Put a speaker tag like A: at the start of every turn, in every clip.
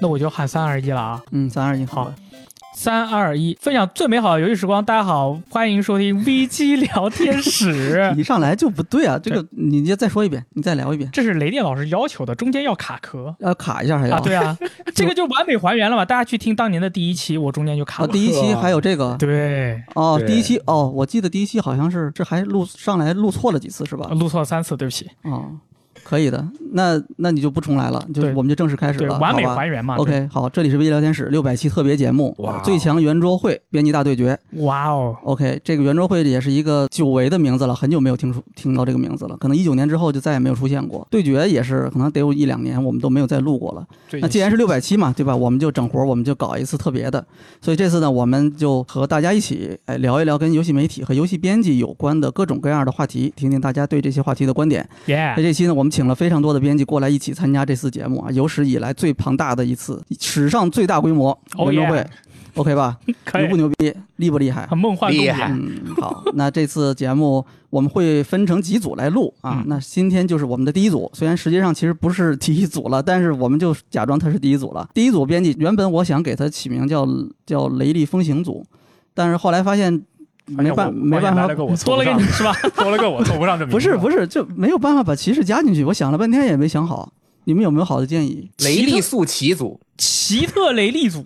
A: 那我就喊三二一了啊！
B: 嗯，三二一，。
A: 好，三二一，分享最美好的游戏时光。大家好，欢迎收听 VG 聊天室
B: 你上来就不对啊！这个你就再说一遍，你再聊一遍，
A: 这是雷电老师要求的，中间要卡壳
B: 要卡一下还要。
A: 啊！对 啊，这个就完美还原了嘛！大家去听当年的第一期，我中间就卡
B: 哦，
A: 了。
B: 第一 期还有这个
A: 对，
B: 哦，
C: 对
B: 第一期哦，我记得第一期好像是这还录上来录错了几次是吧？
A: 啊录错了三次，对不起。
B: 哦，可以的，那那你就不重来了，就
A: 对
B: 我们就正式开始
A: 对，
B: 了，
A: 完美
B: 好吧
A: 还原嘛。对
B: OK，好，这里是微聊天室六百期特别节目
C: 哇哦
B: 最强圆桌会编辑大对决。
A: 哇哦，
B: OK，这个圆桌会也是一个久违的名字了，很久没有听出听到这个名字了，可能一九年之后就再也没有出现过。对决也是可能得有一两年我们都没有再录过了。
A: 最
B: 那
A: 近
B: 既然是六百期嘛，对吧？我们就整活，我们就搞一次特别的。所以这次呢，我们就和大家一起哎聊一聊跟游戏媒体和游戏编辑有关的各种各样的话题，听听大家对这些话题的观点。
A: 耶
B: 那这期呢，我们请了非常多的编辑过来一起参加这次节目啊，有史以来最庞大的一次，史上最大规模
A: Oh
B: 圆桌
A: yeah
B: 会、o k 吧？
A: 可
B: 牛不
A: 以，
B: 牛逼？厉不厉害？
A: 很梦幻
C: 厉
A: 动
C: 害
A: 野
B: 嗯， 好，那这次节目我们会分成几组来录啊
A: 嗯。
B: 那今天就是我们的第一组，虽然实际上其实不是第一组了，但是我们就假装它是第一组了。第一组编辑原本我想给它起名叫叫雷厉风行组，但是后来发现没办没办法，
C: 哎我
A: 多了个你 是吧？
C: 多了个我凑不上 这名字
B: 不是不是就没有办法把骑士加进去。我想了半天也没想好，你们有没有好的建议？
C: 雷利速骑组，
A: 奇特雷利组，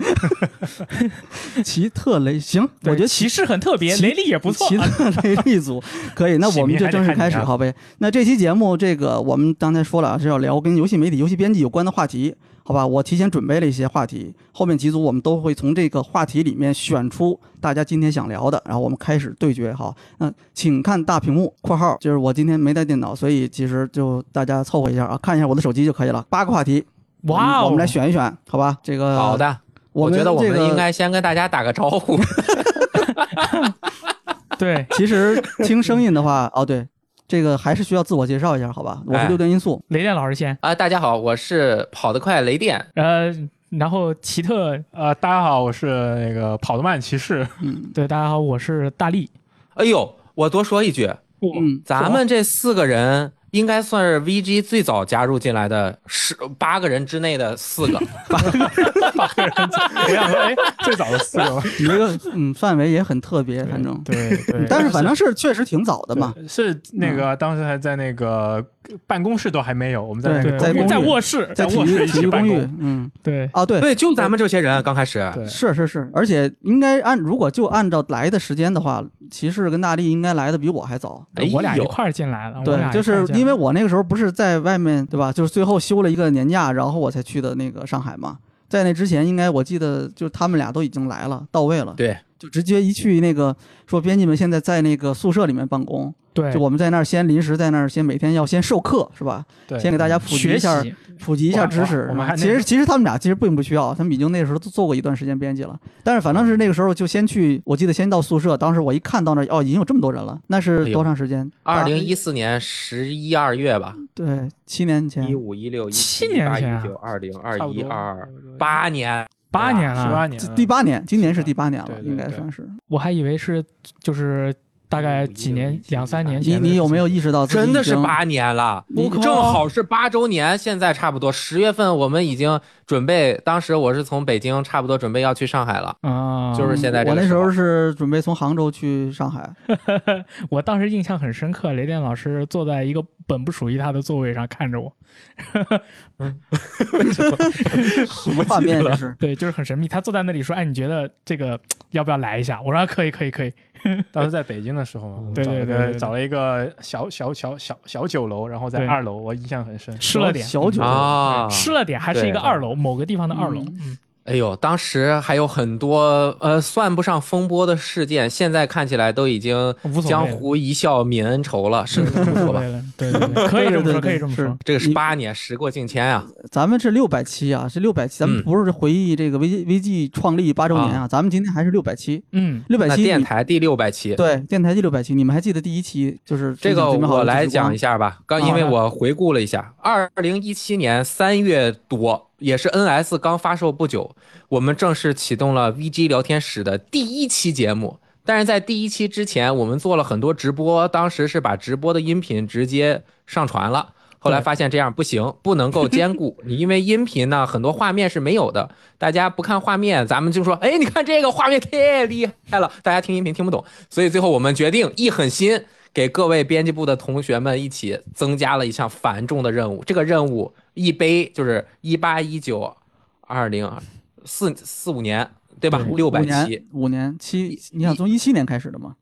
B: 奇特雷行，我
A: 对
B: 觉得骑
A: 骑士很特别，
B: 骑
A: 雷利也不错
B: 其
A: 啊。
B: 他雷力组可以，那我们就正式开始，好呗。那这期节目，这个我们刚才说了啊是要聊跟游戏媒体、游戏编辑有关的话题，好吧？我提前准备了一些话题，后面几组我们都会从这个话题里面选出大家今天想聊的，然后我们开始对决。好，那请看大屏幕（括号就是我今天没带电脑，所以其实就大家凑合一下啊，看一下我的手机就可以了。八个话题，我们
A: 哇哦，
B: 我们来选一选，好吧？这个
C: 好，的，
B: 我
C: 我
B: 们
C: 觉得我
B: 这
C: 们
B: 个
C: 应该先跟大家打个招呼。
A: 对，
B: 其实听声音的话，哦对，这个还是需要自我介绍一下，好吧？我是
C: 哎
B: 六段因素，
A: 雷电老师先，
C: 啊，大家好，我是跑得快雷电，
A: 呃，然后奇特，
D: 呃，大家好，我是那个跑得慢骑士。
B: 嗯
A: 对，大家好，我是大力，
C: 哎呦，我多说一句，
A: 我
B: 嗯，
C: 咱们这四个人应该算是 VG 最早加入进来的十八个人之内的四个，
D: 我想说，哎，最早的四 个吧，
B: 你这个嗯范围也很特别，反正，嗯
D: 对对，
B: 但是反正是确实挺早的嘛，
D: 是那
B: 嗯
D: 个当时还在那个办公室都还没有，我们在那
B: 对
D: 个
B: 在公寓
A: 在
D: 在
A: 卧室，
B: 在
D: 在
B: 体
D: 卧
B: 育
D: 室一
B: 体
D: 起
B: 育
D: 办
B: 公寓
D: 公，，
B: 嗯，
A: 对，
B: 啊对。
C: 对，就咱们这些人啊刚开始，
D: 对
B: 是是是，而且应该按如果就按照来的时间的话，骑士跟大力应该来的比我还早。
C: 哎
A: 我俩一
C: 呦，
A: 块儿进来了，啊我
B: 对
A: 俩，一
B: 就是
A: 块儿进来
B: 因为我那个时候不是在外面，对吧？就是最后休了一个年假，然后我才去的那个上海嘛。在那之前，应该我记得就他们俩都已经来了，到位了，
C: 对，
B: 就直接一去那个说编辑们现在在那个宿舍里面办公，
A: 对
B: 就我们在那儿先临时在那儿先每天要先授课是吧？
D: 对，
B: 先给大家普及
A: 学
B: 一下
A: 习，
B: 普及一下知识。啊
D: 我们我们还
B: 其
D: 那
B: 实
D: 个
B: 其实他们俩其实并不需要，他们已经那时候都做过一段时间编辑了。但是反正是那个时候就先去，我记得先到宿舍，当时我一看到那儿哦，已经有这么多人了，那
C: 哎
B: 是
C: 呦
B: 多长时间？
C: 二
B: 八
C: 零一四年十一二月吧，
B: 对七年
C: 一
B: 前。
C: 五一六一
A: 七
C: 一
A: 年
C: 八一
A: 前啊
C: 九二零二
D: 差不
C: 一
D: 多
C: 二八年，
A: 八年
D: 十
A: 了，
D: 八年
B: 这
D: 了，
B: 第八年，今年是第八年了，
D: 对对
B: 应该
D: 对
B: 算是。
A: 我还以为是就是大概几
B: 哎
A: 年两三年
B: 你
A: 前，
B: 你有没有？意识到自己已
C: 真
B: 经？
C: 的是八年了，
B: 不啊可
C: 正好是八周年，现在差不多十月份我们已经准备，当时我是从北京差不多准备要去上海了，
A: 啊，
C: 就是现在这
B: 我
C: 个
B: 那时
C: 时
B: 候
C: 候
B: 是准备从杭州去上 海，
A: 我当时印象很深刻，雷电老师坐在一个本不属于他的座位上看着我，
D: 嗯
B: 画面
D: 啊
B: 就是
A: 对，就是很神秘。他坐在那里说：“哎，你觉得这个要不要来一下？”我说：“啊可以，可以，可以。
D: 当时在北京的时候嘛，我
A: 对
D: 找
A: 对
D: 了
A: 对
D: 个
A: 对对
D: 找了一个小小小小小酒楼，然后在
A: 对
D: 二楼，我印象很深”。
A: 吃了点，
B: 小酒
C: 啊，
A: 嗯吃了点，还是一个
C: 对
A: 二楼某个地方的二楼。嗯，
C: 哎呦，当时还有很多呃算不上风波的事件，现在看起来都已经
A: 无所谓
C: 江湖一笑泯恩仇了，是这么说吧？
A: 对对对对，可以这么
B: 对对对
A: 说，可以这么说
B: 是。
C: 这个是
B: 嗯你
C: 八年，时过境迁啊！
B: 咱们是六百期啊，是六百期，咱们
C: 嗯
B: 不是回忆这个 V V G 创立八周年啊，咱们今天还是六百期，
A: 嗯，
B: 六百
C: 那
B: 期
C: 电
B: 你
C: 台第六百期，
B: 对电台第六百期，你们还记得第一期就是
C: 这个
B: 分享最美好的
C: 我来
B: 时光啊
C: 讲一下吧。刚
B: 好
C: 因为
A: 的
C: 我回顾了一下，二零一七年三月多，也是 NS 刚发售不久，我们正式启动了 VG 聊天室的第一期节目。但是在第一期之前，我们做了很多直播，当时是把直播的音频直接上传了。后来发现这样不行，不能够兼顾。你因为音频呢，很多画面是没有的，大家不看画面，咱们就说，哎，你看这个画面太厉害了，大家听音频听不懂。所以最后我们决定一狠心，给各位编辑部的同学们一起增加了一项繁重的任务。这个任务一杯就是一八一九二零四四五年，对吧？六百
B: 五
C: 期
B: 年，五年七，你想从一七年开始的吗？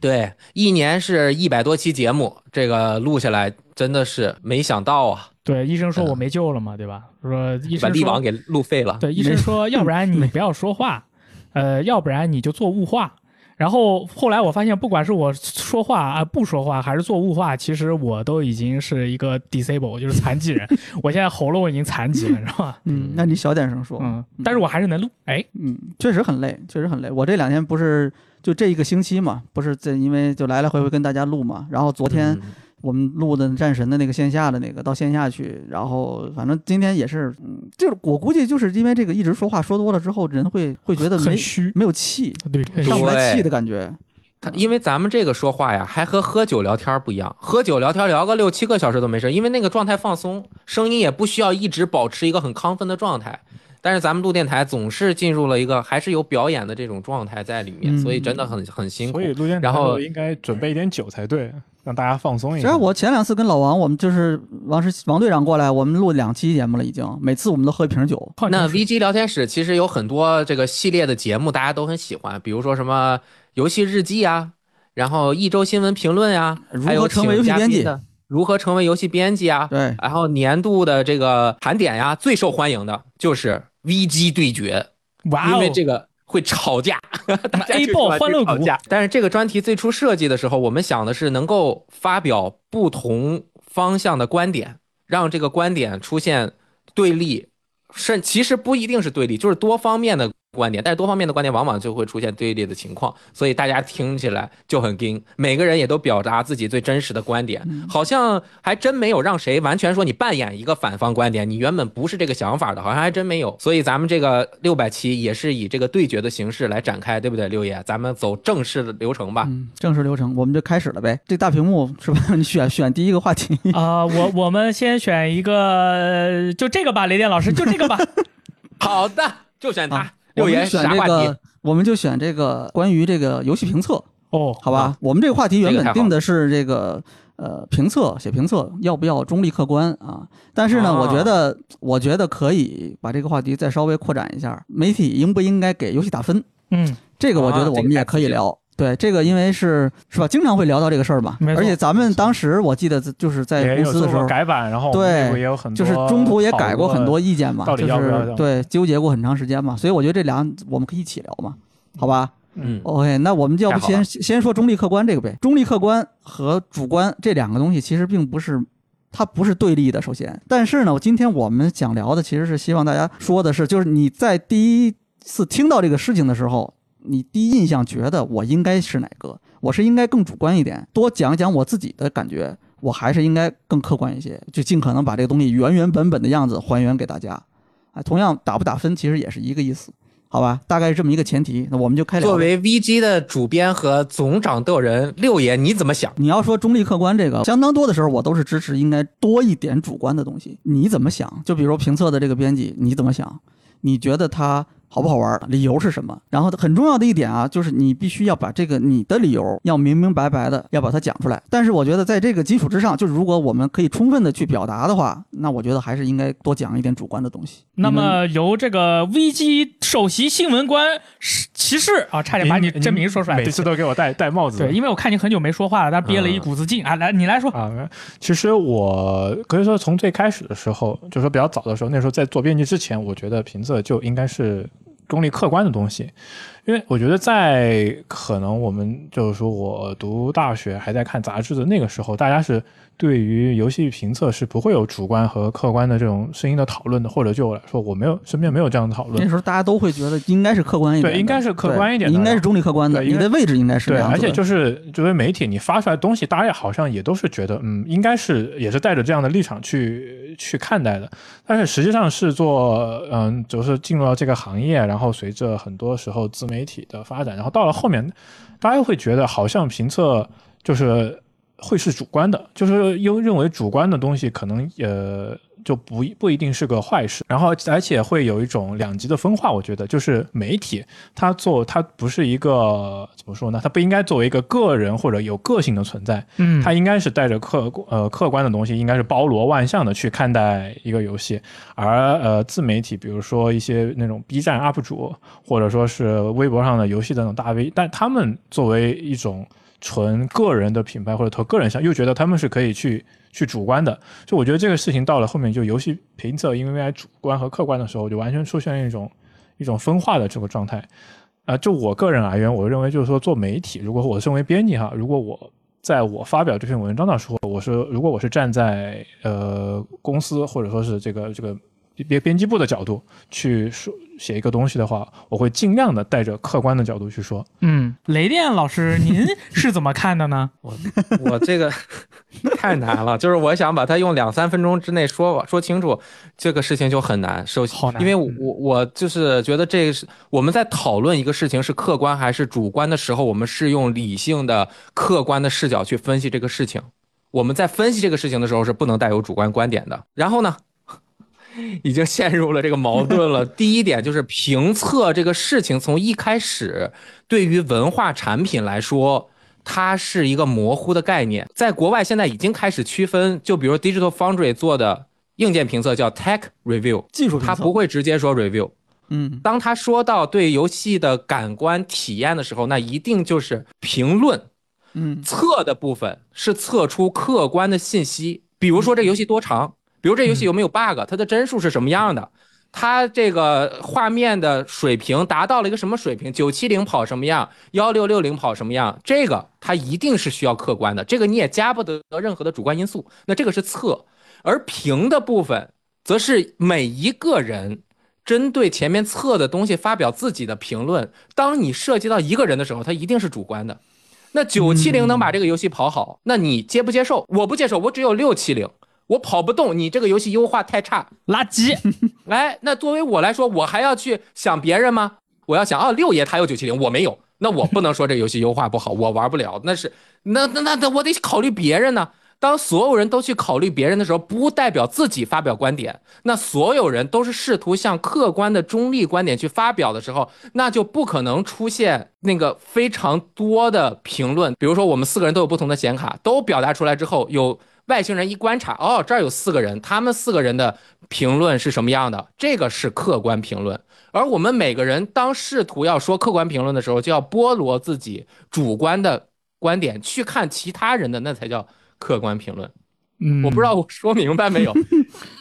C: 对，一年是一百多期节目，这个录下来真的是没想到啊，
A: 对，医生说我没救了嘛，对吧？说医
C: 把
A: 生
C: 力
A: 说
C: 王给录废了。
A: 对，医生说，要不然
B: 嗯
A: 你不要说话，呃，要不然你就做雾化。然后后来我发现，不管是我说话啊、不说话，还是做雾化，其实我都已经是一个 disable，就是残 疾人。我现在喉咙已经残疾了，你知道吗？
B: 嗯，那你小点声说。
A: 嗯，但是我还是能录。哎，
B: 嗯，确实很累，确实很累。我这两天不是就这一个星期嘛，不是这因为就来来回回跟大家录嘛，然后昨天
C: 嗯
B: 我们录的战神的那个线下的那个到线下去，然后反正今天也是，嗯，就是我估计就是因为这个一直说话说多了之后，人会会觉得没
A: 很虚，
B: 没有气，
A: 对，很虚
B: 上不来
C: 对
B: 气的感觉。
C: 他因为咱们这个说话呀，还和喝酒聊天不一样。喝酒聊天聊个六七个小时都没事，因为那个状态放松，声音也不需要一直保持一个很亢奋的状态。但是咱们录电台总是进入了一个还是有表演的这种状态在里面，
B: 嗯
C: 所以真的很很辛苦
D: 所。以录电台
C: 然后
D: 的时候应该准备一点酒才对，让大家放松一
B: 其
D: 下。
B: 实我前两次跟老王，我们就是王石王队长过来，我们录两期节目了，已经每次我们都喝一瓶酒。
A: 矿
C: 那
A: 泉水
C: VG 聊天室其实有很多这个系列的节目，大家都很喜欢，比如说什么游戏日记啊，然后一周新闻评论呀、
B: 如
C: 啊，
B: 何
C: 还有
B: 成为游戏
C: 请嘉
B: 编辑
C: 宾的，如何成为游戏编辑啊，
B: 对，
C: 然后年度的这个盘点呀，最受欢迎的就是 VG 对决，
A: 哇
C: 因
A: 哦
C: 为这个会吵架。 大家就
A: A
C: 喜
A: 爆
C: 欢去
A: 欢乐
C: 吵
A: 谷
C: 架但是这个专题最初设计的时候，我们想的是能够发表不同方向的观点，让这个观点出现对立，甚其实不一定是对立，就是多方面的观点。但是多方面的观点往往就会出现对立的情况，所以大家听起来就很惊。每个人也都表达自己最真实的观点，好像还真没有让谁完全说你扮演一个反方观点，你原本不是这个想法的，好像还真没有。所以咱们这个六百期也是以这个对决的形式来展开，对不对，六爷？咱们走正式的流程吧。
B: 嗯，正式流程我们就开始了呗。这大屏幕是吧？你选选第一个话题。
A: 啊、我我们先选一个，呃就这个吧，雷电老师，就这个吧。
C: 好的，就选他。
B: 啊我们
C: 六爷
B: 选
C: 啥
B: 这
C: 话题
B: 个？，我们就选这个关于这个游戏评测，
A: 哦，
B: 好吧？我们这个话题原
C: 这个
B: 本
C: 太好
B: 定的是这个呃评测，写评测要不要中立客观啊？但是呢，
C: 啊
B: 我觉得我觉得可以把这个话题再稍微扩展一下，媒体应不应该给游戏打分？
A: 嗯，
B: 这个我觉
C: 啊
B: 得我
C: 这
B: 们
C: 个
B: 也
C: 太
B: 可以
C: 刺激了
B: 聊。对，这个因为是是吧，经常会聊到这个事儿嘛
A: 没。错
B: 而且咱们当时我记得就是在
D: 也
B: 公
D: 有
B: 司
D: 做
B: 的时
D: 过
B: 候，
D: 改版，然后
B: 对
D: 我们内部也有很
B: 就
D: 多，
B: 是中途也改过很多。意见嘛，
D: 到底要不要
B: 就
D: 这
B: 是
D: 样
B: 对纠结过很长时间嘛，所以我觉得这俩我们可以一起聊嘛，好吧
C: 嗯，
B: ？OK，那我们要不
C: 太好
B: 先先说中立客观这个呗。中立客观和主观这两个东西其实并不是。它不是对立的，首先，但是呢，我今天我们想聊的其实是希望大家说的是，就是你在第一次听到这个事情的时候，你第一印象觉得我应该是哪个？我是应该更主观一点，多讲讲我自己的感觉，我还是应该更客观一些，就尽可能把这个东西原原本本的样子还原给大家。啊，同样打不打分其实也是一个意思，好吧？大概是这么一个前提。那我们就开聊吧。
C: 作为 VG 的主编和总掌舵人，六爷你怎么想？
B: 你要说中立客观这
C: 哦
B: 个，相当多的时候我都是支持应该多一点主观的东西。你怎么想？就比如说评测的这个编辑，你怎么想？你觉得它好不好玩？理由是什么？然后很重要的一点啊，就是你必须要把这个你的理由要明明白白的要把它讲出来。但是我觉得在这个基础之上，就是如果我们可以充分的去表达的话，那我觉得还是应该多讲一点主观的东西。
A: 那
B: 你们
A: 么由这个 VG 首席新闻官是骑士啊，差点把你
D: 您
A: 真名说出来。
D: 每次都给我戴戴帽子。
A: 对，因为我看你很久没说话了，但憋了一股子劲啊，来你来说。
D: 啊，其实我可以说从最开始的时候，就是说比较早的时候，那时候在做编辑之前，我觉得评测就应该是中立客观的东西，因为我觉得在可能我们就是说我读大学还在看杂志的那个时候，大家是对于游戏评测是不会有主观和客观的这种声音的讨论的，或者就我来说，我没有身边没有这样的讨
B: 那
D: 论。
B: 时候大家都会觉得应该是客观一点的，
D: 对应该是客观一点的
B: 对你应该是中立客观的，
D: 对因
B: 你
D: 为
B: 的位置应该是那
D: 对，
B: 样
D: 而
B: 子的。
D: 且就是作为媒体，你发出来的东西，大家也好像也都是觉得，嗯，应该是也是带着这样的立场去去看待的。但是实际上是做，嗯，就是进入到这个行业，然后随着很多时候自媒体的发展，然后到了后面，大家又会觉得好像评测就是会是主观的，就是又认为主观的东西可能呃就不不一定是个坏事，然后而且会有一种两极的分化。我觉得就是媒体它做它不是一个怎么说呢？它不应该作为一个个人或者有个性的存在，
A: 嗯，
D: 它应该是带着客呃客观的东西，应该是包罗万象的去看待一个游戏。而呃自媒体，比如说一些那种 B 站 UP 主，或者说是微博上的游戏的那种大 V，但他们作为一种纯个人的品牌或者投个人项，又觉得他们是可以去去主观的。所以我觉得这个事情到了后面，就游戏评测因为主观和客观的时候，就完全出现一种一种分化的这个状态。啊、就我个人而言，我认为就是说做媒体，如果我身为编辑哈，如果我在我发表这篇文章的时候，我是如果我是站在呃公司或者说是这个这个编编辑部的角度去说写一个东西的话，我会尽量的带着客观的角度去说。
A: 嗯，雷电老师，您是怎么看的呢？
C: 我这 个太难了，就是我想把它用两三分钟之内说说清楚，这个事情就很难。首先，
A: 好难嗯
C: 因为我我我就是觉得这个是我们在讨论一个事情是客观还是主观的时候，我们是用理性的、客观的视角去分析这个事情。我们在分析这个事情的时候是不能带有主观观点的。然后呢，已经陷入了这个矛 盾了。第一点就是评测这个事情，从一开始对于文化产品来说，它是一个模糊的概念。在国外现在已经开始区分，就比如 Digital Foundry 做的硬件评测叫 Tech Review，
B: 技术评
C: 它
B: 测
C: 不会直接说 Review，
B: 嗯
C: 当他说到对游戏的感官体验的时候，那一定就是评论
B: 嗯
C: 测的部分是测出客观的信息，比如说这游戏多长，比如这游戏有没有 bug，它的帧数是什么样的，它这个画面的水平达到了一个什么水平，九七零跑什么样，幺六六零跑什么样，这个它一定是需要客观的，这个你也加不得任何的主观因素。那这个是测，而评的部分则是每一个人。针对前面测的东西发表自己的评论。当你涉及到一个人的时候，它一定是主观的。那九七零能
A: 嗯
C: 把这个游戏跑好，那你接不接受？我不接受，我只有六七零，我跑不动。你这个游戏优化太差，
A: 垃圾，
C: 哎，那作为我来说，我还要去想别人吗？我要想，哦，六爷他有九七零，我没有，那我不能说这游戏优化不好，我玩不了，那是那那那那我得考虑别人呢。当所有人都去考虑别人的时候，不代表自己发表观点。那所有人都是试图向客观的中立观点去发表的时候，那就不可能出现那个非常多的评论。比如说，我们四个人都有不同的显卡，都表达出来之后，有外星人一观察，哦，这儿有四个人，他们四个人的评论是什么样的，这个是客观评论。而我们每个人当试图要说客观评论的时候，就要剥夺自己主观的观点去看其他人的，那才叫客观评论。
A: 嗯，
C: 我不知道我说明 白没有？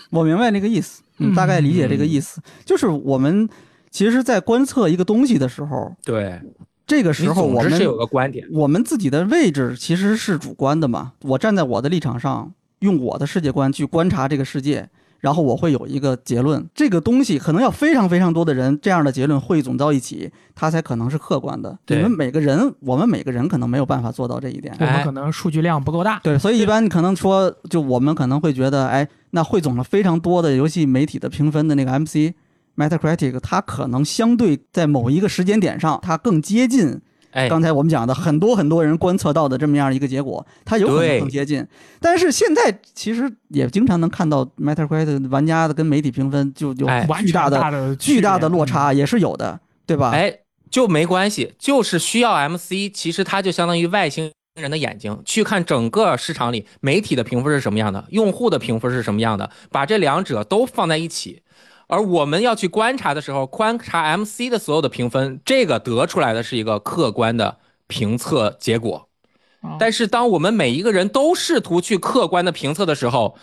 B: 我明白那个意思，
A: 嗯
B: 大概理解这个意思，就是我们其实，在观测一个东西的时候，
C: 对，
B: 这个时候
C: 你
B: 我
C: 总
B: 们
C: 之是有个观点，
B: 我们自己的位置其实是主观的嘛。我站在我的立场上，用我的世界观去观察这个世界，然后我会有一个结论。这个东西可能要非常非常多的人这样的结论汇总到一起，它才可能是客观的。
C: 对
B: 你们每个人，我们每个人可能没有办法做到这一点。
A: 我们可能数据量不够大。
B: 对，所以一般可能说，就我们可能会觉得，哎，那汇总了非常多的游戏媒体的评分的那个 MC Metacritic，它可能相对在某一个时间点上，它更接近
C: 哎，
B: 刚才我们讲的很多很多人观测到的这么样一个结果，它有可能
C: 对
B: 更接近。但是现在其实也经常能看到 Metacritic 玩家的跟媒体评分就有
C: 哎
A: 完
B: 巨
A: 全
B: 大的、
A: 的
B: 巨大的落，差，也是有的，对吧？
C: 哎，就没关系，就是需要 MC，其实它就相当于外星人的眼睛，去看整个市场里媒体的评分是什么样的，用户的评分是什么样的，把这两者都放在一起。而我们要去观察的时候，观察 MC 的所有的评分，这个得出来的是一个客观的评测结果。
A: 嗯
C: 但是当我们每一个人都试图去客观的评测的时候，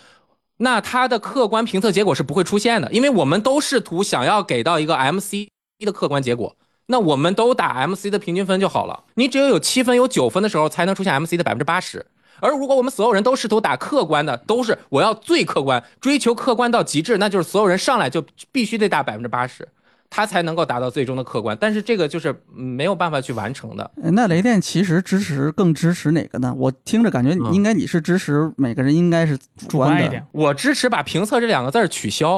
C: 那它的客观评测结果是不会出现的，因为我们都试图想要给到一个 MC 的客观结果。那我们都打 MC 的平均分就好了。你只有有七分、有九分的时候，才能出现 MC 的百分之八十。而如果我们所有人都试图打客观的，都是我要最客观，追求客观到极致，那就是所有人上来就必须得打百分之八十。它才能够达到最终的客观。但是这个就是没有办法去完成的。
B: 哎那雷电其实支持更支持哪个呢？我听着感觉你
C: 嗯
B: 应该你是支持每个人应该是主观
A: 慢一
B: 的
A: 点。
C: 我支持把评测这两个字儿取消。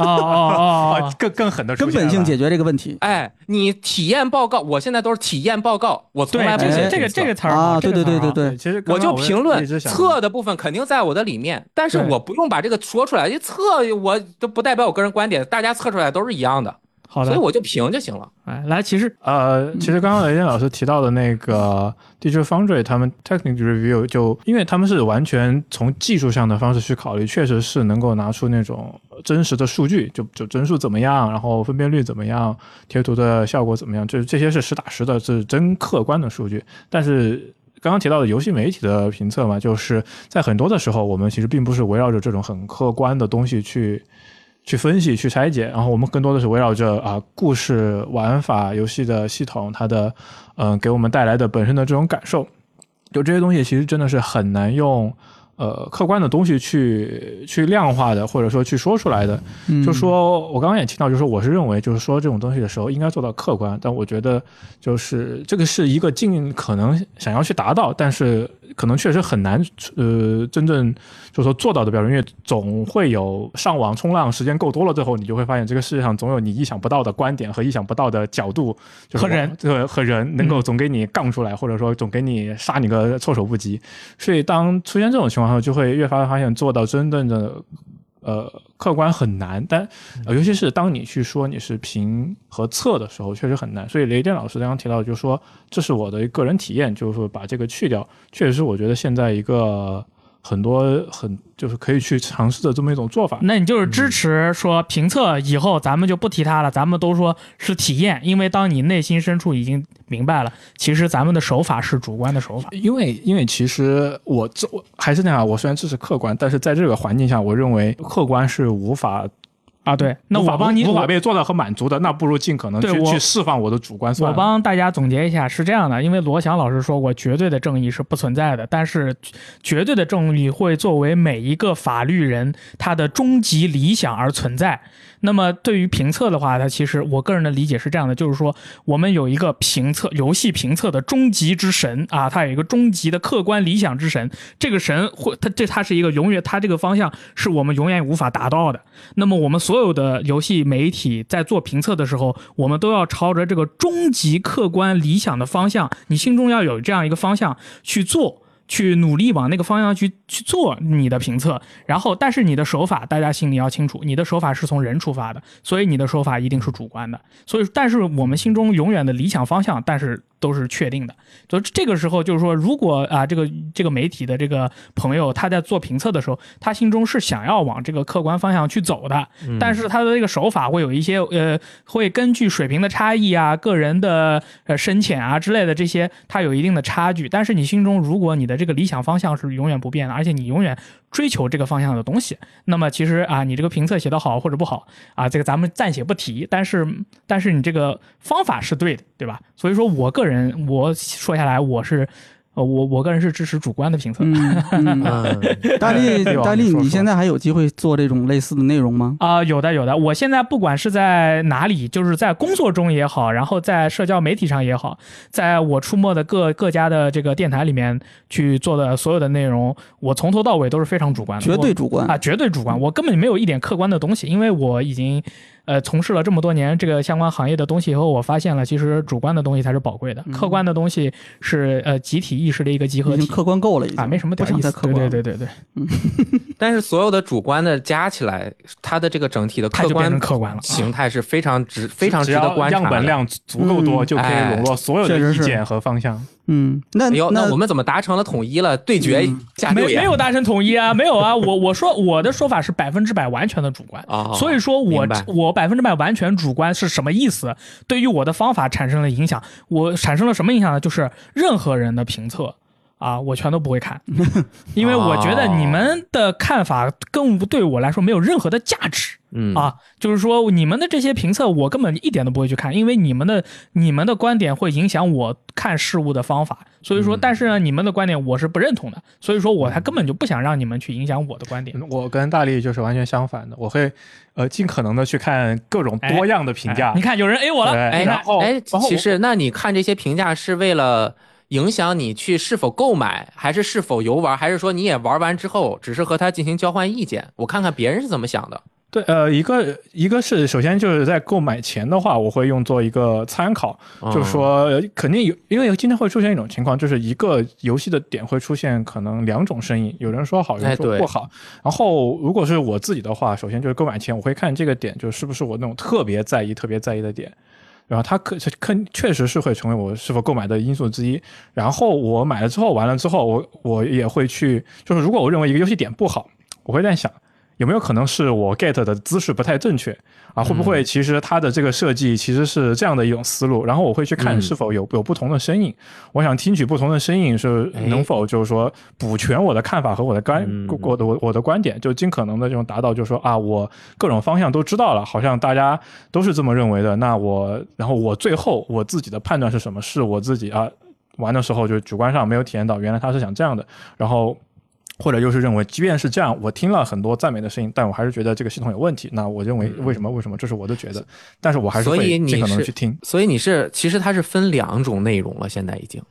A: 哦
D: 啊，
A: 哦，
D: 更更狠的
B: 根本性解决这个问题。
C: 哎，你体验报告，我现在都是体验报告，我从
A: 对
C: 来不
B: 哎
C: 写
A: 这个这个词儿
B: 啊
A: 好这个
B: 对对
A: 词儿好
B: 对对
D: 其实
C: 我就评论
D: 测，
C: 测的部分肯定在我的里面，但是
A: 对
C: 我不用把这个说出来，因为测我都不代表我个人观点，大家测出来都是一样的，
A: 好
C: 所
A: 的
C: 以，我就评就行了。
A: 哎，来骑士，
D: 呃，其实刚刚雷电老师提到的那个 Digital Foundry，他们 Technical Review 就因为他们是完全从技术上的方式去考虑，确实是能够拿出那种真实的数据，就就帧数怎么样，然后分辨率怎么样，贴图的效果怎么样，就是这些是实打实的，是真客观的数据。但是刚刚提到的游戏媒体的评测嘛，就是在很多的时候，我们其实并不是围绕着这种很客观的东西去去分析、去拆解，然后我们更多的是围绕着啊、故事、玩法、游戏的系统，它的嗯、呃给我们带来的本身的这种感受，就这些东西其实真的是很难用。呃，客观的东西去去量化的，或者说去说出来的，
B: 嗯
D: 就说我刚刚也听到，就是说我是认为，就是说这种东西的时候应该做到客观，但我觉得就是这个是一个尽可能想要去达到，但是可能确实很难，呃，真正就是说做到的标准，因为总会有上网冲浪时间够多了之后，你就会发现这个世界上总有你意想不到的观点和意想不到的角度，就是
A: 和
D: 我
A: 人嗯
D: 对和人能够总给你杠出来，或者说总给你杀你个措手不及，所以当出现这种情况后，就会越发发现做到真正的呃客观很难，但、
A: 嗯
D: 呃、尤其是当你去说你是评和测的时候，确实很难。所以雷电老师刚刚提到，就是说这是我的个人体验，就是说把这个去掉，确实是我觉得现在一个很多很就是可以去尝试的这么一种做法。
A: 那你就是支持说评测以后咱们就不提它了，咱们都说是体验，因为当你内心深处已经明白了，其实咱们的手法是主观的手法。
D: 因为因为其实我这我还是那样，我虽然支持客观，但是在这个环境下，我认为客观是无法
A: 啊，对，那
D: 无法
A: 我帮你，
D: 无法
A: 我
D: 被做到和满足的，那不如尽可能
A: 对
D: 去
A: 我
D: 去释放我的主观算了。
A: 我帮大家总结一下，是这样的，因为罗翔老师说过，绝对的正义是不存在的，但是绝对的正义会作为每一个法律人他的终极理想而存在。那么对于评测的话，它其实我个人的理解是这样的，就是说我们有一个评测游戏评测的终极之神啊，它有一个终极的客观理想之神，这个神会它这它是一个永远，它这个方向是我们永远无法达到的。那么我们所有的游戏媒体在做评测的时候，我们都要朝着这个终极客观理想的方向，你心中要有这样一个方向去做。去努力往那个方向去去做你的评测，然后但是你的手法大家心里要清楚，你的手法是从人出发的，所以你的手法一定是主观的。所以，但是我们心中永远的理想方向，但是都是确定的。所以这个时候就是说，如果啊、这个这个媒体的这个朋友他在做评测的时候，他心中是想要往这个客观方向去走的，但是他的这个手法会有一些呃，会根据水平的差异啊、个人的呃深浅啊之类的这些，它有一定的差距。但是你心中如果你的这个理想方向是永远不变的，而且你永远追求这个方向的东西，那么其实啊，你这个评测写得好或者不好啊，这个咱们暂且不提。但是但是你这个方法是对的，对吧？所以说我个人我说下来我是。呃，我我个人是支持主观的评测的
B: 嗯 嗯，
C: 嗯，
B: 大力
D: 对
B: 大
D: 你
B: 力，
D: 说说
B: 你现在还有机会做这种类似的内容吗？
A: 啊、有的有的，我现在不管是在哪里，就是在工作中也好，然后在社交媒体上也好，在我出没的各各家的这个电台里面去做的所有的内容，我从头到尾都是非常主观的，
B: 绝对
A: 我
B: 主观
A: 啊，绝对主观，我根本没有一点客观的东西，因为我已经呃从事了这么多年这个相关行业的东西以后，我发现了其实主观的东西才是宝贵的，客观的东西是呃集体意识的一个集合
B: 嗯已经
A: 体
B: 客观够了，已经
A: 啊，没什么
B: 不
A: 屌
B: 想
A: 意
B: 再
A: 思，
B: 客
A: 对
B: 观
A: 对
B: 了。
A: 对对对，
C: 但是所有的主观的加起来，它的这个整体的
A: 它
C: 客
A: 就变成
C: 观
A: 客观了。
C: 形态是非常值、非常
D: 只
C: 值得
D: 要
C: 观察的。嗯
D: 样本量足够多，
B: 嗯
D: 就可以笼络所有的
B: 确实
D: 意
B: 是
D: 见和方向。
B: 嗯，那
C: 哎呦，
B: 那
C: 那我们怎么达成了统一了？对决
B: 嗯
C: 下
A: 没
C: 六
A: 没
C: 言
A: 有达成统一啊，没有啊，我我说我的说法是百分之百完全的主观，
C: 啊，
A: 所以说我
C: 明白
A: 我百分之百完全主观是什么意思？对于我的方法产生了影响，我产生了什么影响呢？就是任何人的评测。啊，我全都不 会看，因为我觉得你们的看法更对我来说没有任何的价值。
C: 嗯
A: 啊，就是说你们的这些评测，我根本一点都不会去看，因为你们的你们的观点会影响我看事物的方法。所以说，
B: 嗯
A: 但是呢，你们的观点我是不认同的，所以说我还根本就不想让你们去影响我的观点。
D: 嗯我跟大力就是完全相反的，我会呃尽可能的去看各种多样的评价。
A: 哎你看有人 A 我了，
D: 对
C: 哎，
D: 然后
C: 哎，
D: 哦然后
C: 其实那你看这些评价是为了影响你去是否购买，还是是否游玩，还是说你也玩完之后只是和他进行交换意见？我看看别人是怎么想的。
D: 对呃一个一个是首先就是在购买前的话，我会用作一个参考，
C: 哦
D: 就是说呃肯定有，因为今天会出现一种情况，就是一个游戏的点会出现可能两种声音，有人说好，有人
C: 哎
D: 说
C: 对
D: 不好。然后如果是我自己的话，首先就是购买前我会看这个点就是不是我那种特别在意、特别在意的点。然后它可可确实是会成为我是否购买的因素之一。然后我买了之后，完了之后，我我也会去，就是如果我认为一个游戏点不好，我会在想有没有可能是我 get 的姿势不太正确啊？会不会其实它的这个设计其实是这样的一种思路？然后我会去看
C: 嗯
D: 是否有有不同的声音，我想听取不同的声音是
C: 哎
D: 能否就是说补全我的看法和我的观
C: 嗯
D: 我的我我的观点，就尽可能的这种达到，就是说啊，我各种方向都知道了，好像大家都是这么认为的。那我然后我最后我自己的判断是什么？是我自己啊玩的时候就主观上没有体验到，原来他是想这样的，然后。或者又是认为，即便是这样，我听了很多赞美的声音，但我还是觉得这个系统有问题。那我认为为什么？为什么？这是我的觉得，但是我还是
C: 嗯所
D: 会
C: 以你
D: 尽可能
C: 是
D: 去听。
C: 所以你是其实它是分两种内容了，现在已经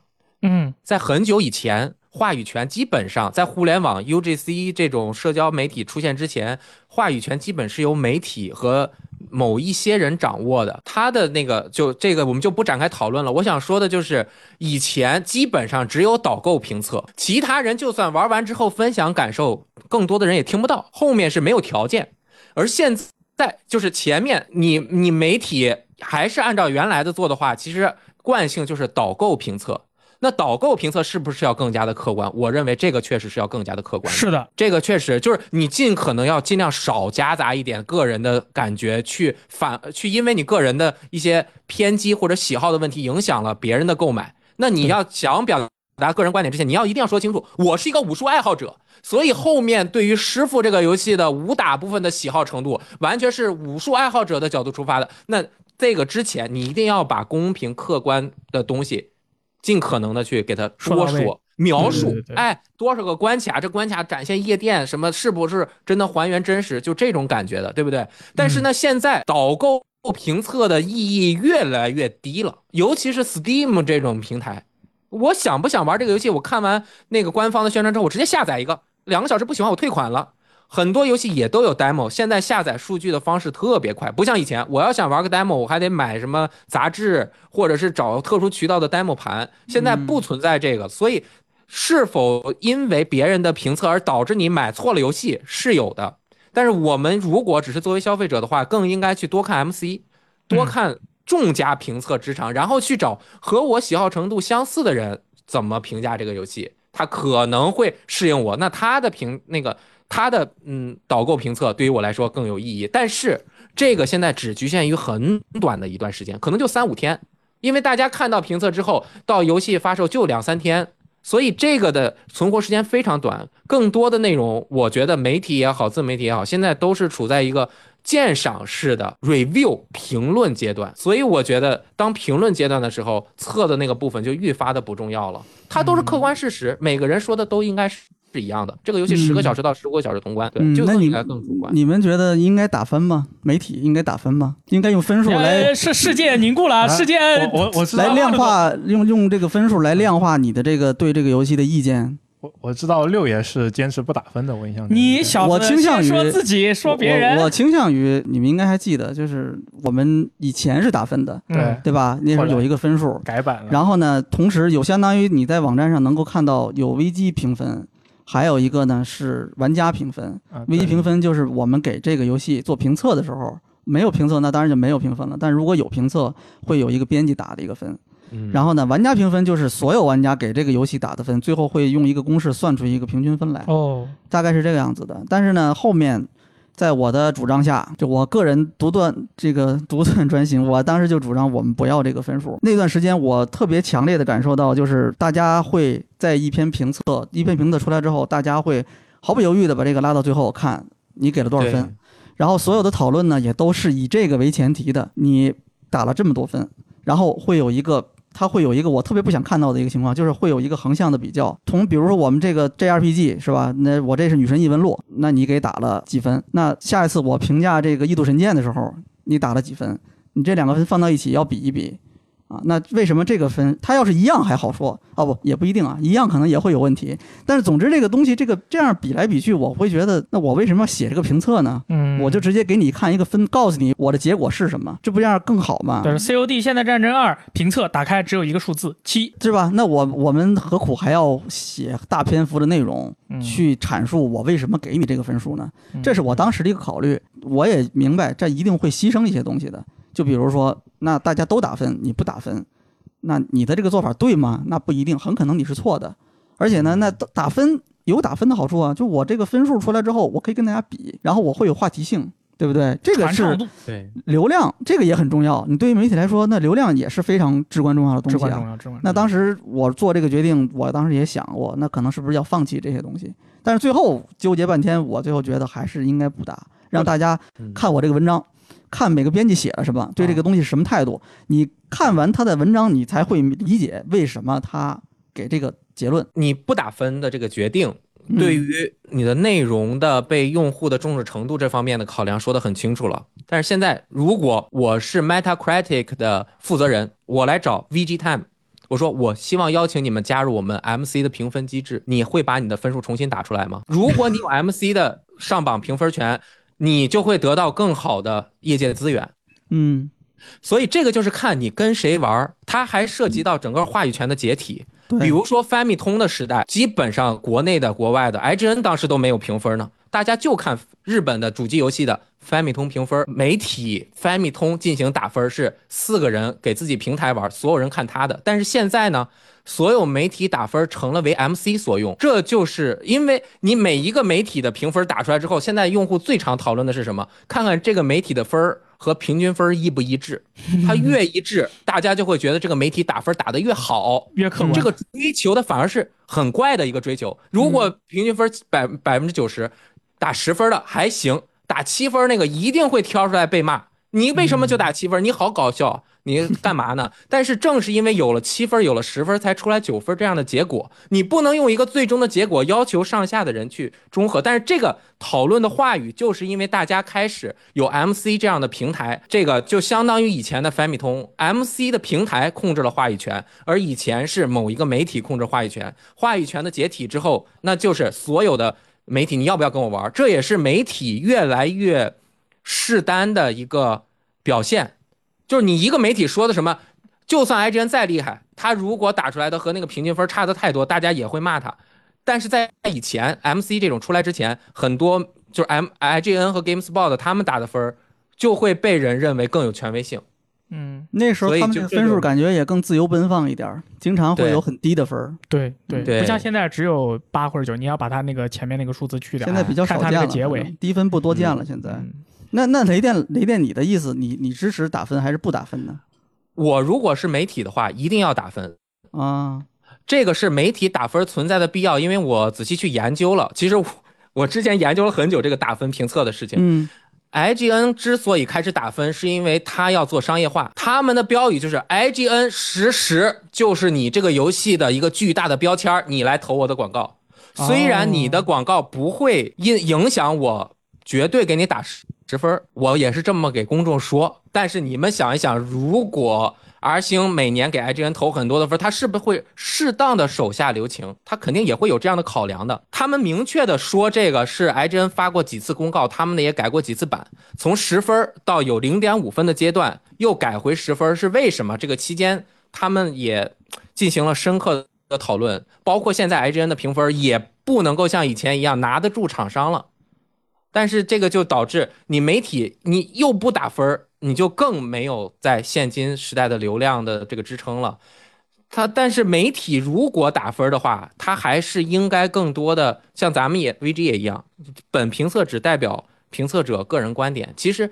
A: 嗯，
C: 在很久以前，话语权基本上在互联网 UGC 这种社交媒体出现之前，话语权基本是由媒体和某一些人掌握的。他的那个就这个我们就不展开讨论了。我想说的就是，以前基本上只有导购评测，其他人就算玩完之后分享感受，更多的人也听不到。后面是没有条件，而现在。就是前面你你媒体还是按照原来的做的话，其实惯性就是导购评测，那导购评测是不是要更加的客观？我认为这个确实是要更加的客观的。
A: 是的，
C: 这个确实就是你尽可能要尽量少夹杂一点个人的感觉，去反去因为你个人的一些偏激或者喜好的问题影响了别人的购买。那你要想表达个人观点之前，你要一定要说清楚，我是一个武术爱好者，所以后面对于师傅这个游戏的武打部分的喜好程度，完全是武术爱好者的角度出发的。那这个之前，你一定要把公平客观的东西，尽可能的去给它
A: 说到
C: 多
A: 位
C: 说。描述，
A: 对对对
C: 哎，多少个关卡？这关卡展现夜店什么？是不是真的还原真实？就这种感觉的，对不对？但
A: 嗯
C: 是呢，现在导购评测的意义越来越低了，尤其是 Steam 这种平台，我想不想玩这个游戏？我看完那个官方的宣传之后，我直接下载一个，两个小时不喜欢我退款了。很多游戏也都有 demo，现在下载数据的方式特别快，不像以前，我要想玩个 demo，我还得买什么杂志，或者是找特殊渠道的 demo 盘。现在不存在这个，所以是否因为别人的评测而导致你买错了游戏是有的。但是我们如果只是作为消费者的话，更应该去多看 MC，多看众家评测职场，然后去找和我喜好程度相似的人怎么评价这个游戏，他可能会适应我。那他的评那个他的嗯导购评测对于我来说更有意义，但是这个现在只局限于很短的一段时间，可能就三五天，因为大家看到评测之后，到游戏发售就两三天，所以这个的存活时间非常短，更多的内容，我觉得媒体也好，自媒体也好，现在都是处在一个鉴赏式的 review 评论阶段。所以我觉得，当评论阶段的时候，测的那个部分就愈发的不重要了。它都是客观事实，每个人说的都应该是是一样的。这个游戏
B: 嗯
C: 十个小时到十五个小时通关，
B: 嗯
C: 对，就
B: 那你
C: 应该更主
D: 啊
C: 观。
B: 你们觉得应该打分吗？媒体应该打分吗？应该用分数来
A: 呃，是世界凝固了，
D: 啊
A: 世界
D: 我我我知道
B: 来量化，用用这个分数来量化你的这个对这个游戏的意见。
D: 我我知道六爷是坚持不打分的，我印象中
A: 你小子
B: 我倾向于
A: 先说自己，说别
B: 我，我
A: 人，
B: 倾向于你们应该还记得，就是我们以前是打分的，
A: 嗯
D: 对
B: 对吧？那时候有一个分数，
D: 改版了。
B: 然后呢，同时有相当于你在网站上能够看到有危机评分，还有一个呢是玩家评分。
D: 啊
B: 危机
D: 对
B: 评分就是我们给这个游戏做评测的时候，没有评测那当然就没有评分了，但如果有评测，会有一个编辑打的一个分。
C: 嗯
B: 然后呢，玩家评分就是所有玩家给这个游戏打的分，最后会用一个公式算出一个平均分来，
A: 哦，
B: 大概是这个样子的。但是呢，后面在我的主张下，就我个人独断这个独断专行，我当时就主张我们不要这个分数。那段时间，我特别强烈的感受到，就是大家会在一篇评测，一篇评测出来之后，大家会毫不犹豫的把这个拉到最后看你给了多少分，然后所有的讨论呢也都是以这个为前提的，你打了这么多分，然后会有一个。它会有一个我特别不想看到的一个情况，就是会有一个横向的比较。同比如说我们这个 JRPG 是吧？那我这是《女神异闻录》，那你给打了几分？那下一次我评价这个《异度神剑》的时候，你打了几分？你这两个分放到一起要比一比啊。那为什么这个分它要是一样还好说啊？不也不一定啊，一样可能也会有问题。但是总之这个东西，这个这样比来比去，我会觉得那我为什么要写这个评测呢？
A: 嗯，
B: 我就直接给你看一个分，告诉你我的结果是什么，这不这样更好吗？
A: 对，COD 现代战争二评测打开只有一个数字七，
B: 是吧？那我我们何苦还要写大篇幅的内容
A: 嗯
B: 去阐述我为什么给你这个分数呢？这是我当时的一个考虑。我也明白这一定会牺牲一些东西的，就比如说，那大家都打分，你不打分，那你的这个做法对吗？那不一定，很可能你是错的。而且呢，那打打分有打分的好处啊，就我这个分数出来之后，我可以跟大家比，然后我会有话题性，对不对？这个
A: 传唱
B: 是
A: 度
C: 对，
B: 流量，这个也很重要。你对于媒体来说，那流量也是非常至关重要的东
A: 至
B: 西
A: 关
B: 啊
A: 重。要，至关重要。
B: 那当时我做这个决定，我当时也想过，那可能是不是要放弃这些东西？但是最后纠结半天，我最后觉得还是应该不打，让大家
C: 嗯
B: 看我这个文章，看每个编辑写了什
A: 啊
B: 么，对这个东西是什么态度。你看完他的文章，你才会理解为什么他给这个结论。
C: 你不打分的这个决定，
B: 嗯
C: 对于你的内容的被用户的重视程度这方面的考量说得很清楚了。但是现在，如果我是 Metacritic 的负责人，我来找 VG Time，我说我希望邀请你们加入我们 MC 的评分机制，你会把你的分数重新打出来吗？如果你有 MC 的上榜评分权，你就会得到更好的业界资源。
B: 嗯，
C: 所以这个就是看你跟谁玩儿，它还涉及到整个话语权的解体。
B: 对
C: 比如说 Family 通的时代，基本上国内的、国外的 IGN 当时都没有评分呢，大家就看日本的主机游戏的 Family 通评分，媒体 Family 通进行打分是四个人给自己平台玩，所有人看他的。但是现在呢，所有媒体打分成了为 MC 所用，这就是因为你每一个媒体的评分打出来之后，现在用户最常讨论的是什么？看看这个媒体的分儿和平均分儿一不一 致，它越一致，大家就会觉得这个媒体打分打得越好。
A: 约客观
C: 这个追求的反而是很怪的一个追求。如果平均分百百分之九十，打十分的还行，打七分那个一定会挑出来被骂。你为什么就
A: 嗯
C: 打七分？你好搞笑，你干嘛呢？ 但是正是因为有了七分，有了十分，才出来九分这样的结果。你不能用一个最终的结果要求上下的人去中和。但是这个讨论的话语，就是因为大家开始有 MC 这样的平台，这个就相当于以前的 Family 通，MC 的平台控制了话语权，而以前是某一个媒体控制话语权。话语权的解体之后，那就是所有的媒体，你要不要跟我玩？这也是媒体越来越适当的一个表现，就是你一个媒体说的什么，就算 IGN 再厉害，他如果打出来的和那个平均分差的太多，大家也会骂他。但是在以前 MC 这种出来之前，很多就是 M IGN 和 GameSpot 他们打的分儿就会被人认为更有权威性。
A: 嗯，
B: 那时候
C: 所以
B: 他们
C: 就
B: 这个
C: 这就
B: 分数感觉也更自由奔放一点儿，经常会
C: 对
B: 有很低的分儿。
A: 对对
C: 对
A: 不像现在只有八或者九，你要把它那个前面那个数字去掉，啊
B: 现在比较少
A: 看它
B: 见
A: 那
B: 了，
A: 个结尾。嗯
B: 低分不多见了。现在，那那雷电雷电，你的意思，你你支持打分还是不打分呢？
C: 我如果是媒体的话，一定要打分，
B: 啊，
C: 这个是媒体打分存在的必要，因为我仔细去研究了。其实我我之前研究了很久这个打分评测的事情。
B: 嗯
C: IGN 之所以开始打分，是因为它要做商业化。他们的标语就是 IGN 实时就是你这个游戏的一个巨大的标签儿，你来投我的广告。虽然你的广告不会因影响我，绝对给你打十十分儿，我也是这么给公众说。但是你们想一想，如果 R 星每年给 IGN 投很多的分儿，他是不是会适当的手下留情？他肯定也会有这样的考量的。他们明确的说，这个是 IGN 发过几次公告，他们的也改过几次版，从十分儿到有零点五分的阶段，又改回十分儿，是为什么？这个期间他们也进行了深刻的讨论，包括现在 IGN 的评分也不能够像以前一样拿得住厂商了。但是这个就导致你媒体你又不打分儿，你就更没有在现今时代的流量的这个支撑了。它但是媒体如果打分儿的话，它还是应该更多的像咱们也 VG 也一样，本评测只代表评测者个人观点。其实，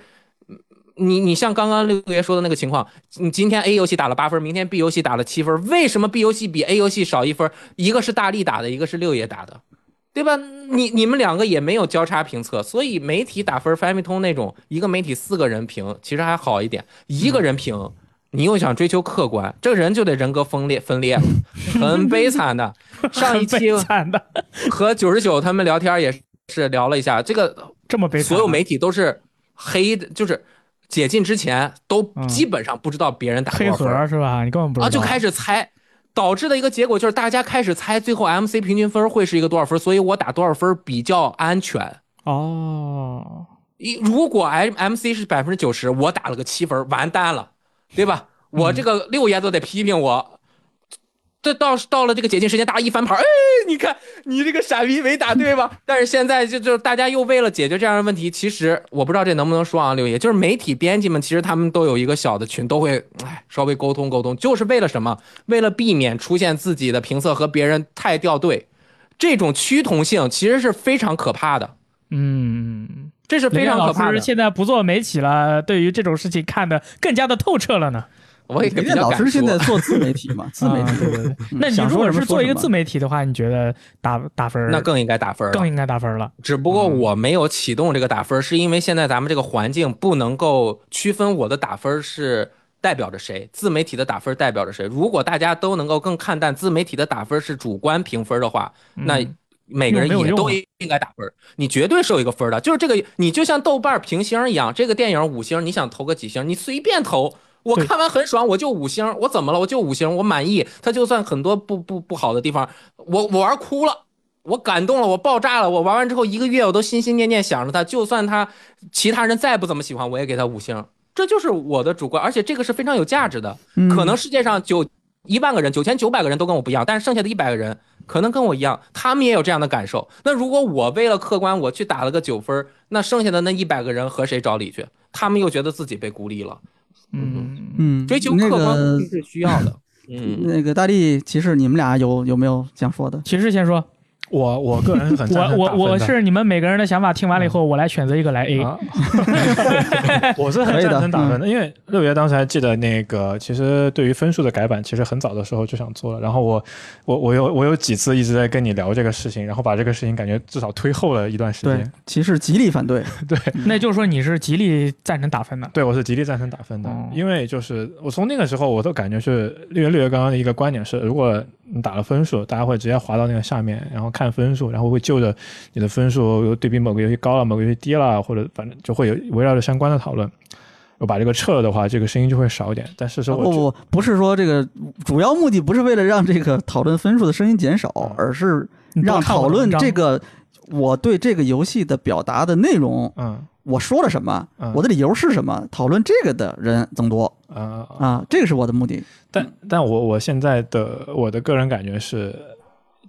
C: 嗯你你像刚刚六爷说的那个情况，你今天 A 游戏打了八分，明天 B 游戏打了七分，为什么 B 游戏比 A 游戏少一分？一个是大力打的，一个是六爷打的，对吧？你你们两个也没有交叉评测，所以媒体打分 f a m i t o 那种，一个媒体四个人评，其实还好一点，一个人评。你又想追求客观，这个人就得人格分裂分裂 了，很悲惨的。上一期
A: 很悲惨的，
C: 和九十九他们聊天也是聊了一下，这个
A: 这么悲惨。
C: 所有媒体都是黑的，就是解禁之前都基本上不知道别人打
A: 嗯黑
C: 多少分，
A: 盒是吧？你根本不知道。
C: 啊，就开始猜，导致的一个结果就是大家开始猜最后 MC 平均分会是一个多少分，所以我打多少分比较安全。
A: 哦，
C: 一如果 M MC 是百分之九十，我打了个七分，完蛋了，对吧？
A: 嗯
C: 我这个六爷都得批评我。这到到了这个解禁时间，大家一翻盘，哎，你看你这个傻逼没打对 吧？但是现在就就大家又为了解决这样的问题，其实我不知道这能不能说啊，六爷，就是媒体编辑们，其实他们都有一个小的群，都会哎稍微沟通沟通，就是为了什么？为了避免出现自己的评测和别人太掉队，这种趋同性其实是非常可怕的。
A: 嗯，
C: 这是非常可怕
A: 老
C: 的
A: 师。现在不做媒体了，对于这种事情看得更加的透彻了呢。
C: 我也比
B: 人家
C: 较
B: 老
C: 敢
B: 师现在
C: 说，
B: 做自媒 体嘛，自媒体
A: 啊。对对对。
B: 嗯
A: 那你
B: 想
A: 如
B: 说
A: 果
B: 什么
A: 是做
B: 说
A: 一
B: 什
A: 个
B: 么
A: 自媒体的话，你觉得打打分儿
C: 那更应该打分儿了
A: 更。应该嗯打分儿了？
C: 只不过我没有启动这个打分儿，是因为现在咱们这个环境不能够区分我的打分儿是代表着谁，自媒体的打分儿代表着谁。如果大家都能够更看淡自媒体的打分儿是主观评分儿的话，那
A: 嗯
C: 每个人
A: 那没有
C: 也
A: 用
C: 都
A: 啊
C: 应该打分儿，你绝对是有一个分儿的。就是这个，你就像豆瓣儿评星儿一样，这个电影五星，你想投个几星，你随便投。我
A: 对
C: 看完很爽，我就五星，我怎么了？我就五星，我满意。它就算很多不不不好的地方，我我玩哭了。我感动了，我爆炸了，我玩完之后一个月，我都心心念念想着它。就算它其他人再不怎么喜欢，我也给它五星，这就是我的主观，而且这个是非常有价值的。
B: 嗯
C: 可能世界上九一万个人，九千九百个人都跟我不一样，但是剩下的一百个人可能跟我一样，他们也有这样的感受。那如果我为了客观，我去打了个九分儿，那剩下的那一百个人和谁找理去？他们又觉得自己被孤立了。
A: 嗯，
B: 嗯，
C: 追求客
B: 那
C: 观
B: 个
C: 是需要 的。嗯，
B: 那个大力骑士，你们俩有有没有想说的？
A: 骑士先说，
D: 我我个人是 很赞
A: 我
D: 成
A: 我
D: 打分
A: 我
D: 的
A: 是你们每个人的想法听完了以后，我来选择一个来 A。
D: 啊， 我是很赞成打
B: 嗯
D: 分的，因为六爷当时还记得那个，其实对于分数的改版，其实很早的时候就想做了。然后我我我有我有几次一直在跟你聊这个事情，然后把这个事情感觉至少推后了一段时
B: 对
D: 间。，
B: 骑士极力反 对。嗯
A: 那就是说你是极力赞成打分的。
D: 对，我是极力赞成打分的，
A: 哦
D: 因为就是我从那个时候我都感觉是六爷六爷刚刚的一个观点是，如果你打了分数，大家会直接滑到那个下面，然后看分数，然后会就着你的分数对比某个游戏高了，某个游戏低了，或者反正就会有围绕着相关的讨论。我把这个撤了的话，这个声音就会少一点。但是说
B: 啊不
D: 我觉得
B: 不，不是说这个主要目的不是为了让这个讨论分数的声音减少，
D: 嗯
B: 而是
A: 你多
B: 让
A: 看我
B: 讨
A: 的文
B: 论
A: 章
B: 这个我对这个游戏的表达的内容，
D: 嗯
B: 我说了什么，
D: 嗯
B: 我的理由是什么，讨论这个的人增多
D: 啊、呃
B: 啊，这个是我的目的。嗯
D: 但但我我现在的我的个人感觉是，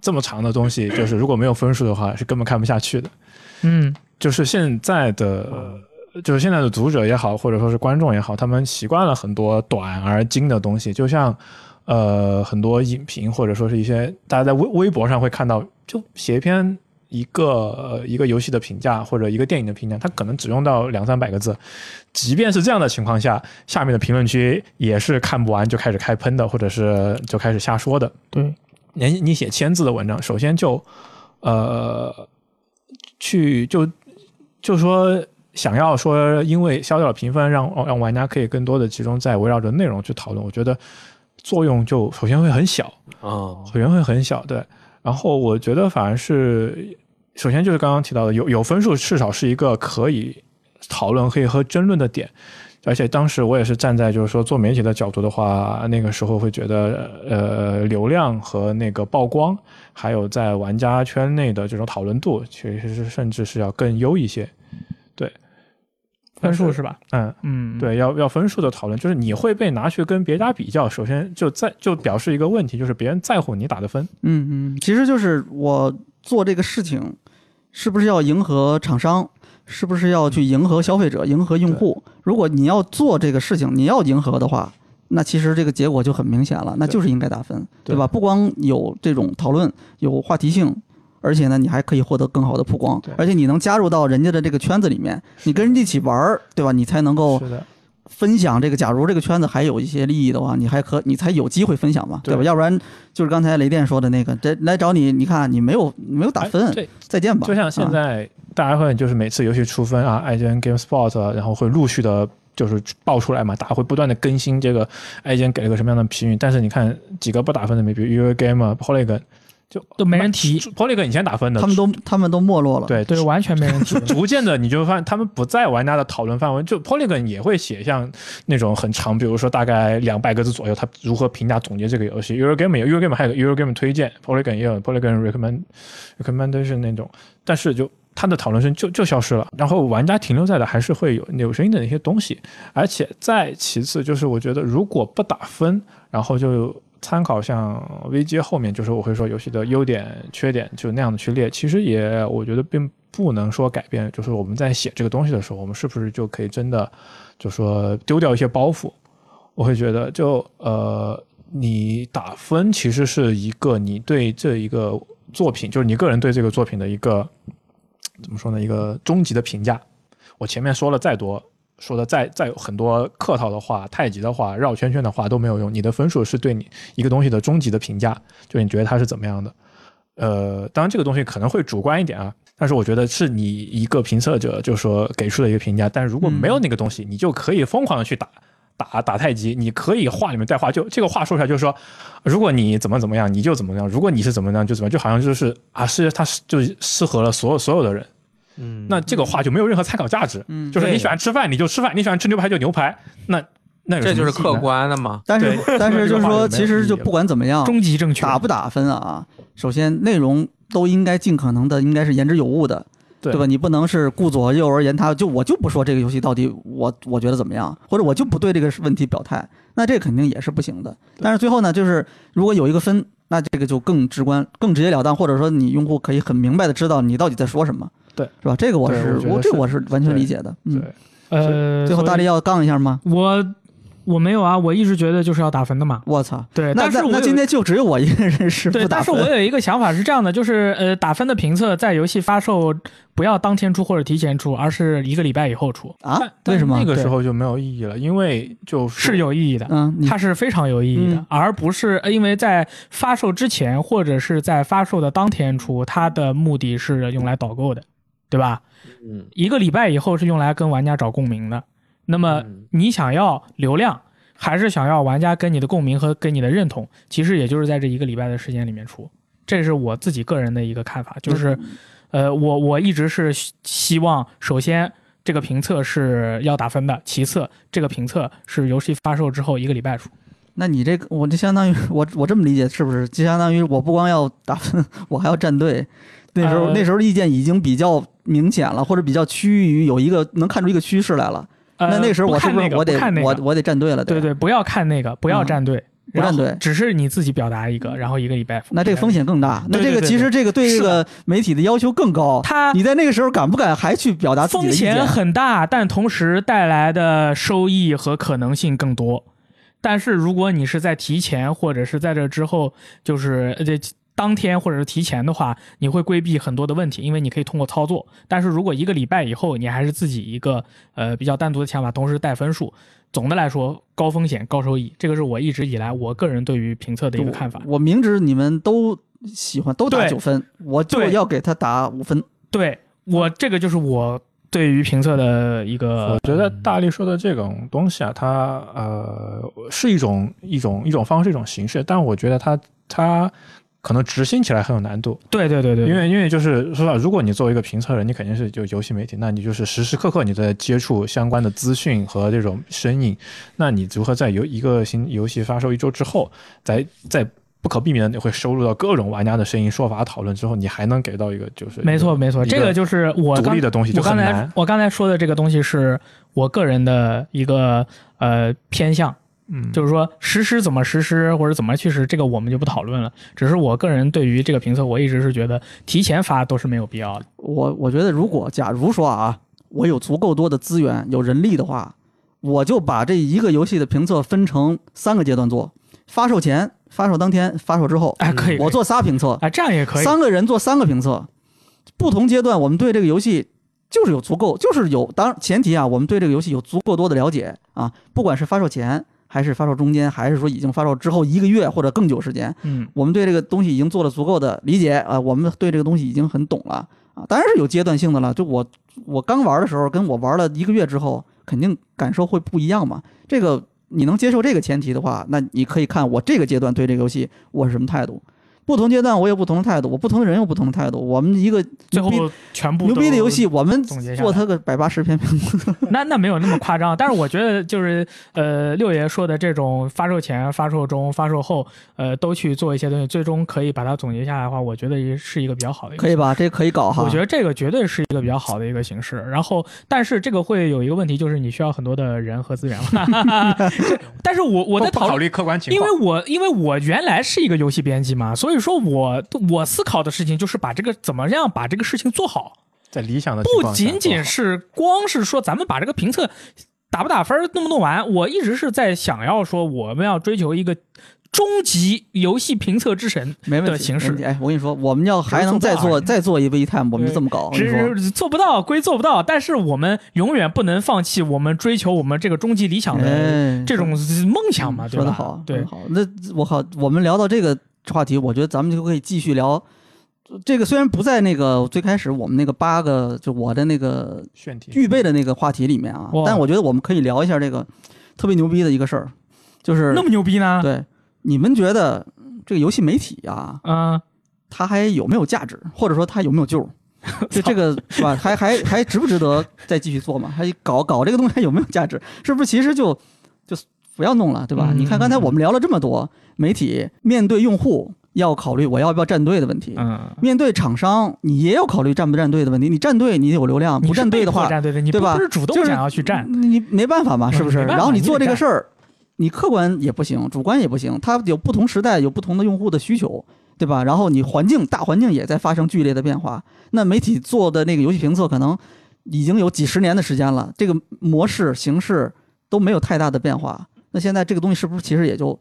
D: 这么长的东西，就是如果没有分数的话，是根本看不下去的。
A: 嗯，
D: 就是现在的，就是现在的读者也好，或者说是观众也好，他们习惯了很多短而精的东西，就像呃很多影评或者说是一些大家在微微博上会看到，就写一篇一个、呃、一个游戏的评价或者一个电影的评价，它可能只用到两三百个字，即便是这样的情况下，下面的评论区也是看不完就开始开喷的，或者是就开始瞎说的。
A: 对，
D: 你你写千字的文章，首先就呃去就就说想要说，因为消掉了评分，让让玩家可以更多的集中在围绕着内容去讨论，我觉得作用就首先会很小，
C: 哦，
D: 首先会很小，对。然后我觉得反而是，首先就是刚刚提到的，有有分数至少是一个可以讨论、可以和争论的点。而且当时我也是站在就是说做媒体的角度的话，那个时候会觉得，呃，流量和那个曝光，还有在玩家圈内的这种讨论度，其实是甚至是要更优一些。对，
A: 分数
D: 但
A: 是吧？
D: 嗯，
A: 嗯，，
D: 对，要要分数的讨论，就是你会被拿去跟别家比较，首先就在就表示一个问题，就是别人在乎你打的分。
B: 嗯嗯，其实就是我做这个事情，是不是要迎合厂商？是不是要去迎合消费者、迎合用户？如果你要做这个事情，你要迎合的话，那其实这个结果就很明显了，那就是应该打分，
D: 对
B: 对吧？不光有这种讨论，有话题性，而且呢，你还可以获得更好的曝光
D: 对，
B: 而且你能加入到人家的这个圈子里面，你跟人家一起玩儿，对吧？你才能够
D: 是的，
B: 分享这个。假如这个圈子还有一些利益的话，你还可你才有机会分享嘛，
D: 对
B: 对吧？要不然就是刚才雷电说的那个，这来找你，你看啊你没有你没有打分，
D: 哎对，
B: 再见吧。
D: 就像现
B: 啊
D: 在大家会就是每次游戏出分啊，IGN GameSpot，啊然后会陆续的。就是爆出来嘛，大家会不断的更新这个 IGN 给了个什么样的评语，但是你看几个不打分的，比如 UA Game 啊、Polygon，
A: 都没人提，
D: Polygon 以前打分的，
B: 他们都他们都没落了，
D: 对
A: 对，完全没 人提。
D: 逐渐的，你就发现他们不在玩家的讨论范围。就 Polygon 也会写像那种很长，比如说大概两百个字左右，他如何评价总结这个游戏。Eurogame 也有 Eurogame 还有个 Eurogame 推荐，Polygon 也有 Polygon recommend recommendation 那种，但是就它的讨论声就就消失了。然后玩家停留在的还是会有有声音的那些东西，而且再其次就是我觉得如果不打分，然后就。参考像 VG 后面就是我会说游戏的优点、缺点，就那样的去列。其实也我觉得并不能说改变，就是我们在写这个东西的时候，我们是不是就可以真的就说丢掉一些包袱？我会觉得就呃，你打分其实是一个你对这一个作品，就是你个人对这个作品的一个怎么说呢？一个终极的评价。我前面说了再多，说的再再有很多客套的话、太极的话、绕圈圈的话都没有用。你的分数是对你一个东西的终极的评价，就你觉得它是怎么样的。呃，当然这个东西可能会主观一点啊，但是我觉得是你一个评测者就说给出的一个评价。但是如果没有那个东西，你就可以疯狂的去打。打打太极，你可以话里面带话，就这个话说出来就是说，如果你怎么怎么样，你就怎么样；如果你是怎么样，就怎么样，就好像就是啊，是它是就适合了所有所有的人，
C: 嗯
D: 那这个话就没有任何参考价值。
B: 嗯
D: 就是
C: 对
D: 你喜欢吃饭你就吃饭，你喜欢吃牛排就牛排，那那有
C: 这
D: 什
C: 就
D: 么
C: 是
D: 意义呢
C: 客。观的嘛。
B: 但是
D: 对
B: 但是
D: 这
B: 就是
D: 个话
B: 说，
D: 就没有
B: 其实就
D: 意义了
B: 不管怎么样，
A: 终极正确，
B: 打不打分啊？首先内容都应该尽可能的应该是言之有物的，
D: 对
B: 对吧？你不能是顾左右而言他，就我就不说这个游戏到底我我觉得怎么样，或者我就不对这个问题表态，那这肯定也是不行的。但是最后呢，就是如果有一个分，那这个就更直观、更直截了当，或者说你用户可以很明白的知道你到底在说什么，
D: 对，
B: 是吧？这个我
D: 对
B: 是
D: 我觉得
B: 我这
D: 是
B: 我是完全
D: 对
B: 理解的。嗯，
D: 对，
A: 呃，
B: 最后大力要杠一下吗？
A: 我我没有啊，我一直觉得就是要打分的嘛。
B: 我操！
A: 对，
B: 那
A: 但是
B: 那
A: 我
B: 那
A: 有
B: 今天就只有我一个人是
A: 对，
B: 不打
A: 但是
B: 分。
A: 我有一个想法是这样的，就是呃，打分的评测在游戏发售不要当天出或者提前出，而是一个礼拜以后出，
B: 啊
D: 但？
B: 为什么
D: 但那？个时候就没有意义了，因为就是
A: 是有意义的。
B: 嗯，你
A: 它是非常有意义的，
B: 嗯
A: 而不是呃因为在发售之前或者是在发售的当天出，它的目的是用来导购的，对吧？
C: 嗯，
A: 一个礼拜以后是用来跟玩家找共鸣的。那么
C: 嗯
A: 你想要流量，还是想要玩家跟你的共鸣和跟你的认同，其实也就是在这一个礼拜的时间里面出。这是我自己个人的一个看法，就是，
B: 嗯
A: 呃，我我一直是希希望，首先这个评测是要打分的，其次这个评测是游戏发售之后一个礼拜出。
B: 那你这个，我这相当于我我这么理解是不是？就相当于我不光要打分， 我还要站队。那时候、
A: 呃
B: 那时候意见已经比较明显了，或者比较趋于有一个能看出一个趋势来了。
A: 呃，
B: 那那时候我是
A: 看
B: 不是
A: 那个
B: 我得、
A: 看那
B: 我
A: 个？
B: 我得站队了？
A: 对
B: 吧
A: 对，不要看那个，不要站队，
B: 嗯不站队
A: 然后只是你自己表达一个，然后一个礼拜。
B: 那这个风险更大。那
A: 对
B: 这个
A: 对对
B: 其实这个对这
A: 是的
B: 个媒体的要求更高。
A: 它
B: 你在那个时候敢不敢还去表达自己的
A: 风
B: 意见
A: 险？很大，但同时带来的收益和可能性更多。但是如果你是在提前或者是在这之后，就是呃这当天或者是提前的话，你会规避很多的问题，因为你可以通过操作。但是如果一个礼拜以后，你还是自己一个呃比较单独的想法，同时带分数，总的来说高风险高收益，这个是我一直以来我个人对于评测的一个看法。
B: 我我明知你们都喜欢都打
A: 对
B: 九分，我就
A: 对
B: 要给他打五分。
A: 对我这个就是我对于评测的一个
D: 我觉得大力说的这种东西啊，它呃是一种一种一种方式一种形式，但我觉得它它可能执行起来很有难度，
A: 对对对对，
D: 因为因为就是说实话，如果你作为一个评测人，你肯定是就游戏媒体，那你就是时时刻刻你在接触相关的资讯和这种声音，那你如何在游一个新游戏发售一周之后，在在不可避免的你会收录到各种玩家的声音、说法、讨论之后，你还能给到一个就是
A: 没错，没错，
D: 一个
A: 这个就是我
D: 独
A: 刚
D: 立的东西
A: 我
D: 就
A: 刚
D: 很
A: 才
D: 难。
A: 我刚才说的这个东西是我个人的一个呃偏向，
D: 嗯，
A: 就是说实施怎么实施或者怎么去实施，这个我们就不讨论了。只是我个人对于这个评测，我一直是觉得提前发都是没有必要的。
B: 我我觉得，如果假如说啊，我有足够多的资源、有人力的话，我就把这一个游戏的评测分成三个阶段做。发售前、发售当天、发售之后，
A: 哎，可以，
B: 我做仨评测，
A: 哎，这样也可以，
B: 三个人做三个评测，不同阶段我们对这个游戏就是有足够，就是有当然前提啊，我们对这个游戏有足够多的了解啊，不管是发售前还是发售中间，还是说已经发售之后一个月或者更久时间，
A: 嗯，
B: 我们对这个东西已经做了足够的理解啊，我们对这个东西已经很懂了啊，当然是有阶段性的了。就我我刚玩的时候，跟我玩了一个月之后，肯定感受会不一样嘛。这个你能接受这个前提的话，那你可以看我这个阶段对这个游戏我是什么态度。不同阶段我有不同的态度，我不同的人有不同的态度。我们一个
A: 最后全部
B: 牛逼的游戏，我们
A: 总结下
B: 做它个百八十篇评测，
A: 那那没有那么夸张，但是我觉得就是呃，六爷说的这种发售前、发售中、发售后，呃，都去做一些东西，最终可以把它总结下来的话，我觉得也是一个比较好的一个。
B: 可以？吧？这可以搞哈。
A: 我觉得这个绝对是一个比较好的一个形式。然后，但是这个会有一个问题，就是你需要很多的人和资源了。这 但是我我在
D: 不
A: 讨
D: 考
A: 论。
D: 虑客观情
A: 因
D: 况，
A: 为我因为我原来是一个游戏编辑嘛，所以说我我思考的事情就是把这个怎么样把这个事情做好，
D: 在理想的情
A: 不
D: 况下
A: 仅仅
D: 做好
A: 是光是说咱们把这个评测打不打分儿弄不弄完，我一直是在想要说我们要追求一个终极游戏评测之神
B: 没问
A: 的
B: 题，
A: 形
B: 没问题
A: 式。
B: 哎，我跟你说，我们要还能再做
A: 对
B: 再做一 V time，我们就这么搞。我哦跟你
A: 只
B: 说，
A: 是做不到归做不到，但是我们永远不能放弃我们追求我们这个终极理想的
B: 哎，
A: 这种梦想嘛，对
B: 嗯说
A: 吧？
B: 得好，说
A: 对
B: 得，好。那我靠，我们聊到这个话题，我觉得咱们就可以继续聊。这个虽然不在那个最开始我们那个八个，就我的那个
D: 选题
B: 预备的那个话题里面啊
A: 哇，
B: 但我觉得我们可以聊一下这个特别牛逼的一个事儿，就是
A: 那么牛逼呢？
B: 对你们觉得这个游戏媒体啊，
A: 嗯，
B: 它还有没有价值，或者说它有没有救？ 就这 个是吧？还还还值不值得再继续做吗？还搞搞这个东西还有没有价值？是不是其实就就不要弄了，对吧？
A: 嗯
B: 你看刚才我们聊了这么多，媒体面对用户要考虑我要不要站队的问题，
A: 嗯，
B: 面对厂商你也要考虑站不站队的问题。你站队你有流量，
A: 你
B: 不
A: 是
B: 站队
A: 被
B: 的
A: 迫
B: 话，
A: 站队的，你
B: 对
A: 不
B: 吧
A: 不是主动
B: 就是
A: 想要去站，
B: 嗯
A: 嗯
B: 你没办法嘛，是不是？
A: 没办法
B: 然后你
A: 你
B: 做这
A: 得
B: 个
A: 干
B: 事儿，你客观也不行，主观也不行，它有不同时代有不同的用户的需求，对吧？然后你环境大环境也在发生剧烈的变化，那媒体做的那个游戏评测可能已经有几十年的时间了，这个模式形式都没有太大的变化。那现在这个东西是不是其实也就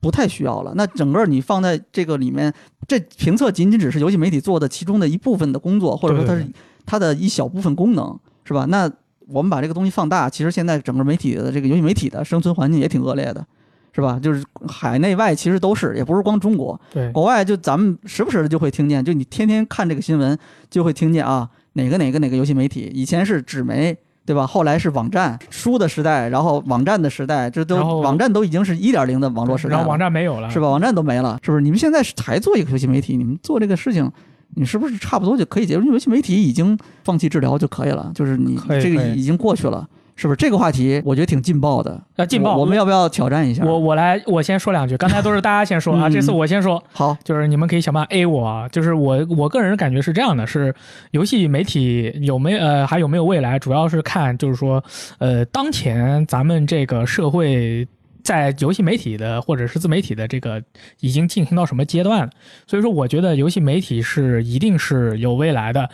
B: 不太需要了？那整个你放在这个里面，这评测仅仅只是游戏媒体做的其中的一部分的工作，或者说它
A: 对
B: 是它的一小部分功能，是吧？那我们把这个东西放大，其实现在整个媒体的这个游戏媒体的生存环境也挺恶劣的，是吧？就是海内外其实都是，也不是光中国，
A: 对，
B: 国外就咱们时不时的就会听见，就你天天看这个新闻，就会听见啊，哪个哪个哪个游戏媒体，以前是纸媒，对吧？后来是网站，书的时代，然后网站的时代，这都
A: 然后
B: 网站都已哦经是一点零的网络时代
A: 然后
B: 了
A: 网，站没有了，
B: 是吧？网站都没了，是不是？你们现在是还做一个游戏媒体，你们做这个事情。你是不是差不多就可以结束？因为游戏媒体已经放弃治疗就可以了，就是你
A: 可以
B: 这
A: 可
B: 个
A: 以
B: 已经过去了，是不是？这个话题我觉得挺劲爆的，
A: 啊劲爆
B: 我我们要不要挑战一下？
A: 我我来，我先说两句。刚才都是大家先说啊，
B: 嗯
A: 这次我先说，
B: 好，
A: 就是你们可以想办法 A 我啊。就是我我个人感觉是这样的，是游戏媒体有没呃还有没有未来，主要是看就是说呃当前咱们这个社会。在游戏媒体的或者是自媒体的这个已经进行到什么阶段了？所以说，我觉得游戏媒体是一定是有未来的，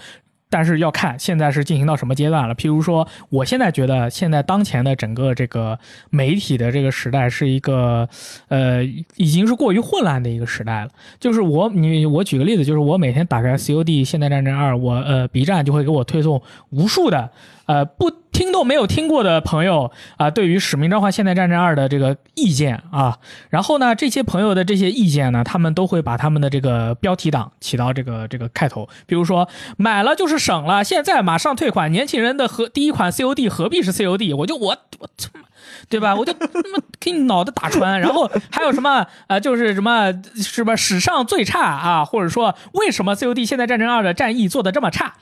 A: 但是要看现在是进行到什么阶段了。譬如说，我现在觉得现在当前的整个这个媒体的这个时代是一个，呃，已经是过于混乱的一个时代了。就是我你我举个例子，就是我每天打开 COD《现代战争二》，我呃 B 站就会给我推送无数的呃不听都没有听过的朋友啊、对于《使命召唤：现代战争二》的这个意见啊，然后呢，这些朋友的这些意见呢，他们都会把他们的这个标题党起到这个这个开头，比如说买了就是省了，现在马上退款，年轻人的和第一款 COD 何必是 COD？我就我我他妈，对吧？我就他妈给你脑袋打穿。然后还有什么呃，就是什么什么史上最差啊，或者说为什么 COD 现代战争二的战役做的这么差？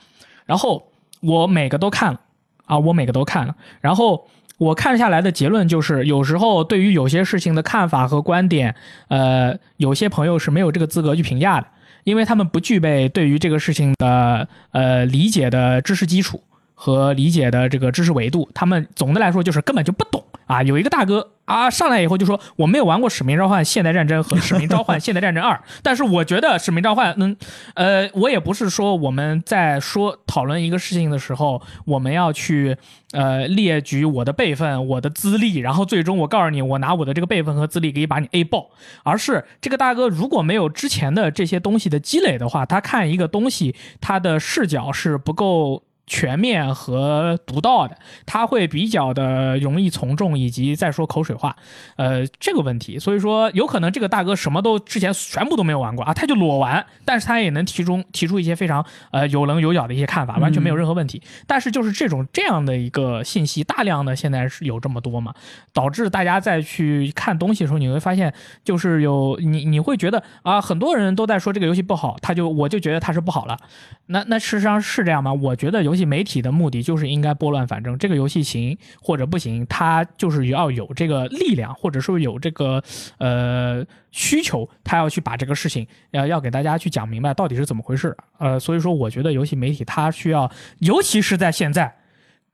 A: 然后我每个都看了啊，我每个都看了，然后。我看下来的结论就是，有时候对于有些事情的看法和观点，呃，有些朋友是没有这个资格去评价的，因为他们不具备对于这个事情的呃理解的知识基础和理解的这个知识维度，他们总的来说就是根本就不懂啊，有一个大哥啊上来以后就说我没有玩过《使命召唤：现代战争》和《使命召唤：现代战争二》，但是我觉得《使命召唤》嗯，呃，我也不是说我们在说讨论一个事情的时候，我们要去呃列举我的辈分、我的资历，然后最终我告诉你，我拿我的这个辈分和资历可以把你 A 爆，而是这个大哥如果没有之前的这些东西的积累的话，他看一个东西，他的视角是不够。全面和独到的，他会比较的容易从众，以及再说口水话，呃，这个问题，所以说有可能这个大哥什么都之前全部都没有玩过啊，他就裸玩，但是他也能提中提出一些非常呃有棱有角的一些看法，完全没有任何问题。但是就是这种这样的一个信息，大量的现在是有这么多嘛，导致大家在去看东西的时候，你会发现就是有你你会觉得啊，很多人都在说这个游戏不好，他就我就觉得它是不好了，那那事实上是这样吗？我觉得游戏媒体的目的就是应该拨乱反正，这个游戏行或者不行，它就是要有这个力量，或者说有这个呃需求，它要去把这个事情要要给大家去讲明白到底是怎么回事。呃，所以说我觉得游戏媒体它需要，尤其是在现在。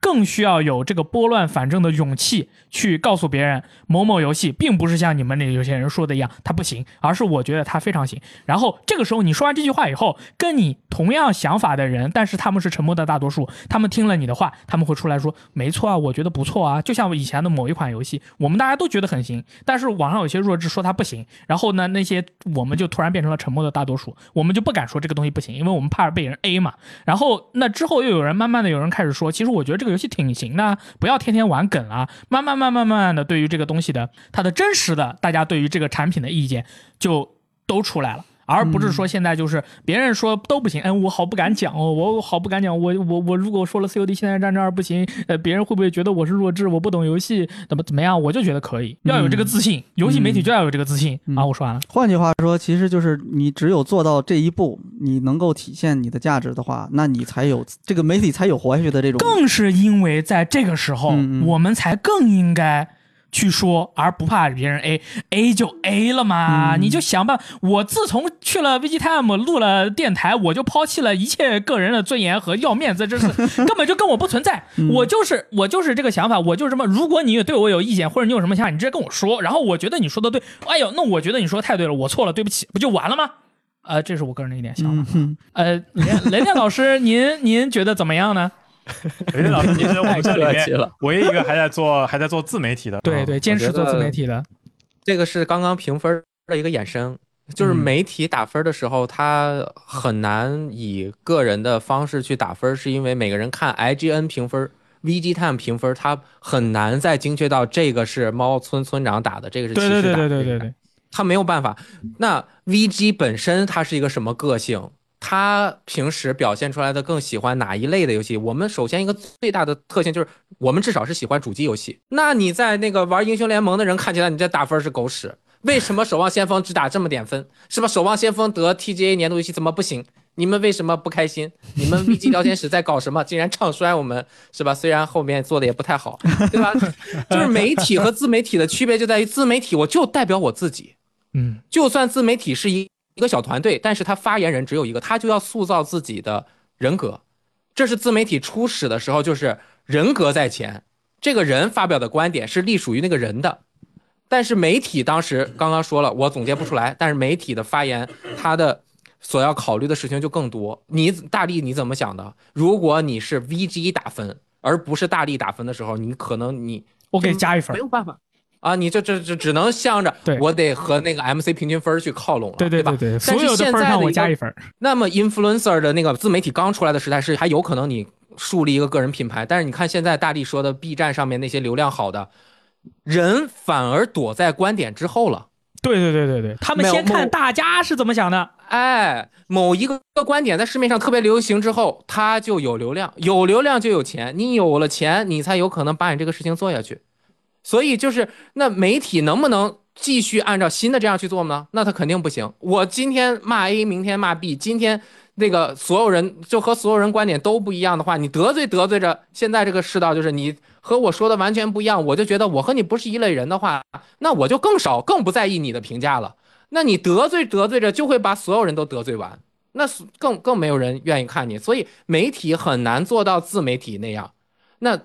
A: 更需要有这个拨乱反正的勇气，去告诉别人某某游戏并不是像你们那有些人说的一样，它不行，而是我觉得它非常行。然后这个时候你说完这句话以后，跟你同样想法的人，但是他们是沉默的大多数，他们听了你的话，他们会出来说，没错啊，我觉得不错啊。就像以前的某一款游戏，我们大家都觉得很行，但是网上有些弱智说它不行，然后呢，那些我们就突然变成了沉默的大多数，我们就不敢说这个东西不行，因为我们怕被人 A 嘛。然后那之后又有人慢慢的有人开始说，其实我觉得这个。游戏挺行的，不要天天玩梗啊！慢慢、慢慢、慢慢的，对于这个东西的它的真实的，大家对于这个产品的意见就都出来了，而不是说现在就是别人说都不行，嗯，我好不敢讲哦，我好不敢讲，我我我如果说了 COD 现在战争二不行，呃，别人会不会觉得我是弱智，我不懂游戏，怎么怎么样？我就觉得可以，要有这个自信，嗯、游戏媒体就要有这个自信、嗯、啊！我说完了。
B: 换句话说，其实就是你只有做到这一步，你能够体现你的价值的话，那你才有这个媒体才有活下去的这种。
A: 更是因为在这个时候，嗯、我们才更应该。去说，而不怕别人 A A 就 A 了嘛，嗯、你就想办。我自从去了 VGTime 录了电台，我就抛弃了一切个人的尊严和要面子，这 是根本就跟我不存在。嗯、我就是我就是这个想法，我就是什么。如果你对我有意见，或者你有什么想法，你直接跟我说。然后我觉得你说的对，哎呦，那我觉得你说的太对了，我错了，对不起，不就完了吗？呃，这是我个人的一点想法。嗯、呃， 雷电老师，您您觉得怎么样呢？
D: 雷电老 师，其实我们哎这里面唯一一个还在做还在做自媒体的，
C: 啊
D: 啊
A: 对对，坚持做自媒体的。
C: 这个是刚刚评分的一个衍生，就是
A: 嗯
C: 媒体打分的时候，他很难以个人的方式去打分，是因为每个人看 IGN 评分、VGTime 评分，他很难再精确到这个是猫村村长打的，这个是骑士
A: 打的，对对对对对对，
C: 他没有办法。那 VG 本身它是一个什么个性？他平时表现出来的更喜欢哪一类的游戏？我们首先一个最大的特性就是，我们至少是喜欢主机游戏。那你在那个玩英雄联盟的人看起来，你这打分是狗屎。为什么守望先锋只打这么点分？是吧？守望先锋得 TGA 年度游戏怎么不行？你们为什么不开心？你们 VG 聊天室在搞什么？竟然唱衰我们，是吧？虽然后面做的也不太好，对吧？就是媒体和自媒体的区别就在于，自媒体我就代表我自己，
A: 嗯，
C: 就算自媒体是一。一个小团队，但是他发言人只有一个，他就要塑造自己的人格，这是自媒体初始的时候，就是人格在前，这个人发表的观点是隶属于那个人的。但是媒体当时刚刚说了，我总结不出来，但是媒体的发言，他的所要考虑的事情就更多。你大力你怎么想的？如果你是 VG 打分，而不是大力打分的时候，你可能你
A: 我给加一分，
C: 没有办法。啊，你这这这只能向着我得和那个 MC 平均分去靠拢了，
A: 对
C: 对
A: 对
C: 对。
A: 所有
C: 的
A: 分让我加一分。
C: 那么 influencer 的那个自媒体刚出来的时代是还有可能你树立一个个人品牌，但是你看现在大力说的 B 站上面那些流量好的人反而躲在观点之后了。
A: 对对对对对，他们先看大家是怎么想的。
C: 哎，某一个观点在市面上特别流行之后，它就有流量，有流量就有钱，你有了钱，你才有可能把你这个事情做下去。所以就是那媒体能不能继续按照新的这样去做呢？那他肯定不行。我今天骂 A，明天骂 B，今天那个所有人就和所有人观点都不一样的话，你得罪得罪着现在这个世道，就是你和我说的完全不一样，我就觉得我和你不是一类人的话，那我就更少更不在意你的评价了。那你得罪得罪着，就会把所有人都得罪完，那更更没有人愿意看你。所以媒体很难做到自媒体那样，那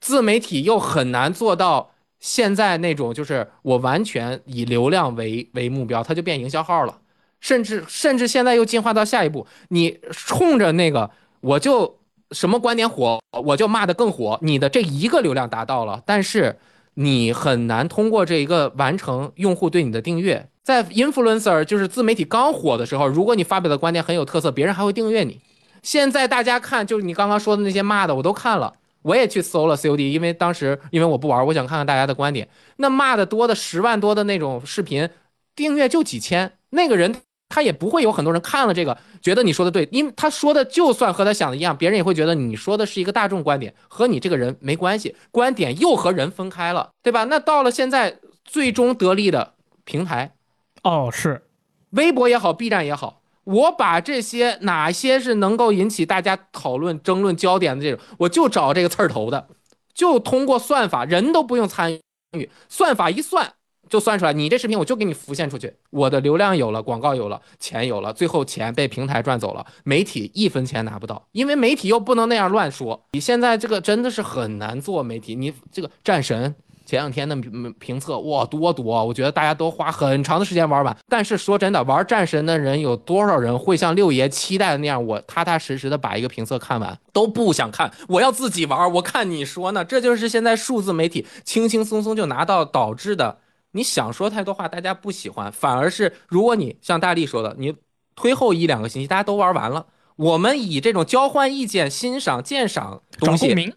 C: 自媒体又很难做到。现在那种就是我完全以流量为为目标，它就变营销号了，甚至甚至现在又进化到下一步，你冲着那个我就什么观点火，我就骂的更火，你的这一个流量达到了，但是你很难通过这一个完成用户对你的订阅。在 influencer 就是自媒体刚火的时候，如果你发表的观点很有特色，别人还会订阅你。现在大家看，就是你刚刚说的那些骂的，我都看了，我也去搜了 COD，因为当时因为我不玩，我想看看大家的观点。那骂的多的十万多的那种视频，订阅就几千，那个人他也不会有很多人看了这个觉得你说的对，因为他说的就算和他想的一样，别人也会觉得你说的是一个大众观点，和你这个人没关系，观点又和人分开了，对吧？那到了现在，最终得利的平台。
A: 哦，是，
C: 微博也好，B 站也好，我把这些哪些是能够引起大家讨论、争论焦点的这种，我就找这个刺儿头的，就通过算法，人都不用参与，算法一算就算出来，你这视频我就给你浮现出去，我的流量有了，广告有了，钱有了，最后钱被平台赚走了，媒体一分钱拿不到，因为媒体又不能那样乱说。你现在这个真的是很难做媒体，你这个战神。前两天的评评测，哇，多多！我觉得大家都花很长的时间玩完。但是说真的，玩战神的人有多少人会像六爷期待的那样，我踏踏实实的把一个评测看完？都不想看，我要自己玩。我看你说呢，这就是现在数字媒体轻轻松松就拿到导致的。你想说太多话，大家不喜欢，反而是如果你像大力说的，你推后一两个星期，大家都玩完了，我们以这种交换意见、欣赏、鉴赏东
A: 找共
C: 西。
A: 鸣。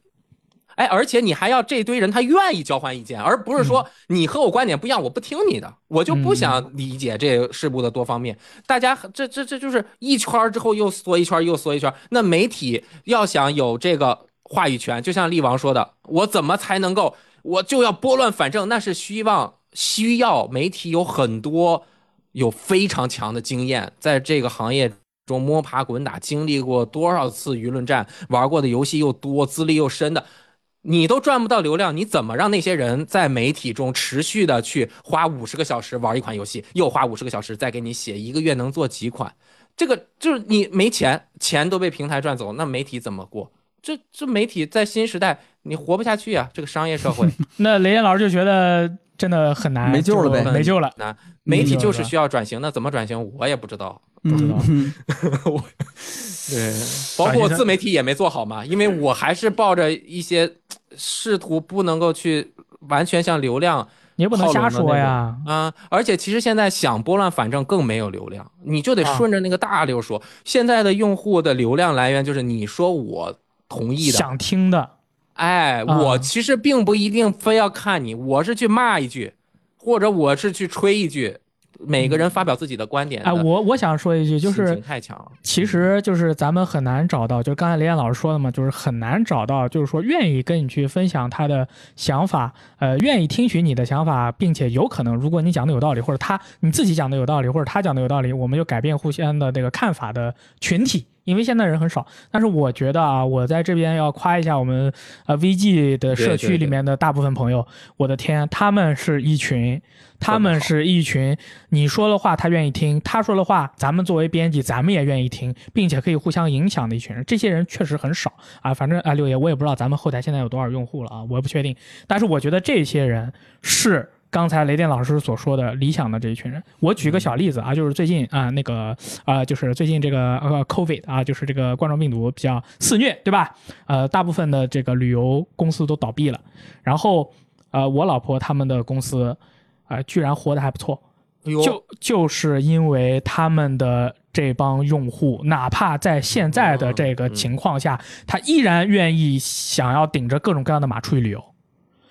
C: 哎，而且你还要这堆人他愿意交换意见，而不是说你和我观点不一样，我不听你的，我就不想理解这事物的多方面。大家这这这就是一圈儿之后又缩一圈儿，又缩一圈儿。那媒体要想有这个话语权，就像力王说的，我怎么才能够，我就要拨乱反正，那是希望需要媒体有很多有非常强的经验，在这个行业中摸爬滚打，经历过多少次舆论战，玩过的游戏又多，资历又深的。你都赚不到流量，你怎么让那些人在媒体中持续的去花五十个小时玩一款游戏，又花五十个小时再给你写一个月能做几款？这个就是你没钱，钱都被平台赚走，那媒体怎么过？这这媒体在新时代你活不下去啊！这个商业社会
A: 那雷燕老师就觉得真的很难，
B: 没救了
C: 哎
B: 呗
A: 就没救了。
C: 那啊媒体
A: 嗯
C: 就是需要转型，那怎么转型我也不知道。
A: 知道
B: 嗯，
D: 对，
C: 包括我
D: 转型成
C: 自媒体也没做好嘛，因为我还是抱着一些试图不能够去完全向流量
A: 你也不能瞎说呀。
C: 啊、而且其实现在想拨乱反正更没有流量，你就得
A: 啊
C: 顺着那个大流说。现在的用户的流量来源就是你说我同意的，
A: 想听的，
C: 哎，
A: 啊
C: 我其实并不一定非要看你，我是去骂一句，或者我是去吹一句，每个人发表自己的观点的
A: 哎，我我想说一句，就
C: 心
A: 是
C: 情太强了，
A: 其实就是咱们很难找到，就是刚才雷燕老师说的嘛，就是很难找到，就是说愿意跟你去分享他的想法，呃，愿意听取你的想法，并且有可能，如果你讲的有道理，或者他你自己讲的有道理，或者他讲的有道理，我们就改变互相的这个看法的群体。因为现在人很少，但是我觉得啊，我在这边要夸一下我们呃 VG 的社
C: 对
A: 区
C: 对对
A: 里面的大部分朋友，我的天，他们是一群，他们是一群你说的话他愿意听，他说的话咱们作为编辑咱们也愿意听，并且可以互相影响的一群人。这些人确实很少啊，反正啊六爷我也不知道咱们后台现在有多少用户了啊，我也不确定。但是我觉得这些人是刚才雷电老师所说的理想的这一群人。我举
C: 嗯
A: 个小例子啊，就是最近啊、那个啊、就是最近这个呃 COVID 啊，就是这个冠状病毒比较肆虐，对吧？呃，大部分的这个旅游公司都倒闭了，然后呃，我老婆他们的公司啊、呃居然活得还不错，
C: 哎呦
A: 就就是因为他们的这帮用户，哪怕在现在
C: 嗯
A: 的这个情况下，他依然愿意想要顶着各种各样的马出去旅游，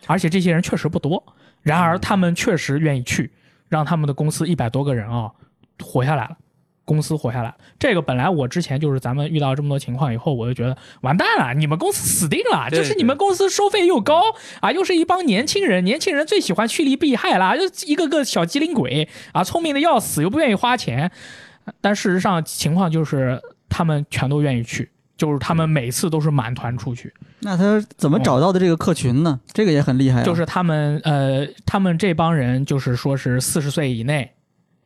A: 而且这些人确实不多，然
C: 嗯
A: 而他们确实愿意去，让他们的公司一百多个人啊、活下来了。公司活下来了，这个本来我之前就是咱们遇到这么多情况以后，我就觉得完蛋了，你们公司死定了，
C: 对
A: 就是你们公司收费又高啊，又是一帮年轻人，年轻人最喜欢趋利避害啦，就一个个小机灵鬼啊，聪明的要死，又不愿意花钱。但事实上情况就是他们全都愿意去，就是他
C: 嗯
A: 们每次都是满团出去，
B: 那他怎
A: 哦
B: 么找到的这个客群呢？这个也很厉害啊。
A: 就是他们呃，他们这帮人就是说是四十岁以内，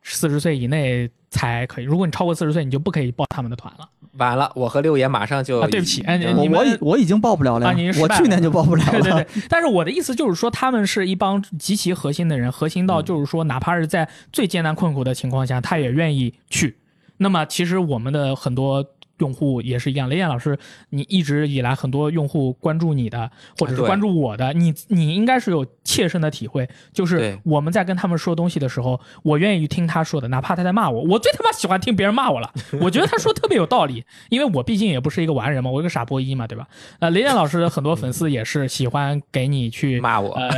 A: 四十岁以内才可以。如果你超过四十岁，你就不可以报他们的团了。
C: 完了，我和六爷马上就
A: 啊对不起哎你
B: 我
A: 们
B: 我已我已经报不了了
A: 啊你
B: 呀，
A: 失
B: 我
A: 败
B: 去
A: 了
B: 年就报不了
A: 对对
B: 了
A: 对。， 但是我的意思就是说，他们是一帮极其核心的人，核心
B: 嗯
A: 到就是说，哪怕是在最艰难困苦的情况下，他也愿意去。那么，其实我们的很多用户也是一样，雷燕老师，你一直以来很多用户关注你的，或
B: 啊
A: 者是
C: 对
A: 关注我的，你你应该是有切身的体会，就是
C: 对
A: 我们在跟他们说东西的时候，我愿意听他说的，哪怕他在骂我，我最他妈喜欢听别人骂我了， 我觉得他说得特别有道理，因为我毕竟也不是一个完人嘛，我一个傻波一嘛，对吧？呃，雷电老师的很多粉丝也是喜欢给你去
C: 骂我
A: 呃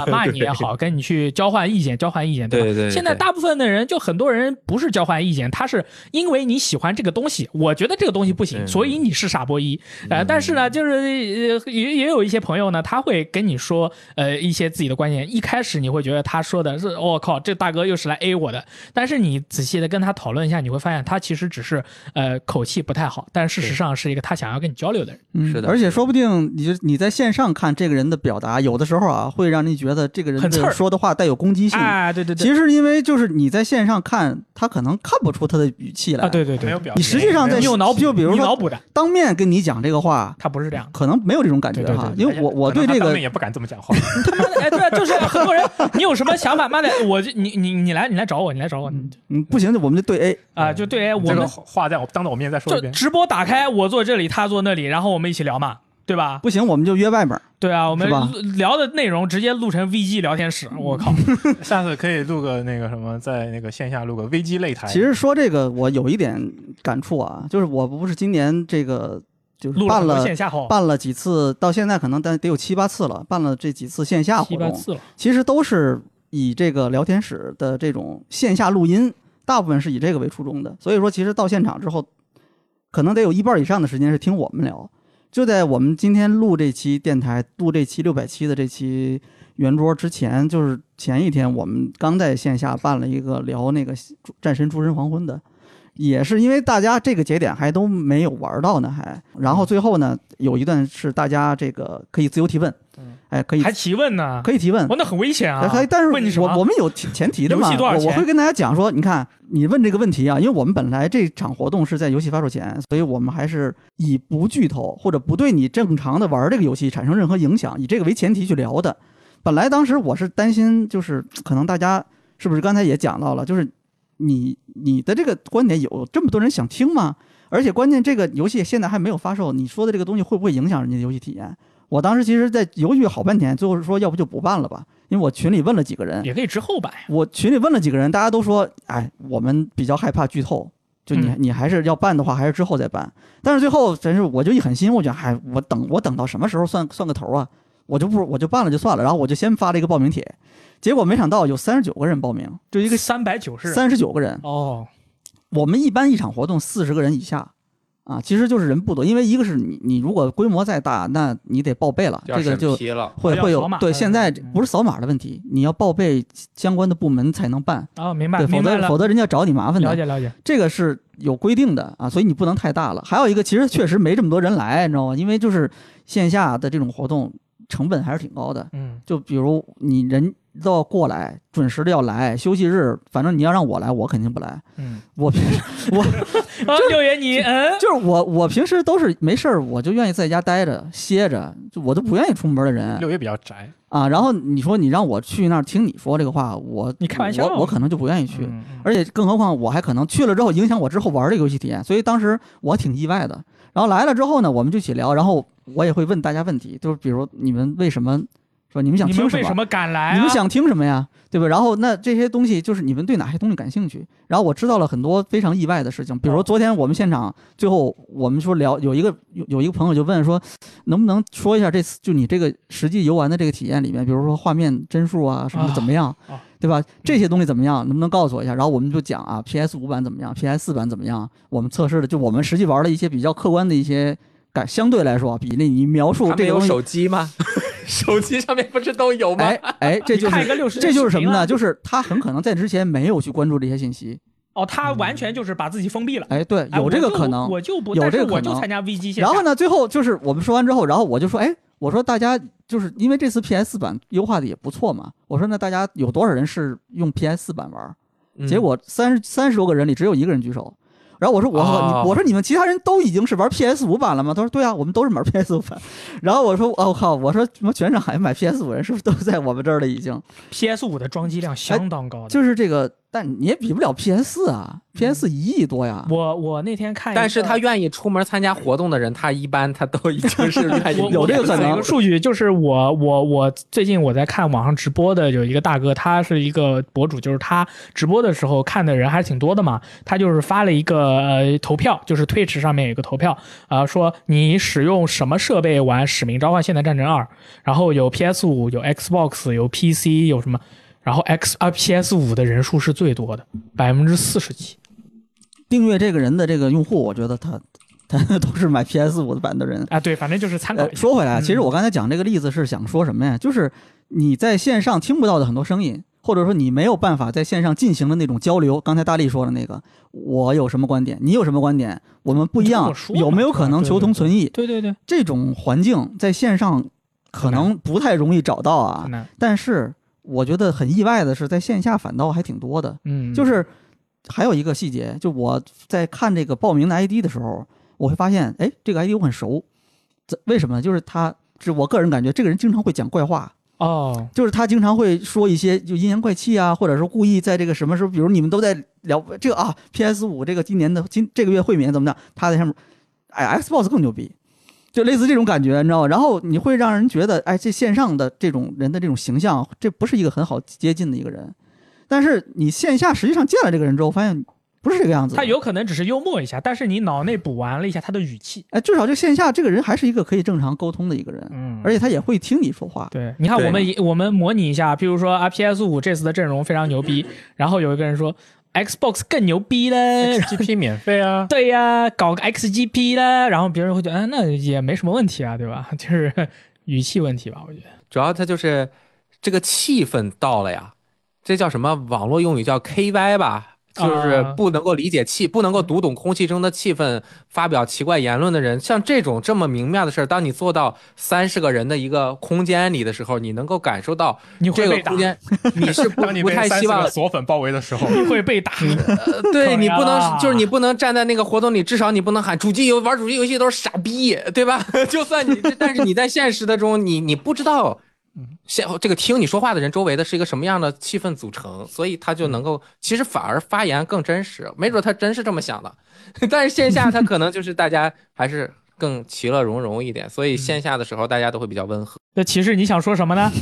A: 啊骂你也好，跟你去交换意见，交换意见，吧？
C: 对对对
A: 现在大部分的人，就很多人不是交换意见，他是因为你喜欢这个东西，我觉得这个东西不行，
C: 嗯
A: 所以你是傻波一。呃，但是呢，就是呃也也有一些朋友呢，他会跟你说呃一些自己的观点，一开始你会觉得他说的是我、靠，这大哥又是来 A 我的，但是你仔细的跟他讨论一下，你会发现他其实只是呃口气不太好，但事实上是一个他想要跟你交 流的人。
B: 嗯
C: 是的
B: 而且说不定你就你在线上看这个人的表达，有的时候啊会让你觉得这个人
A: 很刺
B: 的
A: 儿
B: 说的话带有攻击性。
A: 啊，对对
B: 其实是因为就是你在线上看，他可能看不出他的语气来。
A: 啊，对对
D: 没
A: 对
D: 有，表情，
B: 你实际上在
A: 你有脑补，
B: 就比如
A: 你脑
B: 说
A: 补的，
B: 当面跟你讲这个话，
A: 他不是这样的。
B: 可能没有这种感觉
A: 对对
B: 哈，
A: 对
B: 因为我我
D: 可能
B: 对
D: 他
B: 这
D: 当
B: 个
D: 面也不敢这么讲话。
A: 妈的哎，对啊，就是很多人，你有什么想法？妈的，我就你你你来，你来找我，你来找我
B: 嗯嗯不行，我们就对 A
A: 啊！就对，哎我
D: 这个
A: 们
D: 话在我当着我面再说一
A: 就
D: 遍，
A: 直播打开，我坐这里，他坐那里，然后我们一起聊嘛，对吧？
B: 不行，我们就约外面。
A: 对啊，我们
B: 是吧
A: 聊的内容直接录成 VG 聊天室，我靠，
D: 嗯 下次可以录个那个什么，在那个线下录个危机擂台。
B: 其实说这个我有一点感触啊，就是我不是今年这个就是
A: 录了
B: 办
A: 很多
B: 了
A: 线下号，
B: 办了几次，到现在可能但得有七八次了，办了这几次线下活
A: 七八
B: 动，
A: 次了，
B: 其实都是以这个聊天室的这种线下录音，大部分是以这个为初衷的。所以说，其实到现场之后，可能得有一半以上的时间是听我们聊。就在我们今天录这期电台、录这期六百期的这期圆桌之前，就是前一天，我们刚在线下办了一个聊那个《战神：诸神黄昏》的，也是因为大家这个节点还都没有玩到呢，还。然
A: 嗯
B: 后最后呢，有一段是大家这个可以自由提问，哎，可以
A: 嗯还提问呢，
B: 可以提问，
A: 我那很危险啊
B: 哎！他但是
A: 问你什
B: 我我
A: 么？
B: 们有前前提的嘛，
A: 游戏多少
B: 我我
A: 钱
B: 会跟大家讲说，你看你问这个问题啊，因为我们本来这场活动是在游戏发售前，所以我们还是以不剧透或者不对你正常的玩这个游戏产生任何影响，以这个为前提去聊的。本来当时我是担心，就是可能大家是不是刚才也讲到了，就是你你的这个观点有这么多人想听吗？而且关键这个游戏现在还没有发售，你说的这个东西会不会影响人家的游戏体验？我当时其实，在犹豫好半天，最后是说要不就不办了吧，因为我群里问了几个人，
A: 也可以之后吧，
B: 我群里问了几个人，大家都说，哎，我们比较害怕剧透，就你、
A: 嗯
B: 你还是要办的话，还是之后再办。但是最后真是我就一狠心，我觉得，哎，我等我等到什么时候算算个头啊？我就不我就办了就算了，然后我就先发了一个报名帖，结果没想到有三十九个人报名，
A: 就一个三百九十
B: 三十九个人，
A: 哦，
B: 我们一般一场活动四十个人以下。啊，其实就是人不多，因为一个是你，你如果规模再大，那你得报备了，
C: 要
B: 这个
C: 审
B: 就
C: 批了，
B: 会
A: 要
B: 会
A: 扫
B: 有
A: 码
B: 对。
A: 的
B: 现在
A: 嗯
B: 不是扫码的问题，你要报备相关的部门才能办。
A: 哦，明白
B: 对，
A: 明
B: 否
A: 白
B: 则
A: 了
B: 否，则人家找你麻烦
A: 了
B: 的。
A: 解了解，
B: 这个是有规定的啊，所以你不能太大了。还有一个，其实确实没这么多人来，你知道吗？因为就是线下的这种活动成本还是挺高的。
A: 嗯，
B: 就比如你人都要过来，准时的要来，休息日反正你要让我来，我肯定不来。
A: 嗯，
B: 我平 我
A: 啊，六爷你嗯，
B: 就是我我平时都是没事儿，我就愿意在家待着歇着，就我都不愿意出门的人
D: 六爷比较宅，
B: 啊。然后你说你让我去那儿听你说这个话，我
A: 你开玩笑啊
B: 我我可能就不愿意去。
A: 嗯嗯
B: 而且更何况我还可能去了之后影响我之后玩这个游戏体验，所以当时我挺意外的。然后来了之后呢，我们就一起聊，然后我也会问大家问题，就是比如你们为什么是吧？你们想
A: 你
B: 听
A: 们
B: 什
A: 为
B: 么？
A: 什么敢来啊？
B: 你们想听什么呀？对吧？然后那这些东西就是你们对哪些东西感兴趣？然后我知道了很多非常意外的事情，比如
C: 哦
B: 说昨天我们现场最后我们说聊，有一个有有一个朋友就问说，能不能说一下这次就你这个实际游玩的这个体验里面，比如说画面帧数啊什么
A: 啊
B: 怎么样
C: 哦
A: 啊，
B: 对吧？这些东西怎么样？能不能告诉我一下？然后我们就讲啊，PS 五版怎么样，PS 四版怎么样？我们测试的就我们实际玩的一些比较客观的一些感，相对来说啊比那你描述
C: 他
B: 这个
C: 们有
B: 东西
C: 手机 吗？手机上面不是都有吗
B: 哎？哎， 这就是
A: 你看一个六十，
B: 这就是什么呢？？就是他很可能在之前没有去关注这些信息。
A: 哦，他完全就是把自己封闭了。
B: 哎，对，
A: 哎
B: 有这个可
A: 我
B: 能。
A: 就我就不，
B: 有
A: 但是
B: 这个可
A: 我就
B: 能
A: 参加 VG 线下。
B: 然后呢，最后就是我们说完之后，然后我就说，哎，我说大家就是因为这次 PS 版优化的也不错嘛，我说那大家有多少人是用 PS 版玩？
C: 嗯
B: 结果三十三十多个人里只有一个人举手。然后我说我说、
C: 哦
B: 你我说你们其他人都已经是玩 PS 五版了吗？他说对啊，我们都是玩 PS 五版。然后我说哦靠，我说什么全上海买 PS 五人是不是都在我们这儿了已经？
A: PS 五的装机量相当高的，
B: 就是这个，但你也比不了 PS 四啊，PS 四一亿多呀。
A: 嗯我我那天看一个，
C: 但是他愿意出门参加活动的人，他一般他都已经是 愿
A: 我
C: 意
B: 哎有这个可能
A: 有一个数据就是我我我最近我在看网上直播的有一个大哥，他是一个博主，就是他直播的时候看的人还是挺多的嘛。他就是发了一个呃投票，就是 Twitch 上面有一个投票啊、呃说你使用什么设备玩《使命召唤：现代战争二》，然后有 PS 五、有 Xbox、有 PC、有什么，然后 X 啊 PS 五的人数是最多的，百分之四十几。
B: 订阅这个人的这个用户，我觉得他 他都是买 PS 五的版的人。
A: 啊，对，反正就是参考
B: 呃
A: 一，下。
B: 说回来，
A: 嗯
B: 其实我刚才讲这个例子是想说什么呀？就是你在线上听不到的很多声音，或者说你没有办法在线上进行的那种交流。刚才大力说的那个，我有什么观点，你有什么观点，我们不一
A: 你
B: 样
A: 跟我，说嘛
B: 有没有可能
A: 对对
B: 求同存异？
A: 对对对，
B: 这种环境在线上可能不太容易找到啊
A: 很。难，
B: 但是我觉得很意外的是，在线下反倒还挺多的。
A: 嗯，
B: 就是还有一个细节，就我在看这个报名的 ID 的时候，我会发现，哎，这个 ID 我很熟，这为什么呢？就是他，是我个人感觉，这个人经常会讲怪话，
A: 哦，
B: 就是他经常会说一些就阴阳怪气啊，或者说故意在这个什么时候，比如你们都在聊这个啊，PS 五这个今年的今这个月会免怎么样，他在上面，哎，Xbox 更牛逼。就类似这种感觉，你知道吗？然后你会让人觉得，哎，这线上的这种人的这种形象，这不是一个很好接近的一个人。但是你线下实际上见了这个人之后，发现不是这个样子的。
A: 他有可能只是幽默一下，但是你脑内补完了一下他的语气。
B: 哎，至少这线下这个人还是一个可以正常沟通的一个人，
A: 嗯
B: 而且他也会听你说话。
A: 对，你看我们一我们模拟一下，譬如说啊，PS 五这次的阵容非常牛逼，
D: 嗯
A: 然后有一个人说 Xbox 更牛逼嘞，
D: ，GP 免费啊，
A: 对呀、搞个 XGP 嘞，然后别人会觉得，嗯、那也没什么问题啊，对吧？ 就是语气问题吧，我觉得。
C: 主要他就是这个气氛到了呀，这叫什么网络用语叫 KY 吧，就是
A: 啊
C: 不能够理解气，不能够读懂空气中的气氛，发表奇怪言论的人，像这种这么明妙的事儿，当你做到三十个人的一个空间里的时候，你能够感受到
A: 你会
C: 这个
A: 被打
C: 空，间，你是不
D: 当你
C: 不
D: 被
C: 太
D: 三
C: 希
D: 十
C: 望
D: 个锁粉包围的 时候，
A: 你会被打。
C: 对
A: 可
C: 你不
A: 呀
C: 能，就是你不能站在那个活动里，至少你不能喊主机游玩主机游戏都是傻逼，对吧？ 就算你，但是你在现实的中，你你不知道，
D: 嗯
C: 现这个听你说话的人周围的是一个什么样的气氛组成，所以他就
D: 嗯
C: 能够，其实反而发言更真实，没准他真是这么想的， 但是线下他可能就是大家还是更其乐融融一点，所
D: 嗯
C: 以线下的时候大家都会比较温和。
A: 那骑士，你想说 什么呢？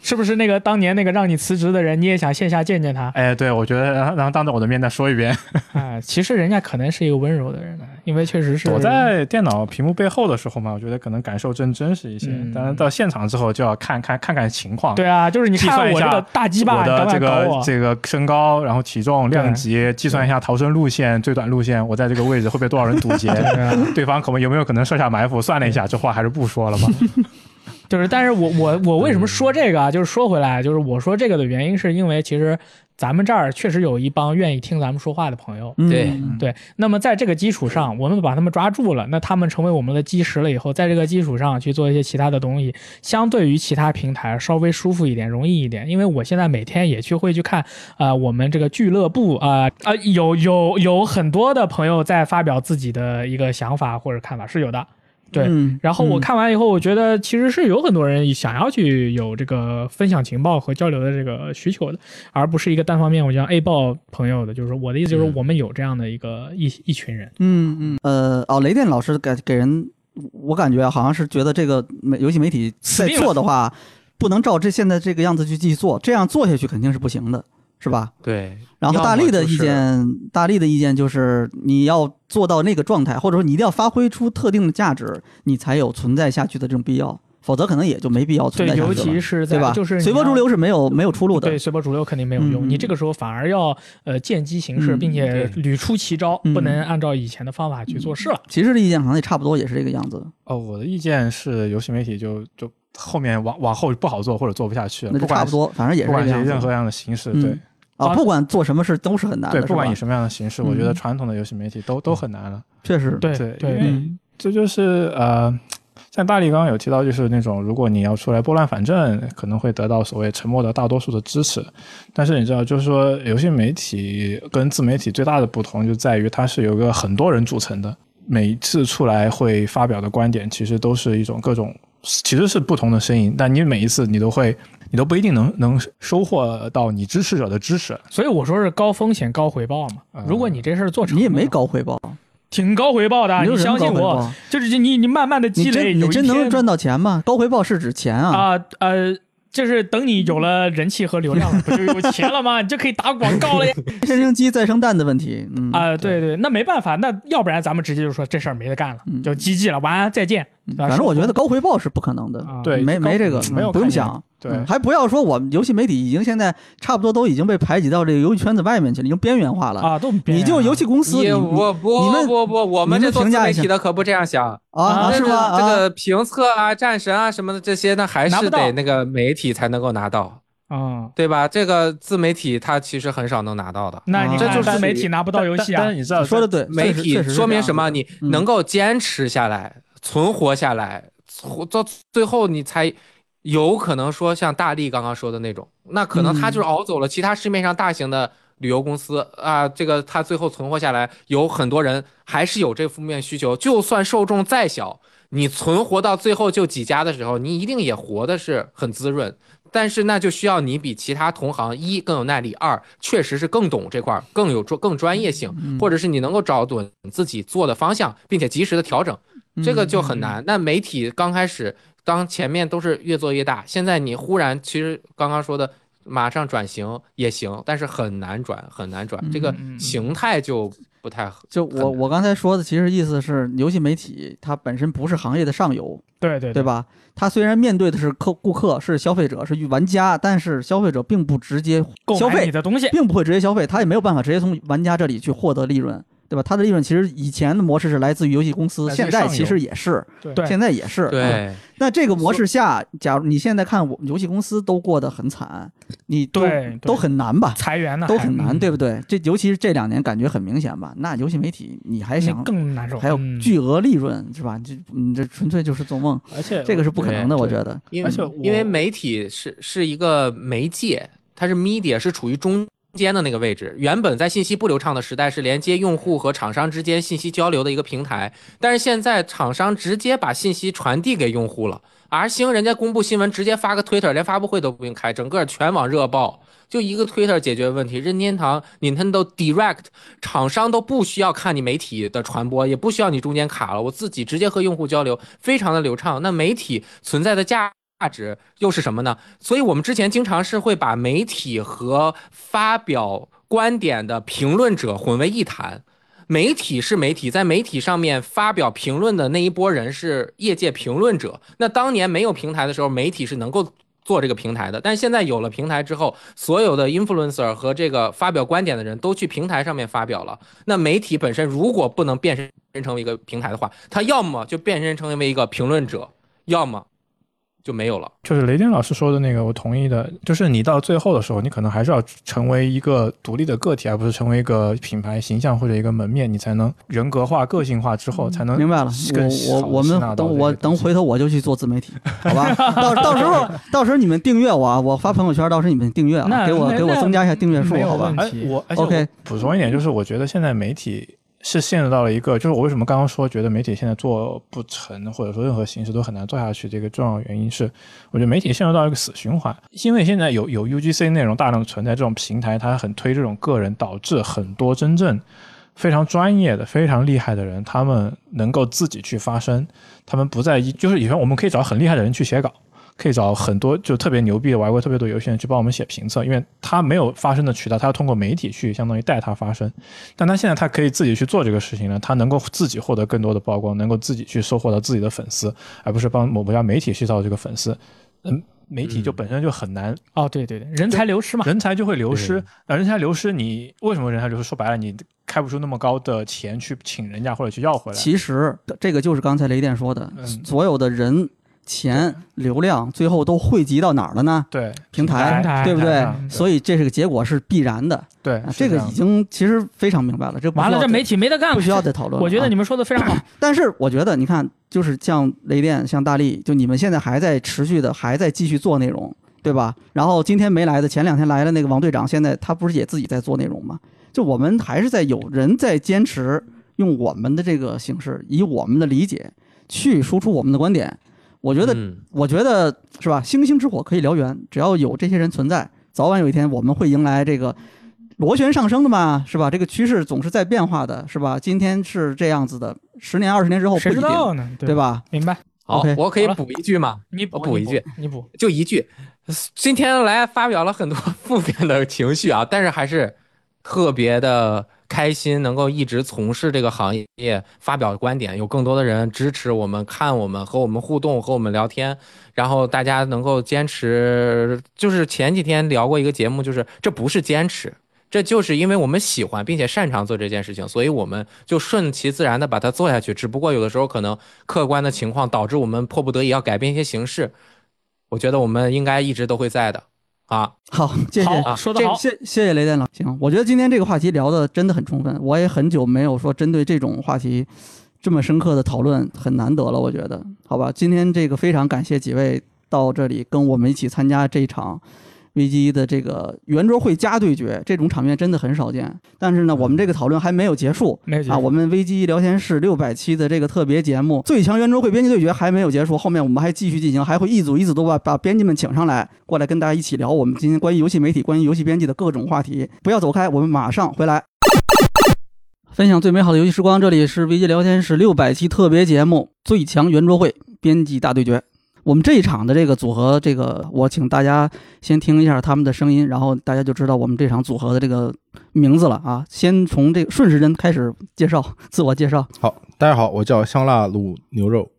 A: 是不是那个当年那个让你辞职的人，你也想线下见见他？
D: 哎，对，我觉得，然后然后当着我的面再说一遍，
A: 啊，其实人家可能是一个温柔的人呢，啊因为确实 是
D: 躲在电脑屏幕背后的时候嘛，我觉得可能感受更真实一些
A: 嗯。
D: 当然到现场之后就要看看看看情况，
A: 对啊，就是你
D: 计
A: 看
D: 算一
A: 我
D: 下
A: 这个大鸡巴，
D: 我
A: 你
D: 的
A: 敢不
D: 这
A: 敢搞
D: 个
A: 我？
D: 这个身高，然后体重、量级，计算一下逃生路线、最短路线，我在这个位置会被多少人堵截，
A: 对啊
D: 对方可能有没有可能设下埋伏？算了一下，这话还是不说 了吧。
A: 就是，但是我我我为什么说这个啊？就是说回来，就是我说这个的原因，是因为其实咱们这儿确实有一帮愿意听咱们说话的朋友。
B: 嗯
C: 对
A: 对，那么在这个基础上，我们把他们抓住了，那他们成为我们的基石了以后，在这个基础上去做一些其他的东西，相对于其他平台稍微舒服一点，容易一点。因为我现在每天也去会去看，啊，我们这个俱乐部啊啊、呃有有有很多的朋友在发表自己的一个想法或者看法，是有的。对，
B: 嗯
A: 然后我
B: 嗯
A: 看完以后，我觉得其实是有很多人想要去有这个分享情报和交流的这个需求的，而不是一个单方面我就像 A 报朋友的，就是说我的意思就是
C: 嗯
A: 我们有这样的一个一一群人，
B: 嗯嗯，呃，哦，雷电老师给给人，我感觉好像是觉得这个媒游戏媒体在
A: 定了
B: 做的话，不能照这现在这个样子去继续做，这样做下去肯定是不行的，是吧？
C: 对，
B: 然后
C: 要
B: 大
C: 么
B: 力的
C: 就
B: 意
C: 是
B: 见，大力的意见就是你要做到那个状态，或者说你一定要发挥出特定的价值，你才有存在下去的这种必要，否则可能也就没必要
A: 对
B: 存在，下
A: 尤
B: 去
A: 其
B: 了，
A: 是在
B: 对吧？
A: 就是
B: 随波
A: 你要
B: 逐。流是没有没有出路的
A: 对，。随波逐流肯定没有用，
B: 嗯
A: 你这个时候反而要呃见机行事，
B: 嗯
A: 并且屡出奇招，
B: 嗯
A: 不能按照以前的方法去做事了。
B: 其实的意见好像也差不多，也是这个样子。
D: 哦，我的意见是，游戏媒体就就后面往往后不好做或者做不下去了，
B: 那就
D: 不管
B: 差不多，反正也
D: 不
B: 是这
D: 管是
B: 个样子。
D: 任何样的形式，
B: 嗯
D: 对
B: 啊，
A: 啊
B: 不管做什么事都是很难的，
D: 对，
B: 是
D: 不管
B: 吧
D: 以什么样的形式，我觉
B: 嗯
D: 得传统的游戏媒体都都很难了。
B: 确实，
A: 对嗯
D: 对
A: 对
D: 因为这就是呃，像大力刚刚有提到，就是那种如果你要出来拨乱反正，可能会得到所谓沉默的大多数的支持。但是你知道，就是说有些媒体跟自媒体最大的不同就在于它是有个很多人组成的，每一次出来会发表的观点其实都是一种各种。其实是不同的声音，但你每一次你都会，你都不一定能能收获到你支持者的支持。嗯
A: 所以我说是高风险高回报嘛。如果你这事儿做成，
B: 你也没高回报，
A: 挺高回报的。
B: 嗯你
A: 你相信我，，就是你你慢慢的积
B: 你
A: 累，
B: 真你
A: 有一
B: 真能
A: 天
B: 赚到钱吗？高回报是指钱啊，
A: 啊呃。就是等你有了人气和流量了，不就有钱了吗？你就可以打广告了 呀！
B: 先生鸡再生蛋嗯的问题，嗯
A: 啊、对对，那没办法，那要不然咱们直接就说这事儿没得干了，
B: 嗯
A: 就 GG 了，晚安再见。
B: 嗯
A: 啊
B: 反正我觉得高回报是不可能的，
A: 啊
D: 对
B: 没
D: 高
B: 没这个，
D: 没有
B: 嗯不用
D: 看见
B: 想，
D: 对
B: 嗯还不要说我们游戏媒体已经现在差不多都已经被排挤到这个游戏圈子外面去了，已经边缘化了。
A: 啊，都别
B: 你就游戏公司，你
C: 也不
B: 你们
C: 不不不，我们
B: 你
C: 这
B: 们
C: 做
B: 评
C: 自
B: 价
C: 媒
B: 一下
C: 体的可不这样想。
B: 啊
A: 啊
B: 是
C: 这
B: 吗？
C: 个
B: 啊
C: 这个评测啊、战神啊什么的这些呢，还
A: 拿不
C: 是
A: 到
C: 得那个媒体才能够拿到，
A: 啊，
C: 对吧？这个自媒体它其实很少能拿到的。
A: 那你
B: 啊
A: 看
C: 这就是
A: 自媒体拿不
D: 不
A: 到游戏啊
D: 但，是你知道
B: 说的对，
C: 媒
B: 确实确
C: 体
B: 实是
C: 说
B: 这
C: 明
B: 样
C: 什么？你
B: 嗯
C: 能够坚持下来、存活下来，存到最后你才有可能说像大力刚刚说的那种，那可能他
B: 嗯
C: 就是熬走了其他市面上大型的旅游公司啊，这个他最后存活下来，有很多人还是有这负面需求，就算受众再小。你存活到最后就几家的时候，你一定也活的是很滋润，但是那就需要你比其他同行一更有耐力，二确实是更懂这块儿，更有专更专业性，或者是你能够找准自己做的方向，并且及时的调整，这个就
A: 嗯
C: 很难。那媒体刚开始，当前面都是越做越大，现在你忽然其实刚刚说的。马上转型也行，但是很难转，很难转，这个
A: 嗯嗯嗯
C: 形态就不太合。
B: 就
C: 很
B: 我
C: 难
B: 我刚才说的，其实意思是游戏媒体它本身不是行业的上游，
A: 对对
B: 对吧？它虽然面对的是客顾客、是消费者、是玩家，但是消费者并不直接
A: 购
B: 消
A: 买
B: 费
A: 你，的东西，
B: 并不会直接消费，他也没有办法直接从玩家这里去获得利润，对吧？他的利润其实以前的模式是来自于游戏公司，
D: 来自于
B: 现在
D: 上游
B: 其实也是，
A: 对
B: 现在也是。嗯，
C: 对，
B: 那这个模式下，假如你现在看我们游戏公司都过得很惨，你都
A: 对
B: 都很难吧？
A: 裁员呢，
B: 都
A: 还
B: 很难，
A: 嗯
B: 对不对？这尤其是这两年感觉很明显吧？那游戏媒体你还
A: 那
B: 想
A: 更难受，
B: 还有
A: 嗯
B: 巨额利润是吧？这你这纯粹就是做梦，
D: 而且
B: 这个是不可能的，
D: 对
B: 我觉得。
C: 因
D: 而
C: 为
D: 且我
C: 因为媒体是是一个媒介，它是 media 是处于中间的那个位置。原本在信息不流畅的时代，是连接用户和厂商之间信息交流的一个平台，但是现在厂商直接把信息传递给用户了。而星人家公布新闻直接发个 Twitter，连发布会都不用开，整个全网热爆，就一个 Twitter 解决问题。任天堂、Nintendo Direct 厂商都不需要看你媒体的传播，也不需要你中间卡了，我自己直接和用户交流，非常的流畅。那媒体存在的价价值又是什么呢？所以我们之前经常是会把媒体和发表观点的评论者混为一谈。媒体是媒体，在媒体上面发表评论的那一波人是业界评论者。那当年没有平台的时候，媒体是能够做这个平台的，但现在有了平台之后，所有的 influencer 和这个发表观点的人都去平台上面发表了。那媒体本身如果不能变身成为一个平台的话，它要么就变身成为一个评论者，要么就没有了。
D: 就是雷电老师说的那个，我同意的。就是你到最后的时候，你可能还是要成为一个独立的个体，而不是成为一个品牌形象或者一个门面，你才能人格化、个性化之后，才能
B: 明白了
D: 更，
B: 我
D: 好
B: 我我
D: 地吸纳到
B: 们等
D: 这
B: 我
D: 个
B: 等
D: 东西
B: 回头我就去做自媒体，好吧？ 到到时候到时候你们订阅我，啊，我发朋友圈，到时候你们订阅啊，
A: 那
B: 给我
A: 那
B: 给我
A: 那
B: 增加一下订阅数
A: 没，有
B: 好吧
A: 问？
D: 哎
A: 题，
D: 我而且我
B: OK
D: 补充一点，就是我觉得现在媒体是陷入到了一个，就是我为什么刚刚说觉得媒体现在做不成，或者说任何形式都很难做下去，这个重要原因是，我觉得媒体陷入到一个死循环，因为现在有有 UGC 内容大量的存在，这种平台它很推这种个人，导致很多真正。非常专业的、非常厉害的人，他们能够自己去发声，他们不在意，就是以前我们可以找很厉害的人去写稿，可以找很多就特别牛逼的玩过特别多游戏的人去帮我们写评测，因为他没有发声的渠道，他要通过媒体去相当于带他发声。但他现在他可以自己去做这个事情了，他能够自己获得更多的曝光，能够自己去收获到自己的粉丝，而不是帮某家媒体去造这个粉丝。嗯，媒体就本身就很难，
A: 哦，对对对，人才流失嘛，
D: 人才就会流失。那人才流失你，为什么人才流失？说白了，你开不出那么高的钱去请人家或者去要回来。
B: 其实这个就是刚才雷电说的，
D: 嗯
B: 所有的人钱、流量，最后都汇集到哪儿了呢？
D: 对
B: 平台，
A: 平台
B: 对不
D: 平台
B: 对
D: 上？
B: 所以这是个结果是必然的，
D: 对
B: 啊，
D: 是
B: 这个
D: 样
B: 已经其实非常明白了。这不需
A: 完了，
B: 要
A: 这
B: 再
A: 媒体没得干
B: 不。需 要再讨论了啊。
A: 我觉得你们说的非常好，
B: 但是我觉得，你看，就是像雷电、像大力，就你们现在还在持续的，还在继续做内容，对吧？然后今天没来的，前两天来的那个王队长，现在他不是也自己在做内容吗？就我们还是在有人在坚持用我们的这个形式，以我们的理解去输出我们的观点。我觉得，
C: 嗯
B: 我觉得是吧？星星之火可以燎原，只要有这些人存在，早晚有一天我们会迎来这个螺旋上升的嘛，是吧？这个趋势总是在变化的，是吧？今天是这样子的，十年、二十年之后不
A: 谁
B: 一
A: 知
B: 定，
A: 道呢？
B: 对？吧？
A: 明白，
C: 好
B: OK，，
C: 我可以
A: 好了
C: 补一句吗？
A: 你补
C: 我补
A: 你
C: 一句，
A: 你补。
C: 就一句，今天来发表了很多 负面的情绪啊，但是还是特别的开心，能够一直从事这个行业，发表观点，有更多的人支持我们、看我们、和我们互动、和我们聊天，然后大家能够坚持。就是前几天聊过一个节目，就是这不是坚持。这就是因为我们喜欢并且擅长做这件事情，所以我们就顺其自然的把它做下去。只不过有的时候可能客观的情况导致我们迫不得已要改变一些形式，我觉得我们应该一直都会在的啊。
B: 好，谢谢。
A: 好，说
B: 这
A: 得好，
B: 谢谢谢雷电老师行，我觉得今天这个话题聊的真的很充分，我也很久没有说针对这种话题这么深刻的讨论，很难得了，我觉得，好吧，今天这个非常感谢几位到这里跟我们一起参加这一场。危机的这个圆桌会加对决，这种场面真的很少见。但是呢，我们这个讨论还没有结束，
A: 没有结
B: 啊，
A: 束
B: 我们危机聊天室六百期的这个特别节目《最强圆桌会编辑对决》还没有结束，后面我们还继续进行，还会一组一组的把把编辑们请上来，过来跟大家一起聊我们今天关于游戏媒体、关于游戏编辑的各种话题。不要走开，我们马上回来。分享最美好的游戏时光，这里是危机聊天室六百期特别节目《最强圆桌会编辑大对决》。我们这一场的这个组合，这个我请大家先听一下他们的声音，然后大家就知道我们这场组合的这个名字了啊。先从这个顺时针开始介绍， 自我介绍。
E: 好，大家好，我叫香辣卤牛肉，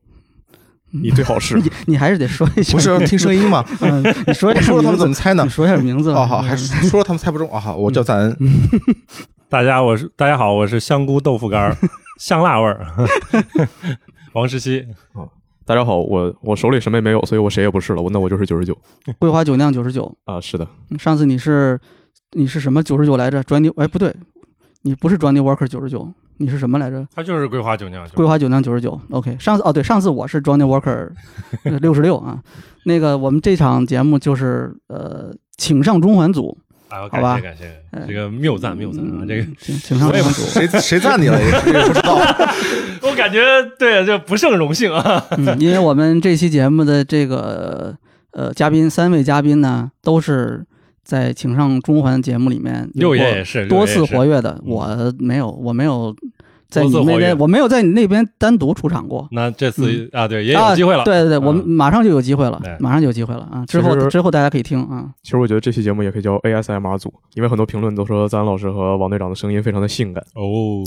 F: 你最好 是
B: 你你还是得说一下，
E: 嗯不是要听声音 吗？
B: 嗯，你说一
E: 我
B: 下
E: 说 了他们怎
B: 么
E: 么猜呢
B: 你？说一下名字吧
E: 哦，好，还是说了他们猜不中啊。好，我叫赞恩，
F: 嗯 大家，我是大家好，我是香菇豆腐干 儿，香辣味儿，王石溪。
G: 大家好，我我手里什么也没有，所以我谁也不是了，我那我就是九十九
B: 桂花酒酿九十九。
G: 啊，是的，
B: 嗯上次你是你是什么九十九来着？转你哎不对，你不是转你 worker 九十九，你是什么来着？
F: 他就是桂花酒酿酒，
B: 桂花酒酿九十九，OK。上次哦，对，上次我是 Johnny Walker 六十六啊。那个我们这场节目就是呃，请上中环组，
F: 啊，
B: 好吧
F: 感谢感谢，
E: 嗯
F: 这个谬赞谬赞啊，这个
B: 请请上
F: 我
B: 中
F: 也
B: 环
F: 不
B: 组，
E: 谁谁赞你了？也也不知道。
F: 我感觉对，这不胜荣幸啊。
B: 嗯，因为我们这期节目的这个呃嘉宾三位嘉宾呢，都是在请上中环节目里面
F: 六
B: 有过
F: 爷也是
B: 多次活
F: 跃，
B: 跃的，我没有，我没有在
F: 多
B: 你
F: 次
B: 那
F: 活跃
B: 边，我没有在你那边单独出场过。
F: 那这次
E: 嗯
F: 啊，对，也有机会了
B: 啊、。对对对，
F: 嗯
B: 我们马上就有机会了，
F: 对
B: 马上就有机会了啊！之
G: 其
B: 后
G: 实
B: 之后大家可以听啊。
G: 其实我觉得这期节目也可以叫 ASMR 组，因为很多评论都说赞老师和王队长的声音非常的性感，
F: 哦，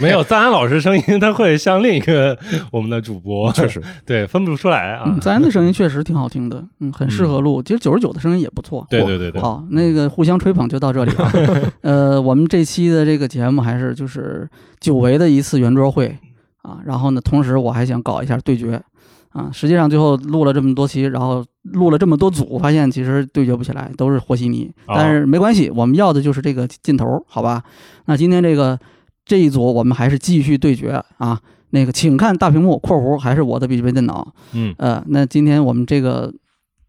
F: 没有赞恩老师声音，他会像另一个我们的主播，
G: 确实，
F: 对分不出来啊
B: 嗯，。赞恩的声音确实挺好听的，嗯，很适合录。其实九十九的声音也不错。
F: 对对对对，
B: 好，那个互相吹捧就到这里 了。呃，我们这期的这个节目还是就是久违的一次圆桌会啊，然后呢，同时我还想搞一下对决啊。实际上最后录了这么多期，然后录了这么多组，发现其实对决不起来，都是和稀泥。
F: 哦
B: 但是没关系，我们要的就是这个劲头，好吧？那今天这个这一组我们还是继续对决啊。那个，请看大屏幕（括弧还是我的笔记本电脑）。
F: 嗯，
B: 呃，那今天我们这个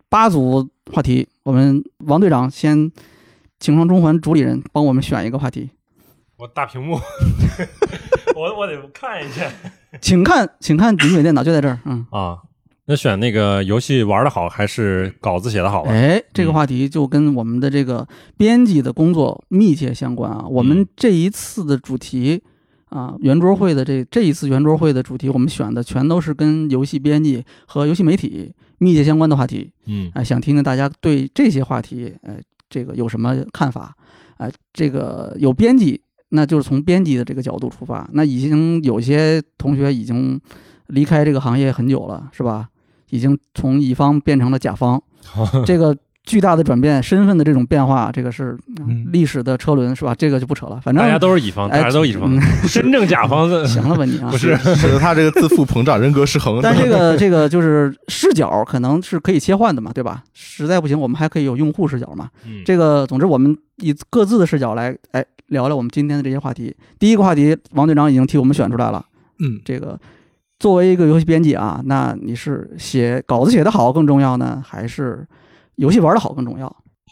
B: 八组话题，我们王队长先请上中环主理人帮我们选一个话 题，
F: 我大屏 幕，我我得看一下
B: 请看，请看笔记本电脑就在这儿，嗯。
F: 啊。那选那个游戏玩的好还是稿子写的好吧？
B: 哎，这个话题就跟我们的这个编辑的工作密切相关啊。我们这一次的主题啊，圆桌会的这这一次圆桌会的主题，我们选的全都是跟游戏编辑和游戏媒体密切相关的话题。
F: 嗯
B: 啊，想听听大家对这些话题，呃，这个有什么看法？啊、这个有编辑，那就是从编辑的这个角度出发。那已经有些同学已经 离开这个行业很久了，是吧？已经从乙方变成了甲方，这个巨大的转变，身份的这种变化，这个是
D: 嗯
B: 历史的车轮是吧？这个就不扯了，反正
F: 大家都是乙方，
B: 哎
F: 大家都是乙方
B: 嗯，
F: 真正甲方 的
B: 行了吧你啊，
F: 不是
E: 使得他这个自负膨胀、人格失 衡。
B: 但这个这个就是视角可能是可以切换的嘛，对吧？实在不行，我们还可以有用户视角嘛。
F: 嗯
B: 这个，总之我们以各自的视角来，哎，聊聊我们今天的这些话题。第一个话题，王队长已经替我们选出来了。
E: 嗯，
B: 这个作为一个游戏编辑啊，那你是写稿子写得好更重要呢，还是游戏玩得好更重要？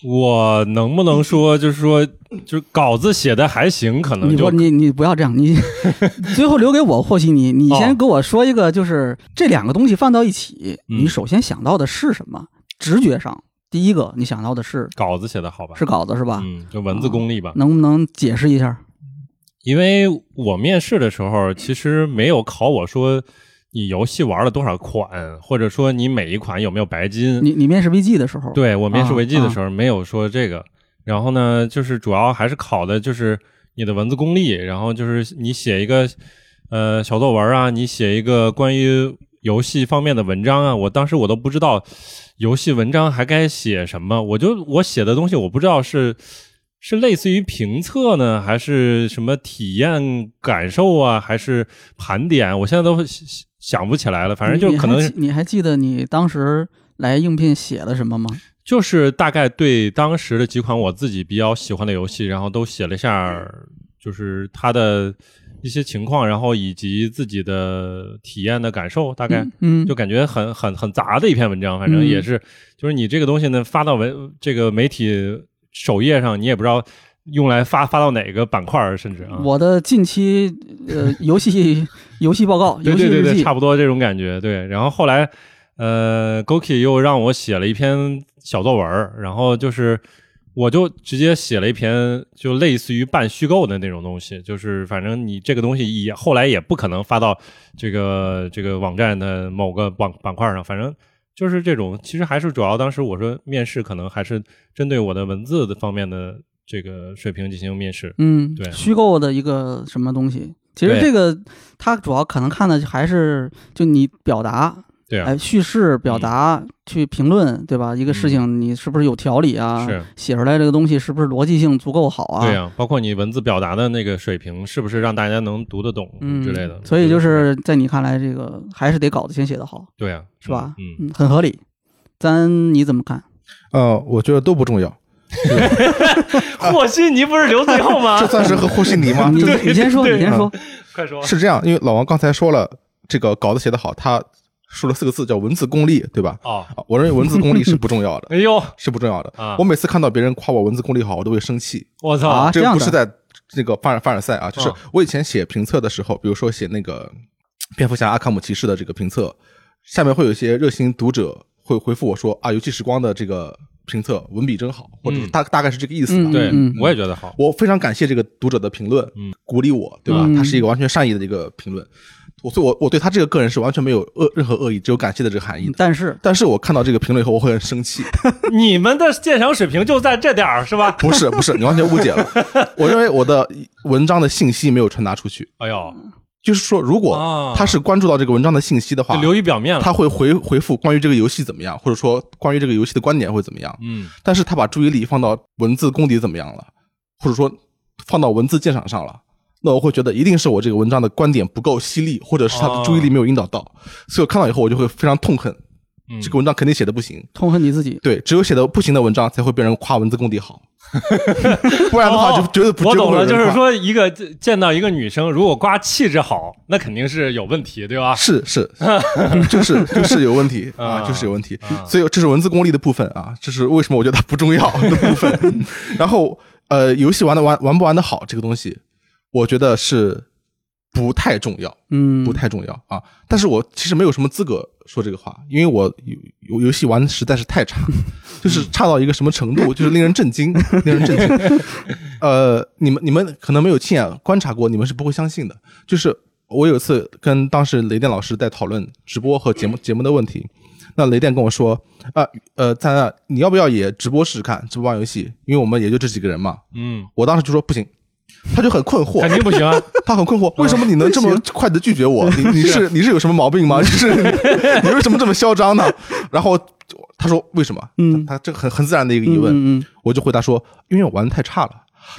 F: 我能不能说，就是说，就是稿子写的还行，可能
B: 你
F: 就
B: 不，你你不要这样， 你最后留给我霍西你，你
F: 哦
B: 先给我说一个，就是这两个东西放到一起，
F: 嗯
B: 你首先想到的是什么？直觉上，第一个你想到的是
F: 稿子写的好吧？
B: 是稿子是吧？
F: 嗯，就
B: 啊
F: 文字功力吧。
B: 能不能解释一下？
F: 因为我面试的时候，其实没有考我说你游戏玩了多少款，或者说你每一款有没有白金。
B: 你你面试 VG 的时候，，
F: 对我面试
B: 啊
F: 维基的时候没有说这个，然后呢，就是主要还是考的就是你的文字功力，然后就是你写一个呃小作文啊，你写一个关于游戏方面的文章啊，我当时我都不知道游戏文章还该写什么，我就我写的东西我不知道是。是类似于评测呢，还是什么体验感受啊，还是盘点？我现在都想想不起来了，反正就可能
B: 你还
F: 是
B: 记你还记得你当时来应聘写的什么吗？
F: 就是大概对当时的几款我自己比较喜欢的游戏，然后都写了一下，
B: 嗯
F: 就是它的一些情况，然后以及自己的体验的感受，大概
B: 嗯嗯，
F: 就感觉很很很杂的一篇文章，反正
B: 嗯
F: 也是，就是你这个东西呢发到文这个媒体首页上，你也不知道用来发发到哪个板块儿，甚至啊，
B: 我的近期呃游戏游戏报告，
F: 对
B: 游
F: 对
B: 戏
F: 对
B: 日
F: 对，
B: 记
F: 差，不多这种感觉。对，然后后来，呃，Goki 又让我写了一篇小作文儿，然后就是我就直接写了一篇，就类似于半虚构的那种东西，就是反正你这个东西也后来也不可能发到这个这个网站的某个板板块上，反正。就是这种，其实还是主要当时我说面试可能还是针对我的文字的方面的这个水平进行面试。
B: 嗯，
F: 对
B: 虚构的一个什么东西。其实
F: 对
B: 这个它主要可能看的还是就你表达，
F: 对啊，
B: 哎，叙事、表达、
F: 嗯
B: 去评论，对吧？一个事情你是不是有条理啊？
F: 是
B: 写出来这个东西是不是逻辑性足够好啊？
F: 对呀、包括你文字表达的那个水平，是不是让大家能读得懂
B: 嗯
F: 之类的？
B: 所以就是在你看来，这个还是得稿子先写得好，
F: 对呀、
B: 是吧？
F: 嗯，啊
B: 嗯，很合理。咱你怎么看？
E: 呃，我觉得都不重要。
D: 霍西尼不是留最后吗
E: 这算是和和稀泥吗？ 嗯
B: 你
E: 这
B: 你先说，
D: 对
B: 你先说。
D: 快说，
E: 是这样，因为老王刚才说了，这个稿子写得好，他说了四个字叫文字功力，对吧？
F: 哦，
E: 啊我认为文字功力是不重要的，
F: 哎呦
E: 是不重要的。
F: 啊
E: 我，每次看到别人夸我文字功力好，我都会生气。
F: 我操，
B: 啊这
E: 这个
B: 样
E: 不
B: 的
E: 是在那个凡尔凡尔赛啊，就是
F: 啊
E: 我以前写评测的时候，比如说写那个蝙蝠侠阿卡姆骑士的这个评测，下面会有一些热心读者会回复我说啊，游戏时光的这个评测文笔真好，或者是
F: 嗯
E: 大大概是这个意思吧。
B: 嗯
F: 对、
B: 嗯
F: 我也觉得好，
E: 我非常感谢这个读者的评论，
F: 嗯，
E: 鼓励我，对吧？
B: 嗯
E: 他是一个完全善意的一个评论，我所以我我对他这个个人是完全没有恶任何恶意，只有感谢的这个含义的。
B: 但是
E: 但是我看到这个评论以后，我会很生 气。
F: 你们的鉴赏水平就在这点儿是吧？
E: 不是不是，你完全误解了。我认为我的文章的信息没有传达出去，
F: 哎呦，
E: 就是说，如
F: 啊
E: 果他是关注到这个文章的信息的
F: 就
E: 话，
F: 流于表面了。
E: 他会回回复关于这个游戏怎么样，或者说关于这个游戏的观点会怎么样。
F: 嗯，
E: 但是他把注意力放到文字功底怎么样了，或者说放到文字鉴赏上了，那我会觉得一定是我这个文章的观点不够犀利，或者是他的注意力没有引导到，所以我看到以后我就会非常痛恨，
F: 嗯
E: 这个文章肯定写的不行。
B: 痛恨你自己。
E: 对，只有写的不行的文章才会被人夸文字功底好，不然的话就
F: 哦
E: 绝对不。
F: 我
E: 绝对
F: 懂
E: 不会有
F: 了，
E: 人
F: 就是
E: 夸，
F: 说一个见到一个女生，如果瓜气质好，那肯定是有问题，对吧？
E: 是是，就是 就是有问 题啊，就是有问题。
F: 啊
E: 所以这是文字功力的部分啊，这是为什么我觉得它不重要的部分。 然后呃，游戏玩的玩玩不玩的好这个东西，我觉得是不太重要，
B: 嗯，
E: 不太重要啊。但是我其实没有什么资格说这个话，因为我游游游戏玩的实在是太差，就是差到一个什么程度，就是令人震惊，令人震惊。 呃，你们你们可能没有亲眼观察过，你们是不会相信的。就是我有一次跟当时雷电老师在讨论直播和节目节目的问题，那雷电跟我说啊，呃，赞啊，你要不要也直播试试看，直播玩游戏？因为我们也就这几个人嘛。
F: 嗯，
E: 我当时就说不行，他就很困惑，
F: 肯定不行啊。
E: 他很困惑，为什么你能这么快
B: 啊
E: 的拒绝我？你你是你是有什么毛病吗？就是你你为什么这么嚣张呢？然后他说为什么？
B: 嗯
E: 他这个很很自然的一个疑问，
B: 嗯嗯
E: 我就回答说，因为我玩的太差了。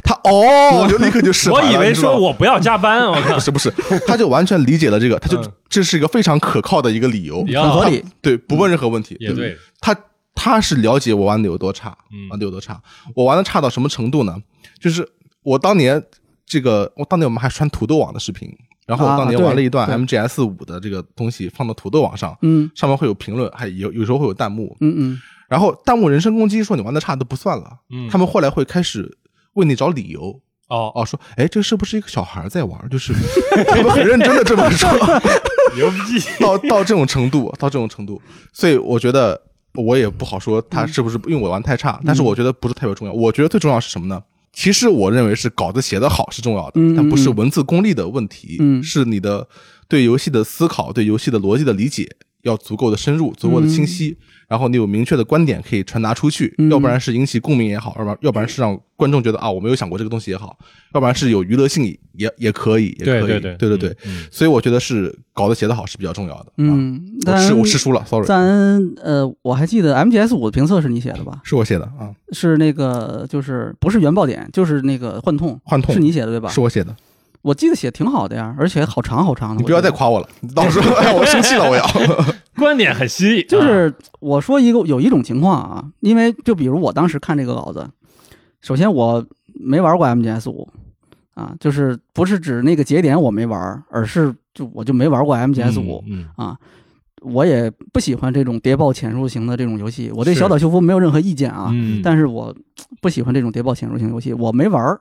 E: 他哦，我就立刻就释怀
F: 我
E: 了
F: 以为
E: 你知道吗
F: 说我不要加班，我靠
E: 不，是不是，他就完全理解了这个，他就
F: 嗯
E: 这是一个非常可靠的一个理由，
F: 也
B: 很合理。
E: 对，不问任何问题。
F: 嗯也对，
E: 他他是了解我玩的有多差，
F: 嗯
E: 玩的有多差。我玩的差到什么程度呢？就是我当年这个，我当年我们还传土豆网的视频，然后我
B: 啊
E: 当年
B: 对
E: 玩了一段
B: 对
E: MGS 五的这个东西放到土豆网上，
B: 嗯
E: 上面会有评论，还有有时候会有弹幕，
B: 嗯嗯，
E: 然后弹幕人身攻击说你玩的差都不算了，
F: 嗯
E: 他们后来会开始为你找理由，
F: 哦，
E: 哦，说，哎，这是不是一个小孩在玩？就是他们很认真的这么说，
F: 牛逼，
E: 到到这种程度，到这种程度，所以我觉得我也不好说他是不是因为我玩太差，但是我觉得不是特别重要。我觉得最重要是什么呢？其实我认为是稿子写得好是重要的，
B: 嗯
E: 但不是文字功力的问题，
B: 嗯
E: 是你的对游戏的思考、对游戏的逻辑的理解要足够的深入、足够的清晰，然后你有明确的观点可以传达出去，
B: 嗯
E: 要不然是引起共鸣也好，要不然要不然是让观众觉得啊我没有想过这个东西也好，要不然是有娱乐性也也可以，也可
F: 对对
E: 以，对
F: 对
E: 对对，
F: 嗯
E: 所以我觉得是稿子写得好是比较重要的，啊
B: 嗯，
E: 我
B: 但
E: 是我是输了，sorry，
B: 咱呃，我还记得 MGS 五的评测是你写的吧？
E: 是我写的啊，
B: 是那个就是不是原爆点，就是那个幻痛，
E: 幻痛
B: 是你写的对吧？
E: 是我写的，
B: 我记得写挺好的呀，而且好长好长的。
E: 你不要
B: 我记
E: 再
B: 得
E: 夸我了，你到时候 哎我生气了，我要，
F: 观点很啊犀利，
B: 就是我说一个有一种情况啊，因为就比如我当时看这个稿子，首先我没玩过 MGS 五啊，就是不是指那个节点我没玩，而是就我就没玩过 MGS 五、
F: 嗯，
B: 啊。我也不喜欢这种谍报潜入型的这种游戏，我对
F: 是
B: 小岛秀夫没有任何意见啊，
F: 嗯，
B: 但是我不喜欢这种谍报潜入型游戏，我没玩儿。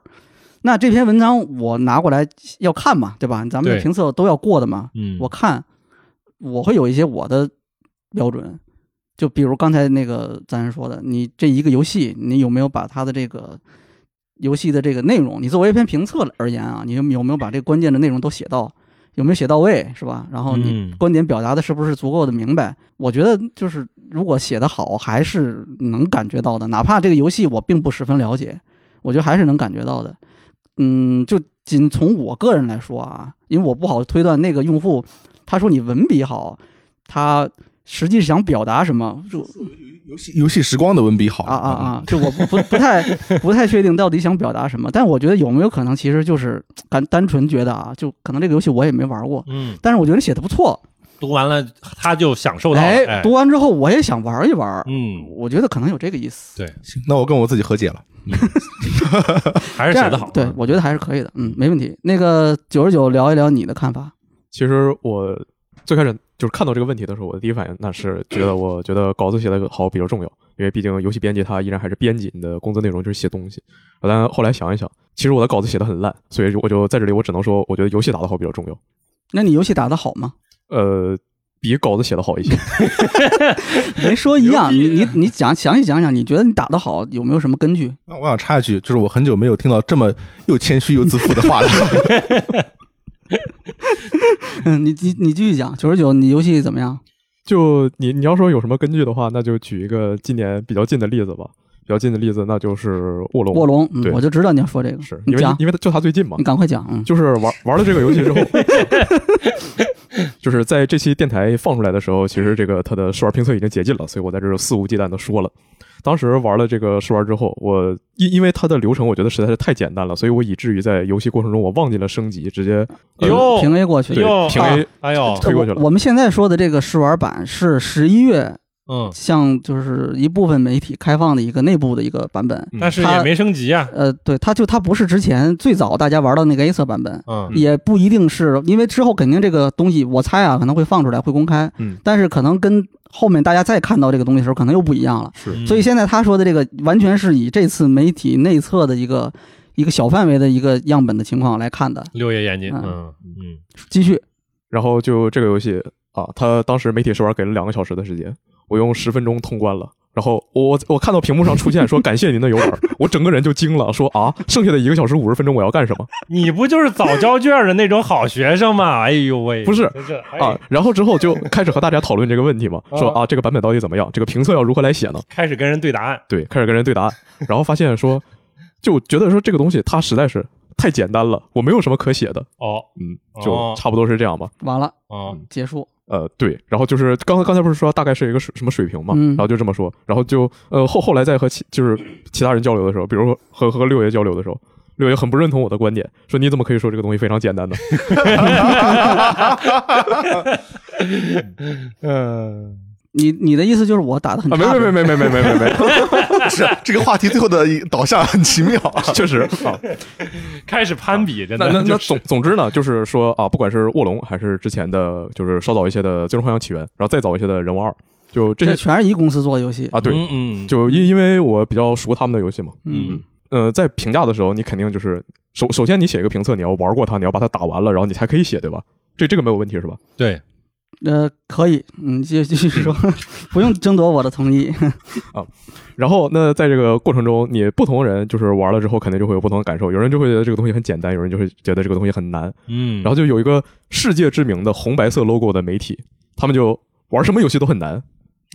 B: 那这篇文章我拿过来要看嘛，对吧？咱们的
F: 对
B: 评测都要过的嘛，
F: 嗯，
B: 我看我会有一些我的标准，就比如刚才那个咱说的，你这一个游戏，你有没有把它的这个游戏的这个内容，你作为一篇评测而言啊，你有有没有把这个关键的内容都写到，有没有写到位，是吧？然后你
F: 嗯
B: 观点表达的是不是足够的明白？我觉得就是如果写得好，还是能感觉到的，哪怕这个游戏我并不十分了解，我觉得还是能感觉到的。嗯，就仅从我个人来说啊，因为我不好推断那个用户，他说你文笔好，他实际想表达什么，就
E: 游戏游戏时光的文笔好嗯
B: 啊啊！啊！就我不不不太不太确定到底想表达什么，但我觉得有没有可能其实就是单单纯觉得啊，就可能这个游戏我也没玩过，
F: 嗯，
B: 但是我觉得写的不错，
F: 读完了他就享受到了，
B: 哎，
F: 哎，
B: 读完之后我也想玩一玩，
F: 嗯，
B: 我觉得可能有这个意思。
E: 行那我跟我自己和解了，嗯
F: 还是
B: 这
F: 写
B: 样
F: 的好，
B: 对，我觉得还是可以的，嗯，没问题。那个九十九聊一聊你的看法，
G: 其实我 最开始就是看到这个问题的时候，我的第一反应那是觉得，我觉得稿子写的好比较重要，因为毕竟游戏编辑他依然还是编辑，你的工作内容就是写东西。但后来想一想，其实我的稿子写的很烂，所以我就在这里我只能说，我觉得游戏打得好比较重要。
B: 那你游戏打得好吗？
G: 呃，比稿子写的好一些。
B: 没说一样，
G: 啊
B: 你你你讲详细讲讲，你觉得你打得好有没有什么根据？
E: 那我想插一句，就是我很久没有听到这么又谦虚又自负的话了。
B: 嗯，你你你继续讲，九十九，你游戏怎么样？
G: 就你你要说有什么根据的话，那就举一个今年比较近的例子吧。比较近的例子，那就是卧龙。
B: 卧龙，
G: 对
B: 嗯，我就知道你要说这个，
G: 是
B: 你
G: 因为
B: 讲，
G: 因为就他最近嘛
B: 你，赶快讲，嗯，
G: 就是玩玩了这个游戏之后，就是在这期电台放出来的时候，其实这个它的试玩评测已经解禁了，所以我在这儿肆无忌惮的说了。当时玩了这个试玩之后，我因因为它的流程我觉得实在是太简单了，所以我以至于在游戏过程中我忘记了升级，直接呃
F: 哟，
B: 平嗯 A 过去。啊
G: 对
F: 哟
G: 平 A
F: 哎呦，
G: 推过去了
B: 我我们现在说的这个试玩版是十一月
F: 嗯，
B: 向就是一部分媒体开放的一个内部的一个版本。
G: 嗯
E: 嗯
F: 但是也没升级啊，
B: 呃，对，它就它不是之前最早大家玩到那个 A 色版本，
F: 嗯，
B: 也不一定是因为之后肯定这个东西，我猜啊可能会放出来会公开，
G: 嗯，
B: 但是可能跟后面大家再看到这个东西的时候可能又不一样了。
F: 嗯
B: 所以现在他说的这个，完全是以这次媒体内测的一个一个小范围的一个样本的情况来看的。
F: 六爷眼睛，
B: 嗯
F: 嗯嗯，
B: 继续，
G: 然后就这个游戏啊，它当时媒体试玩给了两个小时的时间，我用十分钟通关了。然后我我看到屏幕上 出现说感谢您的游玩，我整个人就惊了，说啊，剩下的一个小时五十分钟我要干什么
F: 你不就是早交卷的那种好学生吗？哎呦喂，
G: 不是
F: 真是
G: 啊
F: 啊，？
G: 然后之后就开始和大家讨论这个 问题嘛，说啊，这个版本到底怎么样？这个评测要如何来写呢？
F: 哦开始跟人对答案，
G: 对，开始跟人对答案，然后发现说，就觉得说这个东西它实在是太简单了，我没有什么可写的，
F: 哦
G: 嗯，
F: 哦
G: 就差不多是这样吧。
B: 完了，
F: 哦，
B: 结束。
G: 呃，对，然后就是刚才刚才不是说大概是一个水什么水平嘛，
B: 嗯
G: 然后就这么说，然后就呃后后来在和其就是其他人交流的时候，比如和和六爷交流的时候，六爷很不认同我的观点，说你怎么可以说这个东西非常简 单呢？
E: 嗯，
B: 你你的意思就是我打的很
G: 啊，
B: 差
G: 没
B: 呗？
G: 没没没没没没没没，
E: 是这个话题最后的导向很奇妙 啊。
G: 确 实。啊
F: 嗯开始攀比，真
G: 那那
F: 的
G: 那总总之呢，就是说啊，不管是卧龙还是之前的，就是稍早一些的《最终幻想起源》，然后再早一些的《人物二》，就这
B: 这
G: 些
B: 全是一公司做的游戏。
G: 啊，对，
F: 嗯嗯，
G: 就因因为我比较熟他们的游戏嘛，
B: 嗯，
G: 呃，在评价的时候，你肯定就是首首先你写一个评测，你要玩过它，你要把它打完了，然后你才可以写，对吧？这这个没有问题是吧？
F: 对，
B: 呃，可以，嗯，继续继续说， 不用争夺我的同意。
G: 然后那在这个过程中，你不同人就是玩了之后，肯定就会有不同的感受，有人就会觉得这个东西很简单，有人就会觉得这个东西很难。
F: 嗯，
G: 然后就有一个世界知名的红白色 logo 的媒体，他们就玩什么游戏都很难。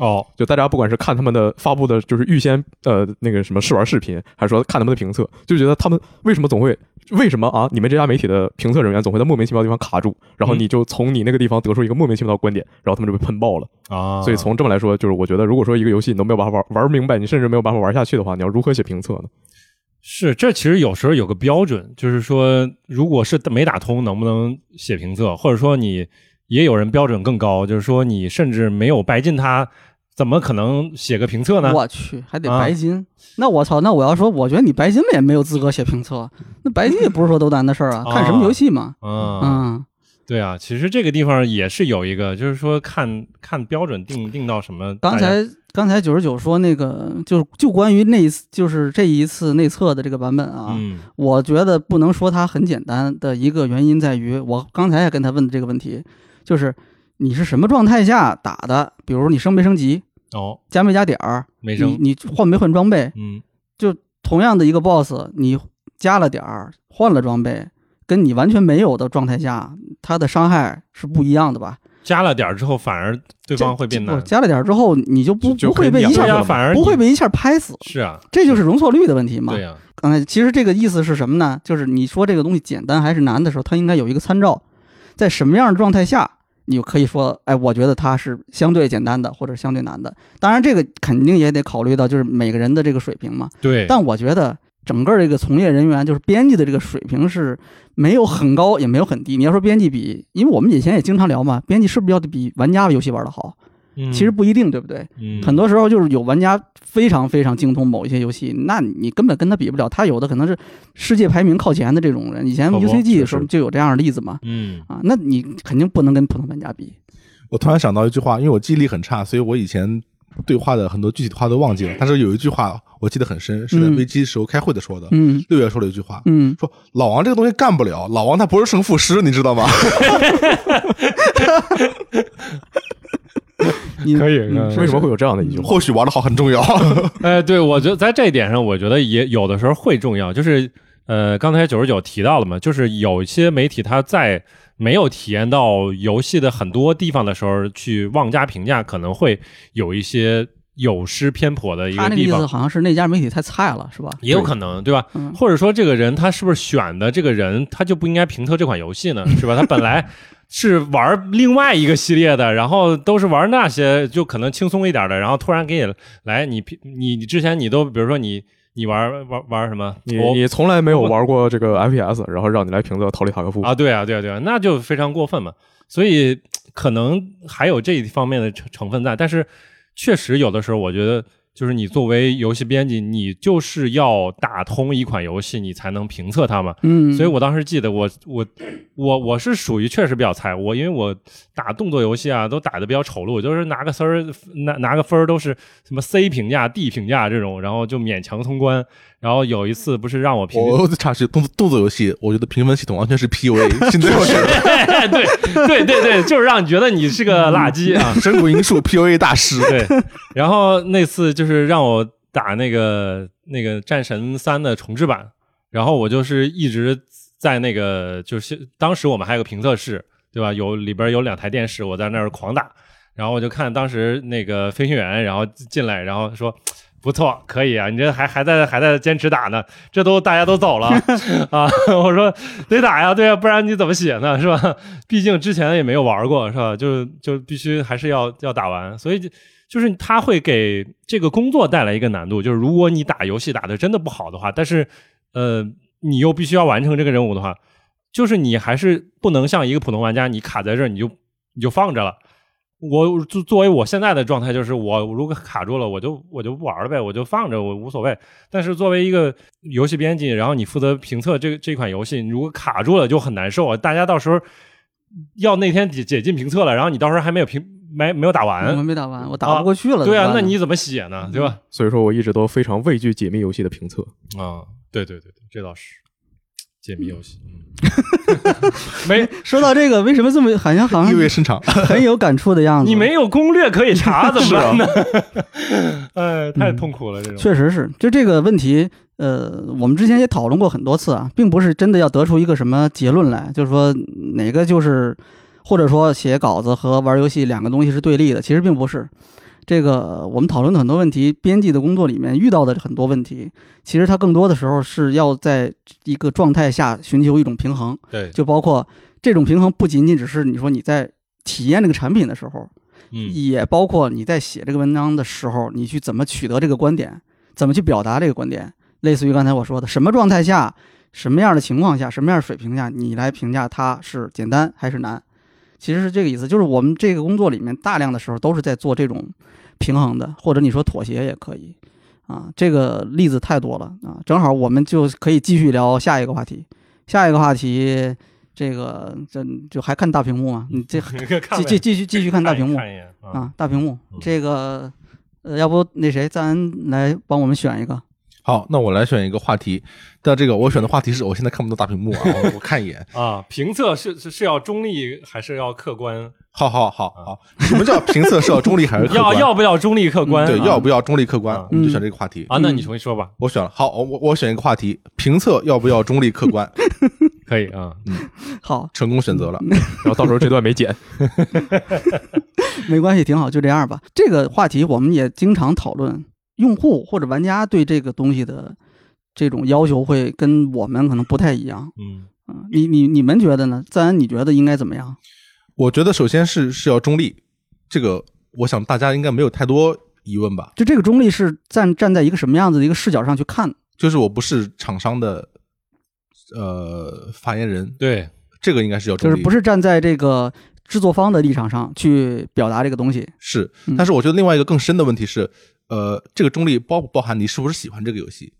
F: 哦，
G: 就大家不管是看他们的发布的，就是预先呃那个什么试玩视频，还是说看他们的评测，就觉得他们为什么总会为什么啊？你们这家媒体的评测人员总会在莫名其妙的地方卡住，然后
F: 嗯
G: 你就从你那个地方得出一个莫名其妙的观点，然后他们就被喷爆了。
F: 啊，
G: 所以从这么来说，就是我觉得如果说一个游戏你都没有办法玩玩明白，你甚至没有办法玩下去的话，你要如何写评测呢？
F: 是这其实有时候有个标准，就是说如果是没打通，能不能写评测，或者说你也有人标准更高，就是说你甚至没有白金它，怎么可能写个评测呢？
B: 我去，还得
F: 啊
B: 白金？那我操，那我要说，我觉得你白金了也没有资格写评测。那白金也不是说多难的事儿啊，
F: 啊
B: 看什么游戏嘛。
F: 嗯，
B: 嗯，
F: 对啊，其实这个地方也是有一个，就是说看看标准定定到什么。
B: 刚
F: 大家
B: 才刚才九十九说那个，就是就关于内就是这一次内测的这个版本啊，
F: 嗯
B: 我觉得不能说它很简单的一个原因在于，我刚才也跟他问的这个问题，就是你是什么状态下打的？比如你升没升级，
F: 哦
B: 加没加点儿，
F: 没
B: 你
F: 生
B: 你换没换装备？
F: 嗯
B: 同样的一个 boss，你加了点儿，换了装备，跟你完全没有的状态下，它的伤害是不一样的吧？
F: 加了点儿之后，反而对方会变
B: 不
F: 难。
B: 哦加了点儿之后，你就不
G: 就
B: 不会被一
G: 就可以
F: 对
B: 下
G: 秒
F: 呀，反而
B: 不会
F: 你
B: 被一下拍死，
F: 是啊，
B: 这就是容错率的问题嘛
F: 对。啊呀、
B: 刚才其实这个意思是什么呢？就是你说这个东西简单还是难的时候，它应该有一个参照，在什么样的状态下，你就可以说，哎，我觉得它是相对简单的，或者相对难的。当然，这个肯定也得考虑到就是每个人的这个水平嘛。
F: 对，
B: 但我觉得整个这个从业人员，就是编辑的这个水平是没有很高，也没有很低。你要说编辑比，因为我们以前也经常聊嘛，编辑是不是要比玩家游戏玩的好？
F: 嗯
B: 其实不一定，对不对？
F: 嗯
B: 很多时候就是有玩家非常非常精通某一些游戏，那你根本跟他比不了。他有的可能是世界排名靠前的这种人，以前
F: 可不确
B: UCG
F: 实
B: 的时候就有这样的例子嘛。
F: 嗯
B: 啊，那你肯定不能跟普通玩家比。
E: 我突然想到一句话，因为我记忆力很差，所以我以前对话的很多具体的话都忘记了。但是有一句话我记得很深，是在
B: 嗯
E: 危机时候开会的说的。
B: 嗯
E: 六月说了一句话，
B: 嗯，
E: 说老王这个东西干不了，老王他不是胜负师，你知道吗？
B: 你
D: 可以
B: 嗯
D: 嗯
G: 为什么会有这样的一句话？
E: 或许玩的好很重要。
F: 哎，对，我觉得在这一点上，我觉得也有的时候会重要，就是呃，刚才九十九提到了嘛，就是有一些媒体他在没有体验到游戏的很多地方的时候，去妄加评价，可能会有一些有失偏颇的一
B: 他
F: 个
B: 那个
F: 地
B: 意思
F: 方，
B: 好像是那家媒体太菜了，是吧？
F: 也有可能，对吧？
B: 嗯
F: 或者说这个人他是不是选的这个人他就不应该评测这款游戏呢？ 是吧？他本来是玩另外一个系列的，然后都是玩那些就可能轻松一点的，然后突然给你来你评你你之前你都比如说你你玩玩玩什么？
G: 你
F: 我
G: 你从来没有玩过这个 FPS，然后让你来评测《逃离塔科夫》
F: 啊，对啊，对啊，对啊，那就非常过分嘛。所以可能还有这一方面的成成分在，但是确实有的时候，我觉得就是你作为游戏编辑，你就是要打通一款游戏，你才能评测它嘛。
B: 嗯，
F: 所以我当时记得我，我我我是属于确实比较菜，我因为我打动作游戏啊，都打的比较丑陋，我就是拿个丝儿拿拿个分儿都是什么 C 评价、D 评价这种，然后就勉强通关。然后有一次不是让我评，
E: 我插句，动作动作游戏，我觉得评分系统完全是 PUA，现在我觉得
F: 对对对对，就是让你觉得你是个垃圾啊。
E: 神谷英树 PUA 大师。
F: 对， 然后那次就是让我打那个那个《战神三》的重置版，然后我就是一直在那个就是当时我们还有个评测室，对吧？有里边有两台电视，我在那儿狂打，然后我就看当时那个飞行员，然后进来，然后说。不错，可以啊，你这还还在还在坚持打呢，这都大家都走了 啊。我说得打呀，对呀、不然你怎么写呢，是吧？毕竟之前也没有玩过，是吧？就就必须还是要要打完，所以就就是它会给这个工作带来一个难度，就是如果你打游戏打的真的不好的话，但是呃，你又必须要完成这个任务的话，就是你还是不能像一个普通玩家，你卡在这儿你就你就放着了。我作作为我现在的状态就是，我如果卡住了，我就我就不玩了呗，我就放着，我无所谓。但是作为一个游戏编辑，然后你负责评测这这款游戏，你如果卡住了就很难受啊。大家到时候要那天解解禁评测了，然后你到时候还没有评没没有打
B: 我们
F: 完，
B: 嗯没打完，我打不过去了。
F: 对啊
B: 怎么，
F: 那
B: 办呢
F: 你怎么写呢？对吧？
G: 嗯所以说我一直都非常畏惧解密游戏的评测。
B: 嗯
F: 啊，对对对对，这倒是解密游戏，嗯没
B: 说到这个，为什么这么好像好
E: 意
B: 像
E: 味深长。
B: 很有感触的样子？
F: 你没有攻略可以 查，怎么办呢？ 呃，
E: 嗯
F: 太痛苦了，这种
B: 确实是，就这个问题，呃，我们之前也讨论过很多次啊，并不是真的要得出一个什么结论来，就是说哪个就是，或者说写稿子和玩游戏两个东西是对立的，其实并不是。这个我们讨论的很多问题，编辑的工作里面遇到的很多问题，其实它更多的时候是要在一个状态下寻求一种平衡。
F: 对，
B: 就包括这种平衡，不仅仅只是你说你在体验这个产品的时候，
F: 嗯，
B: 也包括你在写这个文章的时候，你去怎么取得这个观点，怎么去表达这个观点。类似于刚才我说的，什么状态下、什么样的情况下、什么样的水平下，你来评价它是简单还是难，其实是这个意思。就是我们这个工作里面，大量的时候都是在做这种平衡的，或者你说妥协也可以啊。这个例子太多了啊，正好我们就可以继续聊下一个话题。下一个话题，这个这就还看大屏幕吗？你 这
F: 看
B: 继继继续继续看大屏幕。
F: 看一眼啊。
B: 啊，大屏幕
F: 嗯
B: 这个，呃，要不那谁，咱来帮我们选一个。
E: 好，那我来选一个话题。但这个我选的话题是我现在看不到大屏幕 啊，我我看一眼。
F: 啊，评测是是是要中立还是要客观？啊
E: 好好好好，什么叫评测是要中立还是客
F: 要
E: 观？嗯
F: 要不要中立客观？
E: 对，
F: 啊
E: 要不要中立客观
F: 嗯？
E: 我们就选这个话题。
F: 啊？那你重新说吧，
E: 我选了，好，我我我选一个话题，评测要不要中立客观？ 嗯
F: 可以啊。
B: 好，嗯
E: 成功选择了，
G: 然后到时候这段没剪，
B: 没关系，挺好，就这样吧。这个话题我们也经常讨论，用户或者玩家对这个东西的这种要求会跟我们可能不太一样。
F: 嗯，
B: 嗯，你你你们觉得呢？赞恩，你觉得应该怎么样？
E: 我觉得首先是是要中立，这个我想大家应该没有太多疑问吧。
B: 就这个中立是站站在一个什么样子的一个视角上去看？
E: 就是我不是厂商的呃发言人，
F: 对，
E: 这个应该是要
B: 就
E: 中
B: 是
E: 立，
B: 不是站在这个制作方的立场上去表达这个东西？
E: 是
B: 嗯
E: 但是我觉得另外一个更深的问题是，呃，这个中立包不包含你是不是喜欢这个游戏？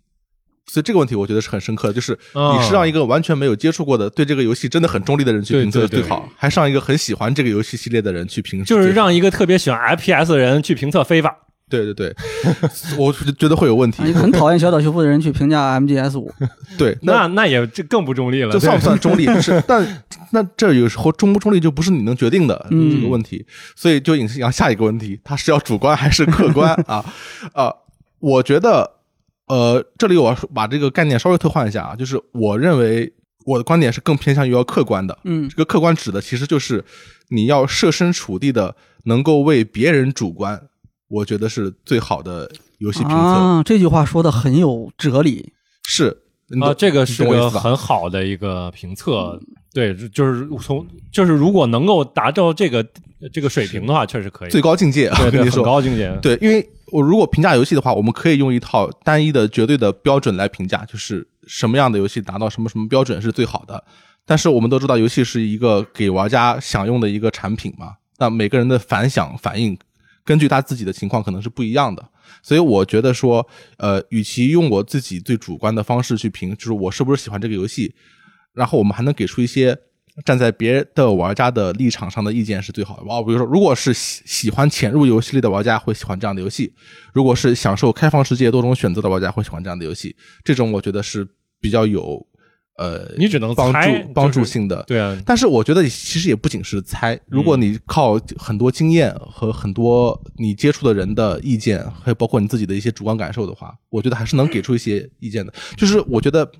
E: 所以这个问题我觉得是很深刻的，就是
F: 啊
E: 你是让一个完全没有接触过的、对这个游戏真的很中立的人去
F: 对
E: 评测
F: 对
E: 是最
F: 对
E: 好，还是让一个很喜欢这个游戏系列的人去评测最
F: 就
E: 好，
F: 是让一个特别喜欢 FPS 的人去评测非法。
E: 对对对， 我觉得会有问题
B: 啊，一。个很讨厌小岛秀夫的人去评价 MGS 五，
E: 对，
F: 那那也这更不中立了。
E: 这
F: 对
E: 算不算中立？ 是，但那这有时候中不中立就不是你能决定的
B: 嗯
E: 这个问题，所以就引向下一个问题，它是要主观还是客观啊？啊，我觉得，呃，这里我要把这个概念稍微特换一下啊，就是我认为我的观点是更偏向于要客观的。
B: 嗯
E: 这个客观指的其实就是你要设身处地的能够为别人主观，我觉得是最好的游戏评测。
B: 啊，这句话说的很有哲理。
E: 是你
F: 啊，
E: 懂
F: 这个
E: 你
F: 是
E: 懂我意
F: 个
E: 思吧
F: 很好的一个评测。对，就就是从就是如果能够达到这个这个水平的话，确实可以。
E: 最高境界啊，
F: 对
E: 我
F: 对，
E: 跟你
F: 很
E: 说。
F: 高境界。
E: 对，因为我如果评价游戏的话，我们可以用一套单一的、绝对的标准来评价，就是什么样的游戏达到什么什么标准是最好的。但是我们都知道，游戏是一个给玩家享用的一个产品嘛，那每个人的反响、反应，根据他自己的情况可能是不一样的。所以我觉得说，呃，与其用我自己最主观的方式去评，就是我是不是喜欢这个游戏，然后我们还能给出一些站在别的玩家的立场上的意见是最好的。哦，比如说，如果是喜喜欢潜入游戏类的玩家会喜欢这样的游戏，如果是享受开放世界多种选择的玩家会喜欢这样的游戏，这种我觉得是比较有呃
F: 你只能
E: 帮
F: 猜
E: 助帮助
F: 就是
E: 性的。
F: 对啊，
E: 但是我觉得其实也不仅是猜，如果你靠很多经验和很多你接触的人的意见，还有包括你自己的一些主观感受的话，我觉得还是能给出一些意见的。就是我觉得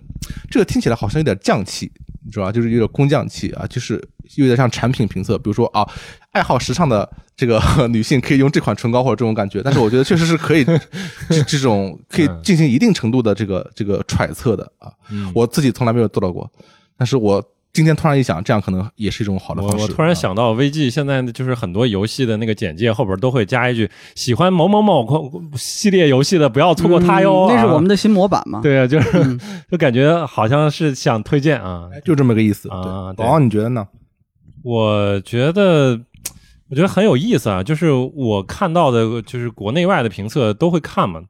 E: 这个听起来好像有点降气，你知道吧？就是一个工匠气啊，就是有点像产品评测，比如说啊，爱好时尚的这个女性可以用这款唇膏或者这种感觉，但是我觉得确实是可以这这种可以进行一定程度的这个这个揣测的啊，
F: 嗯
E: 我自己从来没有做到过，但是我今天突然一想，这样可能也是一种好的
F: 我
E: 方式。啊
F: 我突然想到，VG 现在就是很多游戏的那个简介后边都会加一句“喜欢某某某款系列游戏的，不要错过它哟”
B: 嗯
F: 啊。
B: 那是我们的新模板 嘛？
F: 对啊，就是、
B: 嗯
F: 就感觉好像是想推荐啊。
E: 哎就这么个意思。
F: 啊
E: 对，
F: 对
E: 老王你觉得呢？
F: 我觉得我觉得很有意思啊，就是我看到的，就是国内外的评测都会看嘛，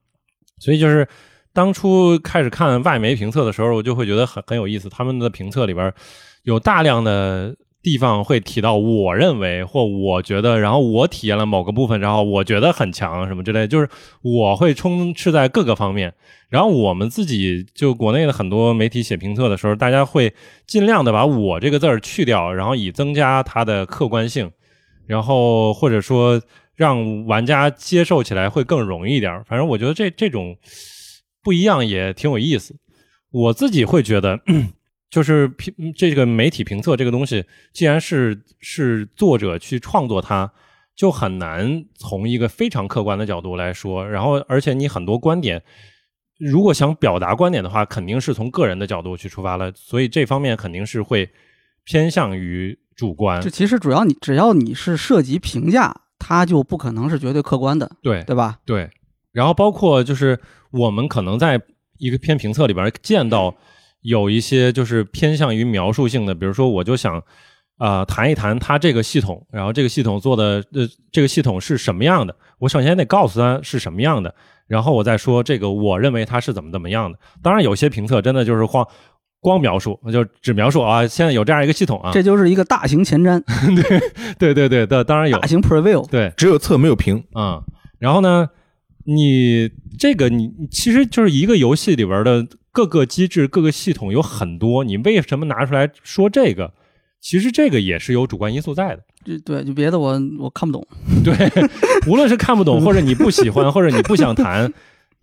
F: 所以就是当初开始看外媒评测的时候，我就会觉得很很有意思。他们的评测里边有大量的地方会提到我认为或我觉得，然后我体验了某个部分，然后我觉得很强什么之类的，就是我会充斥在各个方面。然后我们自己就国内的很多媒体写评测的时候，大家会尽量的把“我”这个字儿去掉，然后以增加它的客观性，然后或者说让玩家接受起来会更容易一点儿。反正我觉得这这种不一样也挺有意思。我自己会觉得，就是评这个媒体评测这个东西，既然是是作者去创作它，就很难从一个非常客观的角度来说。然后，而且你很多观点，如果想表达观点的话，肯定是从个人的角度去出发了，所以这方面肯定是会偏向于主观
B: 这。其实主要你只要你是涉及评价，它就不可能是绝对客观的，
F: 对
B: 对吧？
F: 对，然后包括就是我们可能在一个篇评测里边见
B: 嗯
F: 到有一些就是偏向于描述性的，比如说我就想。啊，谈一谈它这个系统，然后这个系统做的，呃，这个系统是什么样的？我首先得告诉他是什么样的，然后我再说这个我认为它是怎么怎么样的。当然，有些评测真的就是光光描述，就只描述啊，现在有这样一个系统啊，
B: 这就是一个大型前 瞻、
F: 对对对的，当然有
B: 大，型 preview。
F: 对，
E: 只有测没有评，
F: 嗯，然后呢，你这个你你其实就是一个游戏里边的各个机制、各个系统有很多，你为什么拿出来说这个？其实这个也是有主观因素在的，
B: 这对，就别的我我看不懂。
F: 无论是看不懂，或者你不喜欢，或者你不想谈，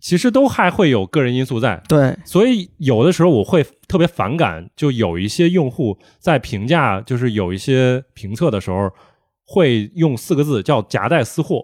F: 其实都还会有个人因素在。
B: 对，
F: 所以有的时候我会特别反感，就有一些用户在评价，就是有一些评测的时候，会用四个字叫夹带私货，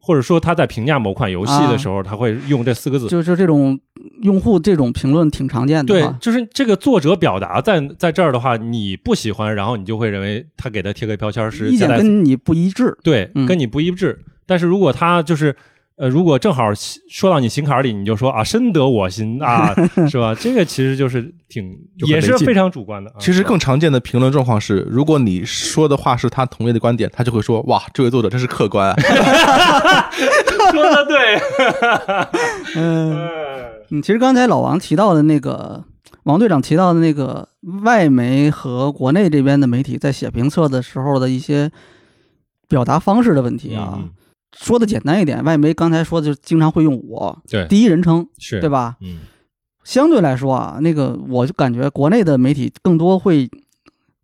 F: 或者说他在评价某款游戏的时候，他会用这四个字。
B: 啊就就这种用户这种评论挺常见的
F: 对
B: 哈，。
F: 就是这个作者表达在在这儿的话，你不喜欢，然后你就会认为他给他贴个标签是
B: 意
F: 夹
B: 见
F: 带私货
B: 跟你不一致，
F: 对
B: 嗯，
F: 跟你不一致。但是如果他就是呃，如果正好说到你心坎儿里，你就说啊，深得我心 啊，是吧？这个其实就是挺
G: 就很
F: 也是
G: 没劲
F: 非常主观的啊。
E: 其实更常见的评论状况是，如果你说的话是他同意的观点，他就会说：“哇，这位作者真是客 观啊。
F: 说的 对，哎
B: 嗯，嗯，其实刚才老王提到的那个，王队长提到的那个外媒和国内这边的媒体在写评测的时候的一些表达方式的问题啊，
F: 嗯
B: 说的简单一点，外媒刚才说的就是经常会用我，
F: 对
B: 第一人称，
F: 是
B: 对？吧？
F: 嗯，
B: 相对来说啊，那个我就感觉国内的媒体更多会。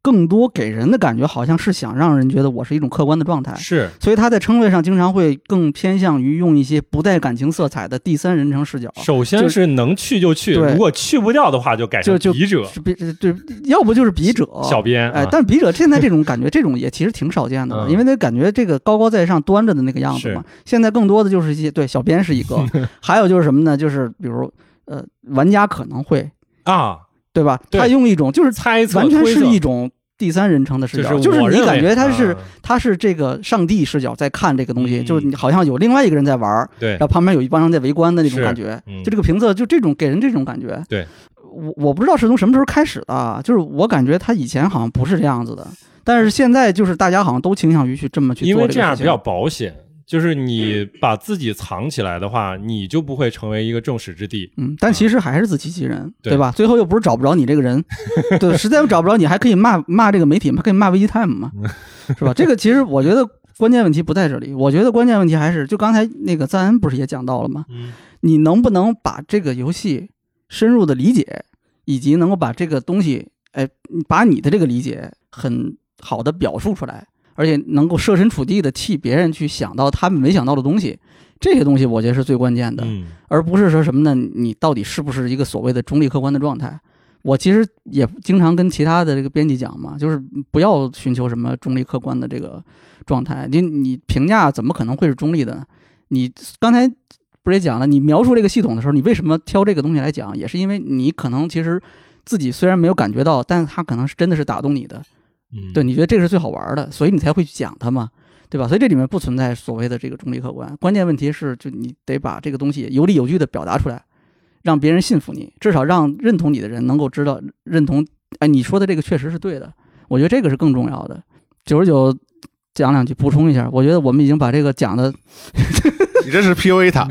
B: 更多给人的感觉好像是想让人觉得我是一种客观的状态，
F: 是
B: 所以他在称谓上经常会更偏向于用一些不带感情色彩的第三人称视角，
F: 首先是能去就去，
B: 对
F: 如果去不掉的话，就改成
B: 就就
F: 笔者、
B: 是笔对，要不就是笔者。
F: 小编啊。
B: 哎，但笔者现在这种感觉，这种也其实挺少见的了，
F: 嗯
B: 因为他感觉这个高高在上端着的那个样子嘛。现在更多的就是一些对小编是一 个，还有就是什么呢？就是比如呃，玩家可能会
F: 啊，
B: 对吧？
F: 对
B: 他用一种就是
F: 猜测
B: 完全
F: 推测
B: 是一种第三人称的视
F: 就
B: 角，
F: 是
B: 就是
F: 我
B: 你
F: 认
B: 感
F: 为
B: 觉他是、
F: 啊
B: 他是这个上帝视角在看这个东西，
F: 嗯
B: 就是你好像有另外一个人在玩儿，
F: 对
B: 然后旁边有一帮人在围观的那种
F: 是
B: 感觉，
F: 嗯
B: 就这个评测就这种给人这种感觉。
F: 对，
B: 我我不知道是从什么时候开始的啊，就是我感觉他以前好像不是这样子的，但是现在就是大家好像都倾向于去这么去做
F: 因为这
B: 这个
F: 样
B: 事
F: 比
B: 情
F: 较保险。就是你把自己藏起来的话，你就不会成为一个众矢之的。
B: 嗯，但其实还是自欺欺人，
F: 对
B: 对吧？最后又不是找不着你这个人， 对，实在找不着你，还可以骂骂这个媒体嘛，还可以骂 VGTime 嘛，
F: 嗯
B: 是吧？这个其实我觉得关键问题不在这里，我觉得关键问题还是就刚才那个赞恩不是也讲到了吗？
F: 嗯
B: 你能不能把这个游戏深入的理解，以及能够把这个东西，哎，把你的这个理解很好的表述出来，而且能够设身处地的替别人去想到他们没想到的东西，这些东西我觉得是最关键的。
F: 嗯，
B: 而不是说什么呢？你到底是不是一个所谓的中立客观的状态？我其实也经常跟其他的这个编辑讲嘛，就是不要寻求什么中立客观的这个状态，你你评价怎么可能会是中立的呢？你刚才不是也讲了，你描述这个系统的时候，你为什么挑这个东西来讲，也是因为你可能其实自己虽然没有感觉到，但它可能是真的是打动你的，
F: 嗯，
B: 对，你觉得这个是最好玩的，所以你才会去讲它嘛，对吧？所以这里面不存在所谓的这个中立客观，关键问题是，就你得把这个东西有理有据的表达出来，让别人信服你，至少让认同你的人能够知道认同，哎，你说的这个确实是对的。我觉得这个是更重要的。九十九讲两句，补充一下，我觉得我们已经把这个讲的，
E: 你这是 PUA 他，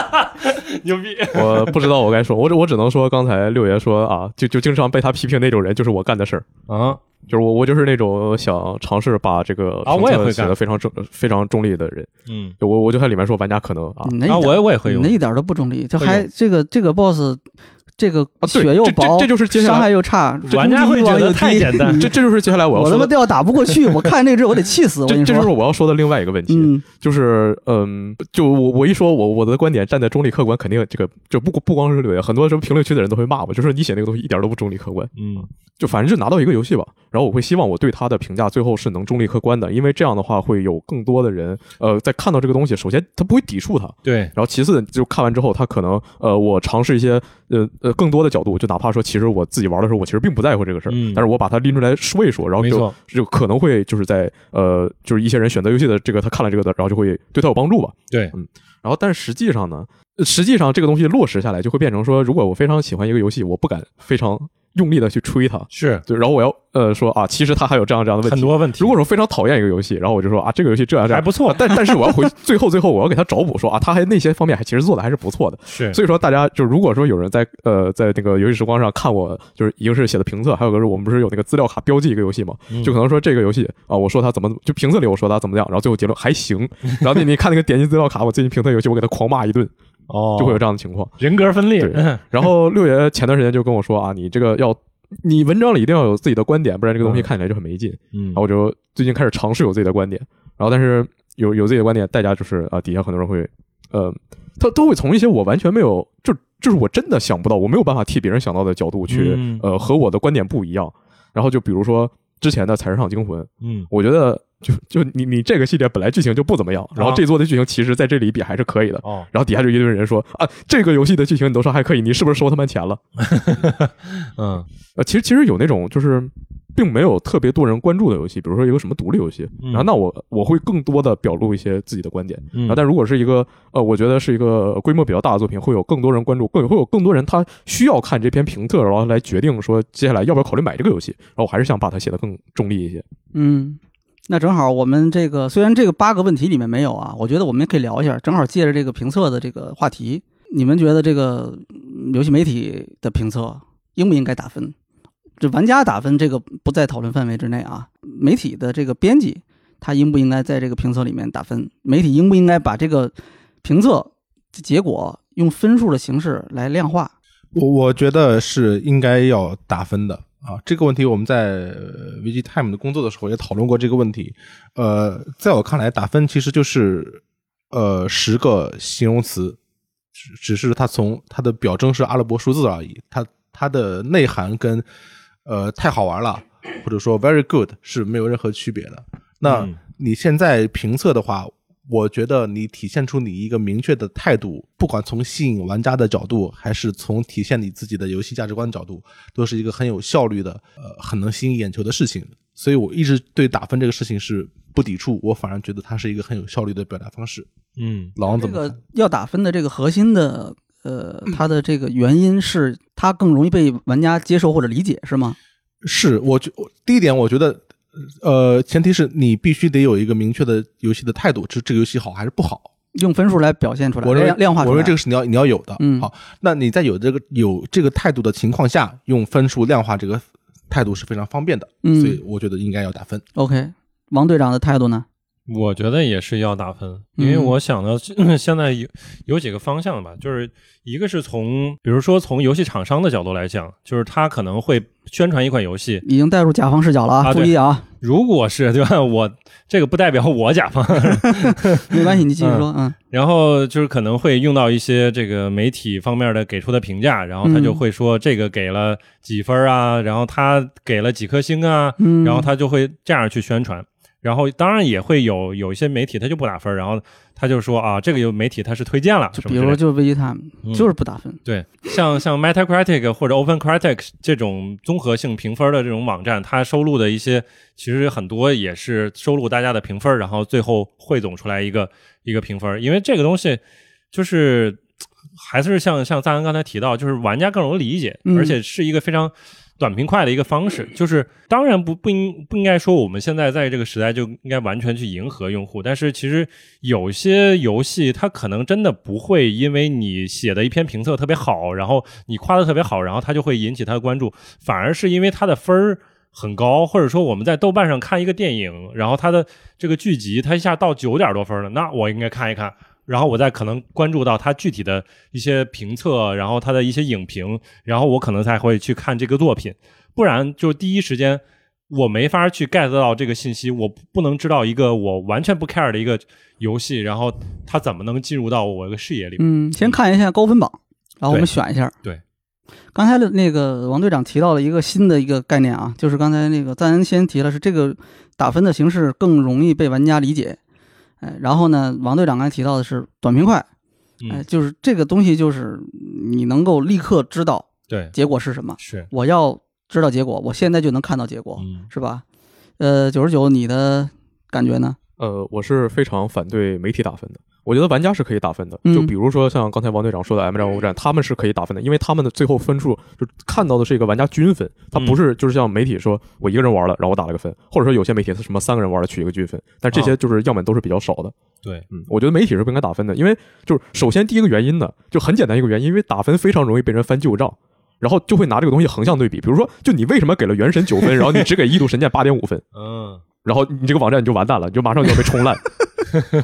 F: 牛逼，
G: 我不知道我该说，我只我只能说，刚才六爷说啊，就就经常被他批评那种人，就是我干的事儿，
F: 啊，
G: 就是我我就是那种想尝试把这个
F: 啊我也会
G: 评测写
F: 干
G: 的非常中非常中立的人，
F: 嗯，
G: 就我我就在里面说玩家可能啊，
B: 你那一
F: 啊，
B: 点
F: 我也我也会用
B: 那，一点都不中立，就
F: 会
B: 还
F: 有
B: 这个这个 boss，这个
G: 啊对
B: 血又
G: 这这
B: 薄，
G: 这就是接下来
B: 伤害又差，
F: 玩家会觉得太简单
G: 这这就是接下来我要
B: 我他
G: 说
B: 妈
G: 的，
B: 都要打不过去，我看这只我得气死，我
G: 这
B: 跟你
G: 这就是
B: 说，
G: 我要说的另外一个问题，
B: 嗯，
G: 就是嗯，就我我一说我我的观点站在中立客观，肯定这个就不不光是六爷，很多什么评论区的人都会骂我，就说你写那个东西一点都不中立客观。
F: 嗯
G: 就反正就拿到一个游戏吧，然后我会希望我对它的评价最后是能中立客观的，因为这样的话会有更多的人，呃，在看到这个东西，首先他不会抵触它，
F: 对，
G: 然后其次就看完之后，他可能呃，我尝试一些呃呃更多的角度，就哪怕说其实我自己玩的时候，我其实并不在乎这个事儿，
F: 嗯
G: 但是我把它拎出来说一说，然后
F: 没
G: 就
F: 错
G: 就可能会就是在呃就是一些人选择游戏的这个他看了这个的，然后就会对他有帮助吧。
F: 对，
G: 嗯，然后但是实际上呢，呃实际上这个东西落实下来就会变成说，如果我非常喜欢一个游戏，我不敢非常用力的去吹它，
F: 是
G: 对，然后我要呃说啊，其实它还有这样这样的问
F: 很
G: 题。
F: 多问题，
G: 如果说非常讨厌一个游戏，然后我就说啊，这个游戏这样这
F: 还
G: 样
F: 不错，
G: 但但是我要回最后最后我要给他找补说啊，他还那些方面还其实做的还是不错的。
F: 是
G: 所以说大家就如果说有人在呃在那个游戏时光上看我就是一个是写的评测，还有个是我们不是有那个资料卡标记一个游戏嘛，
F: 嗯
G: 就可能说这个游戏啊，我说它怎么就评测里我说它怎么样，然后最后结论 还行，然后你你看那个点击资料卡，我最近评测游戏我给他狂骂一顿，
F: 哦，
G: 就会有这样的情况。
F: 人格分裂，嗯
G: 对然后六爷前段时间就跟我说啊，你这个要。你文章里一定要有自己的观点，不然这个东
F: 嗯
G: 西看起来就很没劲。
F: 嗯
G: 然后我就最近开始尝试有自己的观点，然后但是有有自己的观点，代价就是啊、底下很多人会，呃，他都会从一些我完全没有，就就是我真的想不到，我没有办法替别人想到的角度去，
F: 嗯
G: 呃，和我的观点不一样。然后就比如说之前的《采石场惊魂》，
F: 嗯，
G: 我觉得就就你你这个系列本来剧情就不怎么样，然后
F: 啊
G: 这座的剧情其实在这里比还是可以的。
F: 哦，
G: 然后底下就一堆人说啊，这个游戏的剧情你都说还可以，你是不是收他们钱了？
F: 嗯
G: 呃，其实其实有那种就是并没有特别多人关注的游戏，比如说一个什么独立游戏，
F: 嗯
G: 然后那我我会更多的表露一些自己的观点。
F: 嗯
G: 然后，但如果是一个呃，我觉得是一个规模比较大的作品，会有更多人关注，更会有更多人他需要看这篇评测，然后来决定说接下来要不要考虑买这个游戏。然后我还是想把它写得更中立一些。
B: 嗯，那正好我们这个虽然这个八个问题里面没有啊，我觉得我们也可以聊一下，正好借着这个评测的这个话题，你们觉得这个嗯游戏媒体的评测应不应该打分？这玩家打分这个不在讨论范围之内啊，媒体的这个编辑他应不应该在这个评测里面打分？媒体应不应该把这个评测结果用分数的形式来量化？
E: 我我觉得是应该要打分的啊。这个问题我们在呃 VG Time 的工作的时候也讨论过这个问题。呃，在我看来，打分其实就是呃十个形容词，只只是它从它的表征是阿拉伯数字而已，它它的内涵跟呃太好玩了或者说 very good 是没有任何区别的。那
F: 嗯
E: 你现在评测的话，我觉得你体现出你一个明确的态度，不管从吸引玩家的角度，还是从体现你自己的游戏价值观角度，都是一个很有效率的，呃，很能吸引眼球的事情。所以我一直对打分这个事情是不抵触，我反而觉得它是一个很有效率的表达方式。
F: 嗯
E: 老王
B: 这
E: 怎么
B: 个
E: 看？
B: 要打分的这个核心的呃，它的这个原因是它更容易被玩家接受或者理解，是吗？
E: 是我觉我第一点，我觉得。呃，前提是你必须得有一个明确的游戏的态度，这这个游戏好还是不好。
B: 用分数来表现出来，
E: 我认为
B: 量量化出来。
E: 我认为这个是你要你要有的。
B: 嗯
E: 好，那你在有这个有这个态度的情况下，用分数量化这个态度是非常方便的。
B: 嗯
E: 所以我觉得应该要打分。
B: OK，王队长的态度呢？
F: 我觉得也是要打分，因为
B: 嗯
F: 我想到 现在有有几个方向吧，就是一个是从，比如说从游戏厂商的角度来讲，就是他可能会宣传一款游戏，
B: 已经带入甲方视角了啊，
F: 啊
B: 注
F: 对
B: 意 啊，
F: 如果是对吧，我这个不代表我甲方，
B: 没关系，你继续说，嗯
F: 然后就是可能会用到一些这个媒体方面的给出的评价，然后他就会说这个给了几分啊，然后他给了几颗星啊，
B: 嗯，
F: 然后他就会这样去宣传。然后当然也会有有一些媒体他就不打分，然后他就说啊，这个有媒体他是推荐了，
B: 就
F: 什么
B: 比
F: 之类
B: 如
F: 的
B: 就 VGTime
F: 嗯
B: 就是不打分，
F: 对，像像 Metacritic 或者 OpenCritic 这种综合性评分的这种网站，它收录的一些其实很多也是收录大家的评分，然后最后汇总出来一个一个评分。因为这个东西就是还是像像赞恩刚才提到，就是玩家更容易理解，
B: 嗯
F: 而且是一个非常短平快的一个方式。就是当然不不应不应该说我们现在在这个时代就应该完全去迎合用户，但是其实有些游戏它可能真的不会因为你写的一篇评测特别好，然后你夸的特别好，然后它就会引起他的关注，反而是因为它的分儿。很高，或者说我们在豆瓣上看一个电影，然后它的这个剧集，它一下到九点多分了，那我应该看一看，然后我再可能关注到它具体的一些评测，然后它的一些影评，然后我可能才会去看这个作品，不然就第一时间我没法去 get 到这个信息，我不能知道一个我完全不 care 的一个游戏，然后它怎么能进入到我的视野里？
B: 嗯，先看一下高分榜，然后我们选一下。
F: 对，
B: 刚才那个王队长提到了一个新的一个概念啊，就是刚才那个赞恩先提了，是这个打分的形式更容易被玩家理解。哎，然后呢，王队长刚才提到的是短平快，哎，
F: 嗯，
B: 就是这个东西就是你能够立刻知道
F: 对，
B: 结果是什么。
F: 是，
B: 我要知道结果，我现在就能看到结果，
F: 嗯
B: 是吧？呃，九十九，你的感觉呢？
G: 呃，我是非常反对媒体打分的。我觉得玩家是可以打分的，
B: 嗯
G: 就比如说像刚才王队长说的 M 站 O 站，他们是可以打分的，因为他们的最后分数就看到的是一个玩家均分，他不是就是像媒体说我一个人玩了，然后我打了个分，或者说有些媒体是什么三个人玩了取一个均分，但这些就是样本都是比较少的。
F: 对，
G: 嗯，我觉得媒体是不应该打分的，因为就是首先第一个原因呢，就很简单一个原因，因为打分非常容易被人翻旧账，然后就会拿这个东西横向对比，比如说就你为什么给了《原神》九分，然后你只给《异度神剑》八点五分，
F: 嗯，
G: 然后你这个网站你就完蛋了，你就马上就要被冲烂。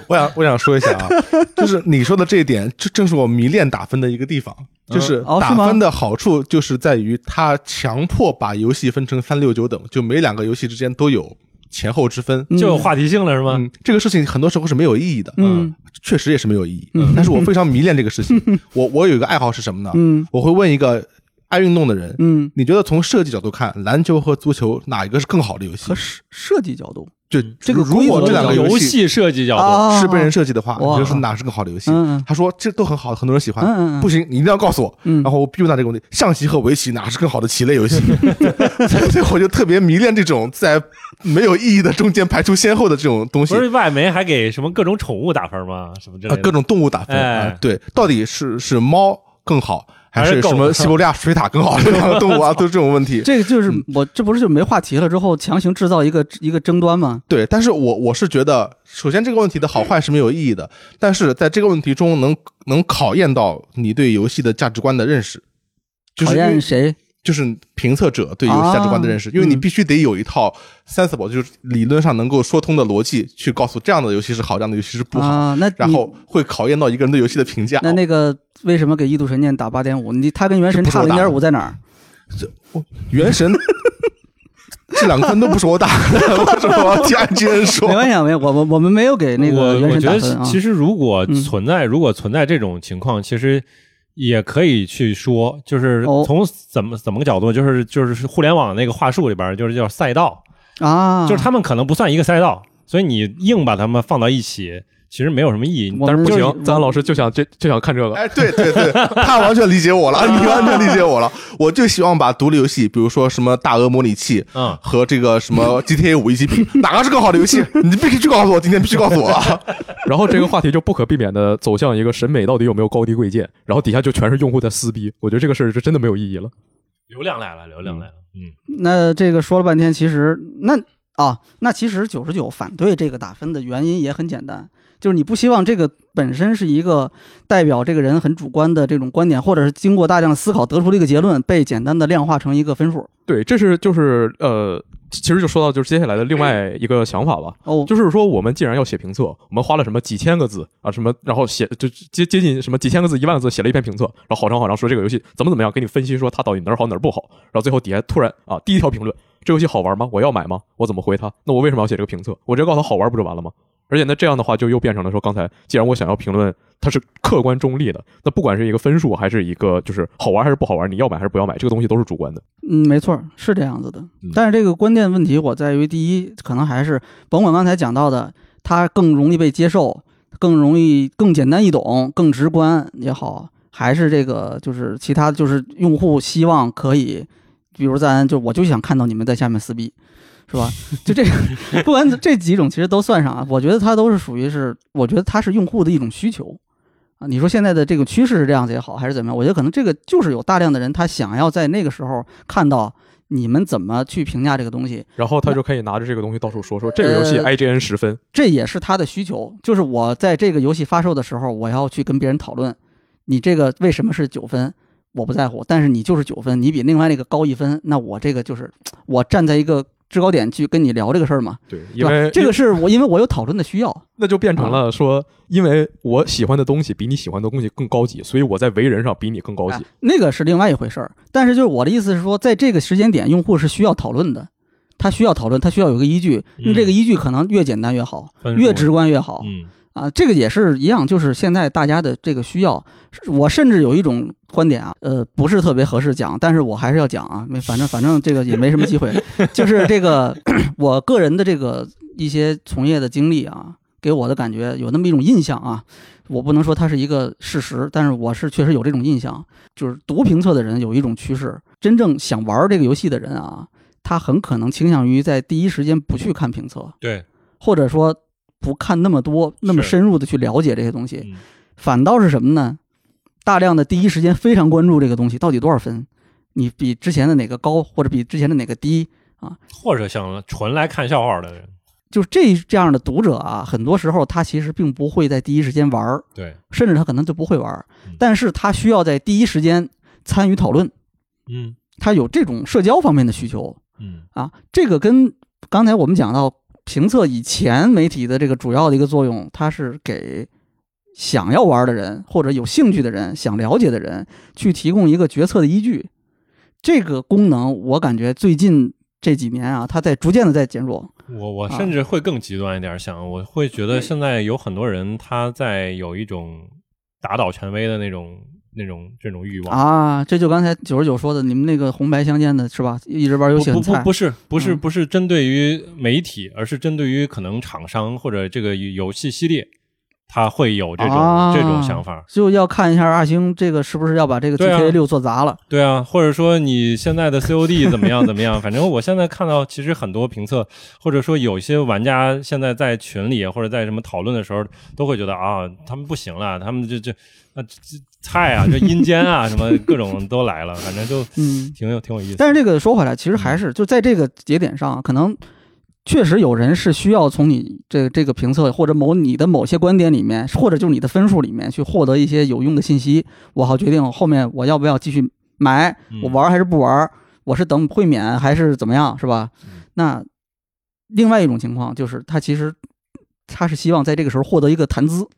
E: 我想我想说一下 啊，就是你说的这一点，这正是我迷恋打分的一个地方。就是
B: 哦是
E: 打
B: 吗
E: 分的好处就是在于它强迫把游戏分成三六九等，就每两个游戏之间都有前后之分。
B: 嗯
F: 就有话题性了是吗？
E: 嗯，这个事情很多时候是没有意义的，
B: 嗯，
E: 确实也是没有意义
B: 嗯。
E: 但是我非常迷恋这个事情。我我有一个爱好是什么呢？
B: 嗯
E: 我会问一个爱运动的人，
B: 嗯，
E: 你觉得从设计角度看，篮球和足球哪一个是更好的游戏
B: 和？设设计角度
E: 就
B: 这个
E: 如果
B: 规则
E: 这两个
B: 角
F: 游
E: 游戏
F: 戏设计角度，
B: 啊
E: 是被人设计的话，你
B: 哇
E: 觉得是哪是更好的游戏？
B: 嗯嗯
E: 他说这都很好，很多人喜欢。
B: 嗯嗯，
E: 不行，你一定要告诉我。
B: 嗯
E: 然后我逼问他这个问题：象棋和围棋哪是更好的棋类游戏？ 所以我就特别迷恋这种在没有意义的中间排出先后的这种东西
F: 不。是外媒还给什么各种宠物打分吗？什么之类
E: 啊，
F: 的，
E: 各种动物打分，
F: 哎
E: 啊对，到底是是猫更好，还
F: 还
E: 是
F: 是狗
E: 什么西伯利亚水獭更好？ 这两个动物啊，都是这种问题。
B: 这个就是
E: 嗯
B: 我这不是就没话题了之后强行制造一个一个争端吗？
E: 对，但是我我是觉得，首先这个问题的好坏是没有意义的，但是在这个问题中能能考验到你对游戏的价值观的认识，就
B: 考
E: 是因
B: 验
E: 为
B: 谁？
E: 就是评测者对游戏价值观的认识，
B: 啊
E: 因为你
B: 嗯
E: 必须得有一套 sensible，、就是理论上能够说通的逻辑去告诉这样的游戏是好，这样的游戏是不好，
B: 啊，那
E: 然
B: 你
E: 后会考验到一个人对游戏的评价。
B: 那那个为什么给《异度神剑》打八点五？你他跟《原神》
E: 这不是
B: 差
E: 我
B: 零
E: 打
B: 点
E: 的
B: 五在哪儿？
E: 原神 这两个分都不是我打 的， 为什么我要替 IGN
B: 没
E: 说？
B: 关系啊，没有，我们我们没有给那个《
F: 我
B: 原
F: 我
B: 神》
F: 觉
B: 打
F: 得
B: 分啊。
F: 其实如果
B: 嗯
F: 存在、如果存在这种情况，其实也可以去说，就是
B: 哦
F: 从怎么怎么个角度，就是就是互联网那个话术里边儿就是叫赛道，
B: 啊，
F: 就是他们可能不算一个赛道，所以你硬把他们放到一起，其实没有什么意义。
B: 我
F: 但
B: 们
F: 是不
B: 就
F: 行，
B: 是
G: 咱老师就想这就想看这个，
E: 哎，对对对，他完全理解我了，你完全理解我了。我就希望把独立游戏，比如说什么《大鹅模拟器》
F: 嗯，
E: 和这个什么 GTA 五一起比，哪个是更好的游戏？你必须去告诉我，今天必须告诉我啊！
G: 然后这个话题就不可避免的走向一个审美到底有没有高低贵贱，然后底下就全是用户在撕逼，我觉得这个事儿是真的没有意义了。
F: 流量来了，流量来了，嗯，
B: 那这个说了半天，其实那啊，那其实九十九反对这个打分的原因也很简单，就是你不希望这个本身是一个代表这个人很主观的这种观点，或者是经过大量思考得出的一个结论，被简单的量化成一个分数。
G: 对，这是就是呃，其实就说到就是接下来的另外一个想法吧，
B: 哦，
G: 就是说我们既然要写评测，我们花了什么几千个字啊，什么然后写就接接近什么几千个字一万个字写了一篇评测，然后好长好长说这个游戏怎么怎么样，给你分析说它到底哪儿好哪儿不好，然后最后底下突然啊第一条评论，这游戏好玩吗？我要买吗？我怎么回他？那我为什么要写这个评测？我直接告诉他好玩不就完了吗？而且呢，这样的话就又变成了说，刚才既然我想要评论，它是客观中立的，那不管是一个分数还是一个就是好玩还是不好玩，你要买还是不要买，这个东西都是主观的。
B: 嗯，没错，是这样子的。但是这个关键问题，我在于第一，可能还是甭管刚才讲到的，它更容易被接受，更容易、更简单易懂、更直观也好，还是这个就是其他就是用户希望可以，比如咱就我就想看到你们在下面撕逼，是吧？ 就这个，不管这几种其实都算上啊，我觉得它都是属于是，我觉得它是用户的一种需求。啊，你说现在的这个趋势是这样子也好，还是怎么样？我觉得可能这个就是有大量的人，他想要在那个时候看到你们怎么去评价这个东西，
G: 然后他就可以拿着这个东西到处说说这个游戏
B: 呃
G: IGN 十分，
B: 这也是他的需求。就是我在这个游戏发售的时候，我要去跟别人讨论，你这个为什么是九分，我不在乎，但是你就是九分，你比另外那个高一分，那我这个就是我站在一个制高点去跟你聊这个事儿嘛，
G: 对，
B: 对
G: 因
B: 吧
G: 为？
B: 这个是我因为我有讨论的需要，
G: 那就变成了说，因为我喜欢的东西比你喜欢的东西更高级，所以我在为人上比你更高级
B: 哎。那个是另外一回事儿。但是就是我的意思是说，在这个时间点，用户是需要讨论的，他需要讨论，他需要有个依据。那
F: 嗯
B: 这个依据可能越简单越好，
F: 分数
B: 越直观越好。
F: 嗯，
B: 啊，这个也是一样，就是现在大家的这个需要，是我甚至有一种观点啊，呃，不是特别合适讲，但是我还是要讲啊，没，反正反正这个也没什么机会，就是这个我个人的这个一些从业的经历啊，给我的感觉有那么一种印象啊，我不能说它是一个事实，但是我是确实有这种印象，就是读评测的人有一种趋势，真正想玩这个游戏的人啊，他很可能倾向于在第一时间不去看评测，
F: 对，
B: 或者说不看那么多、那么深入的去了解这些东西
F: 嗯，
B: 反倒是什么呢？大量的第一时间非常关注这个东西到底多少分，你比之前的哪个高，或者比之前的哪个低，
F: 或者想纯来看笑话的人，
B: 就是这这样的读者啊，很多时候他其实并不会在第一时间玩儿，
F: 对，
B: 甚至他可能就不会玩儿
F: 嗯，
B: 但是他需要在第一时间参与讨论，
F: 嗯
B: 他有这种社交方面的需求
F: 嗯
B: 啊，这个跟刚才我们讲到评测以前媒体的这个主要的一个作用，它是给想要玩的人或者有兴趣的人、想了解的人去提供一个决策的依据。这个功能，我感觉最近这几年啊，它在逐渐的在减弱。
F: 我我
B: 啊
F: 甚至会更极端一点想，我会觉得现在有很多人他在有一种打倒权威的那种那种这种欲望。
B: 啊，这就刚才九十九说的，你们那个红白相间的是吧？一直玩游
F: 不
B: 戏
F: 不
B: 很
F: 不
B: 菜
F: 不是不是
B: 嗯
F: 不是针对于媒体，而是针对于可能厂商或者这个游戏系列，他会有这种、
B: 啊
F: 这种想法。
B: 就要看一下二星这个是不是要把这个
F: 对啊
B: GTA 六做砸了。
F: 对啊，或者说你现在的 COD 怎么样怎么样？反正我现在看到，其实很多评测，或者说有一些玩家现在在群里或者在什么讨论的时候，都会觉得啊，他们不行了，他们这这那这这菜啊，这阴间啊，什么各种都来 了，反正就
B: 嗯，
F: 挺有挺有意思。嗯
B: 但是这个说回来，其实还是就在这个节点上，可能确实有人是需要从你这这个评测或者某你的某些观点里面，或者就是你的分数里面去获得一些有用的信息，我好决定后面我要不要继续买，
F: 嗯
B: 我玩还是不玩，我是等会免还是怎么样，是吧？
F: 嗯
B: 那另外一种情况就是，他其实他是希望在这个时候获得一个谈资，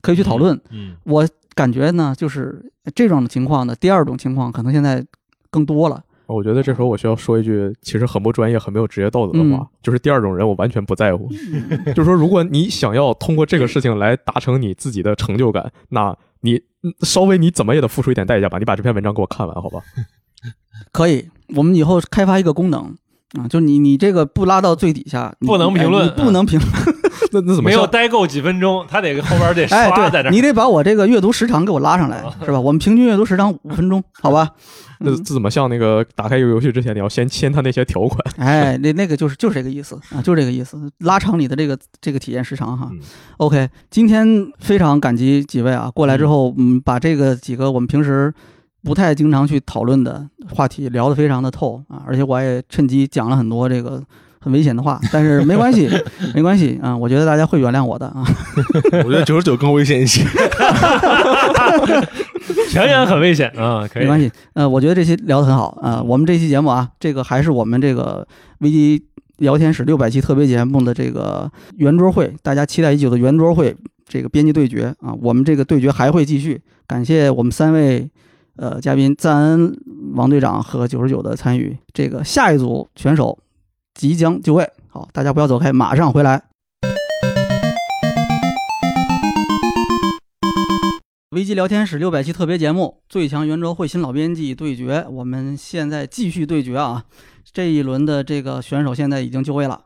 B: 可以去讨论。
F: 嗯，
B: 我感觉呢，就是这种情况呢，第二种情况可能现在更多了。
G: 我觉得这时候我需要说一句，其实很不专业、很没有职业道德的话，
B: 嗯
G: 就是第二种人我完全不在乎。 就是说，如果你想要通过这个事情来达成你自己的成就感，那你嗯稍微你怎么也得付出一点代价吧？你把这篇文章给我看完，好吧？
B: 可以，我们以后开发一个功能啊，就你你这个不拉到最底下，你
F: 不能评论啊
B: 哎你不能评论，
G: 那那怎么
F: 没有
G: 像？
F: 待够几分钟，他得后边得
B: 哎，
F: 刷在这儿。
B: 对，你得把我这个阅读时长给我拉 上来，是吧？我们平均阅读时长五分钟，好吧？嗯
G: 那这怎么像那个打开一个游戏之前，你要先签他那些条款？
B: 哎，那那个就是就是这个意思啊，就是这个意思，拉长你的这个这个体验时长哈
F: 嗯。
B: OK，今天非常感激几位啊，过来之后，嗯，把这个几个我们平时不太经常去讨论的话题聊得非常的透啊，而且我也趁机讲了很多这个很危险的话，但是没关系，没关系啊，我觉得大家会原谅我的啊。
E: 我觉得九十九更危险一些。
F: 全员很危 险啊，可以
B: 没关系。呃，我觉得这期聊得很好啊、呃我们这期节目啊，这个还是我们这个危机聊天室六百期特别节目的这个圆桌会，大家期待已久的圆桌会这个编辑对决啊，我们这个对决还会继续。感谢我们三位呃嘉宾赞恩王队长和九十九的参与。这个下一组选手即将就位，好，大家不要走开，马上回来。危机聊天室六百期特别节目《最强圆桌会新老编辑对决》，我们现在继续对决啊！这一轮的这个选手现在已经就位了，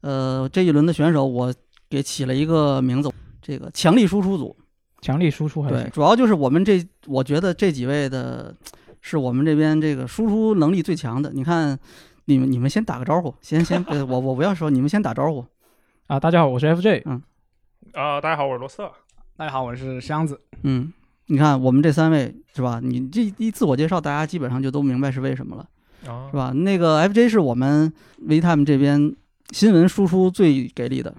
B: 呃，这一轮的选手我给起了一个名字，这个强力输出组。
A: 强力输出还
B: 对，
A: 行。
B: 主要就是我们这，我觉得这几位的是我们这边这个输出能力最强的。你看，你们你们先打个招呼，先先，呃我我不要说，你们先打招呼。嗯
A: 啊，大家好，我是 FJ。
H: 啊，大家好，我是罗瑟。
I: 大家好，我是箱子。
B: 嗯，你看我们这三位是吧？你这一自我介绍，大家基本上就都明白是为什么了，
H: 啊
B: 是，吧？那个 FJ 是我们 VTime 这边新闻输出最给力的，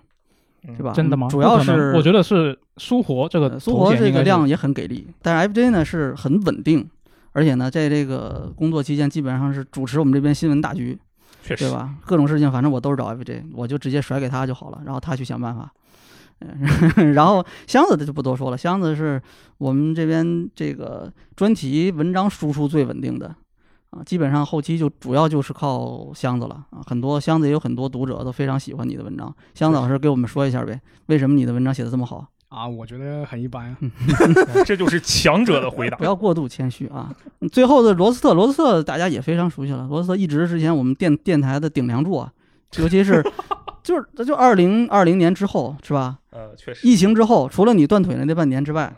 H: 嗯
B: 对吧？
A: 真的吗？
B: 主要
A: 不可能
B: 是
A: 我觉得是苏活这个
B: 呃苏活
A: 头衔
B: 这
A: 应该
B: 个
A: 是
B: 量也很给力，但是 FJ 呢是很稳定，而且呢在这个工作期间基本上是主持我们这边新闻大局，
H: 确实
B: 对，吧？各种事情反正我都是找 FJ，我就直接甩给他就好了，然后他去想办法。嗯 然后箱子的就不多说了，箱子是我们这边这个专题文章输出最稳定的啊，基本上后期就主要就是靠箱子了啊。很多箱子也有很多读者都非常喜欢你的文章，箱子老师给我们说一下呗，为什么你的文章写的这么好？
I: 啊，我觉得很一般啊。
B: 嗯
H: 这就是强者的回答
B: 不。要过度谦虚啊！最后的罗斯特，罗斯特大家也非常熟悉了，罗斯特一直之前我们电电台的顶梁柱啊，尤 其是就是就二零二零年之后是吧？
H: 呃，确实，
B: 疫情之后，除了你断腿的那半年之外，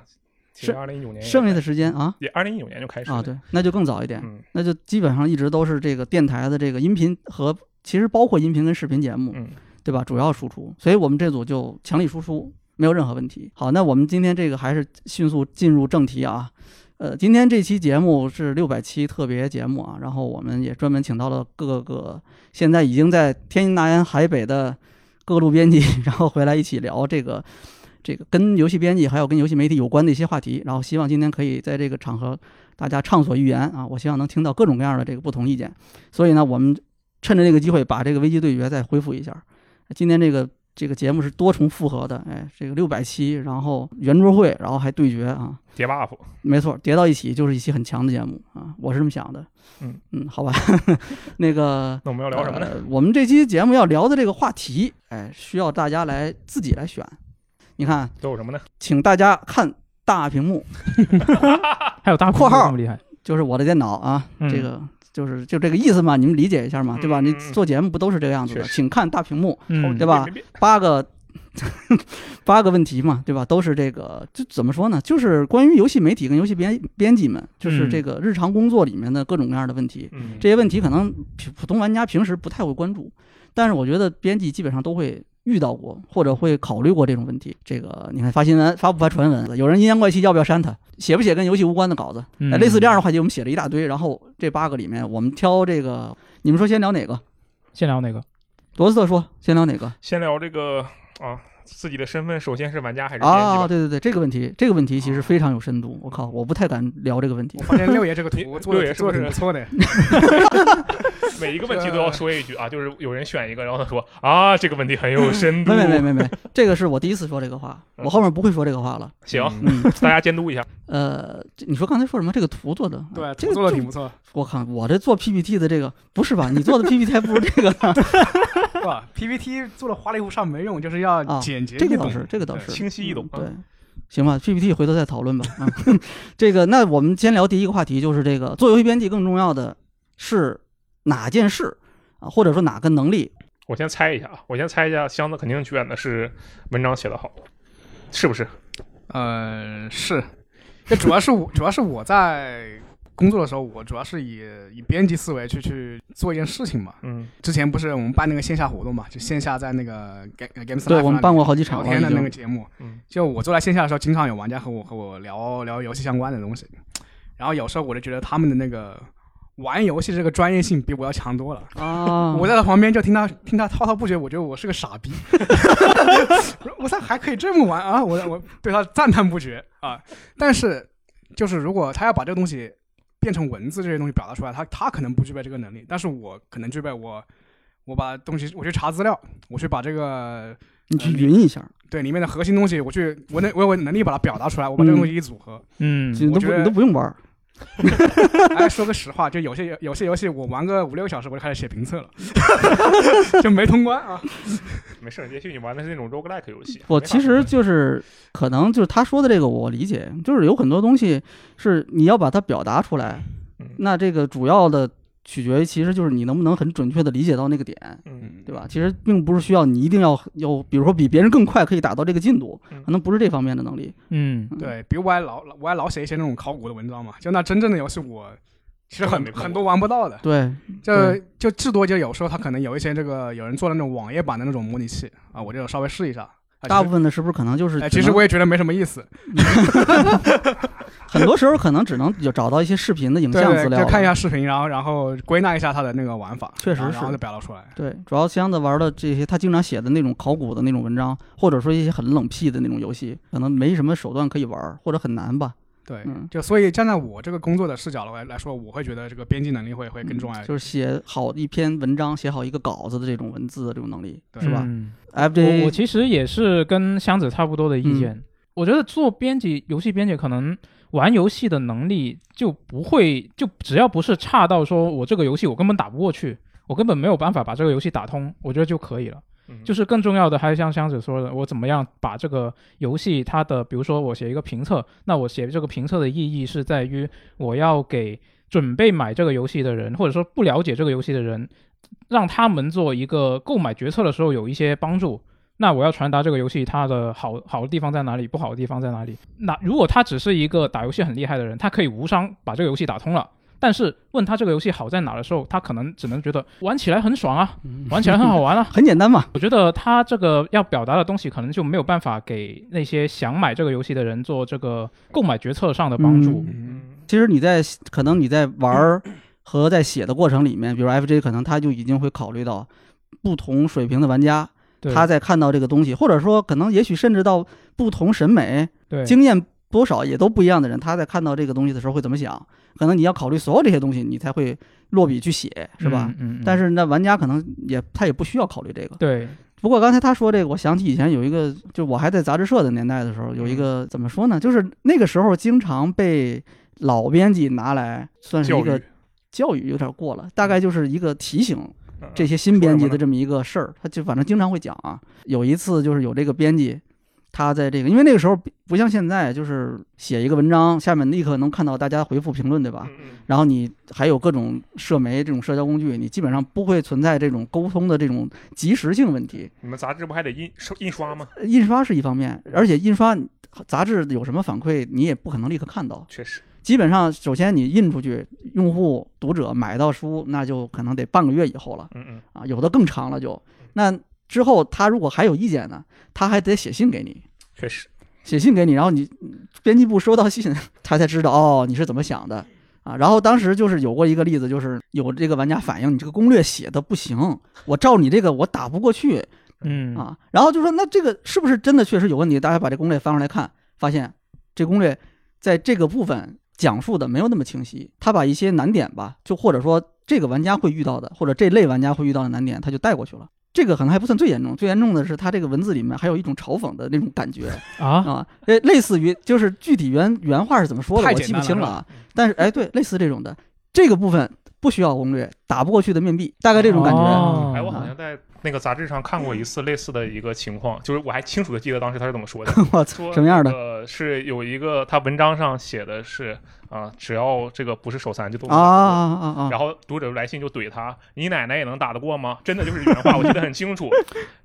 H: 其实二零一九年也
B: 剩下的时间啊
H: 也二零一九年就开始
B: 啊
H: 了，
B: 对，那就更早一点，
H: 嗯
B: 那就基本上一直都是这个电台的这个音频和其实包括音频跟视频节目，
H: 嗯，
B: 对吧？主要输出，所以我们这组就强力输出，没有任何问题。好，那我们今天这个还是迅速进入正题啊。呃，今天这期节目是六百期特别节目啊，然后我们也专门请到了各个现在已经在天南海北的各路编辑， 然后回来一起聊这个这个跟游戏编辑还有跟游戏媒体有关的一些话题，然后希望今天可以在这个场合大家畅所欲言啊，我希望能听到各种各样的这个不同意见。所以呢，我们趁着这个机会把这个危机对决再恢复一下。今天这个这个节目是多重复合的，哎，这个六百期，然后圆桌会，然后还对决啊，
H: 叠 buff，
B: 没错，叠到一起就是一期很强的节目啊，我是这么想的。
H: 嗯
B: 嗯，好吧， 那个
H: 那我们要聊什么呢？
B: 呃我们这期节目要聊的这个话题，哎，需要大家来自己来选。你看，
H: 都有什么呢？
B: 请大家看大 屏幕，
A: 还有大
B: 括号
A: 这么厉害，
B: 就是我的电脑啊，
A: 嗯
B: 这个就是就这个意思嘛，你们理解一下嘛，对吧？
H: 嗯嗯
B: 你
H: 嗯
B: 做节目不都是这个样子的？
H: 确实
B: 请看大屏幕，
A: 嗯，
B: 对吧
H: 别？别别
B: 八个八个问题嘛，对吧？都是这个，就怎么说呢？就是关于游戏媒体跟游戏编编辑们，就是
A: 嗯
B: 这个日常工作里面的各种各样的问题。
H: 嗯，
B: 这些问题可能普普通玩家平时不太会关注，但是我觉得编辑基本上都会遇到过，或者会考虑过这种问题。这个你看发新闻发不发传闻，有人阴阳怪气要不要删它，写不写跟游戏无关的稿子，
A: 嗯
B: 哎类似这样的话题我们写了一大堆。然后这八个里面，我们挑这个，你们说先聊哪个？
A: 先聊哪个？
B: 罗斯特说先聊哪个？
H: 先聊这个啊，自己的身份首先是玩家还是编辑
B: 啊，
H: 吧？啊
B: 对对对，这个问题，这个问题其实非常有深度。我靠，我不太敢聊这个问题
I: 我。发 现六爷这个
H: 你
I: 图做
H: 六爷
I: 的
H: 是不
I: 做
H: 是
I: 的挺不错的，
H: 每一个问题都要说一句啊，就是有人选一个，然后他说啊，这个问题很有深度嗯
B: 没，没没没没，这个是我第一次说这个话，我后面不会说这个话了。
H: 行，
B: 嗯，
H: 大家监督一下，
B: 呃，这你说刚才说什么？这个图做的，啊
I: 对，啊
B: 这个
I: 图做的
B: 就
I: 挺不错，
B: 我靠，我这做 PPT 的这个不是吧？你做的 PPT 还不如这个呢。
I: 是吧？PPT 做的花里胡哨没用，就是要
B: 啊
I: 简洁
B: 这个
I: 易
B: 倒
I: 懂。
B: 是，这个倒是
H: 清晰易懂
B: 嗯对，行吧，PPT 回头再讨论吧。啊， 这个，那我们先聊第一个话题，就是这个做游戏编辑更重要的是哪件事啊，或者说哪个能力？
H: 我先猜一下啊，我先猜一下，箱子肯定选的是文章写得好，是不是？
I: 呃，是， 这主要是我，主要是我在工作的时候，我主要是以以编辑思维去去做一件事情嘛。
H: 嗯，
I: 之前不是我们办那个线下活动嘛，就线下在那个呃 Game Games
B: 对
I: Live
B: 我们
I: 那
B: 办
I: 里
B: 过好几场
I: 聊
B: 了
I: 天的
B: 已
I: 那
B: 经
I: 个节目
H: 嗯，
I: 就我坐在线下的时候，经常有玩家和我和我聊聊游戏相关的东西，然后有时候我就觉得他们的那个玩游戏这个专业性比我要强多了。
B: 啊，
I: 我在他旁边就听他听他滔滔不绝，我觉得我是个傻逼， 我说我操还可以这么玩啊！我我对他赞叹不绝啊！但是就是如果他要把这个东西变成文字这些东西表达出来，他他可能不具备这个能力，但是我可能具备我。我把东西，我去查资料，我去把这个呃
B: 你去匀一下，
I: 对里面的核心东西，我去，我能，我有能力把它表达出来，我把这个东西一组合。
J: 嗯
B: 你都
I: 我觉
B: 不
I: 得
B: 你都不用玩儿，嗯
I: 哎，说个实话，就有些有些游戏，我玩个五六个小时，我就开始写评测了， 就没通关啊。
H: 没事儿，也许你玩的是那种 roguelike 游戏。
B: 我
H: 没法
B: 其实就是可能就是他说的这个，我理解，就是有很多东西是你要把它表达出来
H: 嗯，
B: 那这个主要的取决于其实就是你能不能很准确的理解到那个点，
H: 嗯，
B: 对吧？其实并不是需要你一定要有，比如说比别人更快可以达到这个进度
H: 嗯，
B: 可能不是这方面的能力。
J: 嗯，
I: 对，比如我还老我还老写一些那种考古的文章嘛，就那真正的游戏我其实很
H: 根本没碰过
I: 很多玩不到的，
B: 对，
I: 就就至多就有时候它可能有一些这个有人做的那种网页版的那种模拟器啊，我就稍微试一下。啊
B: 大
I: 其实
B: 部分的是不是可能就是
I: 哎，
B: 只
I: 其实
B: 能
I: 我也觉得没什么意思，
B: 很 多时候可能只能有找到一些视频的影
I: 对
B: 像
I: 对，
B: 资料
I: 就
B: 了，
I: 看一下视频，然后然后归纳一下它的那个玩法，
B: 确实
I: 然后然
B: 是
I: 后就表达出来。
B: 对，主要箱子玩的这些，他经常写的那种考古的那种文章，或者说一些很冷僻的那种游戏，可能没什么手段可以玩儿，或者很难吧。
I: 对，
B: 嗯
I: 就所以站在我这个工作的视角来来说，我会觉得这个编辑能力会会更重要一点。
B: 就是写好一篇文章，写好一个稿子的这种文字的这种能力，
I: 对
B: 是吧
J: 嗯我我
B: ？FJ
J: 其实也是跟箱子差不多的意见。我觉得做编辑，游戏编辑可能玩游戏的能力就不会，就只要不是差到说我这个游戏我根本打不过去，我根本没有办法把这个游戏打通，我觉得就可以了。
H: 嗯
J: 就是更重要的，还是像箱子说的，我怎么样把这个游戏它的，比如说我写一个评测，那我写这个评测的意义是在于我要给准备买这个游戏的人，或者说不了解这个游戏的人，让他们做一个购买决策的时候有一些帮助。那我要传达这个游戏它的好 好的地方在哪里，不好的地方在哪里。那如果他只是一个打游戏很厉害的人，他可以无伤把这个游戏打通了。但是问他这个游戏好在哪的时候，他可能只能觉得玩起来很爽啊，
B: 嗯
J: 玩起来很好 玩啊，
B: 很简单嘛，
J: 我觉得他这个要表达的东西，可能就没有办法给那些想买这个游戏的人做这个购买决策上的帮助。
B: 嗯
H: 嗯
B: 其实你在可能你在玩儿和在写的过程里面，比如 FJ 可能他就已经会考虑到不同水平的玩家，
J: 对，
B: 他在看到这个东西，或者说可能也许甚至到不同审美，
J: 对
B: 经验多少也都不一样的人，他在看到这个东西的时候会怎么想？可能你要考虑所有这些东西，你才会落笔去写，是吧？？
J: 嗯，嗯
B: 但是那玩家可能也他也不需要考虑这个。
J: 对，
B: 不过刚才他说这个，我想起以前有一个，就我还在杂志社的年代的时候，有
H: 嗯
B: 一个怎么说呢？就是那个时候经常被老编辑拿来算是
H: 教
B: 一
H: 育
B: 个教育，有点过了，大概就是一个提醒
H: 嗯
B: 这些新编辑的这么一个事儿，他就反正经常会讲啊。有一次就是有这个编辑，他在这个，因为那个时候不不像现在，就是写一个文章，下面立刻能看到大家回复评论，对吧？
H: 嗯
B: 然后你还有各种社媒这种社交工具，你基本上不会存在这种沟通的这种及时性问题。
H: 你们杂志不还得印收印刷吗？
B: 印刷是一方面，而且印刷杂志有什么反馈，你也不可能立刻看到。
H: 确实，
B: 基本上，首先你印出去，用户读者买到书，那就可能得半个月以后了。
H: 嗯嗯，
B: 啊，有的更长了就。那之后他如果还有意见呢，他还得写信给你，
H: 确实，
B: 写信给你，然后你嗯编辑部收到信，他才知道哦你是怎么想的啊。然后当时就是有过一个例子，就是有这个玩家反映你这个攻略写的不行，我照你这个我打不过去
J: 嗯，
B: 啊。然后就说那这个是不是真的确实有问题？大家把这攻略翻出来看，发现这攻略在这个部分讲述的没有那么清晰，他把一些难点吧，就或者说这个玩家会遇到的，或者这类玩家会遇到的难点，他就带过去了。这个可能还不算最严重，最严重的是他这个文字里面还有一种嘲讽的那种感觉
J: 啊，
B: 啊，呃，类似于就是具体原原话是怎么说的，
I: 太
B: 我
I: 简
B: 记不
I: 单了
B: 清
I: 是
B: 了
I: 吧
B: 啊。但是哎，对，类似这种的这个部分不需要攻略，打不过去的面壁，大概这种感觉。
J: 哦
H: 哎，我好像在那个杂志上看过一次类似的一个情况，就是我还清楚的记得当时他是怎么说 的。
B: 我操、
H: 说
B: 什么样的？
H: 呃，是有一个他文章上写的是啊、只要这个不是手残就都不
B: 啊
H: 能读
B: 啊啊啊啊！
H: 然后读者来信就怼他，你奶奶也能打得过吗？真的就是原话，我记得很 清楚。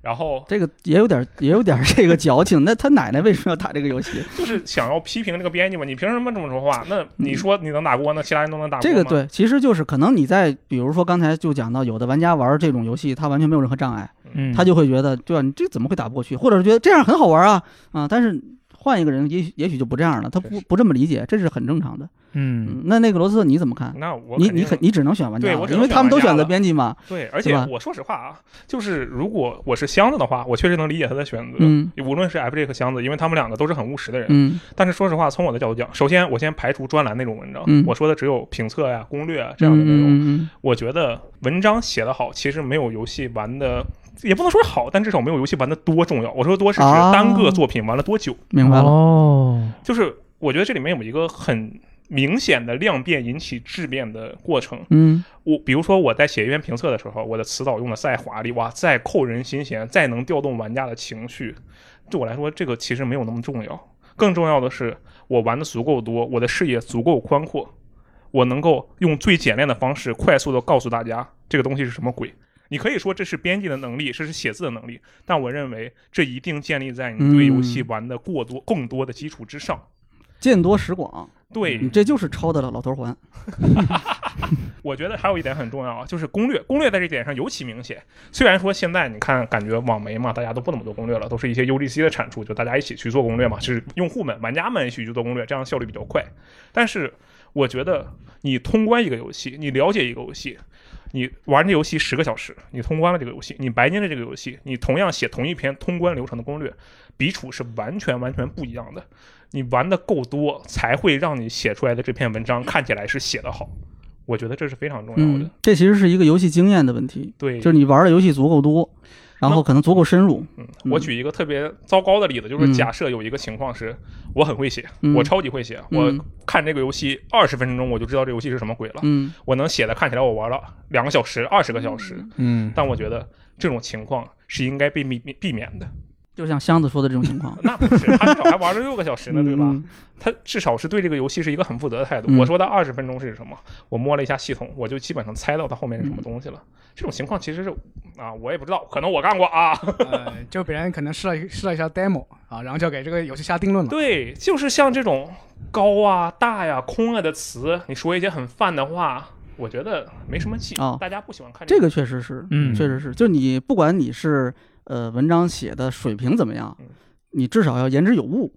H: 然后
B: 这个也有点 也有点这个矫情，那他奶奶为什么要打这个游戏？
H: 就是想要批评这个编辑嘛，你凭什么这么说话？那你说你能打过，那其他人都能打过
B: 嗯这
H: 吗？
B: 个对，其实就是可能你在，比如说刚才就讲到，有的玩家玩这种游戏，他完全没有任何障碍，
J: 嗯，
B: 哎他就会觉得，对吧、你这怎么会打不过去？或者是觉得这样很好玩啊，啊、但是换一个人也许也许就不这样了，他不不这么理解，这是很正常的。
A: 嗯，
B: 嗯，那那个罗斯特你怎么看？
H: 那我
B: 你
H: 肯
B: 你
H: 定
B: 很你只能选玩家
H: 对
B: 了
H: 我只
B: 因
H: 能
B: 为
H: 选
B: 他们都
H: 玩家
B: 选择
H: 了
B: 编辑嘛。
H: 对，而
B: 对
H: 且
B: 吧
H: 我说实话啊，就是如果我是箱子的话，我确实能理解他的选择。
B: 嗯
H: 无论是 FJ 和箱子，因为他们两个都是很务实的人。
B: 嗯
H: 但是说实话，从我的角度讲，首先我先排除专栏那种文章，
B: 嗯
H: 我说的只有评测呀、攻略啊这
B: 嗯
H: 样的内容。
B: 嗯嗯
H: 我觉得文章写得好，其实没有游戏玩的，也不能说好，但至少没有游戏玩的多重要。我说多是指
B: 啊
H: 单个作品玩了多久，
B: 嗯，明白了。
A: 哦，
H: 就是我觉得这里面有一个很明显的量变引起质变的过程。
B: 嗯
H: 我比如说我在写一篇评测的时候，我的词藻用的再华丽，哇，再扣人心弦，再能调动玩家的情绪，对我来说，这个其实没有那么重要。更重要的是，我玩的足够多，我的视野足够宽阔，我能够用最简练的方
A: 嗯
H: 式快速的告诉大家这个东西是什么鬼。你可以说这是编辑的能力，这是写字的能力，但我认为这一定建立在你对游戏玩的过多、更多的基础之上。
B: 嗯见多识广，
H: 对，
B: 你这就是抄的老头环。
H: 我觉得还有一点很重要啊，就是攻略。攻略在这点上尤其明显。虽然说现在你看，感觉网媒嘛，大家都不怎么做攻略了，都是一些 UGC 的产出，就大家一起去做攻略嘛，就是用户们、玩家们一起去做攻略，这样效率比较快。但是我觉得，你通关一个游戏，你了解一个游戏，你玩这游戏十个小时，你通关了这个游戏，你白金了这个游戏，你同样写同一篇通关流程的攻略，笔触是完全完全不一样的。你玩的够多，才会让你写出来的这篇文章看起来是写得好。我觉得这是非常重要的。
B: 嗯，这其实是一个游戏经验的问题，
H: 对，
B: 就是你玩的游戏足够多，然后可能足够深入。
H: 嗯，
B: 嗯
H: 我举一个特别糟糕的例子，就是
B: 嗯
H: 假设有一个情况是，我很会写，
B: 嗯
H: 我超级会写，
B: 嗯
H: 我看这个游戏二十分钟我就知道这游戏是什么鬼了，
B: 嗯
H: 我能写的看起来我玩了两个小时、二十个小时，
D: 嗯，
H: 但我觉得这种情况是应该被避免避免的。，
B: 就像箱子说的这种情况
H: 那不是，他至少还玩了六个小时呢，对吧
B: 嗯？？
H: 他至少是对这个游戏是一个很负责的态度。
B: 嗯
H: 我说的二十分钟是什么？我摸了一下系统，我就基本上猜到它后面是
B: 嗯
H: 什么东西了。这种情况其实是啊，我也不知道，可能我干过啊。
I: 呃，就别人可能试了一试了一下 demo 啊，然后就给这个游戏下定论了。
H: 对，就是像这种高啊、大呀、空啊的词，你说一些很泛的话，我觉得没什么劲。
B: 哦
H: 大家不喜欢看
B: 这
H: 个。
B: 个确实是，
A: 嗯
B: 确实是，就你不管你是呃文章写的水平怎么样
H: 嗯，
B: 你至少要言之有物，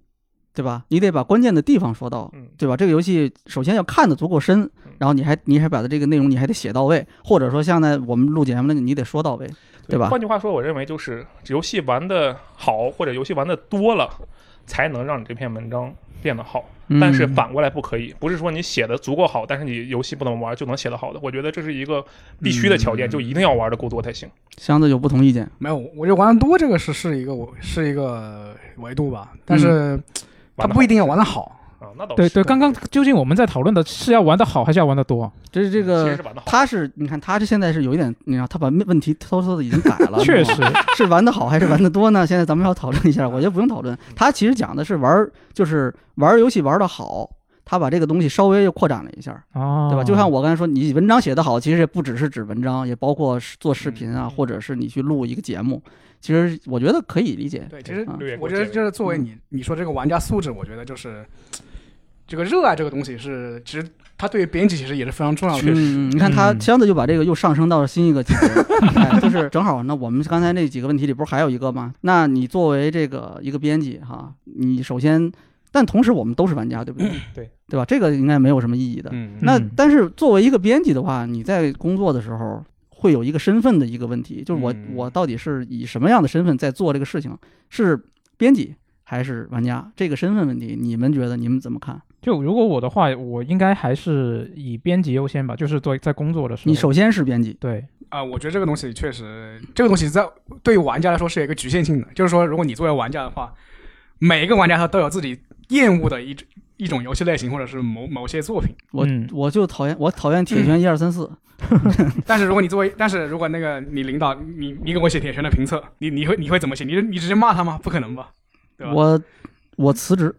B: 对吧？你得把关键的地方说到，
H: 嗯，
B: 对吧？这个游戏首先要看得足够深，然后你还你还把它这个内容你还得写到位，或者说像在我们录节目的你得说到位，对吧
H: 换句话说，我认为就是游戏玩的好，或者游戏玩的多了，才能让你这篇文章变得好。但是
B: 嗯
H: 反过来不可以，不是说你写的足够好，但是你游戏不怎么玩就能写得好的。我觉得这是一个必须的条
B: 嗯
H: 件，就一定要玩的够多才行。
B: 箱子有不同意见，
I: 没有，我觉得玩的多这个是是一个我是一个维度吧，但是
H: 嗯
I: 它
H: 玩得
I: 不一定要
H: 好
I: 玩的好。
H: 啊，那倒
A: 对
H: 是
A: 对，刚刚究竟我们在讨论的是要玩的好还是要玩的多？
B: 这是这
H: 嗯其
B: 个
H: 实是玩的好。
B: 他是你看他这现在是有一点，你知道他把问题偷偷的已经改 了，
A: 确
B: 你知
A: 实嗯
B: 道吗，是玩的好还是玩的多呢？现在咱们要讨论一下，我觉得不用讨论。他其实讲的是玩儿，就是玩儿游戏玩的好，他把这个东西稍微又扩展了一下，
A: 哦，
B: 对吧？就像我刚才说，你文章写的好，其实也不只是指文章，也包括是做视频啊，
H: 嗯
B: 或者是你去录一个节目，其实我觉得可以理解。
I: 对，其实
B: 嗯
H: 略过嗯
I: 我觉得
H: 这个
I: 就是作为你你说这个玩家素质，我觉得就是这个热爱这个东西是，其实它对于编辑其实也是非常重要的。
B: 嗯，你看他
A: 嗯
B: 箱子就把这个又上升到了新一个级别，哎 就是正好呢。我们刚才那几个问题里不是还有一个吗？那你作为这个一个编辑哈，你首先，但同时我们都是玩家，对不对？
H: 对，
B: 对吧？这个应该没有什么意义的。
D: 嗯
B: 那
A: 嗯
B: 但是作为一个编辑的话，你在工作的时候会有一个身份的一个问题，就是我、
D: 嗯
B: 我到底是以什么样的身份在做这个事情？是编辑还是玩家？这个身份问题，你们觉得你们怎么看？
A: 就如果我的话，我应该还是以编辑优先吧，就是做在工作的时候。
B: 你首先是编辑，
A: 对，
I: 啊、我觉得这个东西确实，这个东西在对于玩家来说是有一个局限性的，就是说，如果你作为玩家的话，每一个玩家他都有自己厌恶的一种一种游戏类型或者是某某些作品，
B: 我、
A: 嗯
B: 我就讨厌我讨厌铁
D: 嗯
B: 拳一二三四，
I: 但是如果你作为，但是如果那个你领导你你给我写铁拳的评测，你你会你会怎么写？你你直接骂他吗？不可能吧？对吧
B: 我我辞 职，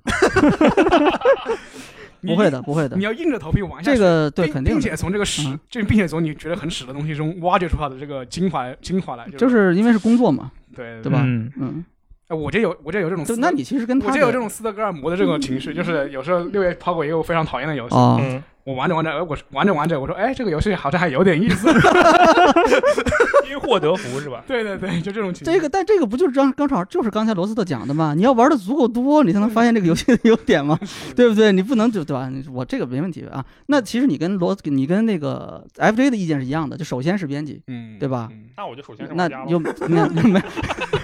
I: 你
B: 不会的，不会的
I: 你，要硬着头皮玩下
B: 这
I: 去。
B: 个对
I: 并
B: 肯定
I: 并
B: 的
I: 且，从这个屎
B: 嗯，
I: 这并且从你觉得很屎的东西中挖掘出它的这个精华精华来，
B: 就是是因为是工作嘛，
I: 对
B: 对吧
A: 嗯，
B: 嗯，
I: 哎我这有我这有这种
B: 就
I: 斯德，
B: 那你其实跟
I: 我
B: 他
I: 就有
B: 的
I: 这种斯德哥尔摩的这个情绪，就是有时候六月跑过一个我非常讨厌的游戏，
B: 啊，
H: 嗯，
I: 我玩着玩着，哎我玩着玩着，我说哎这个游戏好像还有点意思，
H: 因祸得福是吧？
I: 对对对，就这种情况。
B: 这个，但这个不就是刚刚好就是刚才罗斯特讲的嘛？你要玩的足够多，你才能发现这个游戏的 优点嘛，对不对？你不能就对吧？你我这个没问题啊。那其实你跟罗，你跟那个 FJ 的意见是一样的，就首先是编辑，
I: 嗯，
B: 对吧？
I: 嗯
H: 那我就首先是
B: 那
H: 玩家了
B: 又那没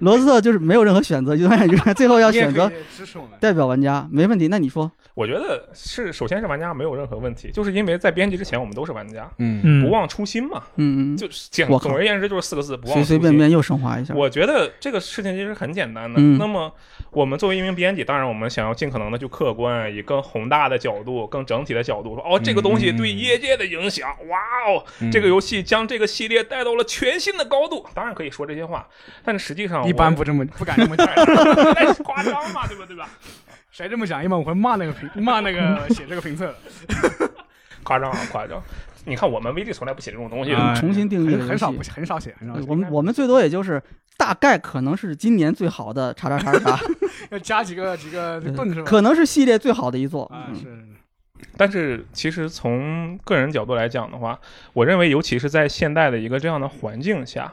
B: 罗斯特就是没有任何选择，就发现永远最后要选择
I: 你也可以支持我们。
B: 代表玩家，没问题。那你说，
H: 我觉得是，首先是玩家没有任何问题，就是因为在编辑之前我们都是玩家，
G: 嗯，
A: 嗯，
H: 不忘初心嘛。
B: 嗯嗯，
H: 就是简
B: 我靠
H: 总而言之就是四个字，不忘
B: 随
H: 初
B: 随
H: 心。
B: 便便又升华一下，
H: 我觉得这个事情其实很简单的。
B: 嗯
H: 那么，我们作为一名编辑，当然我们想要尽可能的去客观，以更宏大的角度、更整体的角度说，哦，这个东西
I: 嗯
H: 对业界的影响，哇哦，这个游戏将这个系列带到了全新的高度。当然可以说这些话，但是实际上
I: 一般
H: 我
I: 不这么不敢这么 讲，
H: 太夸张嘛，对吧？对吧？
I: 谁这么讲，一般我会骂那个评骂那个写这个评测的。
H: 夸张啊，夸张！你看我们 VG 从来不写这种东西，
I: 哎
B: 重新定义
I: 很很少不很少写，很少
B: 呃
I: 写，
B: 我们我们最多也就是大概可能是今年最好的叉叉叉 叉，
I: 要加几个几个
B: 对
I: 盾是吧？
B: 嗯可能是系列最好的一座。
I: 啊
B: 嗯
I: 是，
H: 但是其实从个人角度来讲的话，我认为尤其是在现代的一个这样的环境下，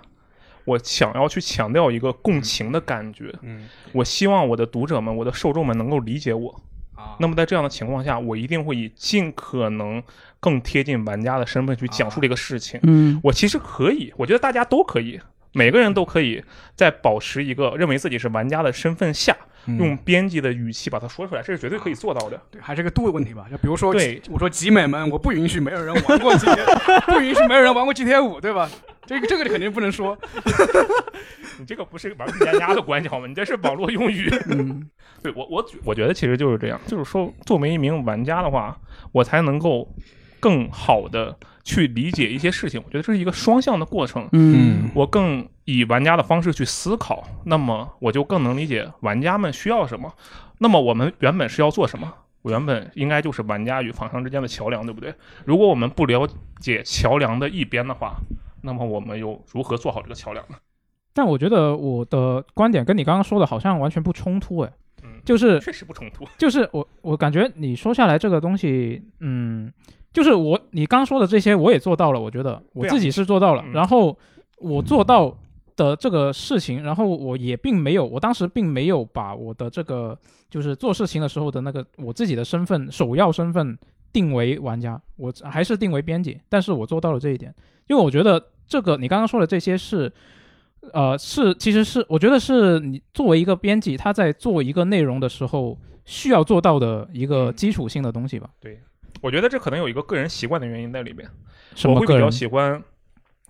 H: 我想要去强调一个共情的感觉。
I: 嗯
H: 我希望我的读者们、我的受众们能够理解我。
I: 啊，
H: 那么在这样的情况下，我一定会以尽可能更贴近玩家的身份去讲述这个事情。
B: 嗯
H: 我其实可以，我觉得大家都可以，每个人都可以在保持一个认为自己是玩家的身份下，用编辑的语气把它说出来，这是绝对可以做到的。
I: 嗯对，还是个度的问题吧。就比如说，
H: 对
I: 我说集美们，我不允许没有人玩过 GTA，不 允许没有人玩过 GTA 五，对吧？这个这个肯定不能说。
H: 你这个不是玩家家的关系好吗？你这是网络用语。
B: 嗯，
H: 对我我我觉得其实就是这样，就是说作为一名玩家的话，我才能够更好的去理解一些事情。我觉得这是一个双向的过程。
B: 嗯
H: 我更以玩家的方式去思考，那么我就更能理解玩家们需要什么。那么我们原本是要做什么？我原本应该就是玩家与厂商之间的桥梁，对不对？如果我们不了解桥梁的一边的话，那么我们又如何做好这个桥梁呢？
J: 但我觉得我的观点跟你刚刚说的好像完全不冲突，哎，
H: 嗯，
J: 就是
H: 确实不冲突。
J: 就是我我感觉你说下来这个东西，嗯，就是我你刚说的这些我也做到了，我觉得我
H: 对啊
J: 自己是做到了，
H: 嗯
J: 然后我做到的这个事情，然后我也并没有，我当时并没有把我的这个就是做事情的时候的那个我自己的身份首要身份定为玩家，我还是定为编辑，但是我做到了这一点，因为我觉得这个你刚刚说的这些是。呃，是，其实是，我觉得是你作为一个编辑，他在做一个内容的时候需要做到的一个
H: 嗯
J: 基础性的东西吧。
H: 我觉得这可能有一个个人习惯的原因在里边。
J: 什
H: 我
J: 么
H: 会比
J: 个人
H: 较？喜欢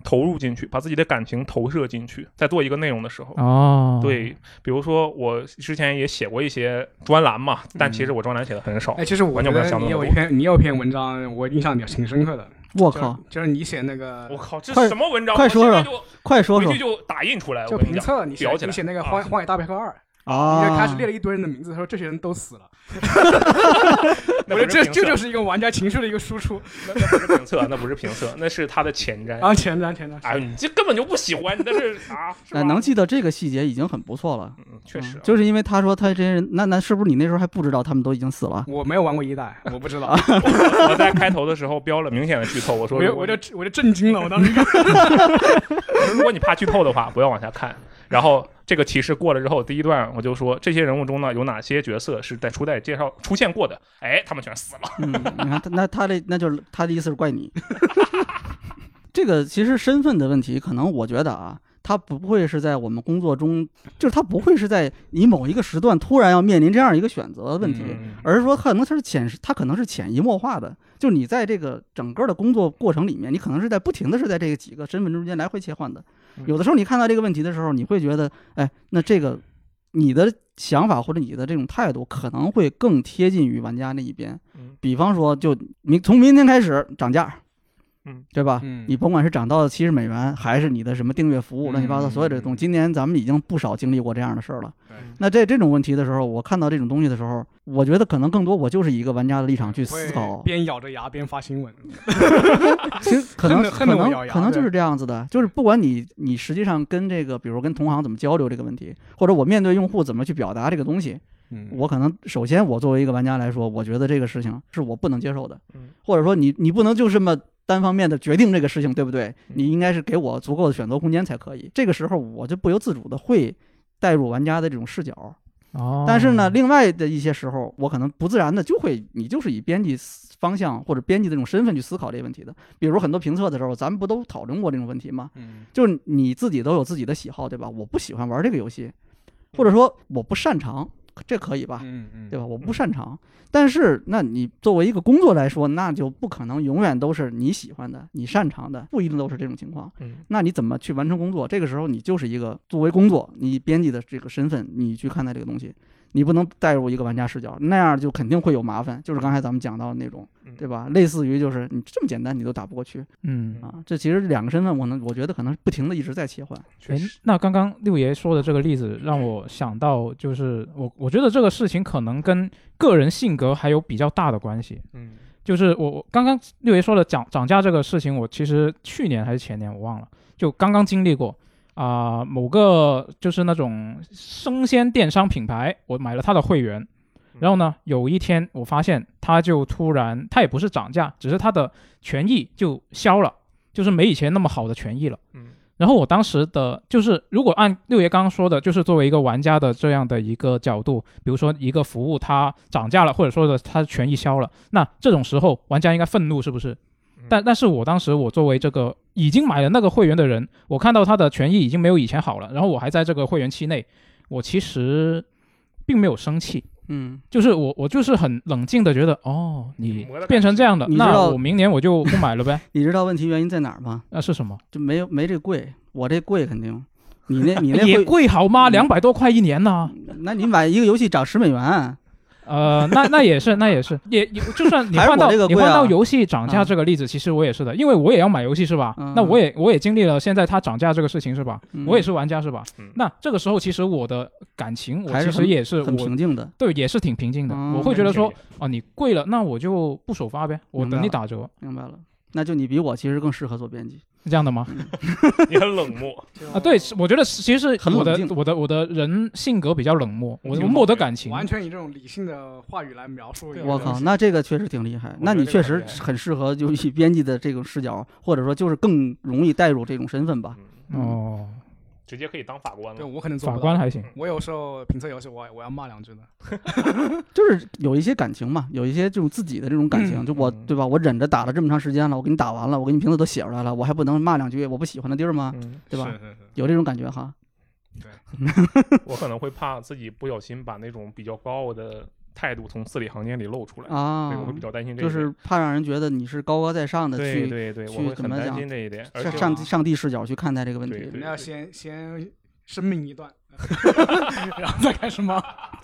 H: 投入进去，把自己的感情投射进去，在做一个内容的时候。
J: 哦，，
H: 对，比如说我之前也写过一些专栏嘛，但其实
J: 嗯
H: 我专栏写的很少
I: 哎，。其实我
H: 完
I: 觉
H: 全不敢
I: 得
H: 想那
I: 你
H: 么
I: 有一
H: 多
I: 篇你有一篇文章，我印象比较挺深刻的。
B: 我
I: 就
B: 靠，，
I: 就是你写那个
H: 我，靠，这
B: 快
H: 什么文章？
B: 快说
H: 我
B: 说
H: 现在就
B: 快说说
H: 回去就打印出来。
I: 就
H: 我跟你
I: 评
H: 讲，
I: 测，你写
H: 裱起来
I: 你写那个《
H: 啊
I: 荒荒野大镖客二》，你就
B: 啊
I: 开始列了一堆人的名字，他说这些人 都死了。
H: 那
I: 我
H: 不
I: 觉得
H: 是
I: 这这
H: 评测
I: 就是一个玩家情绪的一个输出。
H: 那那不是评测，那不是评测，那是他的前
I: 然
H: 瞻。
I: 后啊前瞻前瞻，
H: 哎呦，你这根本就不喜欢，你这是啊？是吧
B: 呃能记得这个细节已经很不错了。
H: 嗯确
B: 嗯
H: 实啊，
B: 就是因为他说他这些人，那那是不是你那时候还不知道他们都已经死了？
I: 我没有玩过一代，我不知道，
H: 我我在开头的时候标了明显的剧透，我说
I: 我就
H: 如果
I: 我就我就震惊了，我当时就
H: 如果你怕剧透的话，不要往下看。然后这个提示过了之后，第一段我就说这些人物中呢有哪些角色是在初代介绍出现过的？哎，他们全死了。
B: 嗯，你看他那他的那就是他的意思是怪你。这个其实身份的问题，可能我觉得啊，他不会是在我们工作中，就是他不会是在你某一个时段突然要面临这样一个选择的问题，
H: 嗯
B: 而是说可能它是潜，它可能是潜移默化的，就你在这个整个的工作过程里面，你可能是在不停的是在这个几个身份中间来回切换的。
H: 嗯
B: 有的时候你看到这个问题的时候，你会觉得，哎，那这个你的想法或者你的这种态度可能会更贴近于玩家那一边
H: 嗯。
B: 比方说，就明从明天开始涨价。
H: 嗯，
B: 对吧？
I: 嗯
B: 你甭管是涨到七十美元，还是你的什么订阅服务乱七
I: 嗯
B: 八糟所有这些东西，今年咱们已经不少经历过这样的事儿了。那在这种问题的时候，我看到这种东西的时候，我觉得可能更多我就是以一个玩家的立场去思考
I: 会，边咬着牙边发新闻。
B: 哦 其实可能
I: 恨
B: 可
I: 得 恨得我咬
B: 能
I: 牙
B: 可能就
I: 对
B: 是这样子的，就是不管你你实际上跟这个，比如跟同行怎么交流这个问题，或者我面对用户怎么去表达这个东西，
H: 嗯
B: 我可能首先我作为一个玩家来说，我觉得这个事情是我不能接受的
H: 嗯，
B: 或者说你你不能就这么单方面的决定这个事情，对不对？
H: 嗯
B: 你应该是给我足够的选择空间才可以。这个时候，我就不由自主的会带入玩家的这种视角。
J: 哦，
B: 但是呢，另外的一些时候，我可能不自然的就会，你就是以编辑思方向或者编辑的这种身份去思考这个问题的。比如很多评测的时候，咱们不都讨论过这种问题吗？
H: 嗯，
B: 就是你自己都有自己的喜好，对吧？我不喜欢玩这个游戏，或者说我不擅长，这可以吧？
H: 嗯嗯，
B: 对吧？我不擅长，但是那你作为一个工作来说，那就不可能永远都是你喜欢的、你擅长的，不一定都是这种情况。
H: 嗯，
B: 那你怎么去完成工作？这个时候你就是一个作为工作，你编辑的这个身份，你去看待这个东西，你不能带入一个玩家视角，那样就肯定会有麻烦。就是刚才咱们讲到的那种
H: 嗯，
B: 对吧？类似于就是你这么简单你都打不过去
J: 嗯，
B: 啊，这其实两个身份，我能我觉得可能不停的一直在切换。
H: 确
J: 哎
H: 实，，
J: 那刚刚六爷说的这个例子让我想到，就是我我觉得这个事情可能跟个人性格还有比较大的关系。
H: 嗯
J: 就是我我刚刚六爷说的涨涨价这个事情，我其实去年还是前年我忘了，就刚刚经历过啊、某个就是那种生鲜电商品牌，我买了他的会员，然后呢，有一天我发现他就突然，他也不是涨价，只是他的权益就消了，就是没以前那么好的权益了。
H: 嗯
J: 然后我当时的就是，如果按六爷刚刚说的，就是作为一个玩家的这样的一个角度，比如说一个服务它涨价了，或者说的它权益消了，那这种时候玩家应该愤怒，是不是？
H: 嗯
J: 但但是我当时我作为这个已经买了那个会员的人，我看到他的权益已经没有以前好了，然后我还在这个会员期内，我其实并没有生气，
B: 嗯，
J: 就是我我就是很冷静的觉得，哦，你
H: 磨得
J: 变成这样的，
B: 你知道。
J: 那我明年我就不买了呗
B: 你知道问题原因在哪儿吗？
J: 那是什么？
B: 就没有没这贵，我这贵肯定。你 那 你那
J: 也
B: 会，嗯
J: 贵好吗？两百多块一年呢、
B: 那你买一个游戏涨十美元，
J: 呃，那那也是，那也是，也 也
A: 嗯
J: 就算你
B: 还是
J: 换
B: 我
J: 到、
B: 这个
J: 你
B: 贵
J: 换
B: 啊
J: 到游戏涨价
B: 嗯
J: 这个例子，其实我也是的，因为我也要买游戏是吧？那我也我也经历了现在它涨价这个事情是吧？
B: 嗯
J: 我也是玩家是吧？
H: 嗯
J: 那这个时候其实我的感情，我
B: 还是
J: 其
B: 很
J: 实也是
B: 很
J: 我
B: 平静的。
J: 对也是挺平静的，
B: 哦
J: 我会觉得说
H: 很
J: 哦你贵了，那我就不首发呗，我
B: 明白
J: 等你
B: 了
J: 打折，
B: 明白了，那就你比我其实更适合做编辑。嗯
J: 是这样的吗？
H: 你很冷漠，
J: 啊，对，是我觉得是其实是
B: 很
J: 我的
B: 冷静
J: 我的我的人性格比较冷漠，我我
H: 挺冷
J: 没得
H: 的
J: 感情，
I: 完全以这种理性的话语来描述一个
B: 我
I: 东
B: 靠，
I: 西
B: 那这个确实挺厉害。那你确实很适合就以编辑的这种视角，或者说就是更容易带入这种身份吧。
J: 哦，
H: 直接可以当法官
I: 对
H: 了。
I: 我可能做
J: 法
I: 不
J: 官
I: 到。
J: 还行，
I: 我有时候评测游戏，我我要骂两句的。
B: 就是有一些感情嘛，有一些这种自己的这种感情，就我
J: 嗯
B: 对吧？我忍着打了这么长时间了，我给你打完了，我给你名字都写出来了，我还不能骂两句我不喜欢的地儿吗？
H: 嗯，
B: 对吧
I: 是？是是
B: 有这种感觉哈。
H: 我可能会怕自己不小心把那种比较高傲的态度从字里行间里露出来，
B: 啊
H: 对，我会比较担心这
B: 就
H: 个。
B: 是怕让人觉得你是高高在上的
H: 对
B: 去
H: 对对，
B: 去
H: 我会
B: 怎
H: 很
B: 么
H: 担
B: 讲
H: 心这一点，而
B: 上
H: 且
B: 上上帝视角去看待这个问
H: 对
B: 题
H: 对。
I: 那要先先生 命一段，然后再开始骂。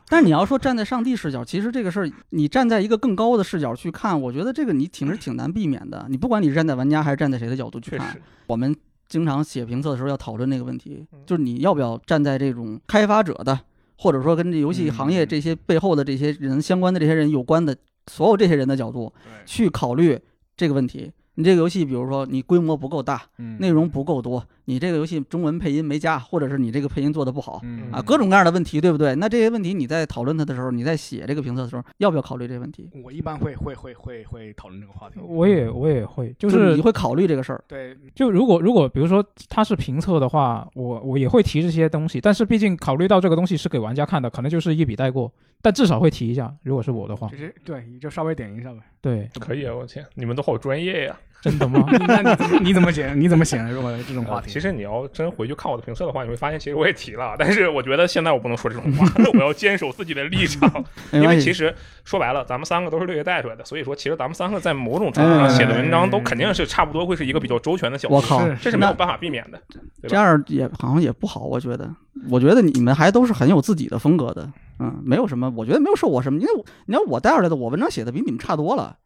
B: 但是你要说站在上帝视角，其实这个事儿，你站在一个更高的视角去看，我觉得这个你挺是挺难避免的。你不管你是站在玩家还是站在谁的角度去
H: 确
B: 看
H: 实，，
B: 我们经常写评测的时候要讨论这个问题
H: 嗯，
B: 就是你要不要站在这种开发者的，或者说跟这游戏行业
H: 嗯
B: 这些背后的这些人相关的这些人有关的所有这些人的角度
H: 对，
B: 去考虑这个问题。你这个游戏，比如说你规模不够大，
H: 嗯
B: 内容不够多，你这个游戏中文配音没加，或者是你这个配音做的不好，
H: 嗯
B: 啊，各种各样的问题，对不对？那这些问题你在讨论它的时候，你在写这个评测的时候，要不要考虑这个问题？
I: 我一般会会会会会讨论这个话题。
J: 我也我也会，就
B: 就是你会考虑这个事儿，
I: 对
J: 就如果如果比如说它是评测的话，我我也会提这些东西，但是毕竟考虑到这个东西是给玩家看的，可能就是一笔带过，但至少会提一下。如果是我的话
I: 就，是对，你就稍微点一下呗。
J: 对，
H: 可以啊！我天，你们都好专业 呀！
J: 真的吗？
I: 那你怎么 你怎么写？你怎么写呢？如果这种话
H: 呃
I: 题，
H: 其实你要真回去看我的评测的话，你会发现其实我也提了，但是我觉得现在我不能说这种话， 我要坚守自己的立场。
B: 没
H: 因为
B: 关
H: 其
B: 系。
H: 实说白了，咱们三个都是六爷带出来的，所以说其实咱们三个在某种程
B: 哎
H: 度上写的文章都肯定是差不多，会是一个比较周全的小
B: 我
H: 说。
B: 靠，
I: 是
H: 这是没有办法避免的。对吧
B: 这样也好像也不好，我觉得。我觉得你们还都是很有自己的风格的，嗯，没有什么，我觉得没有受我什么，因为我你看我带出来的，我文章写的比你们差多了。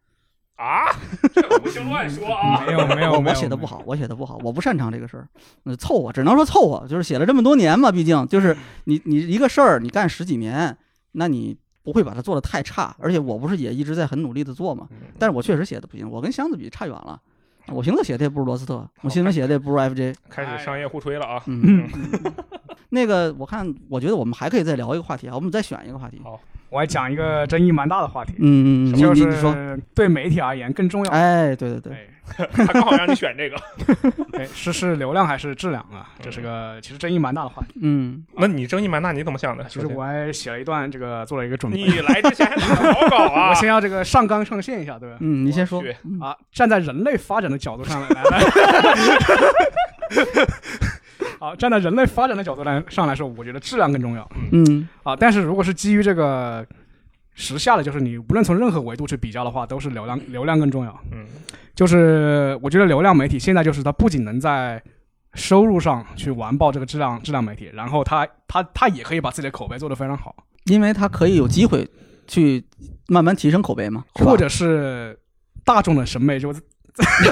H: 啊，这可不行乱说啊！
I: 没有没有，
B: 我
I: 没
B: 我
I: 有
B: 写的不。好，我写的不好，我不擅长这个事儿，嗯凑合，只能说凑合，就是写了这么多年嘛，毕竟
I: 嗯
B: 就是你你一个事儿你干十几年，那你不会把它做的太差，而且我不是也一直在很努力的做嘛，
I: 嗯
B: 但是我确实写的不行，我跟箱子比差远了，我评测写的也不如罗斯特，我新闻写的也不如 FJ，
H: 开始商业互吹了啊！
B: 嗯，嗯那个我看我觉得我们还可以再聊一个话题啊，我们再选一个话题，
H: 好，
I: 我还讲一个争议蛮大的话题，
B: 嗯嗯嗯，你
I: 就
B: 你你说，
I: 是对媒体而言更
A: 哦
I: 重要。
B: 哎，对对对，
I: 对，
H: 他刚好让你选这个， 嗯
I: 哎，是是流量还是质量啊？这是个其实争议蛮大的话题。
B: 嗯，
H: 那你争议蛮大，你怎么想的？
I: 其实我还写了一段这个做了一个准备，
H: 你来之前还得好稿啊
I: 我，先要这个上纲上线一下，对吧？
B: 嗯，你先说
H: 我，去
B: 嗯
I: 啊，站在人类发展的角度上来 来， 好，站在人类发展的角度来上来说，我觉得质量更重要
B: 嗯
I: 啊。但是如果是基于这个时下的，就是你无论从任何维度去比较的话，都是流量流量更重要。
H: 嗯，
I: 就是我觉得流量媒体现在就是它不仅能在收入上去完爆这个质量质量媒体，然后它它它也可以把自己的口碑做得非常 好，
B: 因为他可以有机会去慢慢提升口碑嘛，是吧
I: 或者是大众的审美就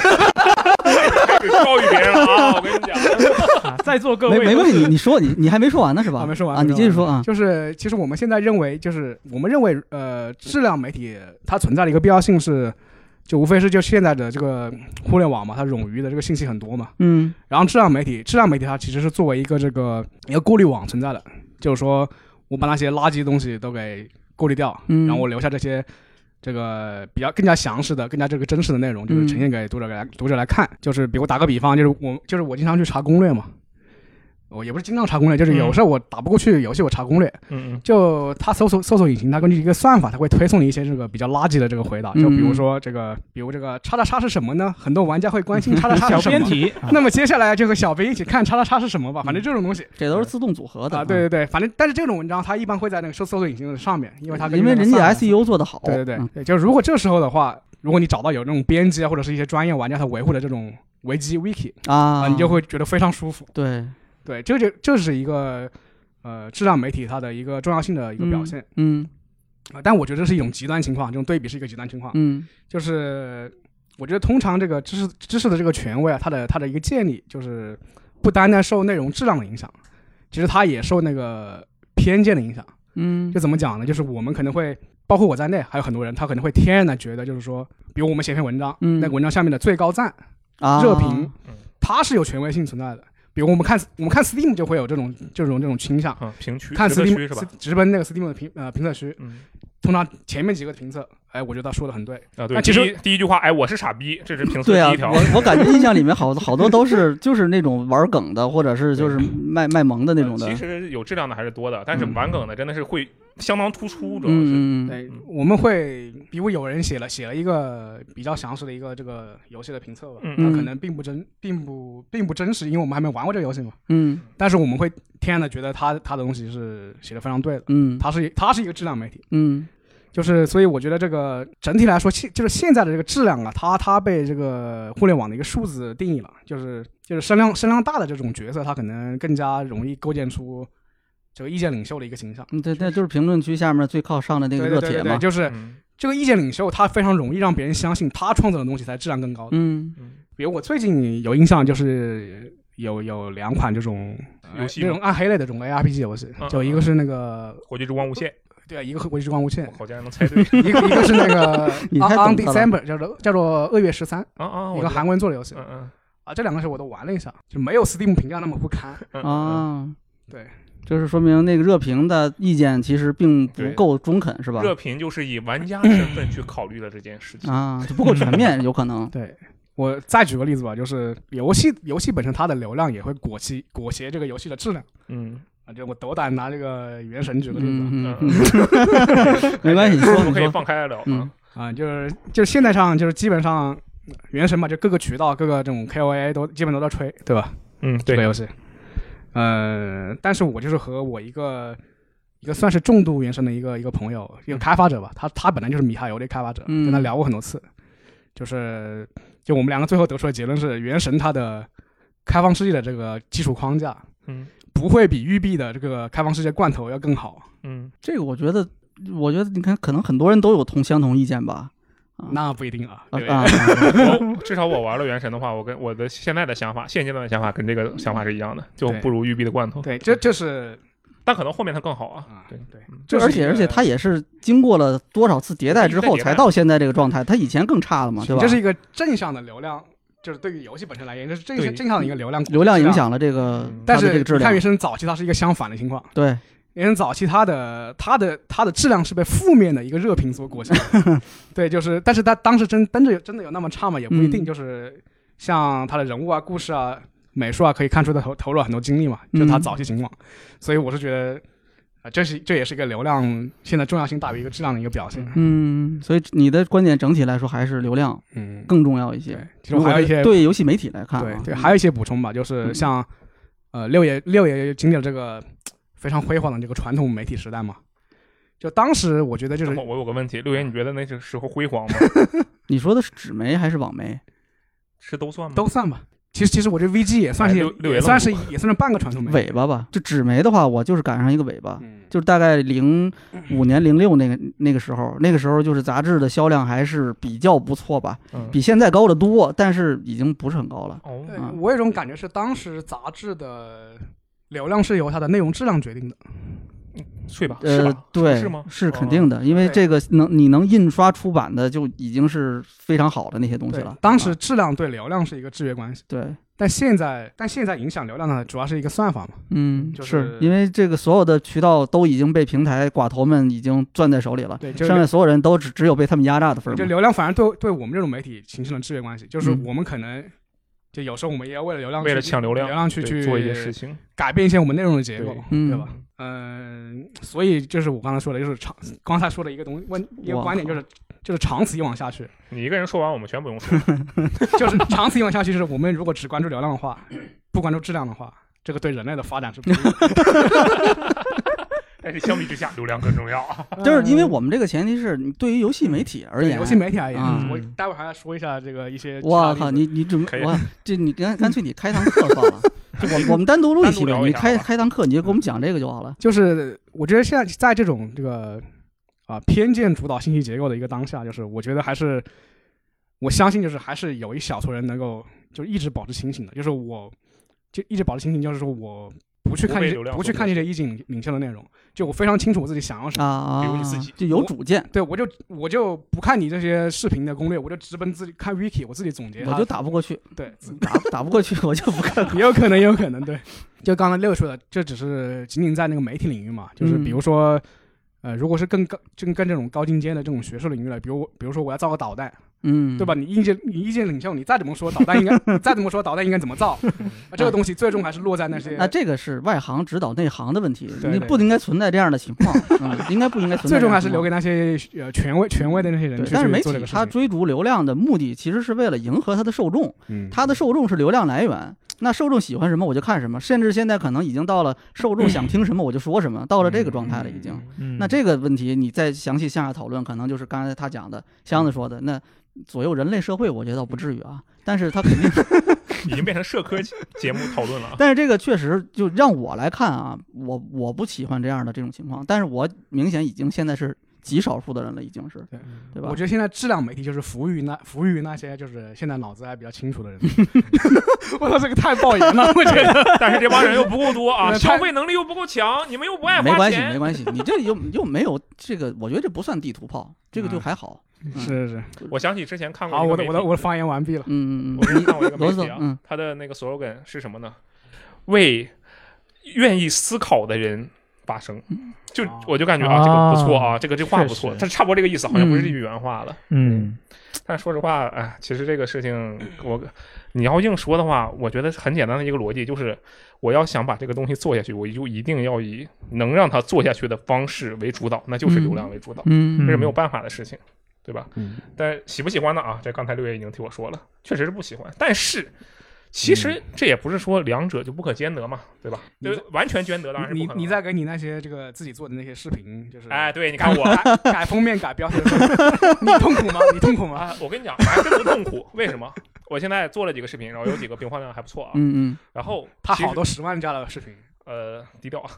H: 开始教育别人了啊！我跟你讲，
J: 啊，在座各
B: 没
J: 位
B: 没
J: 都
B: 问
J: 是
B: 题，你你说你你还没说完呢是吧？
I: 还没说完
B: 啊，你继续说啊，
I: 就是其实我们现在认为，就是我们认为，呃，质量媒体它存在的一个必要性是，就无非是就现在的这个互联网嘛，它冗余的这个信息很多嘛。
B: 嗯
I: 然后质量媒体，质量媒体它其实是作为一个这个一个过滤网存在的，就是说我把那些垃圾的东西都给过滤掉，
B: 嗯
I: 然后我留下这些。这个比较更加详实的、更加这个真实的内容，就是呈现给读者来、读者来看。就是比如打个比方，就是我就是我经常去查攻略嘛，我也不是经常查攻略，就是有时候我打不过去游戏，我查攻略，
H: 嗯嗯
I: 就它搜索搜索引擎，它根据一个算法，它会推送你一些这个比较垃圾的这个回答，
B: 嗯
I: 就比如说这个，比如这个叉叉叉是什么呢？很多玩家会 关心叉叉叉
J: 小
I: 是什
J: 编
I: 么。
J: 辑，
I: 那么接下来就和小编一起看叉叉叉是什么
B: 嗯
I: 吧，反正这种东西
B: 这都是自动组合的
I: 啊，对对对，反正但是这种文章它一般会在那个搜搜索引擎的上面，因为它根
B: 因
I: 据
B: 为
I: 那个
B: 人
I: 算
B: 家 E
I: 法
B: SEO 做得好，
I: 对对对
B: 嗯，
I: 对，就如果这时候的话，如果你找到有那种编辑啊或者是一些专业玩家他维护的这种维基 wiki
B: 啊，
I: 啊，你就会觉得非常舒服。
B: 对
I: 对，这就这是一个呃质量媒体它的一个重要性的一个表现。，
B: 嗯
I: 啊，但我觉得这是一种极端情况，这种对比是一个极端情况。
B: 嗯
I: 就是我觉得通常这个知识知识的这个权威啊，它的它的一个建立，就是不单单受内容质量的影响，其实它也受那个偏见的影响。
B: 嗯
I: 就怎么讲呢？就是我们可能会，包括我在内，还有很多人，他可能会天然的觉得，就是说，比如我们写篇文章，
B: 嗯
I: 那个文章下面的最高赞、
B: 啊
I: 热评
H: 嗯，
I: 它是有权威性存在的。比如我们看我们看 Steam 就会有这种这种这种倾向，
H: 嗯，评区
I: 看
H: 评
I: Steam
H: 区是吧？
I: 直奔那个 Steam 的评呃评测区，
H: 嗯
I: 通常前面几个评测，哎，我觉得他说的很对。
H: 啊，
I: 那
H: 对，
I: 其实
H: 第一第一句话，哎，我是傻逼，这是评测
B: 对啊，
H: 第一条。
B: 我我感觉印象里面好好多都是就是那种玩梗的，或者是就是卖卖萌的那种的，
H: 其
B: 嗯
H: 实有质量的还是多的，但是
B: 嗯
H: 玩梗的真的是会相当突出，主要是。
B: 嗯嗯
I: 对，我们会，比如有人写了写了一个比较详实的一个这个游戏的评测吧，
H: 嗯
I: 那
B: 嗯
I: 可能并不真，并不并不真实，因为我们还没玩过这个游戏嘛。
B: 嗯
I: 但是我们会天然的觉得他他的东西是写的非常对的，
B: 嗯
I: 他是他是一个质量媒体，
B: 嗯
I: 就是所以我觉得这个整体来说，现就是现在的这个质量啊，它它被这个互联网的一个数字定义了，就是就是声量声量大的这种角色，它可能更加容易构建出这个意见领袖的一个形象。
B: 嗯，对，那就是评论区下面最靠上的那个
I: 对对
B: 热
I: 对
B: 帖
I: 对对，
B: 嘛，
I: 就是
H: 嗯
I: 这个意见领袖他非常容易让别人相信他创造的东西才质量更高的。
B: 嗯
I: 比如我最近有印象就是有有两款这种
H: 游戏
I: 这
H: 吗
I: 种暗黑类的这种 ARPG 游戏
H: 嗯，
I: 就一个是那个
H: 火炬之光无限，
I: 对啊，一个是《国际之光无限
H: 我》，好像能猜对
I: 一个一个是那个
B: 你太懂
I: On On
B: 他了
I: December 叫做叫做二月十三，
H: 啊啊！
I: 一
H: 我
I: 个
H: 知道
I: 韩国人做的游戏
H: 嗯嗯
I: 啊，这两个是我都玩了一下，就没有 Steam 评价那么不堪。
H: 嗯嗯嗯
B: 啊，
I: 对，
B: 就是说明那个热评的意见其实并不够中肯，是吧？
H: 热评就是以玩家身份去考虑了这件事情。
B: 啊，就不够全 面，有可能。
I: 对我再举个例子吧，就是游戏游戏本身它的流量也会裹挟裹挟这个游戏的质量
H: 嗯，
I: 啊，就我斗胆拿这个《原神》举个例子啊。
B: 嗯嗯
H: 嗯
B: 嗯， 没关系，你说
H: 我
B: 你
H: 可以
B: 说，
H: 放开来聊。
B: 嗯，
I: 啊，就是就是现在上就是基本上呃原神嘛，就各个渠道、各个这种 KOA 都基本都在吹，对吧？
H: 嗯，
I: 这个
H: 对，
I: 游戏，呃，但是我就是和我一个一个算是重度原神的一个一个朋友，一个开发者吧，他他本来就是米哈游的开发者，
B: 嗯
I: 跟他聊过很多次，就是就我们两个最后得出的结论是，原神它的开放世界的这个基础框架，
H: 嗯
I: 不会比育碧的这个开放世界罐头要更好。
H: 嗯，
B: 这个我觉得，我觉得你看，可能很多人都有同相同意见吧。啊
I: 那不一定啊，
B: 啊
I: 对
B: 啊，
H: 我哦至少我玩了原神的话，我跟我的现在的想法，现阶段的想法跟这个想法是一样的，就不如育碧的罐头。
I: 对，这就是
H: 但可能后面它更好啊
I: 啊。
H: 对，
I: 对，
B: 就而且而且他也是经过了多少次迭代之后
H: 迭代
B: 才到现在这个状态，他以前更差了嘛，对吧？
I: 这是一个正向的流量，就是对于游戏本身来言，这是正
H: 对
I: 正向的一个流量
B: 嗯
I: 啊
B: 流量影。响了这个
H: 嗯
B: 它
I: 但
B: 的这
I: 是
B: 个质
I: 看
B: 量
I: 原。神早期它是一个相反的情况，
B: 对，
I: 人早期它的它的它的质量是被负面的一个热评所裹挟 的，对，就是，但是它当时真真的有真的有那么差吗？也不一定，
B: 嗯
I: 就是像它的人物啊、故事啊、美术啊，可以看出它投投入了很多精力嘛，就它
B: 嗯
I: 早期情况，所以我是觉得啊、这是这也是一个流量现在重要性大于一个质量的一个表现，
B: 嗯，所以你的观点整体来说还是流量
I: 嗯，
B: 更重要一些
I: 对。，其实
B: 如
I: 还
B: 果
I: 有一些
B: 是对游戏媒体来看啊，
I: 对对，
B: 嗯
I: 还有一些补充吧，就是
B: 嗯
I: 像呃六爷六爷经历了这个非常辉煌的这个传统媒体时代嘛，就当时我觉得就是
H: 那么我有个问题，六爷，你觉得那个时候辉煌吗？
B: 你说的是纸媒还是网媒？
H: 是都算吗？
I: 都算吧。其实其实我这 VG 也算是
H: 哎六六爷
I: 也
H: 愣
I: 算
H: 住
I: 是也算是半个传统媒体，
B: 尾巴吧，就纸媒的话，我就是赶上一个尾巴，
H: 嗯
B: 就是大概零五年、零六那个那个时候，那个时候就是杂志的销量还是比较不错吧，
H: 嗯
B: 比现在高的多，但是已经不是很高了。
H: 哦，
I: 对
B: 嗯
I: 我有一种感觉是当时杂志的流量是由它的内容质量决定的，
H: 嗯睡
I: 啊
H: 吧，是
B: 呃
H: 吧？，
B: 对，
H: 是吗？哦
B: 是肯定的，因为
I: 哦对
B: 这个能你能印刷出版的就已经是非常好的那些东西
I: 对
B: 了。，
I: 当
B: 啊
I: 时质量对流量是一个制约关系，
B: 对，
I: 但现在但现在影响流量的主要是一个算法嘛，
B: 嗯，
I: 就是是
B: 因为这个所有的渠道都已经被平台寡头们已经攥在手里了，
I: 对，就是
B: 上面所有人都只只有被他们压榨的份儿
I: 就
B: 嘛。
I: 流量反而对对我们这种媒体形成了制约关系，就是
B: 嗯
I: 我们可能就有时候我们也要为了流量去，
H: 为了抢流量，
I: 流量去
H: 对
I: 去
H: 做一些事，情，
I: 改变一些我们内容的结构
H: 对，
B: 嗯
I: 对吧？嗯，所以就是我刚才说的，就是长刚才说的一个东西问一个
B: 哇
I: 观点，就是就是长此以往下去，
H: 你一个人说完，我们全不用说。
I: 就是长此以往下去，就是我们如果只关注流量的话，不关注质量的话，这个对人类的发展是不利的。
H: 但是相比之下，流量更重要啊。
B: 就是因为我们这个前提是你对于游戏媒体而
I: 呃嗯对
B: 言，
I: 游戏媒体而言
B: 嗯，
I: 我待会儿还要说一下这个一些其他
B: 我
I: 例子。
B: 靠，你你准
H: 可
B: 备
H: 以
B: 哇，这你干干脆你开堂课算了， 就我我们单独录一期
H: 单独
B: 吧，
H: 聊一
B: 你
H: 下
B: 开
H: 好吧
B: 开堂课你就给我们讲这个就好了。
I: 就是我觉得现在在这种这个啊偏见主导信息结构的一个当下，就是我觉得还是我相信，就是还是有一小撮人能够就一直保持清醒的，就是我就一直保持清醒，就是说我不去看
H: 不被
I: 这
H: 流量
I: 不去
H: 所
I: 看这些意境领袖的内容，就我非常清楚我自己想要什么。
B: 啊，
H: 比如你自己
B: 就有主见，
I: 对，我就我就不看你这些视频的攻略，我就直奔自己看 wiki，我自己总结它。
B: 我就打不过去，嗯
I: 对，
B: 打打不过去我就不看。
I: 也有可能，也有可能， 对。就刚才六说的，这只是仅仅在那个媒体领域嘛，就是比如
B: 嗯
I: 说，呃，如果是更高、更更这种高精尖的这种学术领域了，比如我，比如说我要造个导弹，
B: 嗯，
I: 对吧？？你意见你意见领袖，你再怎么说导弹 应该，你再怎么说导弹应该怎么造，啊这个东西最终还是落在那些
B: 那这个是外行指导内行的问题，
I: 对
B: 你
I: 对
B: 不应该存在这样的情 况，嗯，应该不应该存在这样的情况。
I: 最终还是留给那些呃权威权威的那些人
B: 对
I: 去，
B: 但是媒体
I: 去做这个事
B: 它
I: 情。
B: 追逐流量的目的其实是为了迎合它的受众，
G: 嗯
B: 它的受众是流量来源。那受众喜欢什么我就看什么，甚至现在可能已经到了受众想听什么我就说什么，到了这个状态了已经。
A: 嗯
B: 那这个问题你再详细向下讨论，可能就是刚才他讲的箱子说的，那左右人类社会，我觉得倒不至于啊。但是它肯定，
H: 已经变成社科节目讨论了 啊。
B: 但是这个确实就让我来看啊，我我不喜欢这样的这种情况，但是我明显已经现在是极少数的人了，已经是
I: 对，
B: 对吧？
I: 我觉得现在质量媒体就是服务于那服务于那些就是现在脑子还比较 清楚的人。 我操，这个太爆 言了，我觉得。
H: 但是这帮人又不够多啊，
I: 那
H: 消
I: 他
H: 费能力又不够强，你们又不爱
B: 没
H: 花
B: 关系，没
H: 钱。
B: 关系，你这又又没有这个，我觉得这不算地图炮，这个就还好。嗯
I: 是是是，
H: 我想起之前看过
I: 嗯好，
H: 一个
I: 我的
H: 媒
I: 我的
H: 体
I: 我的发言完毕了。
B: 嗯嗯
H: 我之前看过一个
B: 嗯，
H: 媒
B: 罗
H: 体
B: 总
H: 啊，，
B: 嗯
H: 他的那个 slogan 是什么呢？为愿意思考的人发声。就
I: 啊
H: 我就感觉啊，这个不错啊，这个这话不错
A: 确，实
H: 它差不多这个意思，好像不是这句原话了。
A: 嗯，
H: 但说实话，哎，其实这个事情，我你要硬说的话，我觉得很简单的一个逻辑就是，我要想把这个东西做下去，我就一定要以能让它做下去的方式为主导，那就是流量为主导，
B: 嗯
H: 这
A: 嗯
H: 是没有办法的事情，对吧？
G: 嗯
H: 但喜不喜欢呢？啊，这刚才六爷已经替我说了，确实是不喜欢。但是，其实这也不是说两者就不可兼得嘛，对吧？
I: 嗯你
H: 就完全兼得当然是
I: 你
H: 不可能。
I: 你再给你那些这个自己做的那些视频，就是
H: 哎，对，你看我
I: 改改封面、改标题的时候，你痛苦吗？你痛苦吗？
H: 啊，我跟你讲，我还真不痛苦。为什么？我现在做了几个视频，然后有几个播放量还不错啊。
B: 嗯
H: 然后
I: 他
H: 其实
I: 好多十万加的视频，
H: 呃低调啊。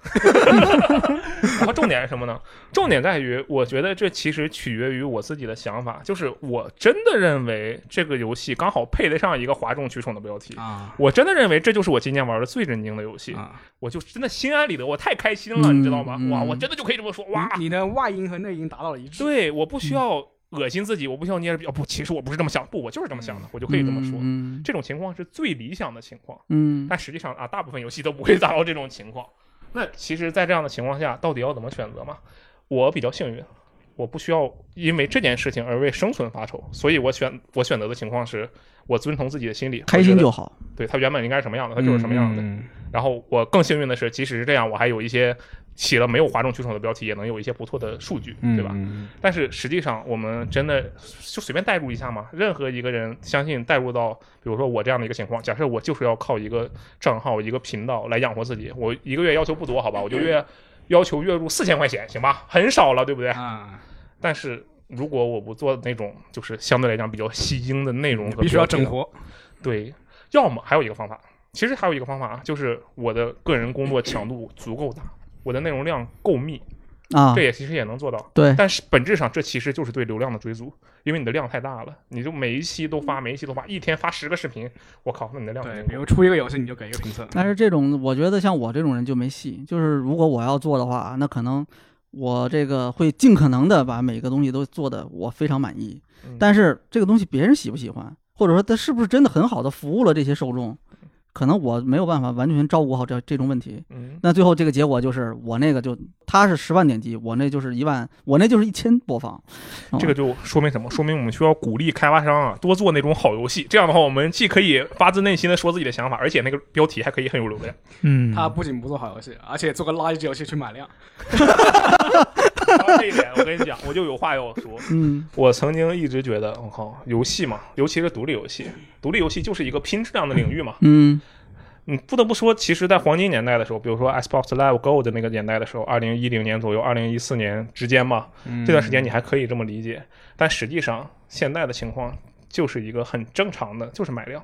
H: 然后重点是什么呢？重点在于，我觉得这其实取决于我自己的想法，就是我真的认为这个游戏刚好配得上一个哗众取宠的标题。
I: 啊
H: 我真的认为这就是我今年玩的最震惊的游戏，
I: 啊！
H: 我就真的心安理得，我太开心了，
B: 嗯
H: 你知道吗？
B: 嗯
H: 哇，我真的就可以这么说，哇！
I: 你你的外音和内音达到了一致，嗯
H: 对，我不需要恶心自己，我不需要捏着鼻，哦不，其实我不是这么想，不，我就是这么想的，我就
B: 嗯，
H: 可以这么说。
B: 嗯
H: 这种情况是最理想的情况，
B: 嗯，
H: 但实际上啊，大部分游戏都不会达到这种情况。那其实，在这样的情况下，到底要怎么选择嘛？我比较幸运，我不需要因为这件事情而为生存发愁，所以我选我选择的情况是，我遵从自己的心理，
B: 开心就好。
H: 对它原本应该是什么样的，它就是什么样的。
D: 嗯
H: 然后我更幸运的是，即使是这样，我还有一些起了没有哗众取宠的标题，也能有一些不错的数据，对吧？
D: 嗯
H: 但是实际上，我们真的就随便代入一下嘛。任何一个人，相信代入到，比如说我这样的一个情况，假设我就是要靠一个账号、一个频道来养活自己，我一个月要求不多， 好吧，我就月要求月入四千块钱，行吧，很少了，对不对？
I: 啊，
H: 但是如果我不做那种就是相对来讲比较吸睛的内容和
I: 必须要
H: 标
I: 整
H: 题
I: 活。
H: 对，要么还有一个方法，其实还有一个方法啊，就是我的个人工作强度足够大，我的内容量够密，
B: 啊
H: 这，也其实也能做到。
B: 对，
H: 但是本质上，这其实就是对流量的追逐，因为你的量太大了，你就每一期都
B: 嗯
H: 发，每一期都发，一天发十个视频，我靠，那你的量肯
I: 对，
H: 定
I: 比
H: 够
I: 如出一个游戏，你就给一个评测。
B: 但是这种我觉得像我这种人就没戏，就是如果我要做的话，那可能我这个会尽可能的把每个东西都做的我非常满意，
H: 嗯
B: 但是这个东西别人喜不喜欢，或者说它是不是真的很好的服务了这些受众，可能我没有办法完全照顾好这这种问题。
H: 嗯，
B: 那最后这个结果就是我那个就他是十万点击，我那就是一万，我那就是一千播放。哦
H: 这个就说明什么？说明我们需要鼓励开发商啊，多做那种好游戏。这样的话，我们既可以发自内心的说自己的想法，而且那个标题还可以很有流量。
A: 嗯，
I: 他不仅不做好游戏，而且做个垃圾游戏去买量。
H: 说到啊这一点，我跟你讲，我就有话要 说。
B: 嗯
H: 我曾经一直觉得，我、靠，游戏嘛，尤其是独立游戏，独立游戏就是一个拼质量的领域嘛。
B: 嗯
H: 你不得不说，其实，在黄金年代的时候，比如说 Xbox Live Gold 那个年代的时候，二零一零年左右，二零一四年之间嘛，
I: 嗯
H: 这段时间你还可以这么理解。但实际上，现在的情况就是一个很正常的，就是买量，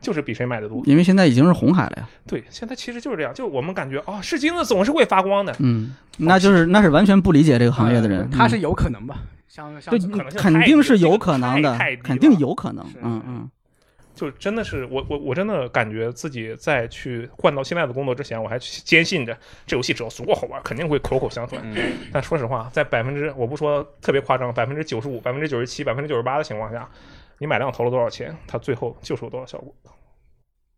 H: 就是比谁买的多。
B: 因为现在已经是红海了呀。
H: 对，现在其实就是这样，就是我们感觉啊、是金子总是会发光的，
B: 嗯，那就是那是完全不理解这个行
H: 哎
B: 业的人。
I: 他是
B: 嗯
I: 有可能吧？像像
B: 对
H: 可能性
B: 肯
H: 太
B: 定
H: 低
B: 是
H: 了这
B: 有
H: 个
B: 可能的
H: 太太低，
B: 肯定
H: 了
B: 有可能
I: 是。
B: 嗯嗯，
H: 就真的是我我我真的感觉自己在去换到现在的工作之前，我还坚信着这游戏只要足够好玩，肯定会口口相传。但说实话，在百分之我不说特别夸张，百分之九十五、百分之九十七、百分之九十八的情况下，你买量投了多少钱，它最后就是有多少效果。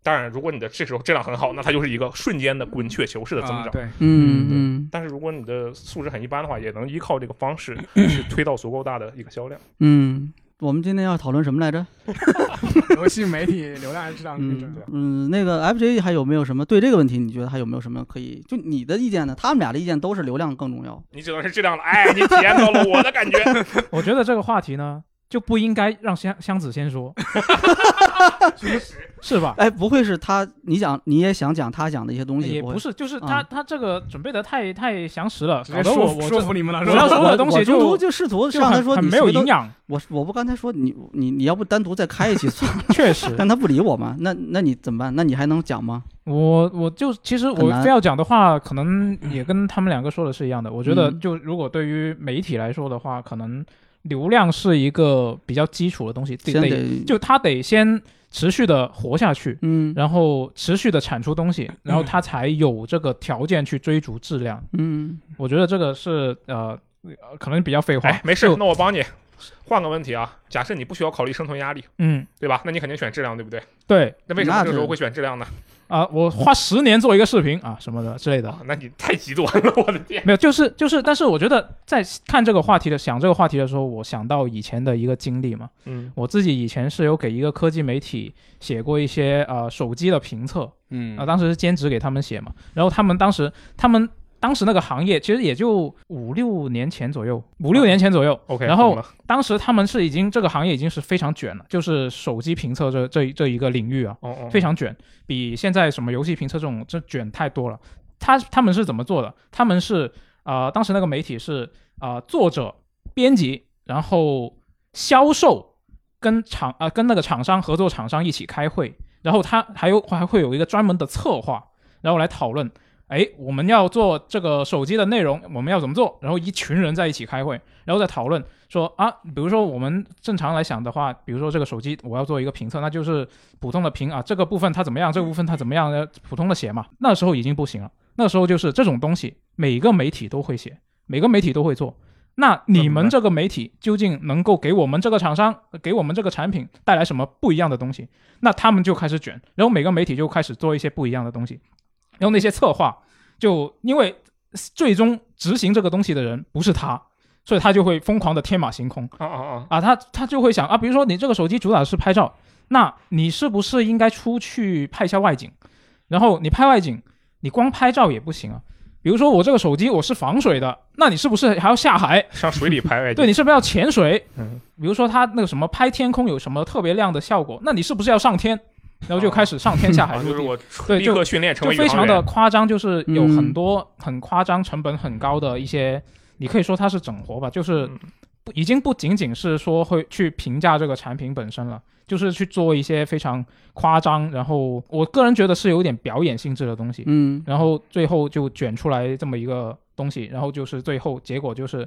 H: 当然，如果你的这时候质量很好，那它就是一个瞬间的滚雪球式的增
I: 啊
H: 长。
I: 对，
B: 嗯嗯
H: 但是如果你的素质很一般的话，也能依靠这个方式去推到足够大的一个销量。
B: 嗯，我们今天要讨论什么来着？
I: 游戏媒体流量还是质量竞争
B: 嗯。嗯，那个 FJ 还有没有什么对这个问题？你觉得还有没有什么可以？就你的意见呢？他们俩的意见都是流量更 重要。
H: 你只能是质量了，哎，你体验到了我的感觉。
J: 我觉得这个话题呢就不应该让箱箱子先 说，是吧？
B: 哎，不会是他？你想你也想讲他讲的一些东西？
J: 也不
B: 会
J: 是，就是他、
B: 嗯
J: 他这个准备的太太详实了，
I: 直
J: 搞
I: 接
J: 得我
I: 说
J: 我
I: 说
J: 这
I: 服你们了，
J: 我
I: 是
J: 要
I: 吧？
J: 说的东西
B: 我中途
J: 就
B: 就试图
J: 就
B: 上来
J: 很
B: 说
J: 很
B: 你
J: 没有
B: 谁都
J: 营。养，
B: 我我不刚才说你你你要不单独再开一期算了，
J: 确实。
B: 但他不理我嘛，那那你怎么办？那你还能讲吗？
J: 我我就其实
B: 很
J: 我
B: 难
J: 非要讲的话，可能也跟他们两个说的是一样的。我觉得
B: 嗯
J: 就如果对于媒体来说的话，可能流量是一个比较基础的东西，得
B: 先
J: 得
B: 得
J: 就它得先持续的活下去，
B: 嗯
J: 然后持续的产出东西，然后它才有这个条件去追逐质量。
B: 嗯
J: 我觉得这个是呃，呃可能比较废话。
H: 哎，没事
J: 就，
H: 那我帮你。换个问题啊，假设你不需要考虑生存压力，
J: 嗯，
H: 对吧？那你肯定选质量，对不对？
J: 对
H: 那为什么
B: 那
H: 这个时
B: 是
H: 候会选质量呢？
J: 啊、我花十年做一个视频啊什么的之类的
H: 啊，，那你太极端了，我的天！
J: 没有，就是就是，但是我觉得在看这个话题的想这个话题的时候，我想到以前的一个经历嘛，
H: 嗯
J: 我自己以前是有给一个科技媒体写过一些呃手机的评测，
I: 嗯
J: 啊、当时是兼职给他们写嘛，然后他们当时他们当时那个行业其实也就五六年前左右，五六年前左右，
H: 啊，OK 懂了。
J: 然后当时他们是已经这个行业已经是非常卷了，就是手机评测这这这一个领域啊，
H: 哦哦，
J: 非常卷，比现在什么游戏评测这种这卷太多了。他他们是怎么做的？他们是呃，当时那个媒体是呃，作者、编辑，然后销售跟厂啊、跟那个厂商合作厂商一起开会，然后他还有还会有一个专门的策划，然后来讨论。哎，我们要做这个手机的内容，我们要怎么做？然后一群人在一起开会，然后再讨论说啊，比如说我们正常来想的话，比如说这个手机我要做一个评测，那就是普通的评啊，这个部分它怎么样，这个部分它怎么样，呃普通的写嘛。那时候已经不行了，那时候就是这种东西，每个媒体都会写，每个媒体都会做。那你们这个媒体究竟能够给我们这个厂商、呃给我们这个产品带来什么不一样的东西？那他们就开始卷，然后每个媒体就开始做一些不一样的东西，然后那些策划就因为最终执行这个东西的人不是他，所以他就会疯狂的天马行空
H: 啊啊啊！
J: 啊，他他就会想啊，比如说你这个手机主打是拍照，那你是不是应该出去拍一下外景？然后你拍外景，你光拍照也不行啊。比如说我这个手机我是防水的，那你是不是还要下海？
H: 上水里 拍外景，
J: 对，你是不是要潜水？
H: 嗯
J: 比如说他那个什么拍天空有什么特别亮的效果，那你是不是要上天？然后就开始上天下海
H: 啊
J: 陆地，
H: 就是我
J: 对
H: 立
J: 就
H: 刻训练成
J: 就
H: 为宇
J: 非
H: 航
J: 常的
H: 员。
J: 夸张，就是有
B: 嗯
J: 很多很夸张、成本很高的一些，你可以说它是整活吧，就是
H: 嗯
J: 不已经不仅仅是说会去评价这个产品本身了，就是去做一些非常夸张，然后我个人觉得是有点表演性质的东西，
B: 嗯，
J: 然后最后就卷出来这么一个东西，然后就是最后结果就是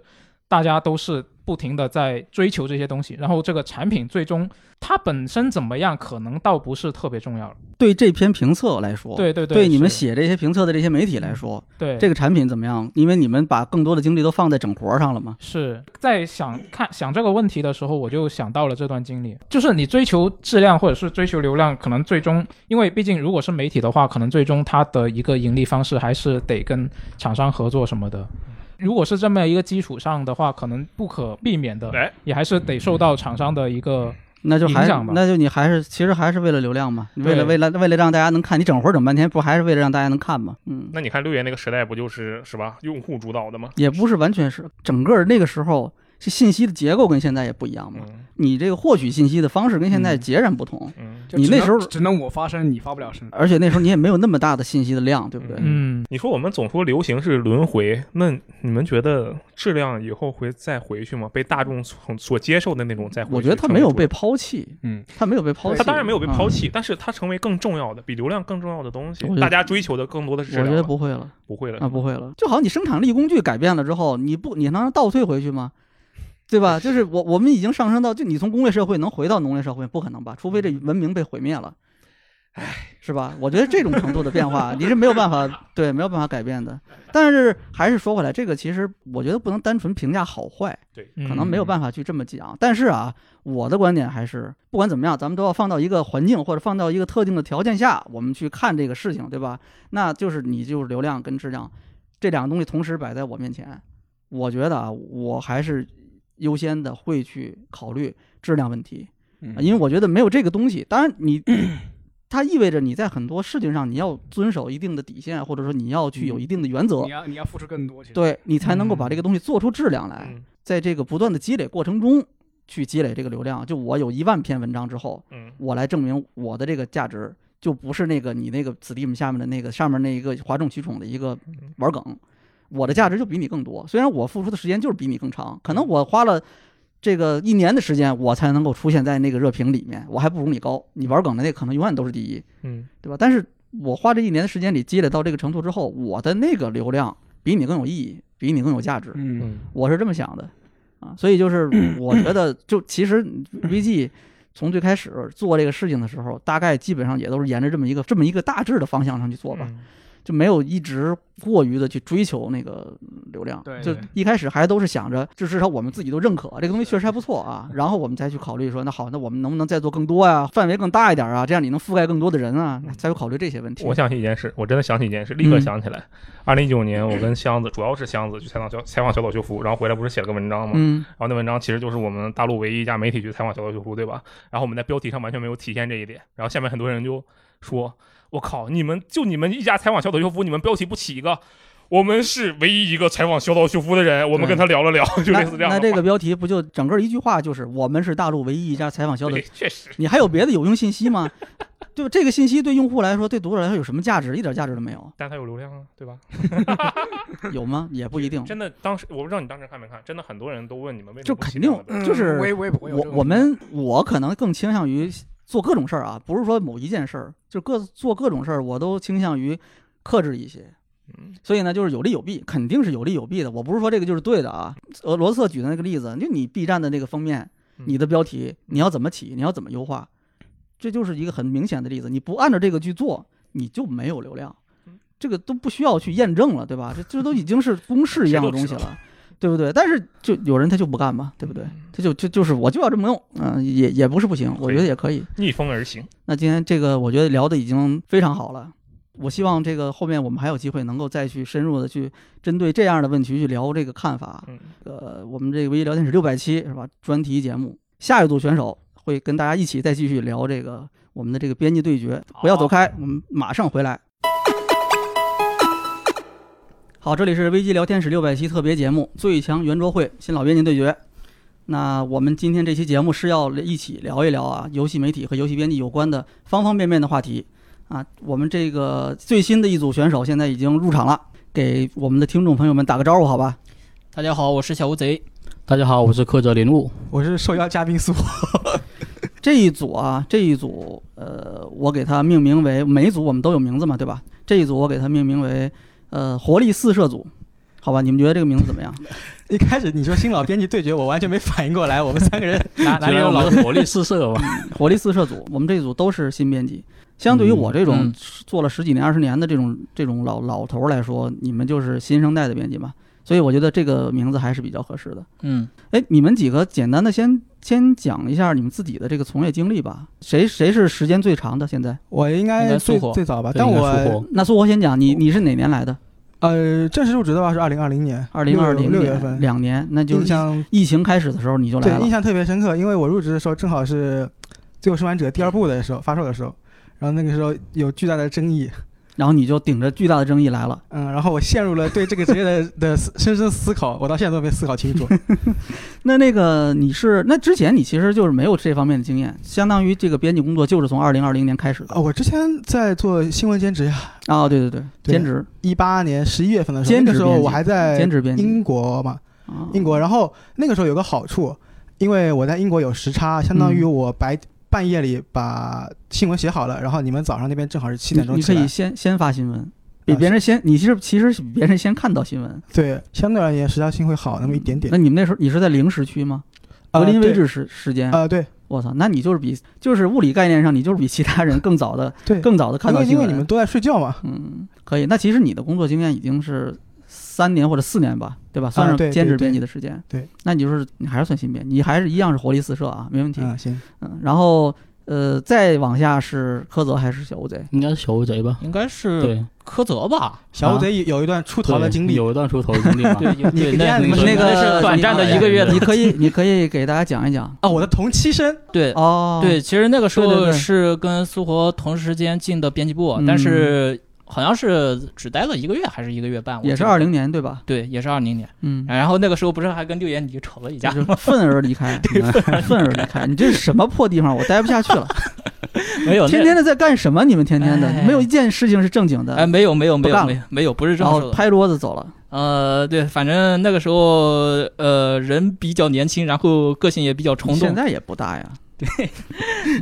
J: 大家都是不停的在追求这些东西，然后这个产品最终它本身怎么样，可能倒不是特别重要了。
B: 对这篇评测来说，
J: 对对
B: 对
J: 对，对
B: 你们写这些评测的这些媒体来说，
J: 对
B: 这个产品怎么样？因为你们把更多的精力都放在整活上了嘛。
J: 是在想看想这个问题的时候，我就想到了这段经历，就是你追求质量或者是追求流量，可能最终，因为毕竟如果是媒体的话，可能最终它的一个盈利方式还是得跟厂商合作什么的。如果是这么一个基础上的话，可能不可避免的
H: 哎，
J: 也还是得受到厂商的一个
B: 那就还
J: 影响吧
B: 那就你还是其实还是为了流量嘛，
J: 对
B: 为了为了为了让大家能看，你整活整半天不还是为了让大家能看吗？嗯，
H: 那你看六爷那个时代不就是是吧？用户主导的吗？
B: 也不是完全是整个那个时候这信息的结构跟现在也不一样嘛，
H: 嗯
B: 你这个获取信息的方式跟现在截然不同，
H: 嗯，
I: 就
B: 你
I: 只能
B: 那时候
I: 只能我发声，你发不了声。
B: 而且那时候你也没有那么大的信息的量，对不对？
J: 嗯
H: 你说我们总说流行是轮回，那你们觉得质量以后会再回去吗？被大众所所接受的那种再回去？
B: 我觉得它没有被，抛弃，
H: 嗯，
B: 它没有被抛弃，嗯
H: 它当然没有被抛
B: 弃，
H: 弃，但是它成为更重要的，比流量更重要的东西
B: 我觉，得
H: 大家追求的更多的是质
B: 我
H: 量
B: 觉
H: 了。
B: 得不会了。
H: 不会了
B: 啊，不会了，就好像你生产力工具改变了之后，你不你能倒退回去吗？对 吧？就是我我们已经上升到，就你从工业社会能回到农业社会，不可能吧？除非这文明被毁灭了，嗯唉，是吧？我觉得这种程度的变化，你是没有办 法对没有办法改变的。但是还是说回来，这个其实我觉得不能单纯评价好坏，
H: 啊
B: 可能没
I: 嗯
B: 有
J: 法。
B: 办法去这么讲。但是啊，我的观点还是，不管怎么样，咱们都要放到一个环境或者放到一个特定的条件下，我们去看这个事情，对吧？那就是你就是流量跟质量这两个东西同时摆在我面前，我觉得啊，我还是优先的会去考虑质量问题，
I: 嗯
B: 啊因为我觉得没有这个东西，当然 你。它意味着你在很多事情上你要遵守一定的底线，或者说你要去有一定的原则，
I: 嗯你要你要付出更多，其实
B: 对你才能够把这个东西做出质量来。
H: 嗯
B: 在这个不断的积累过程中去积累这个流量。就我有一万篇文章之后，
H: 嗯，
B: 我来证明我的这个价值，就不是那个你那个 Steam 下面的那个上面那一个哗众取宠的一个
H: 嗯
B: 玩梗，我的价值就比你更多。虽然我付出的时间就是比你更长，可
H: 嗯
B: 能我花了。这个一年的时间，我才能够出现在那个热评里面，我还不如你高。你玩梗的那可能永远都是第一，
H: 嗯，
B: 对吧？但是我花这一年的时间里积累到这个程度之后，我的那个流量比你更有意义，比你更有价值。
I: 嗯，
B: 我是这么想的啊，所以就是我觉得，就其实 VG 从最开始做这个事情的时候，大概基本上也都是沿着这么一个这么一个大致的方向上去做吧，
H: 嗯
B: 就没有一直过于的去追求那个流量
I: 对，
B: 就
I: 对
B: 一开始还都是想着，就至少我们自己都认可这个东西确实还不错啊，然后我们再去考虑说，那好，那我们能不能再做更多呀、范围更大一点啊，这样你能覆盖更多的人啊，再去考虑这些问题。
H: 我想 起一件事，我真的想起一件事，立刻
B: 嗯
H: 想起来。二零一九年，我跟箱子，主要是箱子去采访小采访小岛秀夫，然后回来不是写了个文章吗？
B: 嗯
H: 然后那文章其实就是我们大陆唯一一家媒体去采访小岛秀夫，对吧？然后我们在标题上完全没有体现这一点，然后下面很多人就说：“我靠，你们就你们一家采访小岛秀夫，你们标题不起一个？我们是唯一一个采访小岛秀夫的人，我们跟他聊了聊，就类似这样的话。
B: 那那这个标题不就整个一句话就是我们是大陆唯一一家采访小岛
H: 对，确实，
B: 你还有别的有用信息吗？对吧？这个信息对用户来说，对读者来说有什么价值？一点价值都没有，
H: 但他有流量啊，对吧？
B: 有吗？也不一定。
H: 真的，当时我不知道你当时看没看，真的很多人都问你们为什
B: 就
H: 么不
B: 肯
H: 起
B: 定
H: 这样的标题
B: 就是
I: 嗯我也我也不会有
B: 我
I: 这种
B: 我们我可能更倾向于做各种事儿啊，不是说某一件事儿，就各做各种事儿，我都倾向于克制一些。
H: 嗯
B: 所以呢，就是有利有弊，肯定是有利有弊的。我不是说这个就是对的啊。俄罗斯举的那个例子，就你 B 站的那个封面，
H: 嗯
B: 你的标题你要怎么起，你要怎么优化，这就是一个很明显的例子。你不按照这个去做，你就没有流量，
H: 嗯
B: 这个都不需要去验证了，对吧？这这都已经是公式一样的东西
H: 谁都知
B: 了。对不对？但是就有人他就不干嘛，对不对？他就就就是我就要这么用，嗯、也也不是不行，我觉得也可以。
H: 逆风而行。
B: 那今天这个我觉得聊的已经非常好了。我希望这个后面我们还有机会能够再去深入的去针对这样的问题去聊这个看法。
H: 嗯
B: 呃，我们这个唯一聊天室六百期是吧？专题节目，下一组选手会跟大家一起再继续聊这个我们的这个编辑对决，不要走开，我们马上回来。好，这里是危机聊天室六百期特别节目《最强圆桌会》新老编辑对决。那我们今天这期节目是要一起聊一聊啊，游戏媒体和游戏编辑有关的方方面面的话题啊。我们这个最新的一组选手现在已经入场了，给我们的听众朋友们打个招呼，好吧？
K: 大家好，我是小乌贼。
L: 大家好，我是客者林悟。
I: 我是受邀嘉宾苏，
B: 这一组啊，这一组，呃，我给它命名为每一组我们都有名字嘛，对吧？这一组我给它命名为呃活力四射组，好吧？你们觉得这个名字怎么样？
L: 一开始你说新老编辑对决，我完全没反应过来，我们三个人哪哪里有老
B: 活力四射吧？活力四射组，我们这组都是新编辑。相对于我这种做了十几年、二十年的这种这种老老头儿来说，你们就是新生代的编辑嘛，所以我觉得这个名字还是比较合适的。
L: 嗯，
B: 哎，你们几个简单的先先讲一下你们自己的这个从业经历吧。谁谁是时间最长的？现在
M: 我应该最最早吧，但我
B: 那苏活先讲，你你是哪年来的？
M: 呃正式入职的话是二零二零年，
B: 二零二零
M: 六月份，
B: 两年，那就
M: 印象
B: 疫情开始的时候你就来
M: 对
B: 了
M: 印。象特别深刻，因为我入职的时候正好是《最后生还者》第二部的时候发售的时候，然后那个时候有巨大的争议，
B: 然后你就顶着巨大的争议来了。
M: 嗯，然后我陷入了对这个职业的的思深深思考，我到现在都没思考清 楚。
B: 那那个你是那之前你其实就是没有这方面的经验，相当于这个编辑工作就是从二零二零年开始的。
M: 哦，我之前在做新闻兼职呀，
B: 啊、对对对，兼职，
M: 一八年十一月份的时候，
B: 兼
M: 那
B: 职
M: 个时候
B: 编辑
M: 我还在
B: 兼职编辑哦
M: 英国嘛，英国。然后那个时候有个好处，因为我在英国有时差，相当于
B: 嗯
M: 我白、半夜里把新闻写好了，然后你们早上那边正好是七点钟
B: 你
M: 起
B: 可
M: 来啊
B: 以先先发新闻，比别人先，你是其实是比别人先看到新闻。
M: 对，相对而言时效性会好那么一点点。
B: 那你们那时候你是在零时区吗？
M: 呃
B: 格林威
M: 对
B: 治时时间
M: 啊对。
B: 我操，那你就是比就是物理概念上，你就是比其他人更早的，
M: 对，
B: 更早的看到
M: 因为
B: 新
M: 因
B: 闻。
M: 为你们都在睡觉嘛，
B: 嗯，可以。那其实你的工作经验已经是三年或者四年吧，对吧？
M: 啊
B: 算上
M: 对
B: 兼职
M: 对对
B: 编辑的时间，
M: 对
B: 那你就是你还是算新编，你还是一样是活力四射啊，没问题。
M: 啊行，
B: 嗯，然后呃，再往下是柯泽还是小乌贼？
L: 应该是小乌贼吧？
K: 应该是
L: 对
K: 柯泽吧？
M: 小乌贼有有一段出逃的经历，
L: 对有一段出头的经历嘛？
K: 对 有
L: 对，
K: 有
L: 那
K: 那
L: 那
B: 那个
K: 是短暂的一个月的
B: 你可以你可以给大家讲一讲
M: 啊，我的同期生，
K: 对
B: 哦，
K: 对，其实那个时
B: 对对
K: 候
B: 对
K: 是跟苏活同时间进的编辑部，
B: 嗯
K: 但是好像是只待了一个月还是一个月半，我
B: 也是
K: 记得哎
B: 二零。年对吧？
K: 对，也是二零年。
B: 嗯，
K: 然后那个时候不是还跟六言你吵了一架
B: 就是
K: 吗？
B: 愤而离 开，嗯愤而离开。你这是什么破地方？我待不下去了。
K: 没有，那
B: 天天的在干什么？你们天天的没有一件事情是正经
K: 哎，
B: 的。
K: 没有没有
B: 嗯
K: 没
B: 不干
K: 有
B: 了
K: 没有没有，不是这
B: 然
K: 么
B: 后
K: 说的。
B: 拍桌子走了。
K: 呃，对，反正那个时候呃人比较年轻，然后个性也比较冲动
B: 现。在也不大呀。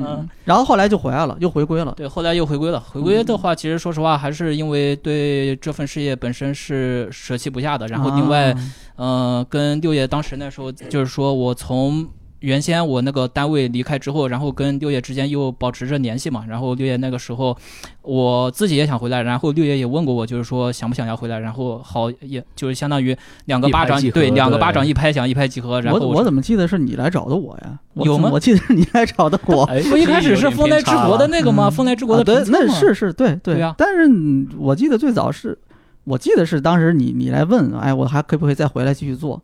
K: 嗯，
B: 然后后来就回来了，又回归了。
K: 对，后来又回归了。回
B: 嗯
K: 归的话，其实说实话，还是因为对这份事业本身是舍弃不下的。然后另外，
B: 啊
K: 呃，跟六爷当时那时候，就是说我从原先我那个单位离开之后，然后跟六爷之间又保持着联系嘛。然后六爷那个时候，我自己也想回来，然后六爷也问过我，就是说想不想要回来。然后好，也就是相当于两个
L: 一拍
K: 巴掌，
L: 即合
K: 对，两个
L: 对
K: 巴掌一拍响，一拍即合。然后
B: 我
K: 我
B: 我怎么记得是你来找的我呀？我
K: 有吗
B: 我记得是你来找的我。
L: 哎，
K: 我一开始是
L: 有点
K: 风来
L: 偏
K: 之
L: 差
K: 国的那个吗？
B: 嗯
K: 风来之国
B: 啊
K: 的
B: 对
K: 评，测
B: 那
K: 嘛
B: 是是，对对。
K: 对啊
B: 但是嗯我记得最早是，我记得是当时你你来问，哎，我还可不可以再回来继续做？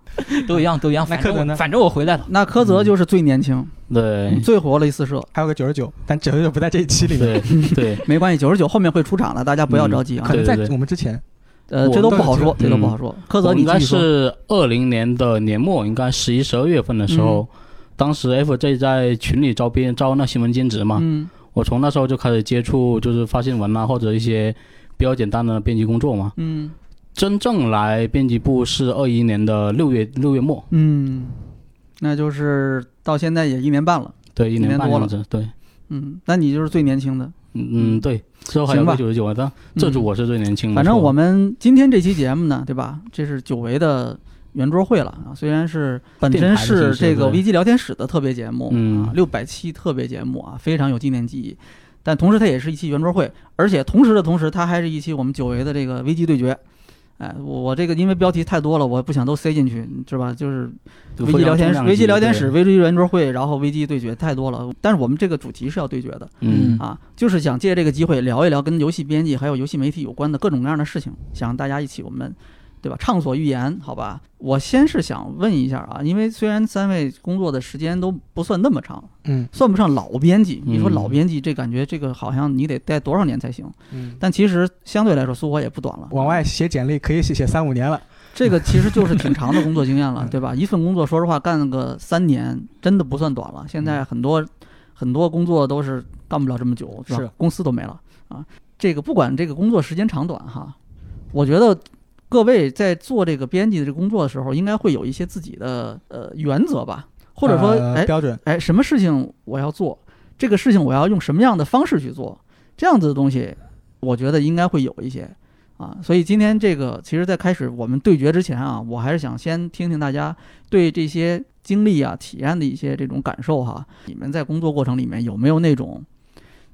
K: 都一样，都一样。
M: 那
K: 反
M: 柯
K: 正
M: 泽呢
K: 我反正我回来了。嗯
B: 那柯泽就是最年轻、
L: 对
B: 最活力四射，
M: 还有个九十九，但九十九不在这一期里面，
L: 对 对，
B: 没关系，九十九后面会出场了，大家不
K: 嗯
B: 要着急啊
M: 可。能在
L: 对对对
M: 我们之前，
B: 呃，这都不好
M: 我
B: 说
M: 们，
B: 这都不好说。柯
L: 嗯
B: 泽，
L: 我
B: 你
L: 应
B: 继
L: 该
B: 续说。
L: 是二零年的年末，应该十一、十二月份的时候，当时 FJ 在群里招编招那新闻兼职嘛，
B: 嗯嗯
L: 我从那时候就开始接触，就是发新闻啊，或者一些比较简单的编辑工作嘛。
B: 嗯
L: 真正来编辑部是二一年的六月六月末，
B: 嗯，那就是到现在也一年半了。
L: 对，一
B: 年
L: 半样
B: 多了
L: 子，对，
B: 嗯，那你就是最年轻的。
L: 嗯嗯对，之后还有
B: 行吧
L: 个
B: 嗯
L: 九十九，但这组我是最年轻的，
B: 反正
L: 说
B: 我们今天这期节目呢，对吧？这是久违的圆桌会了啊，虽然是本身是
L: 电台的形
B: 这个
L: 式对
B: 危机聊天室的特别节目
L: 嗯
B: 啊，六百期特别节目啊，非常有纪念意义。但同时，它也是一期圆桌会，而且同时的同时，它还是一期我们久违的这个危机对决哎，我我这个因为标题太多了，我不想都塞进去，是吧？就是
L: 就
B: 危
L: 非
B: 机
L: 常
B: 聊天
L: 重
B: 室、
L: 量级
B: 危机聊天
L: 对
B: 室、危机圆桌会，然后危机对决太多了。但是我们这个主题是要对决的，
L: 嗯
B: 啊，就是想借这个机会聊一聊跟游戏编辑还有游戏媒体有关的各种各样的事情，想让大家一起我们。对吧？畅所欲言，好吧。我先是想问一下啊，因为虽然三位工作的时间都不算那么长，
M: 嗯
B: 算不上老编辑。你说
L: 嗯
B: 老编辑，这感觉这个好像你得待多少年才行？
M: 嗯，
B: 但其实相对来说，苏活也不短了。
M: 往外写简历可以写写三五年了。嗯
B: 这个其实就是挺长的工作经验了，对吧？一份工作，说实话，干个三年真的不算短了。现在
M: 嗯
B: 很多很多工作都是干不了这么久，是吧
M: 是
B: 公司都没了啊。这个不管这个工作时间长短哈，我觉得各位在做这个编辑的这个工作的时候，应该会有一些自己的呃原则吧，或者说
M: 呃
B: 哎
M: 标准
B: 哎，什么事情我要做，这个事情我要用什么样的方式去做，这样子的东西，我觉得应该会有一些啊。所以今天这个，其实，在开始我们对决之前啊，我还是想先听听大家对这些经历啊、体验的一些这种感受哈。你们在工作过程里面有没有那种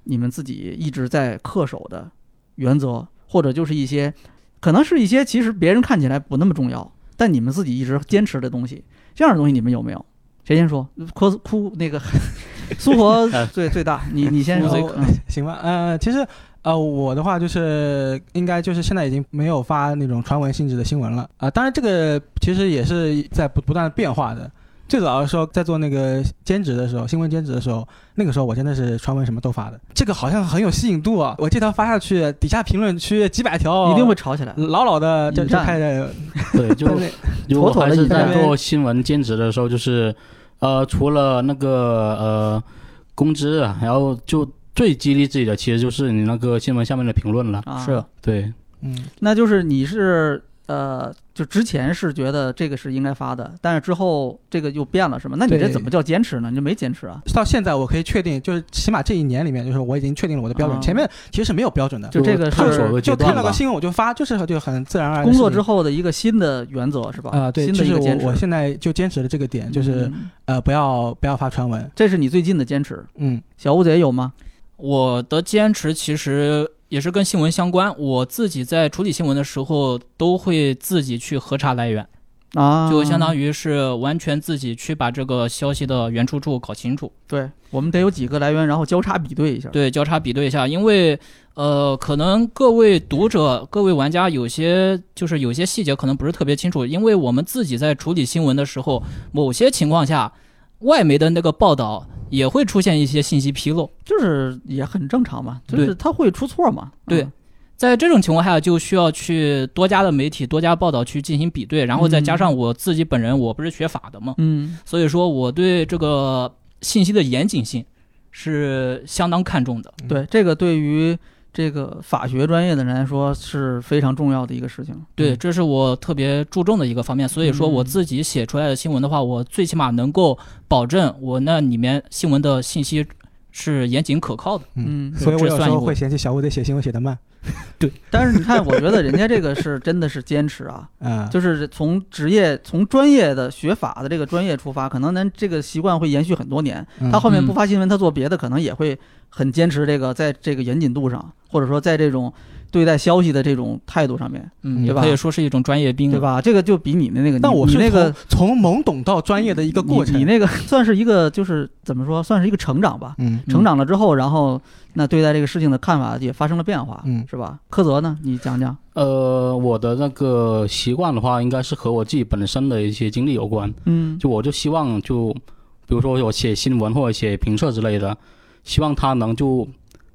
B: 你们自己一直在恪守的原则，或者就是一些可能是一些其实别人看起来不那么重要，但你们自己一直坚持的东西，这样的东西你们有没有？谁先说？哭哭那个 苏 活最最大，呃你你先说。嗯
M: 哦 行吧，呃，其实呃，我的话就是应该就是现在已经没有发那种传闻性质的新闻了啊、当然，这个其实也是在不不断的变化的。最早的时候，在做那个兼职的时候，新闻兼职的时候，那个时候我真的是传闻什么都发的。这个好像很有吸引度啊！我这条发下去，底下评论区几百条
B: 一定会吵起来
M: 牢牢的就
B: 引
M: 就
B: 战
M: 开始
L: 对， 就
M: 但是
L: 如果
M: 妥妥
L: 还
M: 的
L: 是
M: 一代
L: 在
M: 人
L: 做新闻兼职的时候，就是呃，除了那个呃工资啊，然后就最激励自己的，其实就是你那个新闻下面的评论了。
B: 啊是
L: 对，
B: 那就是你是呃，就之前是觉得这个是应该发的，但是之后这个又变了，是吗？那你这
M: 对
B: 怎么叫坚持呢？你就没坚持啊？
M: 到现在，我可以确定，就是起码这一年里面，就是我已经确定了我的标准。
B: 啊
M: 前面其实是没有标准的，
B: 就这个是
M: 就
B: 探索的阶
M: 就
B: 段
M: 看到个
B: 吧
M: 新闻我就发，就是就很自然而然的
B: 工
M: 事情。
B: 作之后的一个新的原则是吧？
M: 啊、对，
B: 新
M: 就
B: 的一
M: 是
B: 个坚持。嗯
M: 我我现在就坚持了这个点，就是、呃，不要不要发传闻。
B: 这是你最近的坚持。
M: 嗯，
B: 小乌贼有吗？
K: 我的坚持其实也是跟新闻相关。我自己在处理新闻的时候，都会自己去核查来源，
B: 啊，
K: 就相当
B: 于
K: 于是完全自己去把这个消息的原出处搞清楚。
B: 对我们得有几个来源，然后交叉比对一下。
K: 对，交叉比对一下，因为呃，可能各位读者、各位玩家有些就是有些细节可能不是特别清楚，因为我们自己在处理新闻的时候，某些情况下，外媒的那个报道也会出现一些信息纰漏。
B: 就是也很正常嘛，就是嗯
K: 对
B: 它会出错嘛。
K: 对，在这种情况下，就需要去多家的媒体、多家报道去进行比对，然后再加上我自己本人，我不是学法的嘛，
B: 嗯，
K: 所以说我对这个信息的严谨性是相当看重的。
B: 对，这个对于这个法学专业的人来说是非常重要的一个事情。
K: 对，这是我特别注重的一个方面，所以说
B: 嗯
K: 我自己写出来的新闻的话，我最起码能够保证我那里面新闻的信息是严谨可靠的。
B: 嗯
M: 所以我
K: 这
M: 有时
K: 算一
M: 候
K: 步
M: 会嫌弃小乌贼写新闻写的慢。
B: 但是你看，我觉得人家这个是真的是坚持 啊，
M: 啊、
B: 就是从职业、从专业的学法的这个专业出发，可能咱这个习惯会延续很多年
M: 嗯。
B: 他后面不发新闻，他做别的，可能也会很坚持这个在这个严谨度上，或者说在这种对待消息的这种态度上面，
K: 嗯，也
B: 对吧
K: 可？以说是一种专业病了
B: 对吧？这个就比你的那个，
M: 但
B: 你
M: 我是
B: 你那个
M: 从从懵懂到专业的一个过程。
B: 你，你那个 算是一个就是怎么说，算是一个成长吧。
M: 嗯
B: 成长了之后，然后那对待这个事情的看法也发生了变化，
M: 嗯
B: 是吧？柯泽呢？你讲讲。
L: 呃，我的那个习惯的话，应该是和我自己本身的一些经历有关。
B: 嗯
L: 就我就希望就，比如说我写新闻或者写评测之类的，希望它能就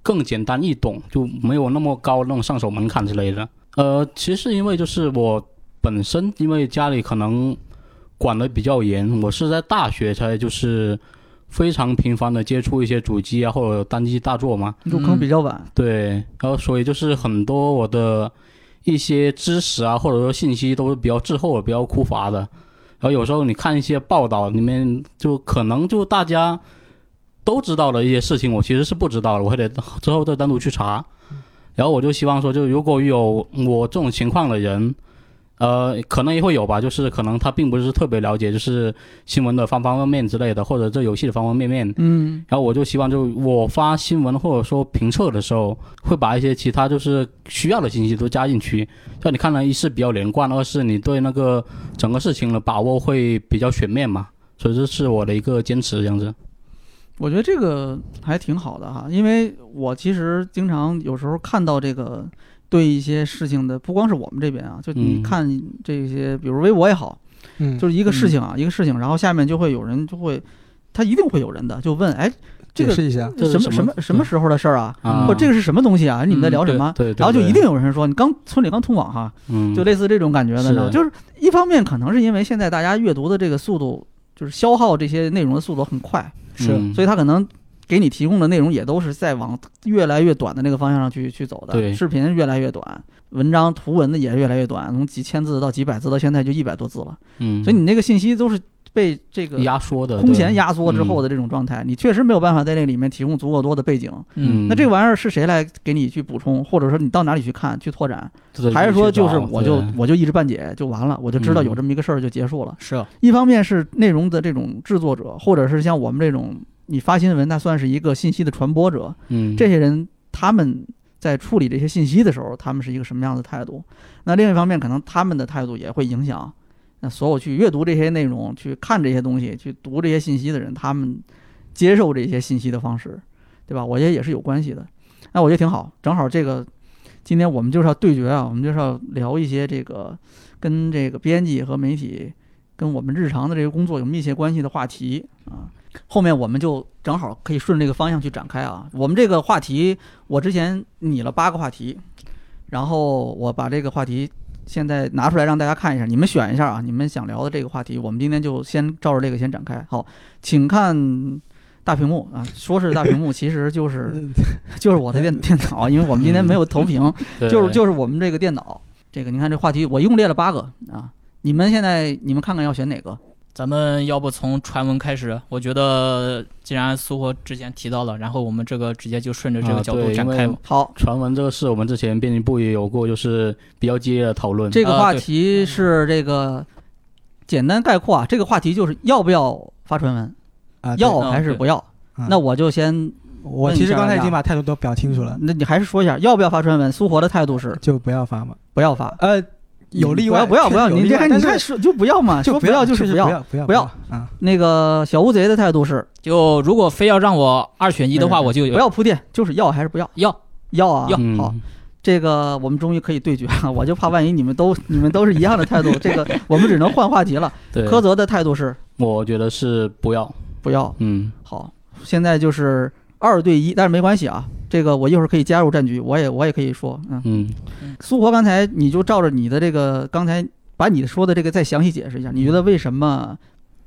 L: 更简单易懂，就没有那么高那种上手门槛之类的。呃，其实因为就是我本身因为家里可能管的比较严，我是在大学才就是非常频繁的接触一些主机啊或者单机大作嘛，
B: 入坑比较晚，
L: 对，然后所以就是很多我的一些知识啊，或者说信息都是比较滞后的、比较枯乏的。然后有时候你看一些报道里面，就可能就大家都知道的一些事情，我其实是不知道的，我还得之后再单独去查。然后我就希望说，就如果有我这种情况的人，呃，可能也会有吧，就是可能他并不是特别了解，就是新闻的方方面面之类的，或者这游戏的方方面面。
M: 嗯，
L: 然后我就希望，就我发新闻或者说评测的时候，会把一些其他就是需要的信息都加进去。像你看了一是比较连贯，二是你对那个整个事情的把握会比较全面嘛。所以这是我的一个坚持，这样子。
B: 我觉得这个还挺好的哈，因为我其实经常有时候看到这个对一些事情的，不光是我们这边啊，就你
L: 嗯
B: 看这些，比如微博也好，
M: 嗯
B: 就是一个事情啊，一个事情，然后下面就会有人就会，他一定会有人的，就问，哎，这个
M: 解释一下
B: 这什么
M: 这是什
B: 什
M: 么
B: 么什么时候的事儿啊？
M: 啊
B: 或者这个是什么东西啊？你们在聊什么？
M: 对对对
B: 然后就一定有人说，你刚村里刚通网哈，
L: 嗯
B: 就类似这种感觉的
L: 是
B: 那种。就是一方面可能是因为现在大家阅读的这个速度，就是消耗这些内容的速度很快，
L: 是嗯
B: 所以他可能。给你提供的内容也都是在往越来越短的那个方向上去去走的，
L: 对
B: 视频越来越短，文章图文的也越来越短，从几千字到几百字，到现在就一百多字了。
L: 嗯
B: 所以你那个信息都是被这个
L: 压缩的
B: 空前
L: 对
B: 压缩之后的这种状态，你确实没有办法在那里面提供足够多的背景。
L: 嗯
B: 那这个玩意儿是谁来给你去补充，或者说你到哪里去看去拓展
L: 这个，
B: 还是说就是
L: 去找
B: 我就
L: 对
B: 我就一知半解就完了，我就知道
L: 嗯
B: 有这么一个事儿就结束了。
L: 是啊
B: 一方面是内容的这种制作者，或者是像我们这种你发新闻，那算是一个信息的传播者。
L: 嗯
B: 这些人他们在处理这些信息的时候，他们是一个什么样的态度？那另一方面，可能他们的态度也会影响那所有去阅读这些内容、去看这些东西、去读这些信息的人，他们接受这些信息的方式，对吧？我觉得也是有关系的。那我觉得挺好，正好这个今天我们就是要对决啊，我们就是要聊一些这个跟这个编辑和媒体跟我们日常的这个工作有密切关系的话题啊。后面我们就正好可以顺这个方向去展开啊。我们这个话题，我之前拟了八个话题，然后我把这个话题现在拿出来让大家看一下，你们选一下啊，你们想聊的这个话题，我们今天就先照着这个先展开。好，请看大屏幕啊，说是大屏幕，其实就是就是我的电电脑，因为我们今天没有投屏，
L: 对
B: 就是就是我们这个电脑。这个你看这话题，我一共列了八个啊，你们现在你们看看要选哪个？
K: 咱们要不从传闻开始？我觉得既然苏活之前提到了，然后我们这个直接就顺着
M: 啊
K: 这个角度展开嘛。
B: 好，
L: 传闻这个事我们之前编辑部也有过，就是比较激烈的讨论。呃
B: 这个话题是这个简单概括啊，这个话题就是要不要发传闻
M: 啊对
B: 要还是不要？
M: 嗯
B: 那我就先
M: 我其实刚才已经把态度都表清楚了，
B: 那你还是说一下要不要发传闻？苏活的态度是
M: 就不要发嘛，
B: 不要发。
M: 呃，有例外，
B: 不要不要，
M: 确
B: 你
M: 实有例
B: 这
M: 外
B: 还
M: 但
B: 你
M: 是
B: 看说就不要嘛，
M: 就
B: 说
M: 不要
B: 就
M: 确
B: 是
M: 实
B: 不要
M: 不要不要
B: 不要
M: 啊。
B: 那个小乌贼的态度是
K: 就如果非要让我二选一的话，我就
B: 不要铺垫，就是要还是不要？
K: 要
B: 要啊
K: 要，
B: 好。这个我们终于可以对决 了，我就怕万一你们都你们都是一样的态度， 这个我们只能换话题了。
L: 对
B: 柯泽的态度是
L: 我觉得是不要，
B: 不要，
L: 嗯，
B: 好，现在就是二对一，但是没关系啊，这个我一会儿可以加入战局，我也我也可以说，嗯
L: 嗯，
B: 苏活刚才你就照着你的这个刚才把你说的这个再详细解释一下，你觉得为什么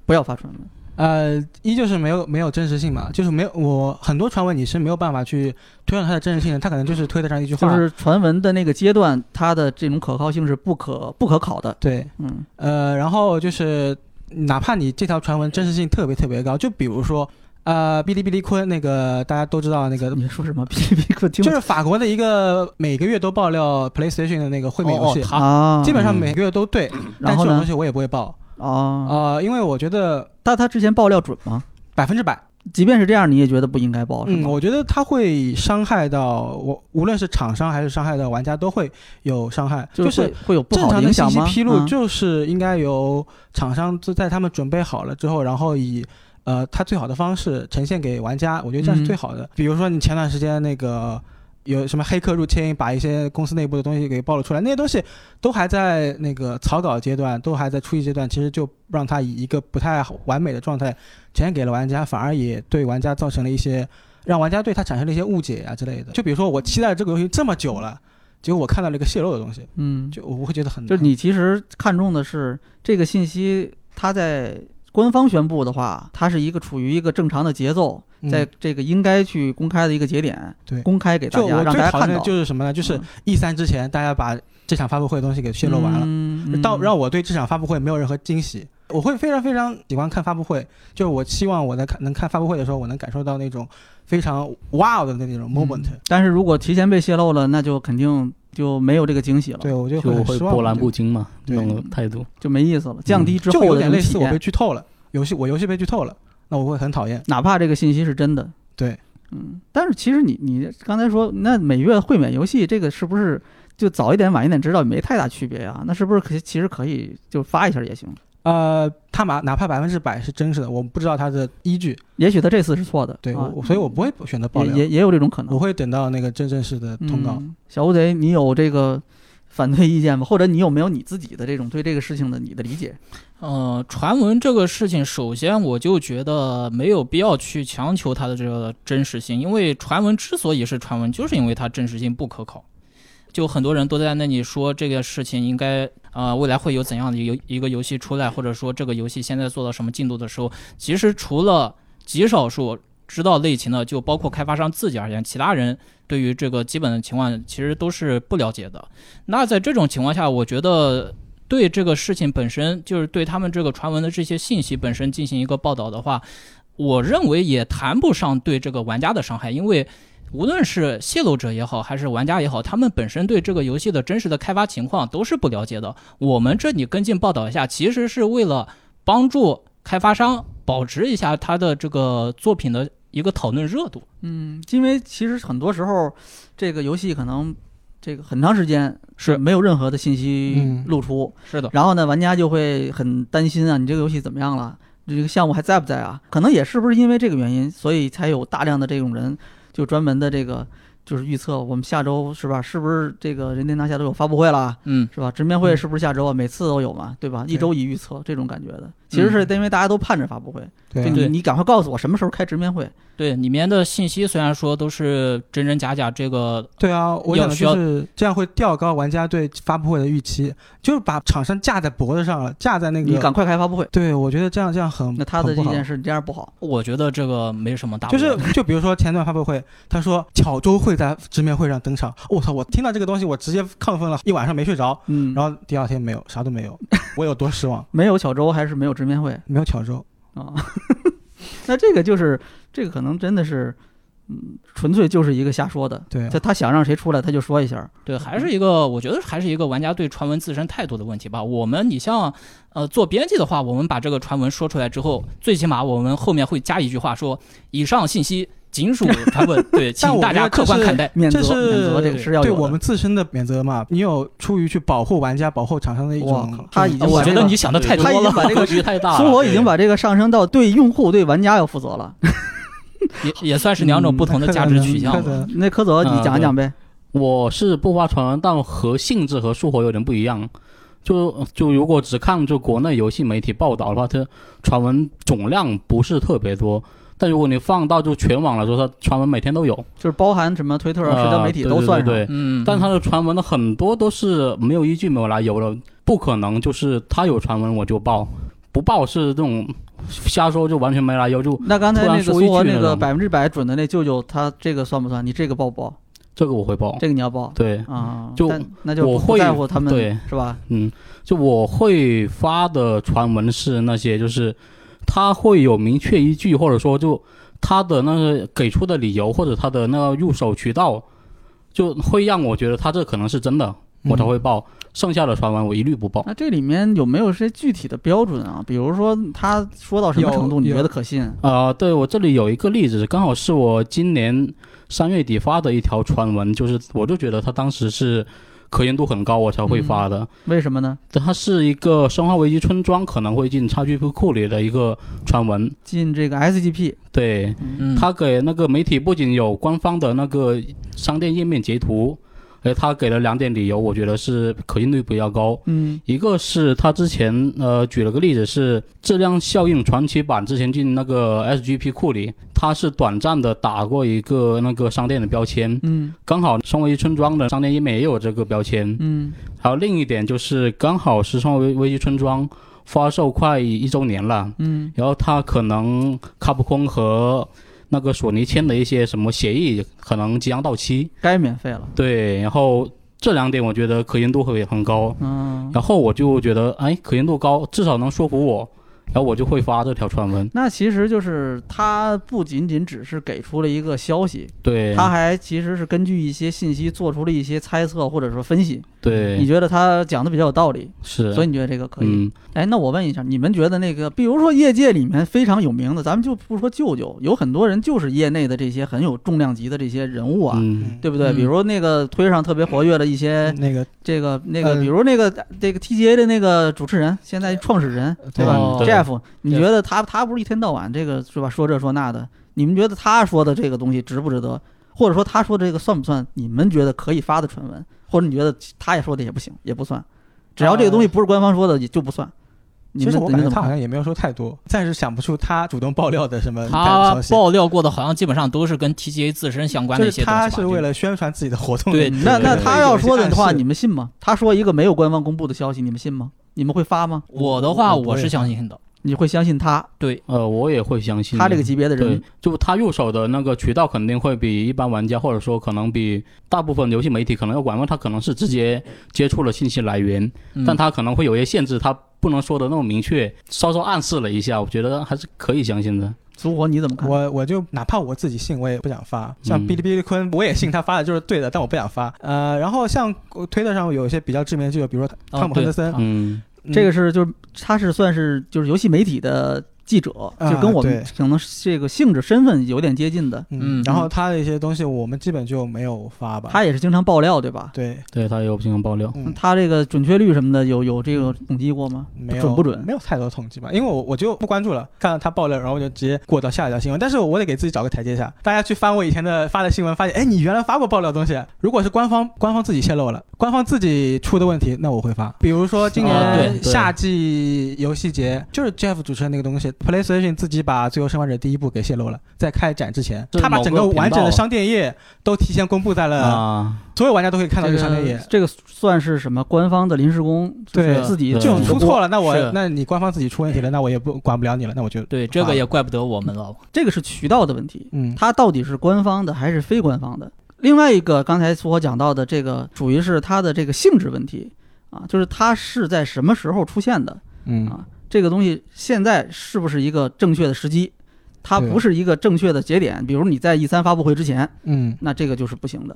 B: 不要发传闻？
M: 呃，一就是没有没有真实性嘛，就是没有我很多传闻你是没有办法去推断它的真实性的，它可能就是推得上一句
B: 就
M: 话，
B: 是传闻的那个阶段，它的这种可靠性是不可不可考的。
M: 对，
B: 嗯，
M: 呃，然后就是哪怕你这条传闻真实性特别特别高，就比如说。呃，哔哩哔哩坤那个大家都知道那个，
B: 你说什么 哔哩哔哩坤？
M: 就是法国的一个每个月都爆料 PlayStation 的那个会免游戏，
B: 哦哦啊
M: 基本上每个月都对，但
B: 然
M: 这
B: 后
M: 种
B: 呢
M: 东西我也不会报，
B: 啊，
M: 呃，因为我觉得，
B: 但他之前爆料准吗？
M: 百分之百。
B: 即便是这样，你也觉得不应该爆是
M: 嗯，
B: 吗？
M: 我觉得它会伤害到我，无论是厂商还是伤害到玩家都会有伤害，
B: 就
M: 就是是
B: 会会有不
M: 正
B: 好的
M: 常的
B: 影
M: 信
B: 响
M: 息
B: 吗
M: 披露
B: 嗯
M: 就是应该由厂商就在他们准备好了之后，然后以。呃，他最好的方式呈现给玩家，我觉得这样是
B: 嗯
M: 最好的。比如说，你前段时间那个有什么黑客入侵，把一些公司内部的东西给暴露出来，那些东西都还在那个草稿阶段，都还在初期阶段，其实就让他以一个不太好完美的状态呈现给了玩家，反而也对玩家造成了一些让玩家对他产生了一些误解啊之类的。就比如说，我期待这个游戏这么久了，结果我看到了一个泄露的东西，
B: 嗯，
M: 就我会觉得很
B: 就是你其实看重的是这个信息，它在官方宣布的话，它是一个处于一个正常的节奏，
M: 嗯
B: 在这个应该去公开的一个节点，
M: 对
B: 公开给大
M: 就
B: 家，
M: 我
B: 让
M: 最
B: 大家
M: 讨
B: 看
M: 厌的
B: 到。
M: 就是什么呢？就是
B: 嗯
M: E 三之前大家把这场发布会的东西给泄露完了，
B: 嗯
M: 到
B: 嗯
M: 让我对这场发布会没有任何惊喜。我会非常非常喜欢看发布会，就是我希望我在看能看发布会的时候，我能感受
B: 嗯
M: 到
L: 嗯
M: 那种非常 wow 哦的那种 moment。
B: 但是如果提前被泄露了，那就肯定就没有这个惊喜了。
M: 对，我就
L: 就
M: 很
L: 会
M: 失望
L: 波澜
M: 就
L: 不惊嘛，这
M: 对嗯
L: 种态度。
B: 就没意思了，降低之
M: 就
B: 后
M: 有
B: 的
M: 点
B: 那种
M: 类似
B: 体
M: 我被
B: 验
M: 剧透了，游戏我游戏被剧透了，那我会很讨厌。
B: 哪怕这个信息是真的。
M: 对，
B: 嗯，但是其实你你刚才说那每月会免游戏这个是不是就早一点晚一点知道也没太大区别啊？那是不是可以其实可以就发一下也行？
M: 呃，他哪哪怕百分之百是真实的，我不知道他的依据。
B: 也许他这次是错的，
M: 对，
B: 啊
M: 我所以我不会选择爆
B: 也
M: 料，
B: 也也有这种可能。
M: 我会等到那个真正式的通告。
B: 嗯小乌贼，你有这个反对意见吗？或者你有没有你自己的这种对这个事情的你的理解？
K: 呃，传闻这个事情，首先我就觉得没有必要去强求它的这个真实性，因为传闻之所以是传闻，就是因为它真实性不可考。就很多人都在那里说这个事情应该啊、呃未来会有怎样的游一个游戏出来，或者说这个游戏现在做到什么进度的时候，其实除了极少数知道类型的，就包括开发商自己而言，其他人对于这个基本的情况其实都是不了解的。那在这种情况下，我觉得对这个事情本身，就是对他们这个传闻的这些信息本身进行一个报道的话，我认为也谈不上对这个玩家的伤害，因为无论是泄露者也好，还是玩家也好，他们本身对这个游戏的真实的开发情况都是不了解的。我们这里跟进报道一下，其实是为了帮助开发商保持一下他的这个作品的一个讨论热度。
B: 嗯，因为其实很多时候这个游戏可能这个很长时间是没有任何的信息
M: 嗯
B: 露出，
K: 是的，
B: 然后呢，玩家就会很担心啊，你这个游戏怎么样了？这个项目还在不在啊？可能也是不是因为这个原因，所以才有大量的这种人就专门的这个就是预测我们下周是吧？是不是这个任天堂下周有发布会了？
K: 嗯，
B: 是吧？直面会是不是下周啊？每次都有嘛，对吧？一周一预测这种感觉的，其实是因为大家都盼着发布会，
M: 对啊
B: 就你
K: 嗯对
B: 你赶快告诉我什么时候开直面会。
K: 对里面的信息虽然说都是真真假假，这个
M: 对啊，我
K: 要
M: 想的
K: 需要
M: 就是这样会调高玩家对发布会的预期，就是把厂商架在脖子上了，架在那个。
B: 你赶快开发布会，
M: 对，我觉得这样这样很
B: 那他的
M: 很不
B: 意
M: 好
B: 见是你这样不好。
K: 我觉得这个没什么大不
M: 就
K: 了
M: 是
K: 的。
M: 就比如说前段发布会，他说巧周会在直面会上登场，我、操！我听到这个东西，我直接亢奋了一晚上没睡着，
B: 嗯，
M: 然后第二天没有，啥 都没有，我有多失望？
B: 没有小周还是没有直面会
M: 没有巧周，
B: 啊？ 那这个就是这个可能真的是，嗯，纯粹就是一个瞎说的。
M: 对啊
B: 他他想让谁出来他就说一下。
K: 对，还是一个，我觉得还是一个玩家对传闻自身态度的问题吧。我们，你像，呃，做编辑的话，我们把这个传闻说出来之后，最起码我们后面会加一句话说，以上信息 仅属传闻，对，
M: 但
K: 请
M: 我
K: 大
M: 觉
K: 家
M: 得
K: 客
M: 这
K: 观
M: 是
K: 看待。
B: 免责
M: 这是
B: 免责这个是要
M: 对
B: 有的
M: 我们自身的免责嘛，你有出于去保护玩家、保护厂商的一
B: 哇
M: 种
B: 靠，他已经
K: 我
B: 把
K: 觉
B: 这
K: 得
B: 个
K: 你想的太多
B: 他已经把
K: 了，
B: 这个
L: 格局太大了
B: 苏活已经把这个上升到对用户、对玩家要负责 了。
K: 也也算是两种不
M: 嗯
K: 同的价值取向
M: 对
K: 吧。
M: 的，
B: 嗯那柯泽，你
L: 啊
B: 讲一
L: 对
B: 讲呗。
L: 我是不发传闻，但和性质和速活有点不一样。就就如果只看就国内游戏媒体报道的话，它传闻总量不是特别多。但如果你放到就全网来说，它传闻每天都有，
B: 就是包含什么推特、啊社交媒体
L: 呃
B: 都算上。
L: 对对对对
K: 嗯，
L: 但它的传闻的很多都是没有依据、没有来由的，不可能就是他有传闻我就报，不报是这种瞎说，就完全没来由。就
B: 那刚才
L: 突
B: 那
L: 然
B: 个
L: 说一
B: 苏活
L: 句
B: 那
L: 那
B: 个
L: 种
B: 百分之百准的那舅舅，他这个算不算？你这个报不报？
L: 这个我会报，
B: 这个你要报
L: 对，
B: 啊？
L: 就
B: 但那就
L: 我
B: 不
L: 会
B: 在乎他们
L: 对
B: 是吧？
L: 嗯，就我会发的传闻是那些，就是他会有明确依据，或者说就他的那个给出的理由，或者他的那个入手渠道，就会让我觉得他这可能是真的，我才会报。剩下的传闻我一律不报。
B: 嗯那这里面有没有些具体的标准啊？比如说他说到什么
M: 有
B: 程度你
M: 有
B: 觉得可 信？
L: 啊，对我这里有一个例子，刚好是我今年三月底发的一条传闻，就是我就觉得他当时是可信度很高，我才
B: 嗯
L: 会发的。
B: 为什么呢？
L: 它是一个《生化危机》村庄可能会进 XGP 库里的一个传闻，
B: 进这个 SGP
L: 对，
K: 嗯，
L: 他给那个媒体不仅有官方的那个商店页面截图，而他给了两点理由，我觉得是可信率比较高。
B: 嗯，
L: 一个是他之前呃举了个例子是《质量效应传奇版》之前进那个 SGP 库里，他是短暂的打过一个那个商店的标签，
B: 嗯
L: 刚好生为村庄的商店页面也有这个标签。
B: 嗯
L: 还有另一点就是刚好是生为危机村庄发售快一周年了，
B: 嗯
L: 然后他可能卡普空和那个索尼签的一些什么协议可能即将到期，
B: 该免费了。
L: 对，然后这两点我觉得可信度会很高，
B: 嗯，
L: 然后我就觉得哎可信度高，至少能说服我，然后我就会发这条传闻。
B: 那其实就是他不仅仅只是给出了一个消息，
L: 对，
B: 他还其实是根据一些信息做出了一些猜测或者说分析。
L: 对
B: 你觉得他讲的比较有道理，
L: 是
B: 所以你觉得这个可以
L: 嗯？
B: 哎，那我问一下，你们觉得那个，比如说业界里面非常有名的，咱们就不说舅舅，有很多人就是业内的这些很有重量级的这些人物啊，
L: 嗯
B: 对不对？
L: 嗯
B: 比如那个推上特别活跃的一些
M: 嗯那个
B: 这个那个，
M: 嗯
B: 比如那个这个 TGA 的那个主持人，现在创始人对吧
K: 哦
L: 嗯对
B: ？Jeff，你觉得他他不是一天到晚这个是吧？说这说那的，你们觉得他说的这个东西值不值得？或者说他说这个算不算你们觉得可以发的传闻？或者你觉得他也说的也不行，也不算，只要这个东西
K: 哦
B: 不是官方说的，也就不算。你
M: 其
B: 们
M: 实我
B: 你
M: 感
B: 们
M: 觉
B: 怎
M: 他
B: 么
M: 好
B: 看？
M: 像也没有说太多，暂时想不出他主动爆料的什么大
K: 他
M: 消息。
K: 爆料过的好像基本上都是跟 TGA 自身相关的
M: 就
K: 一
M: 是
K: 些东西吧。
M: 他是为了宣传自己的活动。
K: 对
B: 那那
M: 对
B: 他
M: 对
B: 要
M: 对
B: 说的话，
M: 暗示
B: 你们信吗？他说一个没有官方公布的消息，你们信吗？你们会发吗？
K: 我的话，我
L: 不
K: 是
L: 会
K: 相信的。
B: 你会相信他？
K: 对，
L: 呃，我也会相信
B: 他这个级别的人
L: 对，就他入手的那个渠道肯定会比一般玩家，或者说可能比大部分游戏媒体可能要广，因为他可能是直接接触了信息来源，
K: 嗯
L: 但他可能会有一些限制，他不能说的那么明确，稍稍暗示了一下，我觉得还是可以相信的。
B: 苏活你怎么看？
M: 我我就哪怕我自己信，我也不想发。像
L: 嗯
M: 哔哩哔哩坤，我也信他发的就是对的，但我不想发。呃，然后像推特上有一些比较知名的，就有比如说汤
B: 哦
M: 姆
B: 对
M: 亨德森，
L: 嗯，
M: 嗯
B: 这个是就是他是算是就是游戏媒体的记者，
M: 啊
B: 就跟我们
M: 对
B: 可能是这个性质身份有点接近的。
M: 嗯，然后他的一些东西我们基本就没有发吧。
B: 他也是经常爆料，对吧？
M: 对，
L: 对他有经常爆料，
M: 嗯，
B: 他这个准确率什么的有有这个统计过吗？
M: 没有
B: 准不准？
M: 没有太多统计吧，因为我我就不关注了，看到他爆料，然后我就直接过到下一条新闻。但是我得给自己找个台阶下，大家去翻我以前的发的新闻，发现哎，你原来发过爆料的东西。如果是官方官方自己泄露了，官方自己出的问题，那我会发。比如说今
L: 啊对
M: 年
L: 对
M: 夏季游戏节，就是 Jeff 主持的那个东西，PlayStation 自己把《最后生还者》第一部给泄露了，在开展之前，
L: 是
M: 他把整
L: 某个频道
M: 完整的商店页都提前公布在了，
L: 啊，
M: 所有玩家都可以看到这
B: 这
M: 个商店页
B: 个。这个算是什么官方的临时工？就是
M: 对
B: 自己
L: 对
M: 这种出错了，那
K: 是
M: 我那你官方自己出问题了，那我也不管不了你了，那我就
K: 对，这个也怪不得我们了。
B: 这个是渠道的问题，
M: 嗯，
B: 它到底是官方的还是非官方的？另外一个，刚才苏火讲到的这个，属于是它的这个性质问题啊，就是它是在什么时候出现的？
M: 嗯
B: 啊，这个东西现在是不是一个正确的时机？它
M: 对
B: 不是一个正确的节点，比如你在 E 三发布会之前，
M: 嗯，
B: 那这个就是不行的，